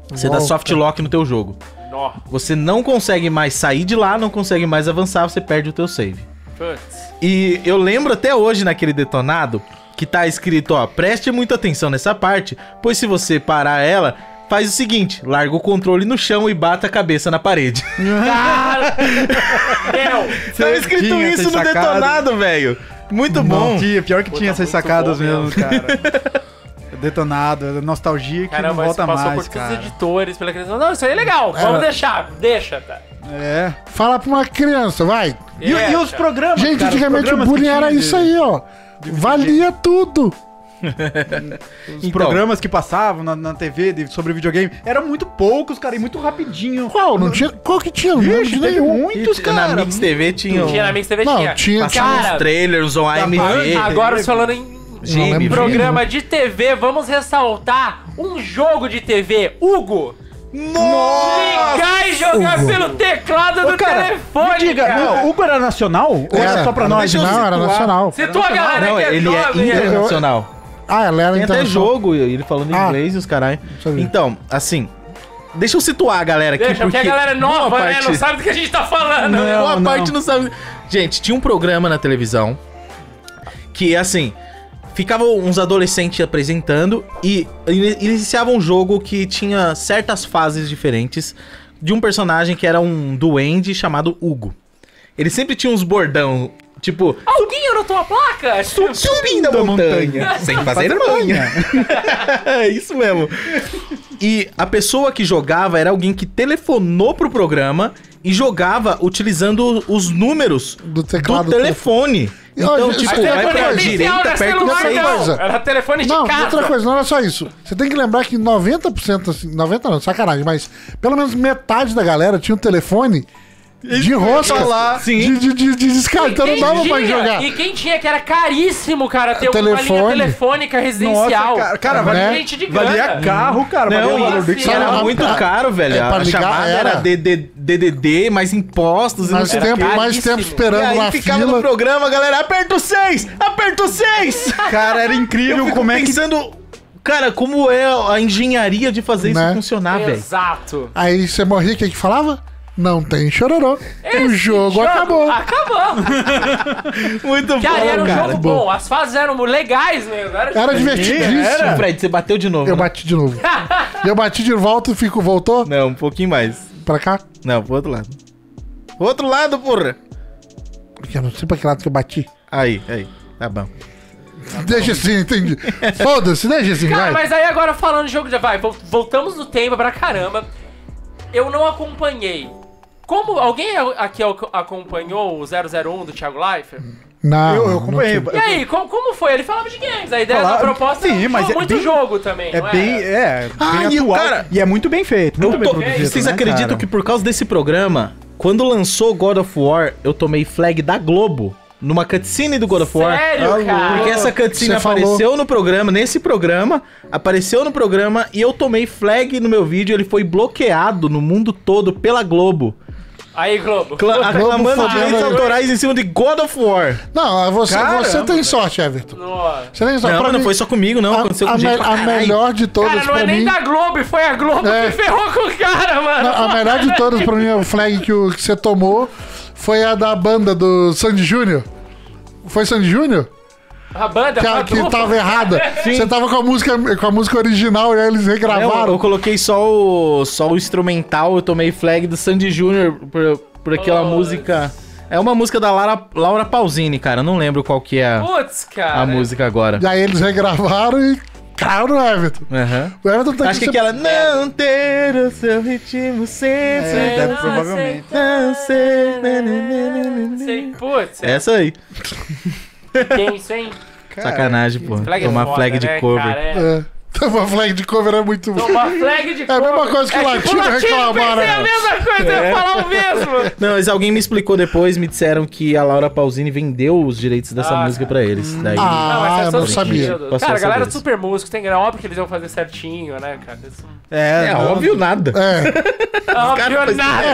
A: você dá
D: Volta.
A: soft lock no teu jogo.
C: Nó,
A: Você não consegue mais sair de lá, não consegue mais avançar, você perde o teu save.
C: putz.
A: E eu lembro até hoje naquele detonado que tá escrito, ó, preste muita atenção nessa parte, pois se você parar ela, faz o seguinte, larga o controle no chão e bata a cabeça na parede.
C: Cara! [laughs] Meu!
A: Tava escrito
E: tinha
A: isso
E: essas
A: no
E: sacadas?
A: detonado, velho. Muito
E: Não,
A: bom.
E: tinha, Tá pior que tinha
C: Puta,
E: essas
C: muito
E: sacadas
C: bom
E: tá mesmo,
C: mesmo.
E: cara. [laughs] Detonado, nostalgia que
C: Caramba,
E: não
C: você
E: volta
C: passou
E: mais,
C: por todos
E: cara.
C: os editores pela criação. Não, isso aí é legal. Vamos deixar. Deixa, tá. cara.
E: É.
D: Fala pra uma criança, vai.
E: E,
A: É.
E: e os programas,
D: Gente,
E: cara, os
D: antigamente o
E: programas que
D: bullying
E: tinha
D: era
E: de-
D: isso aí, ó. Valia tudo.
E: Os
A: Então.
E: programas que passavam na, na TV de- sobre videogame eram muito poucos, cara, e muito rapidinho.
D: Qual? Não tinha, qual que tinha? Não lembro
E: Ixi,
D: de
E: teve um,
D: nenhum.
E: muitos,
A: E
E: cara.
A: na Mix TV tinha,
C: Tinha na Mix TV,
D: Não,
C: tinha.
D: tinha-
A: Passava uns
C: Cara,
A: trailers, um AMV.
C: agora você falando em
D: Não
A: Game,
D: lembro de nenhum.
C: programa de TV, vamos ressaltar um jogo de TV. Hugo! Ligar e jogar
D: Hugo.
C: pelo teclado do
E: cara,
C: telefone,
E: me diga,
C: cara.
E: o Hugo era nacional? Ou era só pra nós?
D: Não, era nacional.
C: Situa a galera
A: Não,
C: que é
A: ele é
C: jovem, né?
A: internacional.
D: Ah, ela era
A: Tem
E: Então,
A: até
D: internacional.
A: jogo, ele falando
D: Ah.
A: inglês e os caralho.
D: Sabia.
A: Então, assim, deixa eu situar a galera aqui,
C: Deixa, porque a galera é nova,
A: boa
C: né? Não
A: parte-
C: sabe do que a gente tá falando.
E: Não.
A: Boa parte não sabe. Gente, tinha um programa na televisão que, assim, ficavam uns adolescentes apresentando e ini- iniciava um jogo que tinha certas fases diferentes de um personagem que era um duende chamado Hugo. Ele sempre tinha uns bordão, tipo,
C: Alguém anotou a placa?
A: subindo a montanha, sem fazer manha. [laughs] É isso mesmo. E a pessoa que jogava era alguém que telefonou pro programa e jogava utilizando os números
D: Do teclado
A: do telefone.
D: E, ó,
A: Então,
D: gente,
A: tipo,
D: isso é
A: vai
D: coisa
A: pra
D: oficial,
A: direita,
C: não é
A: aperta o
C: celular,
D: sei.
A: seis.
C: não.
D: Coisa.
C: Era telefone de
D: Não,
C: casa.
D: outra coisa, não era só isso. Você tem que lembrar que 90%, assim, 90 não, sacanagem, mas pelo menos metade da galera tinha um telefone de rosca, de, de, de, de discar, então não
C: Quem
D: dava pra
C: tinha?
D: jogar.
C: E quem tinha que era caríssimo, cara, ter uma linha
D: Telefone.
C: telefônica residencial.
E: Nossa, cara, cara
D: Né?
E: valia,
C: valia gente de grana.
E: valia carro, cara.
A: Não,
E: valia
A: e
E: valor do
C: assim,
A: isso era
D: Sabe,
A: muito
D: pra-
A: caro, velho.
D: é, pra
A: a
D: ligar,
A: chamada
D: era.
A: era DD DDD, mais impostos e não
D: Mais
A: sei o
D: tempo,
A: quê.
D: mais tempo esperando
A: E aí
D: na
A: ficava
D: fila.
A: no programa, galera, aperta o 6! Aperta o 6!
E: Cara, era incrível
A: Eu
E: como é que...
A: pensando, cara, como é a engenharia de fazer
D: Né?
A: isso funcionar, velho.
C: Exato.
D: Aí você morria, o que que falava? Não tem chororô. o jogo, acabou.
C: Acabou.
A: Muito bom,
C: Cara, era um
A: cara.
C: jogo
D: bom.
C: bom. As fases eram legais mesmo. Era,
D: Era
A: Isso,
D: divertidíssimo.
A: Fred, você bateu de novo.
D: Eu
A: né?
D: bati de novo. E eu bati de volta, fico, voltou
A: Não, um pouquinho mais.
D: pra cá.
A: Não, pro outro lado. Pro outro lado, porra!
D: Porque eu não sei pra que lado que eu bati.
A: Aí, aí. Tá bom.
D: Deixa assim, entendi. Foda-se, deixa assim,
C: Cara,
D: vai.
C: mas aí agora falando de jogo de... Vai, vol- voltamos no tempo pra caramba. Eu não acompanhei. Como... Alguém aqui ac- acompanhou o 001 do Thiago Leifert?
D: Não,
E: Eu, eu
D: não
E: acompanhei.
D: tinha.
C: E aí, como, como foi? Ele falava de games. A ideia
E: Falar-
C: da proposta
E: Sim,
C: era um
E: mas
C: jogo-
E: é
C: muito
E: bem-
C: jogo também,
E: É
C: não
E: bem, é,
A: Ah,
E: bem
A: e o
E: atual.
A: cara-
E: e é muito bem feito, muito bem
A: Eu tô-
E: produzido.
A: Vocês
E: né,
A: acreditam
E: cara?
A: que por causa desse programa, quando lançou God of War, eu tomei flag da Globo numa cutscene do God of War?
C: Sério, cara?
A: Porque essa cutscene
D: Você
A: apareceu
D: falou.
A: no programa, nesse programa, apareceu no programa e eu tomei flag no meu vídeo, ele foi bloqueado no mundo todo pela Globo,
C: Aí, Globo.
A: cla- aclamando
D: fodendo
A: direitos
D: a-
A: autorais em cima de God of War.
D: Não, você,
E: Caramba,
D: você tem sorte,
C: [laughs]
D: Everton.
C: Nossa.
D: Você tem sorte.
A: Não,
D: Pra
A: mas não
D: mim,
A: foi só comigo, não,
D: a,
A: aconteceu
D: a
A: com gente
D: me-
A: pra
D: a
A: caralho.
D: melhor de todas
C: Cara, não
D: pra
C: é nem
D: mim.
C: da Globo, foi a Globo
D: É.
C: que ferrou com o cara, mano.
D: A a melhor de todas pra mim, o flag que, o- que você tomou foi a da banda do Sandy Júnior. Foi Sandy Júnior?
C: A banda
D: Que, a-
C: a
D: que
C: dupla.
D: tava errada. Você tava com a música, com a música original e aí eles
A: Não, eu
D: regravaram.
A: coloquei só o, só o instrumental, eu tomei flag do Sandy Júnior por, por aquela
C: Nossa.
A: música. É uma música da Lara, Laura Pausini, cara. eu Não lembro qual que é a,
C: Putz, cara.
A: a música agora.
D: E aí eles regravaram e Claro, Everton. O Everton tá
A: Acho que aquela. Não ter o seu ritmo sem
E: É, deve- provavelmente.
A: Não ser. né, né, né, né, né.
C: Sei, putz.
A: Essa aí.
C: Quem isso, hein?
A: Sacanagem, pô.
C: Flag é
A: Tomar
C: foda,
A: flag de
C: né,
A: cover.
C: cara? É.
D: É. Uma flag de cover é muito.
C: Tomar flag de
D: [laughs] É a mesma coisa que o
C: tipo,
D: latino reclamar,
C: pensa, É a
D: né?
C: mesma coisa, eu ia falar o mesmo.
A: Não, mas alguém me explicou depois, me disseram que a Laura Pausini vendeu os direitos dessa
C: Ah,
A: música pra eles. Daí.
D: [laughs] Ah,
C: mas
D: eu
C: é só
D: não
C: no
D: sabia.
C: sentido.
A: Passou
C: Cara,
A: a
C: a galera é
A: saber.
C: super músico, tem grana. Óbvio que eles vão fazer certinho, né, cara? Isso...
A: [laughs] É, óbvio nada.
D: É,
C: Óbvio nada.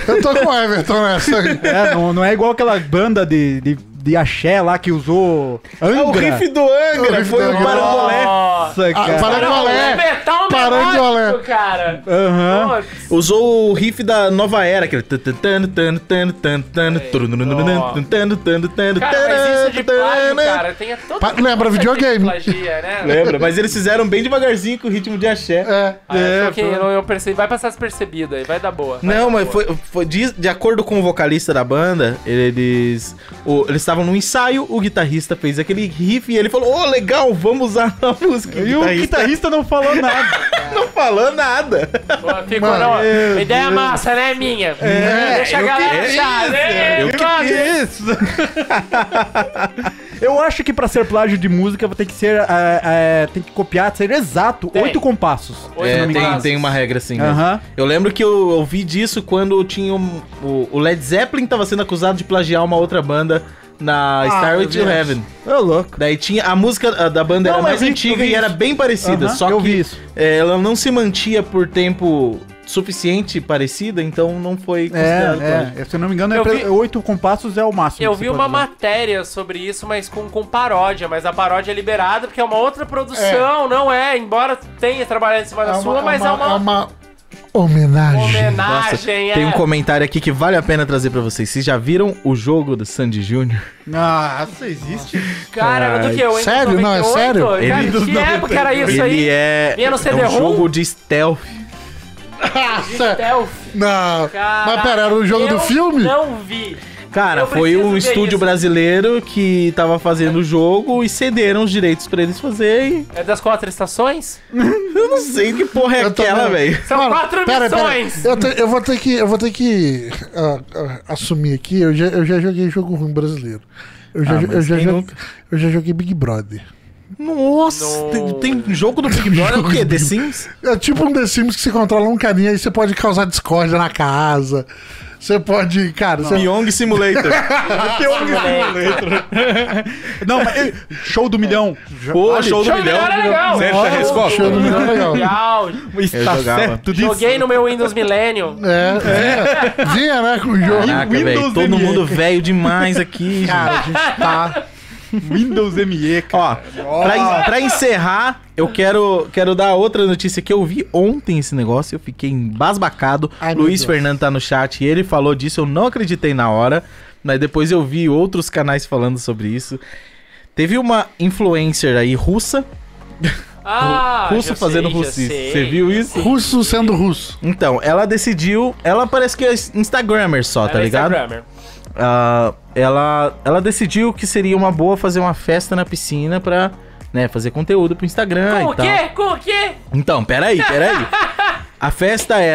C: [laughs]
D: eu tô com o Everton nessa.
E: É, não, não é igual aquela banda de, de, de axé lá que usou Angra.
A: É o riff do Angra,
D: O riff né?
A: foi
D: do
A: o
D: Angra.
A: Parangolé.
C: Nossa,
E: Nossa,
D: Ah,
E: cara.
C: é
D: Parangolé.
C: metal
D: Parangolé.
C: melódico, cara.
E: Aham.
C: Putz.
A: Usou o riff da nova era, aquele. tan, tan, tan, tan, tan, tan, tan,
C: ó.
A: tan, tan, tan, tan,
C: Cara, mas isso é de plágio,
A: tan,
C: cara, tem todo
D: né? Pa- lembra videogame.
C: Plagia, né?
A: [laughs] Lembra? Mas eles fizeram bem devagarzinho com o ritmo de axé.
D: É.
C: Ah, é, ok, eu, eu percebi. Vai passar despercebido aí, vai dar boa. vai
A: Não,
C: dar
A: mas
C: boa.
A: foi, foi de, de acordo com o vocalista da banda, eles o- eles estavam no ensaio, o guitarrista fez aquele riff e ele falou: "Ô, legal, vamos usar [laughs] a música".
E: E o guitarrista não falou nada.
A: não falou nada.
C: Boa, Ficou, não, ideia massa, né, minha? Deixa a galera achar, né?
A: Eu que
C: Mano,
A: fiz.
E: Isso. Ah, [laughs] Eu acho que pra ser plágio de música tem que ser. é, é, tem que copiar, ser exato,
C: Tem.
E: oito compassos.
C: Oi,
A: É,
C: não me
A: tem,
C: engano.
A: tem uma regra assim. mesmo.
E: Aham.
A: Eu lembro que eu ouvi disso quando tinha um- o, o Led Zeppelin tava sendo acusado de plagiar uma outra banda na Starway to Heaven.
E: Ah, é Ô, louco.
A: Daí tinha a música ah, da banda
E: Não,
A: era
E: mas
A: mais
E: eu vi- eu
A: antiga
E: vi
A: e era
E: isso.
A: bem parecida,
E: Aham,
A: só
E: eu
A: que
E: vi isso.
A: é, ela não se mantia por tempo suficiente parecida, então não foi considerado. plágio.
E: É, é, se eu não me engano, é
C: Eu
E: pre-
C: vi-
E: oito compassos é o máximo.
C: Eu
E: que
C: vi
E: você
C: uma
E: pode usar.
C: matéria sobre isso, mas com, com paródia. Mas a paródia é liberada porque é uma outra produção, não é? Embora tenha trabalhado em cima da sua, mas é uma,
D: é uma homenagem.
A: Nossa,
C: homenagem.
A: tem um
C: é.
A: comentário aqui que vale a pena trazer pra vocês. Vocês já viram o jogo do Sandy Júnior?
E: Nossa, existe.
C: Cara, do que eu, hein?
D: Sério? Não, é sério?
C: Cara,
A: Ele-
C: que época era isso
A: Ele
C: aí?
A: é,
C: Vinha no
A: é
C: CD-ROM?
A: um jogo de stealth.
D: Nossa.
C: Stealth.
D: Não.
C: Caraca,
D: Mas pera, era o jogo
C: eu
D: do filme?
C: Não vi.
A: Cara,
C: Eu
A: foi
C: preciso
A: um
C: ver
A: estúdio
C: isso. É
A: é
D: ah,
A: é
D: É tipo um
A: É.
C: é
D: É. né,
A: tá tá
C: Ah, É
A: Então, é tá
C: é
A: Ah, né, Então, tipo, Ah, é né? é tá, [laughs] Então, né,
C: é? né? é um é Ah, não,
D: Ah, então. assim, é Ah,
E: é Eu não queria isso mais.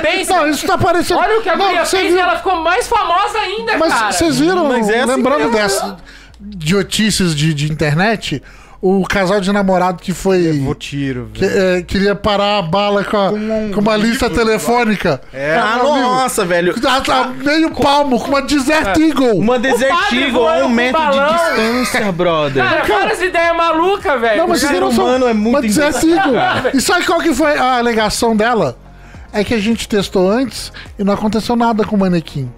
C: pensa.
D: Não, isso tá parecendo.
C: Olha o que a
D: Não,
C: guria
D: você
C: fez e
D: viu-
C: ela ficou mais famosa ainda, cara.
D: Mas vocês viram,
A: Mas é assim
D: lembrando
A: mesmo.
D: dessas idiotices de, de internet, o casal de namorado que foi.
E: Vou tiro,
D: que,
E: velho.
D: é, queria parar a bala com, a-
A: um
D: com uma lista telefônica.
E: É.
A: ah,
D: meu amigo.
A: nossa, velho.
D: A, a meio palmo, com uma
A: É.
D: Desert Eagle.
A: Uma Desert
C: padre
A: Eagle
C: voando
A: a um
C: com
A: metro
C: balão.
A: de distância, brother.
C: Cara, várias ideias malucas, velho.
D: Não, mas
A: O
D: vocês não
A: ser
D: são.
A: humano é muito
D: Uma Desert Eagle.
A: [laughs]
C: velho.
D: E sabe qual que foi a alegação dela? É que a gente testou antes e não aconteceu nada com o manequim.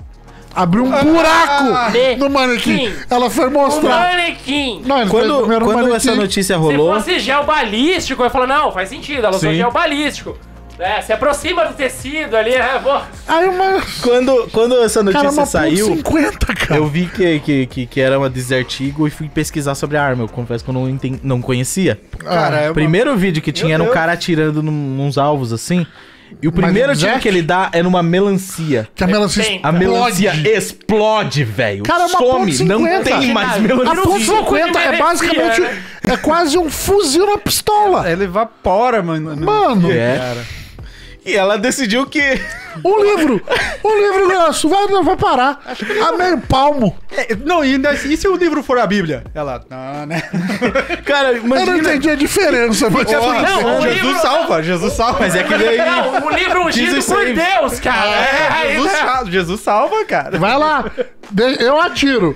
D: Abriu
A: Ah,
D: um buraco
C: de-
D: no manequim.
C: sim.
D: Ela foi
C: Um
D: mostrar.
C: manequim.
D: Não, ele fez
A: Quando,
D: primeiro um
A: quando
D: manequim.
A: essa notícia
C: Se
A: rolou.
C: fosse gel balístico, eu falo, não, faz sentido, ela usou
A: Sim.
C: gel balístico. É, se aproxima do tecido ali, é, bom.
D: Aí uma.
A: Quando, quando essa
D: Cara,
A: notícia
D: uma
A: saiu.
D: 50, cara.
A: Eu vi que, que, que, que era uma Desert Eagle e fui pesquisar sobre a arma. Eu confesso que eu não, enten- não conhecia.
D: Cara,
A: o primeiro vídeo que tinha era um cara atirando num, nos alvos assim. E o primeiro
D: Jack?
A: tiro que ele dá é numa melancia.
D: Que a melancia
C: Tem.
A: A melancia explode, velho.
D: Cara, é uma
A: Some,
D: ponto
A: não
D: 50.
A: tem mais
D: A
A: melancia.
D: ponto
C: vi.
D: 50 é
C: Melancia,
A: [laughs]
D: basicamente.
C: né?
D: É quase um fuzil na pistola.
E: Ela É evapora, mano.
D: Mano,
A: É. E ela decidiu que. [laughs]
D: um livro. Um livro grosso. Vai, não, vai parar. A meio palmo.
E: É, não, e, ainda, e se o livro for a Bíblia? Ela.
C: [laughs]
E: Não, né?
A: Cara,
D: Eu não
A: imagina.
D: entendi a diferença, mas é eu não
C: Não, o
E: Jesus
C: livro-
E: salva, Jesus salva.
A: Mas é que daí.
C: Não, o livro ungido
A: Jesus
C: por
A: save.
C: Deus, cara. É, aí,
E: Jesus,
C: né?
E: sa- Jesus salva, cara.
D: Vai lá, de- eu atiro,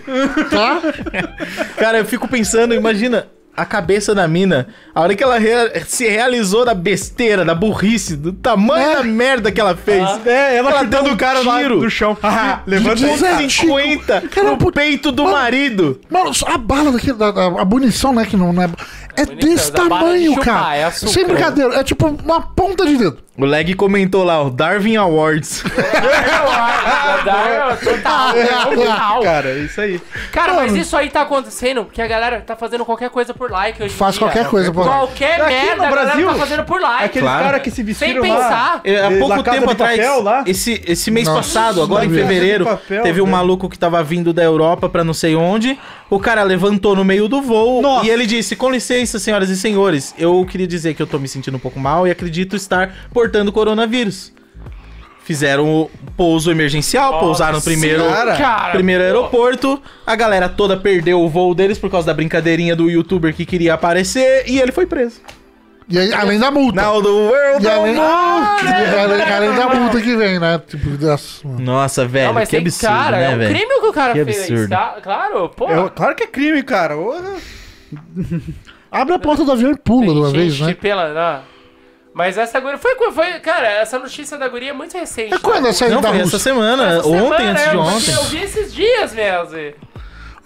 D: tá?
A: Cara, eu fico pensando, imagina a cabeça da mina, a hora que ela rea- se realizou da besteira, da burrice, do tamanho da merda que ela fez.
E: É, ela chutando
A: deu um
E: o cara
A: tiro.
E: lá do chão. Ah, levanta
D: Jesus.
E: aí.
D: Zé,
A: 50
D: Cara, eu
A: no
D: put-
A: peito do
D: Mano.
A: marido.
D: Mano, só a bala daqui, da- da- a, munição, né, que não, não é... É
C: Munição,
D: desse
C: da bala de
D: tamanho,
C: chupar,
D: cara.
C: é açúcar.
D: Sem brincadeira, é tipo uma ponta de dedo.
A: O Leg comentou lá, o Darwin Awards.
C: Total, total, total.
E: Cara, é isso aí.
C: Cara, mas isso aí tá acontecendo porque a galera tá fazendo qualquer coisa por like hoje em
D: Faz
C: dia.
D: qualquer coisa, pô.
C: Qualquer
E: Aqui
C: merda
E: no
C: a galera
E: Brasil,
C: tá fazendo por like.
E: Aqueles
A: Claro.
E: caras que se
C: Sem
E: vestiram lá.
C: pensar.
A: É, Há
E: de La
A: pouco
E: Casa
A: tempo
E: de
A: atrás,
E: Papel lá.
A: Esse, esse mês
D: Nossa,
A: passado, agora em
D: Deus.
A: fevereiro,
E: Casa de Papel, né?
A: teve um
E: velho.
A: maluco que tava vindo da Europa pra não sei onde. O cara levantou no meio do voo
E: Nossa.
A: e ele disse: Com licença, senhoras e senhores, eu queria dizer que eu tô me sentindo um pouco mal e acredito estar portando coronavírus. Fizeram o pouso emergencial, pousaram no primeiro,
E: Senhora.
C: Cara,
A: primeiro
C: pô.
A: aeroporto. A galera toda perdeu o voo deles por causa da brincadeirinha do youtuber que queria aparecer e ele foi preso.
D: E aí, além da multa.
A: Now the world
D: E
A: don't
D: além,
A: know.
D: e além- além da multa que vem, né? Tipo, dessa-
A: Nossa, velho,
C: Não, mas
A: que
C: tem
A: absurdo,
C: cara,
A: né,
C: é um
A: velho?
C: crime o que o cara
A: Que
C: fez.
A: absurdo.
C: Tá? Claro, pô.
E: É, claro que é crime, cara. Ô,
D: Abre a porta do avião e pula de uma vez, né?
C: Pela, não. Mas essa guria. Foi, foi, cara, essa notícia da guria é muito recente.
D: É quando essa aí
A: Não,
D: da
A: foi essa
D: Rússia?
A: semana,
C: Essa
A: É, ontem,
C: semana,
A: antes de
C: eu-
A: ontem.
C: Eu vi esses dias mesmo.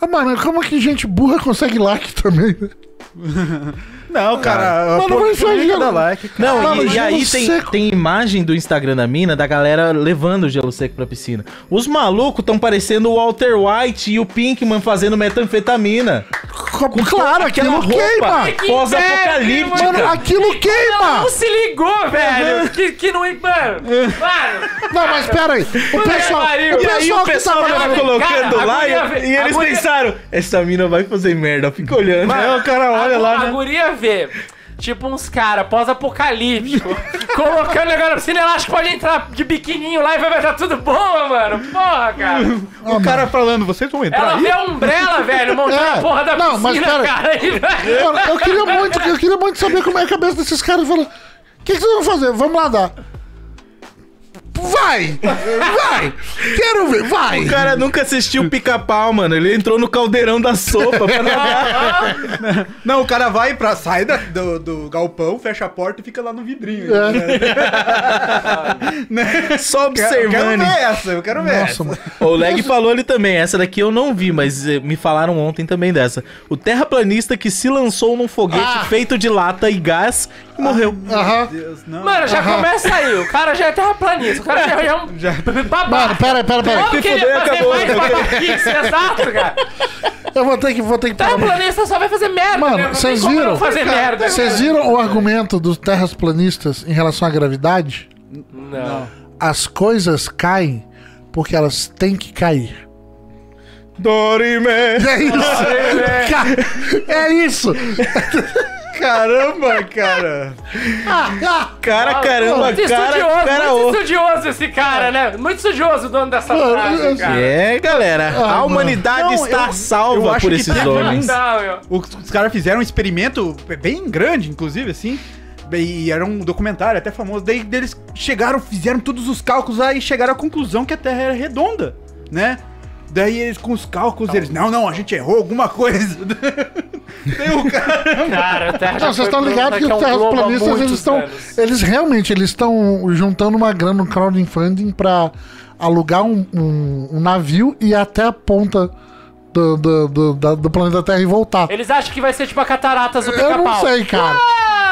D: Ah, mano, como é que gente burra consegue like também? né?
E: [laughs] Não, cara.
D: Mano, mas isso aí,
E: Cada
D: cara.
E: like, cara.
A: Ah, Não,
D: Caralho,
A: e, e
D: Ah, gelo
A: aí tem,
D: seco.
A: tem imagem do Instagram da mina da galera levando o gelo seco pra piscina. Os malucos estão parecendo o Walter White e o Pinkman fazendo metanfetamina.
D: Claro, aquilo queima.
C: Que
A: Pós-apocalíptica.
C: merda,
D: Mano, aquilo
C: Ela
D: queima.
C: não se ligou,
D: Uhum.
C: velho. que, que não. Mano, mano.
D: Não, mas pera aí. O pessoal,
C: pariu.
D: o
C: E
A: Aí
D: pessoal
A: o
D: que tá
A: pessoal
D: tava
A: tava
C: Cara,
A: colocando
C: a
A: lá e,
C: guria-
A: e eles
C: a guria-
A: pensaram: essa mina vai fazer merda, fica olhando.
D: É,
E: Aí o cara olha
C: a,
E: lá,
C: a
E: né?
C: guria vê. Tipo uns caras
D: [laughs]
C: pós-apocalíptico, colocando agora no cinema, acho que pode entrar de biquininho lá e vai vai dar tudo bom, mano. Porra, cara.
E: O cara falando, vocês vão entrar
C: Ela
E: aí?
C: vê a Umbrella, velho, montando
D: É.
C: a porra da
D: Não, mas
C: piscina,
D: pera-
C: cara. e vai-
D: Mano, eu queria muito, eu queria muito saber como é a cabeça desses caras falando. O que, que vocês vão fazer? Vamos nadar. Vai! Vai! Quero ver, vai!
A: O cara nunca assistiu o pica-pau, mano. Ele entrou no caldeirão da sopa.
D: [laughs]
A: pra nadar.
E: Não, o cara vai pra. sai da- do, do galpão, fecha a porta e fica lá no vidrinho.
D: É.
A: Só
E: Eu quero
A: observando.
E: ver essa, eu quero ver.
D: Nossa, mano.
A: O Leg falou ali também, essa daqui eu não vi, mas eh, me falaram ontem também dessa. O terraplanista que se lançou num foguete feito de lata e gás e morreu.
D: É, Aham.
E: Deus, não.
C: Mano, já começa aí. O cara já é terraplanista. O cara já, já é
D: [laughs]
C: um babaca.
D: Mano, pera, pera, pera.
C: Como que ele
A: fudeu,
C: ia fazer
A: acabou.
C: mais babaquice? Exato, cara.
D: Eu vou ter que. Vou
A: Tá
D: ter que
C: Terraplanista só vai fazer merda,
D: Mano,
C: né? Não tem
D: vocês
C: como
D: viram?
C: não fazer merda.
D: Vocês viram o argumento dos terraplanistas em relação à gravidade?
C: Não.
D: As coisas caem porque elas têm que cair.
A: Dorime!
D: [laughs] É isso! Ca- É isso!
K: Caramba, cara.
D: Ah,
A: Cara, caramba,
C: muito
A: cara,
C: estudioso,
A: cara,
C: muito
A: ô.
C: estudioso esse cara, né? Muito estudioso o dono dessa
A: Mano,
C: frase,
A: eu-
C: cara.
A: É, galera, a
E: mano.
A: humanidade está
E: eu-
A: salva
E: eu acho
A: por
E: que
A: esses
E: teve
A: homens.
E: um- Os, os caras fizeram um experimento bem grande, inclusive, assim. E era um documentário até famoso. Daí eles chegaram, fizeram todos os cálculos aí e chegaram à conclusão que a Terra era redonda, né? Daí eles, com os cálculos, eles. Não, não, a gente errou alguma coisa.
C: Cara, a Terra
D: Não, vocês estão ligados que
C: é um
D: os terraplanistas, eles estão. Eles realmente eles estão juntando uma grana no crowdfunding pra alugar um, um- um navio e ir até a ponta do, do, do- da- do planeta Terra e voltar.
C: Eles acham que vai ser tipo a cataratas do
D: Eu
C: pica-pau.
D: não sei, cara.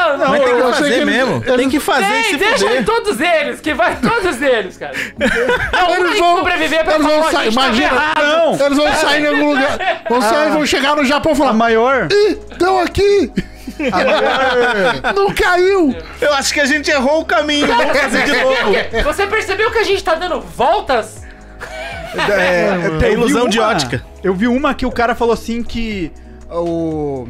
C: Não, não,
D: Mas tem que
C: eu
D: fazer
C: achei eles-
D: mesmo.
C: eles-
D: Tem que fazer e se
C: É, Deixa
D: fuder.
C: em todos eles, que vai todos
A: [laughs]
C: eles, cara. Não,
D: Eles
C: um
D: vão-
C: sobreviver pra
D: eles vão
C: falar,
D: sair-
C: a gente tava
D: imagina,
C: errado. [laughs]
D: não, eles vão sair em algum lugar. Vão sair e vão chegar no Japão e falar:
E: maior.
D: Ih, estão aqui! não caiu!
A: Eu acho que a gente errou o caminho,
C: Não,
A: vamos [laughs] fazer de
C: percebeu
A: novo.
C: que- Você percebeu que a gente tá dando voltas?
E: [laughs] É,
A: É
E: eu
A: ilusão
E: vi
A: de ótica.
E: Eu vi uma que o cara falou assim que o,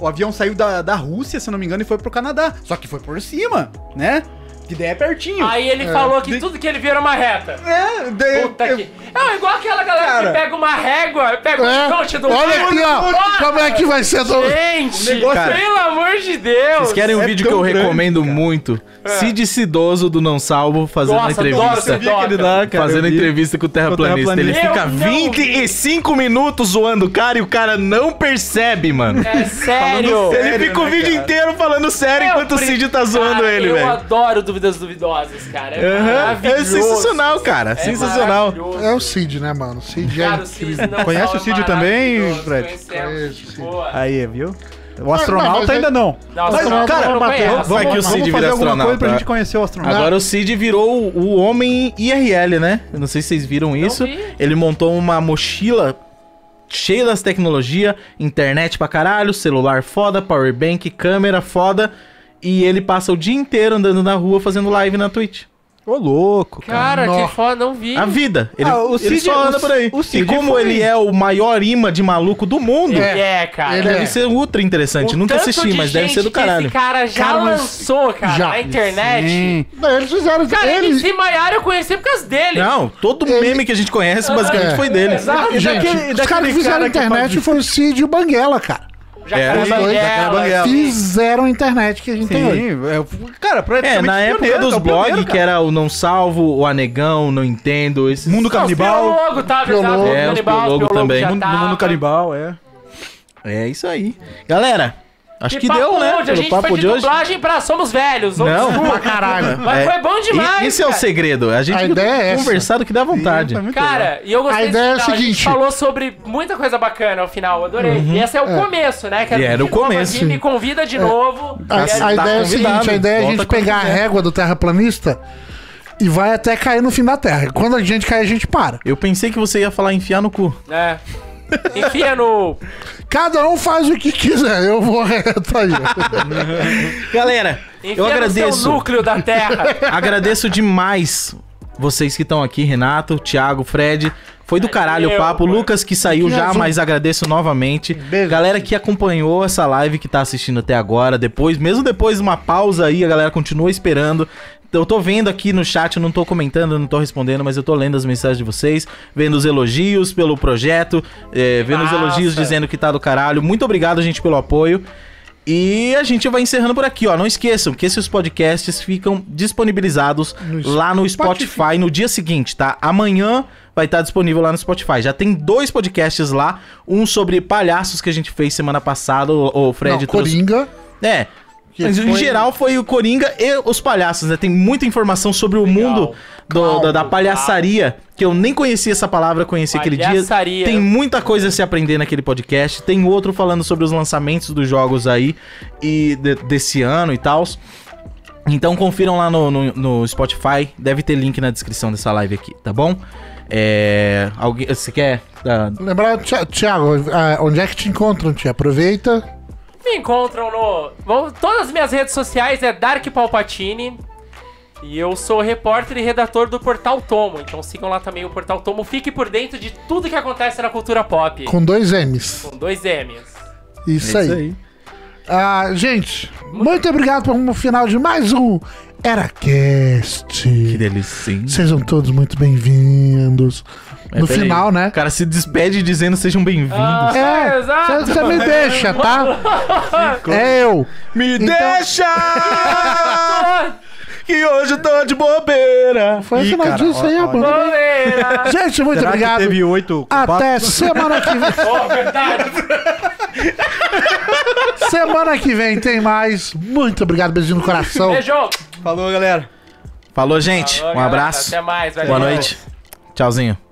E: o avião saiu da, da Rússia, se eu não me engano, e foi pro Canadá. Só que foi por cima, né? Que daí é pertinho.
C: Aí ele
E: É.
C: falou que
E: De-
C: tudo que ele viu era uma reta.
E: É, daí-
C: Puta que. É igual aquela galera
E: Cara.
C: que pega uma régua, pega
D: É,
C: um chute do
D: olha aqui, ó,
C: Nossa!
D: como é que vai ser do-
C: Gente,
A: O negócio é-
C: pelo amor de Deus.
A: Vocês querem um
C: É
A: vídeo que
C: tão
A: eu
C: grande. É.
A: recomendo muito? Cid Cidoso do Não Salvo fazendo
C: Nossa,
A: uma
C: adoro esse
A: entrevista.
C: vídeo que ele dá, cara,
A: fazendo
C: eu vi.
A: entrevista com o terraplanista. Ele
C: terraplanista.
A: fica
C: Eu não
A: 25 minutos zoando o cara e o cara não percebe, mano.
C: É sério. né,
A: Ele fica o vídeo inteiro falando sério enquanto o Cid tá zoando
C: Cara,
A: ele,
C: eu
A: velho.
C: adoro dúvidas duvidosas, cara. É
A: Aham, É
C: maravilhoso.
A: sensacional, cara. sensacional.
D: É o Cid, né, mano? Cid é
C: Cara, o Cid
D: incrível.
C: não Conhece só o Cid é também, maravilhoso, Fred?
E: Aí, viu? O
D: Mas-
E: astronauta
D: mas- mas-
E: ainda não.
C: Não,
E: Mas,
C: astronauta
E: cara,
C: eu não
E: vamos-
C: conheço.
E: vamos,
A: Vai que o Cid
E: vamos fazer
A: vira
E: alguma coisa pra
A: astronauta.
E: gente conhecer o
C: Ah.
E: astronauta.
A: Agora o Cid virou o homem IRL, né? Eu não sei se vocês viram isso.
C: vi.
A: Ele montou uma mochila cheia das tecnologias, internet pra caralho, celular foda, powerbank, câmera foda. E ele passa o dia inteiro andando na rua fazendo live na Twitch.
E: Ô, louco,
C: Cara, que foda, não vi.
A: A vida. Ele,
E: Ah, o
A: ele
E: Cid-
A: só anda
E: o-
A: por aí.
E: o Cid
A: e como
E: foi-
A: ele é o maior imã de maluco do mundo,
C: Ele é, cara.
A: deve ser ultra interessante.
C: O
A: Nunca
C: tanto
A: assisti,
C: de
A: mas deve
C: gente
A: ser do
C: que
A: caralho.
C: Esse cara já
A: Cara, mas-
C: lançou, cara,
A: Já.
C: na internet.
E: Sim.
D: Não, eles fizeram.
C: Cara,
D: ele-
C: ele... MC Maiara eu conheci por causa dele.
A: Não, todo meme que a gente conhece basicamente
D: É.
A: foi dele.
C: Exato.
D: Gente,
E: daquele-
D: os caras
E: daquele
D: que fizeram
E: cara que
D: internet
E: faz-
D: foi o Cid e o Banguela, cara.
A: É,
C: Jacaré
A: os dois, Jacaré Banguela.
C: Banguela.
D: Fizeram a internet que a gente tem hoje.
E: Sim, é, cara,
A: É,
E: praticamente
A: na época
E: pioneiro,
A: dos
E: tá o pioneiro,
A: blogs,
E: cara.
A: que é era o Não Salvo, o Anegão, o Não Entendo, esses...
E: Mundo Canibal.
C: Biologo, tá?
A: Biologo.
C: Exato,
A: É, os
C: Canibal,
A: biologo
C: biologo
A: também.
C: já
A: Mundo-
E: No
C: tava.
E: mundo canibal, é.
A: É isso aí. Galera, acho que,
C: papo
A: deu, né?
C: hoje, a
A: Pelo
C: gente foi de dublagem pra Somos Velhos. vamos
A: Não, pra
C: desculpa.
A: [laughs] caralho.
C: Mas
A: É,
C: foi bom demais,
A: e- Esse é o né?
C: cara.
A: segredo. A gente
D: A ideia é né?
A: conversar do que dá vontade.
E: É Muito legal.
C: Cara, e eu gostei
D: A ideia é
C: desse
D: a
C: final, A gente
D: seguinte.
C: falou sobre muita coisa bacana ao final, eu adorei. E esse é o começo, né? Que
A: Uhum. E era o
C: "Vamos
A: começo."
C: aqui, Me convida de novo.
D: É. A,
C: E aí-
D: a
A: tá
D: ideia é o
A: convidado.
D: seguinte: a ideia é a
A: Volta
D: gente
A: quando
D: pegar a
A: quiser.
D: régua do terraplanista e vai até cair no fim da Terra. Quando a gente cair, a gente para.
A: Eu pensei que você ia falar enfiar no cu.
C: É. Enfia
A: [laughs]
C: no.
D: Cada um faz o que quiser. Eu vou [laughs] reto aí.
A: Galera,
C: Enfia
A: eu
C: no seu
A: agradeço.
C: núcleo da Terra.
A: Agradeço demais vocês que estão aqui, Renato, Thiago, Fred. Foi do caralho o
C: Valeu,
A: papo.
C: mano.
A: Lucas que saiu
D: Que
A: já,
D: azul.
A: mas agradeço novamente. Galera que acompanhou essa live que tá assistindo até agora, depois, mesmo depois de uma pausa aí, a galera continua esperando. Eu tô vendo aqui no chat, eu não tô comentando, eu não tô respondendo, mas eu tô lendo as mensagens de vocês, vendo os elogios pelo projeto, eh, vendo os
C: Massa.
A: elogios dizendo que tá do caralho. Muito obrigado, gente, pelo apoio. E a gente vai encerrando por aqui, ó. Não esqueçam que esses podcasts ficam disponibilizados lá no Spotify, no dia seguinte, tá? Amanhã vai estar disponível lá no Spotify. Já tem dois podcasts lá, um sobre palhaços que a gente fez semana passada, o, o Fred
D: Não,
A: trouxe.
D: Coringa.
A: É.
D: Que
A: Mas em
D: foi-
A: geral foi o Coringa e os palhaços, né? Tem muita informação sobre o mundo do- da, da palhaçaria, que eu nem conhecia essa palavra, conheci aquele dia.
C: Palhaçaria.
A: Tem muita coisa a se aprender naquele podcast. Tem outro falando sobre os lançamentos dos jogos aí e de- desse ano e tal. Então confiram lá no, no, no Spotify. Deve ter link na descrição dessa live aqui, tá bom? É. Alguém. Você quer? ah,
D: Lembrar, Thi- Thiago, ah, onde é que te encontram, Tia? Aproveita.
C: Me encontram no. Vão- Todas as minhas redes sociais é Dark Palpatine. E eu sou repórter e redator do Portal Tomo. Então sigam lá também o Portal Tomo. Fique por dentro de tudo que acontece na cultura pop.
D: Com dois M's.
A: É
C: Com dois M's.
D: Isso, aí. Ah, gente, muito obrigado por um final de mais um EraCast. Que
A: delícia.
D: Sejam todos muito bem-vindos.
A: É,
D: no
A: peraí.
D: final, né?
A: O cara se despede dizendo sejam bem-vindos.
C: Ah,
D: [laughs] é,
J: exato.
D: você me deixa, tá? É eu.
J: Me
A: [laughs]
J: deixa! que hoje eu tô de bobeira.
D: Foi o final disso aí, mano. Gente, muito
E: Será que
D: obrigado.
E: teve oito
D: Até
E: culpados?
D: semana que
E: [laughs]
D: vem. semana que vem tem mais. Muito obrigado, beijinho no coração.
E: [laughs]
C: Beijo!
E: Falou, galera.
A: Falou, gente.
C: Falou,
A: um
C: galera.
A: abraço.
C: Até mais,
A: Boa
C: valeu.
A: noite. Tchauzinho.